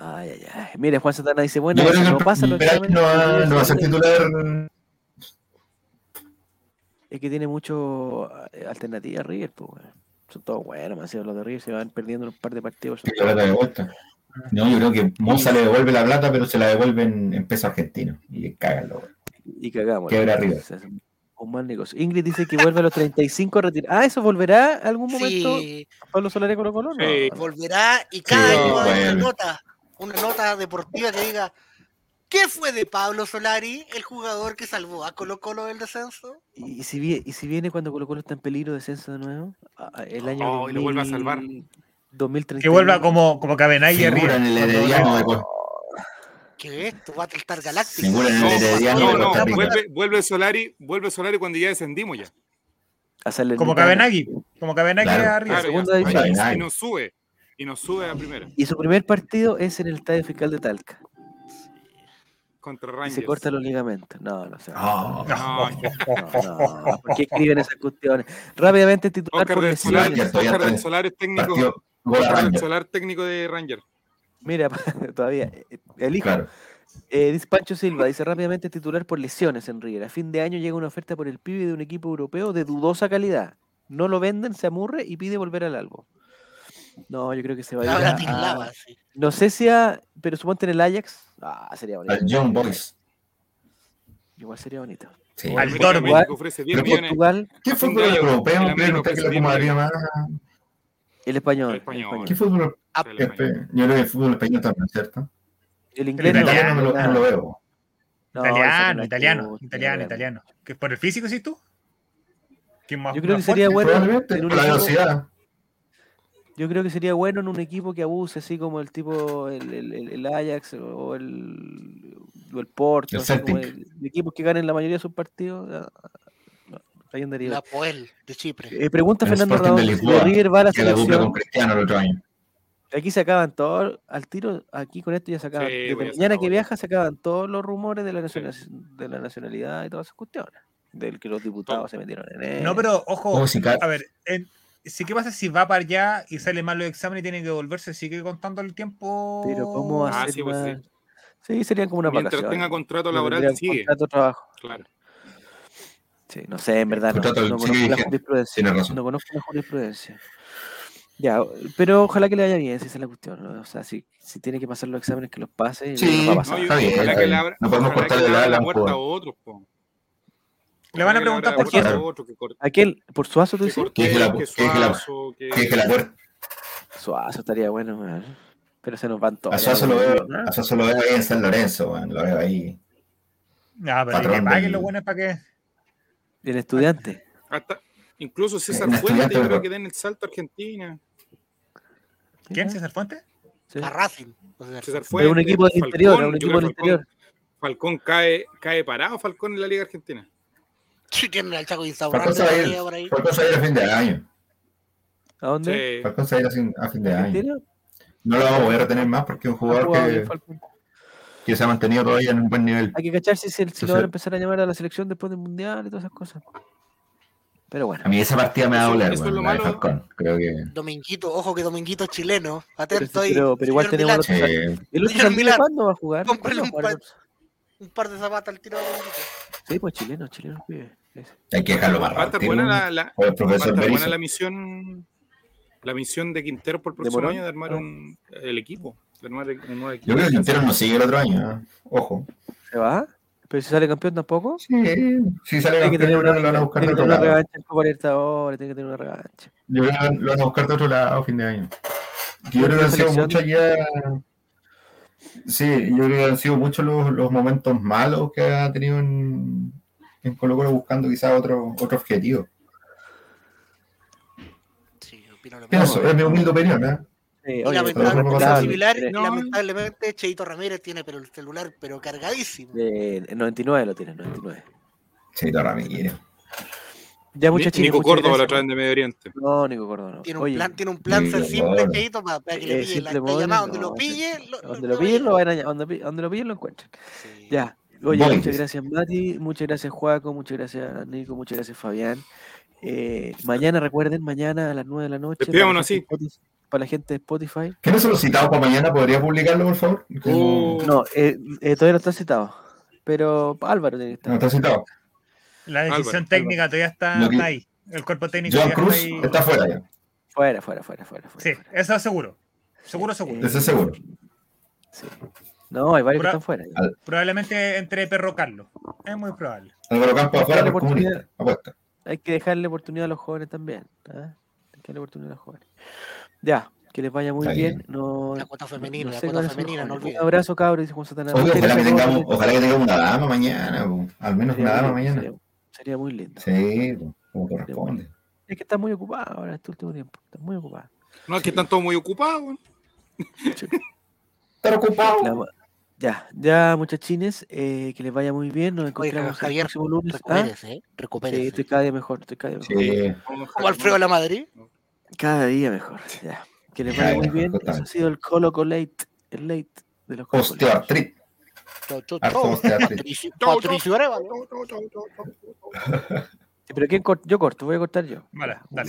[SPEAKER 1] Ay, ay, ay. Mira, Juan Santana dice, bueno,
[SPEAKER 2] Yo creo que
[SPEAKER 1] no
[SPEAKER 2] el
[SPEAKER 1] pasa los
[SPEAKER 2] Peláez
[SPEAKER 1] exámenes,
[SPEAKER 2] no va,
[SPEAKER 1] es
[SPEAKER 2] no va a ser
[SPEAKER 1] que-
[SPEAKER 2] titular.
[SPEAKER 1] Es que tiene mucho eh, alternativa River, pues, weón. Son todos buenos, me han sido los de River, se van perdiendo un par de partidos. son
[SPEAKER 2] La plata de vuelta. No, yo creo que Moza le devuelve la plata, pero se la devuelve en, en peso argentino. Y le cagan los
[SPEAKER 1] Y cagamos.
[SPEAKER 2] Quebra River.
[SPEAKER 1] Se hace Un mal negocio. Ingrid dice que vuelve a los 35 a retirar. Ah, ¿eso volverá algún momento
[SPEAKER 4] Sí,
[SPEAKER 1] Pablo Solari Colo Colo? No,
[SPEAKER 3] Sí.
[SPEAKER 1] no.
[SPEAKER 4] volverá y cada
[SPEAKER 2] Sí,
[SPEAKER 4] año va a haber una
[SPEAKER 2] bueno.
[SPEAKER 4] nota, una nota deportiva que diga ¿Qué fue de Pablo Solari, el jugador que salvó a Colo Colo del descenso?
[SPEAKER 1] ¿Y, y si vie- y si viene cuando Colo Colo está en peligro de descenso de nuevo? Ah, ah, El año
[SPEAKER 3] Oh, y lo vuelve a salvar.
[SPEAKER 1] 2030.
[SPEAKER 6] Que vuelva como, como Cabenaya
[SPEAKER 2] Figura en el herediano de Cor-
[SPEAKER 4] ¿Qué es esto? ¿Va a tratar galáctico?
[SPEAKER 2] Figura en el
[SPEAKER 3] No,
[SPEAKER 2] herediano
[SPEAKER 3] No,
[SPEAKER 2] de
[SPEAKER 3] no,
[SPEAKER 2] Costa Rica.
[SPEAKER 3] vuelve, vuelve Solari, vuelve Solari cuando ya descendimos ya.
[SPEAKER 1] Hacerle
[SPEAKER 6] Como Cabenagui, como Cabenagui
[SPEAKER 2] Claro.
[SPEAKER 6] arriba.
[SPEAKER 3] Claro,
[SPEAKER 1] segunda
[SPEAKER 3] ya.
[SPEAKER 1] división.
[SPEAKER 3] Y-
[SPEAKER 2] Cabenagui.
[SPEAKER 3] Y nos sube. Y nos sube a primera.
[SPEAKER 1] Y su primer partido es en el estadio fiscal de Talca.
[SPEAKER 3] Contra
[SPEAKER 1] Y
[SPEAKER 3] Rangers.
[SPEAKER 1] se corta los ligamentos. No, no se va.
[SPEAKER 2] Ah,
[SPEAKER 3] No,
[SPEAKER 1] No, no, ¿Por qué escriben esas cuestiones? Rápidamente titular
[SPEAKER 3] Oscar
[SPEAKER 1] por
[SPEAKER 3] del Solar,
[SPEAKER 1] lesiones.
[SPEAKER 2] Solari. Cierto, ya
[SPEAKER 3] Oscar del
[SPEAKER 2] está.
[SPEAKER 3] Solar es técnico.
[SPEAKER 2] partió gol a
[SPEAKER 3] Oscar del
[SPEAKER 2] Rangers,
[SPEAKER 3] Solar técnico de Ranger.
[SPEAKER 1] Mira, todavía. eh, El hijo
[SPEAKER 2] Claro.
[SPEAKER 1] Eh, dice Pancho Silva, dice rápidamente titular por lesiones en River. A fin de año llega una oferta por el pibe de un equipo europeo de dudosa calidad. No lo venden, se amurre y pide volver al Albo. No, yo creo que se va a ir
[SPEAKER 4] Ahora
[SPEAKER 1] a-
[SPEAKER 4] te
[SPEAKER 1] a-
[SPEAKER 4] clava, sí.
[SPEAKER 1] No sé si a... Pero suponte en el Ajax. Ah, sería bonito.
[SPEAKER 2] Al John Boys.
[SPEAKER 1] Igual sería bonito.
[SPEAKER 2] Sí.
[SPEAKER 6] Al
[SPEAKER 3] América
[SPEAKER 6] Dortmund.
[SPEAKER 3] de México ofrece 10
[SPEAKER 2] Pero
[SPEAKER 3] millones.
[SPEAKER 1] Portugal,
[SPEAKER 2] ¿Qué fútbol europeo
[SPEAKER 3] El
[SPEAKER 2] creen
[SPEAKER 3] América
[SPEAKER 2] ustedes que
[SPEAKER 3] ofrece
[SPEAKER 2] le acomodaría
[SPEAKER 3] 10
[SPEAKER 2] más?
[SPEAKER 1] el español.
[SPEAKER 3] El
[SPEAKER 1] El,
[SPEAKER 3] español.
[SPEAKER 1] español.
[SPEAKER 2] ¿Qué fútbol
[SPEAKER 3] del español.
[SPEAKER 2] europeo? Yo creo que el fútbol español también, ¿cierto?
[SPEAKER 1] El
[SPEAKER 2] El
[SPEAKER 1] inglés no,
[SPEAKER 2] italiano no lo,
[SPEAKER 1] nada.
[SPEAKER 2] no lo veo.
[SPEAKER 1] No,
[SPEAKER 6] italiano,
[SPEAKER 1] sacan la
[SPEAKER 6] italiano,
[SPEAKER 1] chucha,
[SPEAKER 6] italiano,
[SPEAKER 1] weón.
[SPEAKER 6] italiano. ¿Que ¿Por el físico, sí tú? ¿Quién más,
[SPEAKER 1] Yo creo
[SPEAKER 6] más
[SPEAKER 1] que sería
[SPEAKER 6] fuerte?
[SPEAKER 1] bueno
[SPEAKER 2] Probablemente,
[SPEAKER 1] en un
[SPEAKER 2] por la
[SPEAKER 1] equipo-
[SPEAKER 2] velocidad.
[SPEAKER 1] Yo creo que sería bueno en un equipo que abuse, así como el tipo, el, el- el- el Ajax o el, o el Porto,
[SPEAKER 2] El
[SPEAKER 1] así como
[SPEAKER 2] Celtic.
[SPEAKER 1] el- equipos que ganen la mayoría de sus partidos. ah, no, ahí andaría.
[SPEAKER 4] La Poel de Chipre.
[SPEAKER 1] Eh, pregunta
[SPEAKER 2] El
[SPEAKER 1] Fernando
[SPEAKER 2] Sporting de
[SPEAKER 1] Raúl, si
[SPEAKER 2] Lisboa,
[SPEAKER 1] River va a la
[SPEAKER 2] Que la dupla con
[SPEAKER 1] selección,
[SPEAKER 2] Cristiano el otro año.
[SPEAKER 1] aquí se acaban todos, al tiro, aquí con esto ya se acaban,
[SPEAKER 3] Sí,
[SPEAKER 1] desde
[SPEAKER 3] pues ya se
[SPEAKER 1] mañana
[SPEAKER 3] acabó
[SPEAKER 1] que
[SPEAKER 3] ya.
[SPEAKER 1] viaja se acaban todos los rumores de la, nacional- de la nacionalidad y todas esas cuestiones, del que los diputados se metieron en él.
[SPEAKER 6] No, pero ojo,
[SPEAKER 2] Oh, si ca-
[SPEAKER 6] a ver, en- si qué pasa si va para allá y sale mal los exámenes y tiene que devolverse, sigue contando el tiempo.
[SPEAKER 1] Pero ¿cómo
[SPEAKER 3] Ah,
[SPEAKER 1] hacer
[SPEAKER 3] sí, pues sí.
[SPEAKER 1] más? Sí, serían como una
[SPEAKER 3] Mientras
[SPEAKER 1] vacación.
[SPEAKER 3] tenga contrato
[SPEAKER 1] tendrían
[SPEAKER 3] laboral, sigue.
[SPEAKER 1] contrato de trabajo.
[SPEAKER 3] Claro.
[SPEAKER 1] Sí, no sé, en verdad no,
[SPEAKER 2] Contrato del
[SPEAKER 1] no
[SPEAKER 2] sigue
[SPEAKER 1] conozco la
[SPEAKER 2] vigente,
[SPEAKER 1] jurisprudencia.
[SPEAKER 2] tiene razón.
[SPEAKER 1] No conozco la jurisprudencia. Ya, o- pero ojalá que le vaya bien, si esa es la cuestión. ¿no? O sea, si, si tiene que pasar los exámenes, que los pase. y
[SPEAKER 2] Sí,
[SPEAKER 1] no va a
[SPEAKER 3] No,
[SPEAKER 1] pasar.
[SPEAKER 3] yo-
[SPEAKER 2] Está bien,
[SPEAKER 3] ojalá
[SPEAKER 2] está
[SPEAKER 3] que le
[SPEAKER 2] bien.
[SPEAKER 3] abra-
[SPEAKER 2] No podemos
[SPEAKER 3] ojalá que
[SPEAKER 2] cortarle pues.
[SPEAKER 3] le
[SPEAKER 2] la
[SPEAKER 3] abra
[SPEAKER 2] ala a
[SPEAKER 3] la
[SPEAKER 2] un
[SPEAKER 3] puerta a
[SPEAKER 2] jugador.
[SPEAKER 3] otros. po.
[SPEAKER 6] Le van a
[SPEAKER 3] Ojalá que le abra
[SPEAKER 6] preguntar
[SPEAKER 3] la
[SPEAKER 6] por
[SPEAKER 1] quién.
[SPEAKER 3] puerta a otros, que cor-
[SPEAKER 1] Aquel, por Suazo, tú
[SPEAKER 3] que
[SPEAKER 1] dices.
[SPEAKER 3] Cortés,
[SPEAKER 2] Que deje la-
[SPEAKER 3] que
[SPEAKER 2] que deje la-
[SPEAKER 3] Suazo, que-
[SPEAKER 2] Que deje la puerta.
[SPEAKER 1] Suazo estaría bueno, weón. pero se nos van todos.
[SPEAKER 2] A Suazo lo
[SPEAKER 1] weón,
[SPEAKER 2] veo,
[SPEAKER 1] ¿no?
[SPEAKER 2] a Suazo lo veo ahí en San Lorenzo, weón, lo veo ahí.
[SPEAKER 6] No, pero que
[SPEAKER 2] Patrón
[SPEAKER 6] paguen
[SPEAKER 2] del-
[SPEAKER 6] los buenos para que.
[SPEAKER 1] El estudiante.
[SPEAKER 3] hasta- Incluso César
[SPEAKER 2] Un
[SPEAKER 3] Fuente,
[SPEAKER 2] estudiante
[SPEAKER 3] yo
[SPEAKER 2] de
[SPEAKER 3] creo
[SPEAKER 2] cor-
[SPEAKER 3] que den el salto a Argentina.
[SPEAKER 6] ¿Quién?
[SPEAKER 1] Sí, ¿eh?
[SPEAKER 6] ¿César Fuente?
[SPEAKER 1] sí.
[SPEAKER 4] A Racing. o sea,
[SPEAKER 3] César
[SPEAKER 1] Pero
[SPEAKER 3] Fuente.
[SPEAKER 1] un equipo del
[SPEAKER 3] Falcón,
[SPEAKER 1] interior,
[SPEAKER 3] yo
[SPEAKER 1] un equipo
[SPEAKER 3] creo
[SPEAKER 1] del
[SPEAKER 3] Falcón-
[SPEAKER 1] interior.
[SPEAKER 3] Falcón cae, cae parado, Falcón en la Liga Argentina.
[SPEAKER 4] sí, tienen al Chaco
[SPEAKER 2] Falcón
[SPEAKER 4] Insaurralde
[SPEAKER 2] se va a ir,
[SPEAKER 4] todavía por ahí.
[SPEAKER 2] Falcón se va a ir a fin de año.
[SPEAKER 1] ¿A dónde?
[SPEAKER 3] Sí.
[SPEAKER 2] Falcón se va a ir a fin, a fin de año.
[SPEAKER 1] ¿Argentina?
[SPEAKER 2] No lo vamos a poder retener más porque es un
[SPEAKER 1] Ha
[SPEAKER 2] jugador
[SPEAKER 1] jugado bien
[SPEAKER 2] que,
[SPEAKER 1] Falcón.
[SPEAKER 2] que se ha mantenido todavía en un buen nivel.
[SPEAKER 1] Hay que cachar si, se- si lo
[SPEAKER 2] Entonces-
[SPEAKER 1] van a empezar a llamar a la selección después del mundial y todas esas cosas. Pero bueno.
[SPEAKER 2] A mí esa partida me va a
[SPEAKER 3] Eso-
[SPEAKER 2] doler,
[SPEAKER 3] eso es
[SPEAKER 2] weón,
[SPEAKER 3] lo
[SPEAKER 2] la de
[SPEAKER 3] malo.
[SPEAKER 2] Falcón. Creo que.
[SPEAKER 4] Dominguito, ojo que Dominguito es chileno.
[SPEAKER 1] Pero,
[SPEAKER 4] Atento
[SPEAKER 1] sí,
[SPEAKER 4] ahí.
[SPEAKER 1] pero- pero igual
[SPEAKER 4] señor
[SPEAKER 1] tenemos
[SPEAKER 4] Milán.
[SPEAKER 2] Sí.
[SPEAKER 1] ¿El otro
[SPEAKER 4] Señor
[SPEAKER 1] Saldivia
[SPEAKER 4] Milán,
[SPEAKER 1] cuándo va a jugar? ¿Cuándo va
[SPEAKER 4] cómprale
[SPEAKER 1] a
[SPEAKER 4] un
[SPEAKER 1] jugar
[SPEAKER 4] pan.
[SPEAKER 1] el otro?
[SPEAKER 4] Un par de zapatas al tiro de Dominguito.
[SPEAKER 1] Sí, pues chileno, chileno. pibe, ese.
[SPEAKER 2] Hay que dejarlo más
[SPEAKER 3] Va a estar
[SPEAKER 2] rápido.
[SPEAKER 3] buena la, la-
[SPEAKER 2] O el
[SPEAKER 3] va a
[SPEAKER 2] profesor
[SPEAKER 3] estar buena
[SPEAKER 2] Berizzo.
[SPEAKER 3] la misión la misión de Quintero por el próximo
[SPEAKER 1] Morón?
[SPEAKER 3] año de armar
[SPEAKER 1] Ah.
[SPEAKER 3] un, el equipo. de armar un nuevo equipo.
[SPEAKER 2] Yo creo que Quintero no sigue el otro año. ¿eh? Ojo.
[SPEAKER 1] ¿Se va? ¿Pero si sale campeón tampoco?
[SPEAKER 2] Sí, si sale
[SPEAKER 1] Tiene que tener
[SPEAKER 2] campeón,
[SPEAKER 1] una,
[SPEAKER 2] lo van a buscar
[SPEAKER 1] tiene
[SPEAKER 2] de
[SPEAKER 1] que tener
[SPEAKER 2] otro
[SPEAKER 1] una
[SPEAKER 2] lado.
[SPEAKER 1] revancha en Copa Libertadores, tiene que tener una revancha.
[SPEAKER 2] Yo creo que lo van a buscar de otro lado a fin de año. Yo creo que han sido
[SPEAKER 1] selección.
[SPEAKER 2] muchos ya. Sí, yo creo que han sido muchos los, los momentos malos que ha tenido en, en Colo Colo buscando quizás otro, otro objetivo.
[SPEAKER 4] Sí, opino lo mismo.
[SPEAKER 2] Pienso, es mi humilde opinión, ¿eh?
[SPEAKER 1] Sí,
[SPEAKER 4] Y
[SPEAKER 1] oye,
[SPEAKER 4] lamentablemente,
[SPEAKER 2] pero-
[SPEAKER 4] cosas
[SPEAKER 2] lamentable.
[SPEAKER 4] similares,
[SPEAKER 3] No.
[SPEAKER 4] lamentablemente, Cheito Ramírez tiene pero el celular pero cargadísimo.
[SPEAKER 1] Eh, en 99 lo tiene, 99.
[SPEAKER 2] Cheito Ramírez.
[SPEAKER 1] Ya muchachos.
[SPEAKER 3] Nico Córdoba lo traen de Medio Oriente.
[SPEAKER 1] No, Nico Córdoba. no.
[SPEAKER 4] Tiene un
[SPEAKER 1] Oye,
[SPEAKER 4] plan, tiene un plan ser
[SPEAKER 2] Sí,
[SPEAKER 4] simple,
[SPEAKER 2] claro.
[SPEAKER 4] feíto, para, para que le
[SPEAKER 1] eh,
[SPEAKER 4] pille la,
[SPEAKER 1] simple
[SPEAKER 4] la
[SPEAKER 1] móvil,
[SPEAKER 4] llamada. Donde
[SPEAKER 1] no,
[SPEAKER 4] lo
[SPEAKER 1] sí.
[SPEAKER 4] pille, lo,
[SPEAKER 1] Donde lo pillen, lo van a, donde, pi- donde lo pillen, lo encuentran.
[SPEAKER 4] Sí.
[SPEAKER 1] Ya. Oye,
[SPEAKER 2] Voy.
[SPEAKER 1] muchas gracias Mati, muchas gracias Juaco, muchas gracias Nico, muchas gracias Fabián. Eh, mañana, recuerden, mañana a las 9 de la noche. para la
[SPEAKER 3] Despidámonos
[SPEAKER 1] gente de Spotify- Para la gente de Spotify.
[SPEAKER 2] ¿Qué no se lo citado para mañana? ¿Podría publicarlo, por favor?
[SPEAKER 1] Uh.
[SPEAKER 3] Oh.
[SPEAKER 1] No, eh, eh, todavía no está citado. Pero Álvaro tiene que
[SPEAKER 2] No
[SPEAKER 1] estar.
[SPEAKER 2] está citado.
[SPEAKER 6] La decisión
[SPEAKER 3] Álvaro,
[SPEAKER 6] técnica todavía está,
[SPEAKER 2] Lo que-
[SPEAKER 6] está ahí. El cuerpo técnico
[SPEAKER 2] Joan
[SPEAKER 6] ya
[SPEAKER 2] Cruz
[SPEAKER 6] está ahí.
[SPEAKER 2] está fuera ya.
[SPEAKER 1] Fuera, fuera, fuera, fuera. fuera,
[SPEAKER 6] Sí,
[SPEAKER 1] fuera.
[SPEAKER 6] eso seguro. Seguro, seguro.
[SPEAKER 1] Eh,
[SPEAKER 2] Eso es seguro.
[SPEAKER 1] Sí. No, hay varios que
[SPEAKER 6] Ahora-
[SPEAKER 1] están fuera.
[SPEAKER 2] Ah,
[SPEAKER 6] Probablemente entre Perro Carlos. Es muy probable.
[SPEAKER 2] Álvaro Campos afuera
[SPEAKER 1] Dale
[SPEAKER 2] por
[SPEAKER 1] oportunidad.
[SPEAKER 2] comunista. Apuesta.
[SPEAKER 1] Hay que dejarle oportunidad a los jóvenes también. ¿ah? Hay que darle oportunidad a los jóvenes. Ya, que les vaya muy
[SPEAKER 2] Está
[SPEAKER 1] bien. No,
[SPEAKER 4] La cuota femenina,
[SPEAKER 1] no
[SPEAKER 4] la
[SPEAKER 1] sé
[SPEAKER 4] cuota
[SPEAKER 1] cuáles son los
[SPEAKER 4] femenina, no
[SPEAKER 1] jóvenes.
[SPEAKER 4] olvides.
[SPEAKER 1] Un abrazo, cabros, dice Juan Satanás.
[SPEAKER 2] Oye,
[SPEAKER 1] Muchas
[SPEAKER 2] ojalá que
[SPEAKER 1] gracias,
[SPEAKER 2] tengamos,
[SPEAKER 1] jóvenes.
[SPEAKER 2] ojalá que tengamos una dama mañana, po. al menos
[SPEAKER 1] Sería
[SPEAKER 2] una dama
[SPEAKER 1] muy-
[SPEAKER 2] mañana.
[SPEAKER 1] sería- Sería muy lindo.
[SPEAKER 2] Sí, po, como corresponde.
[SPEAKER 1] Es que está muy ocupada ahora, este último tiempo. Está muy ocupada.
[SPEAKER 3] No, es que están todos muy ocupados. weón.
[SPEAKER 2] Estar ocupado.
[SPEAKER 1] La- Ya, ya, muchachines, eh, que les vaya muy bien. Nos encontramos
[SPEAKER 4] Oiga,
[SPEAKER 1] el
[SPEAKER 4] Javier,
[SPEAKER 1] próximo lunes. ¿ah?
[SPEAKER 4] Recupérese, ¿eh?
[SPEAKER 1] Sí,
[SPEAKER 4] Recupérese.
[SPEAKER 1] estoy cada día mejor, estoy cada día mejor.
[SPEAKER 2] Sí.
[SPEAKER 4] Como Alfredo de la Madrid.
[SPEAKER 1] Cada día mejor. Ya. Que les
[SPEAKER 2] Cada
[SPEAKER 1] vaya
[SPEAKER 2] día
[SPEAKER 1] muy
[SPEAKER 2] mejor,
[SPEAKER 1] bien. Eso ha
[SPEAKER 2] totalmente.
[SPEAKER 1] sido el Colo Colate, el late de los Colo Colo.
[SPEAKER 2] Osteoartritis.
[SPEAKER 4] Chau, chau,
[SPEAKER 2] Harto
[SPEAKER 4] chau.
[SPEAKER 2] osteoartritis.
[SPEAKER 4] Patricio,
[SPEAKER 3] Chau, chau.
[SPEAKER 4] Patricio Arevalo.
[SPEAKER 1] Pero ¿quién cort- yo corto, voy a cortar yo.
[SPEAKER 6] Vale, dale.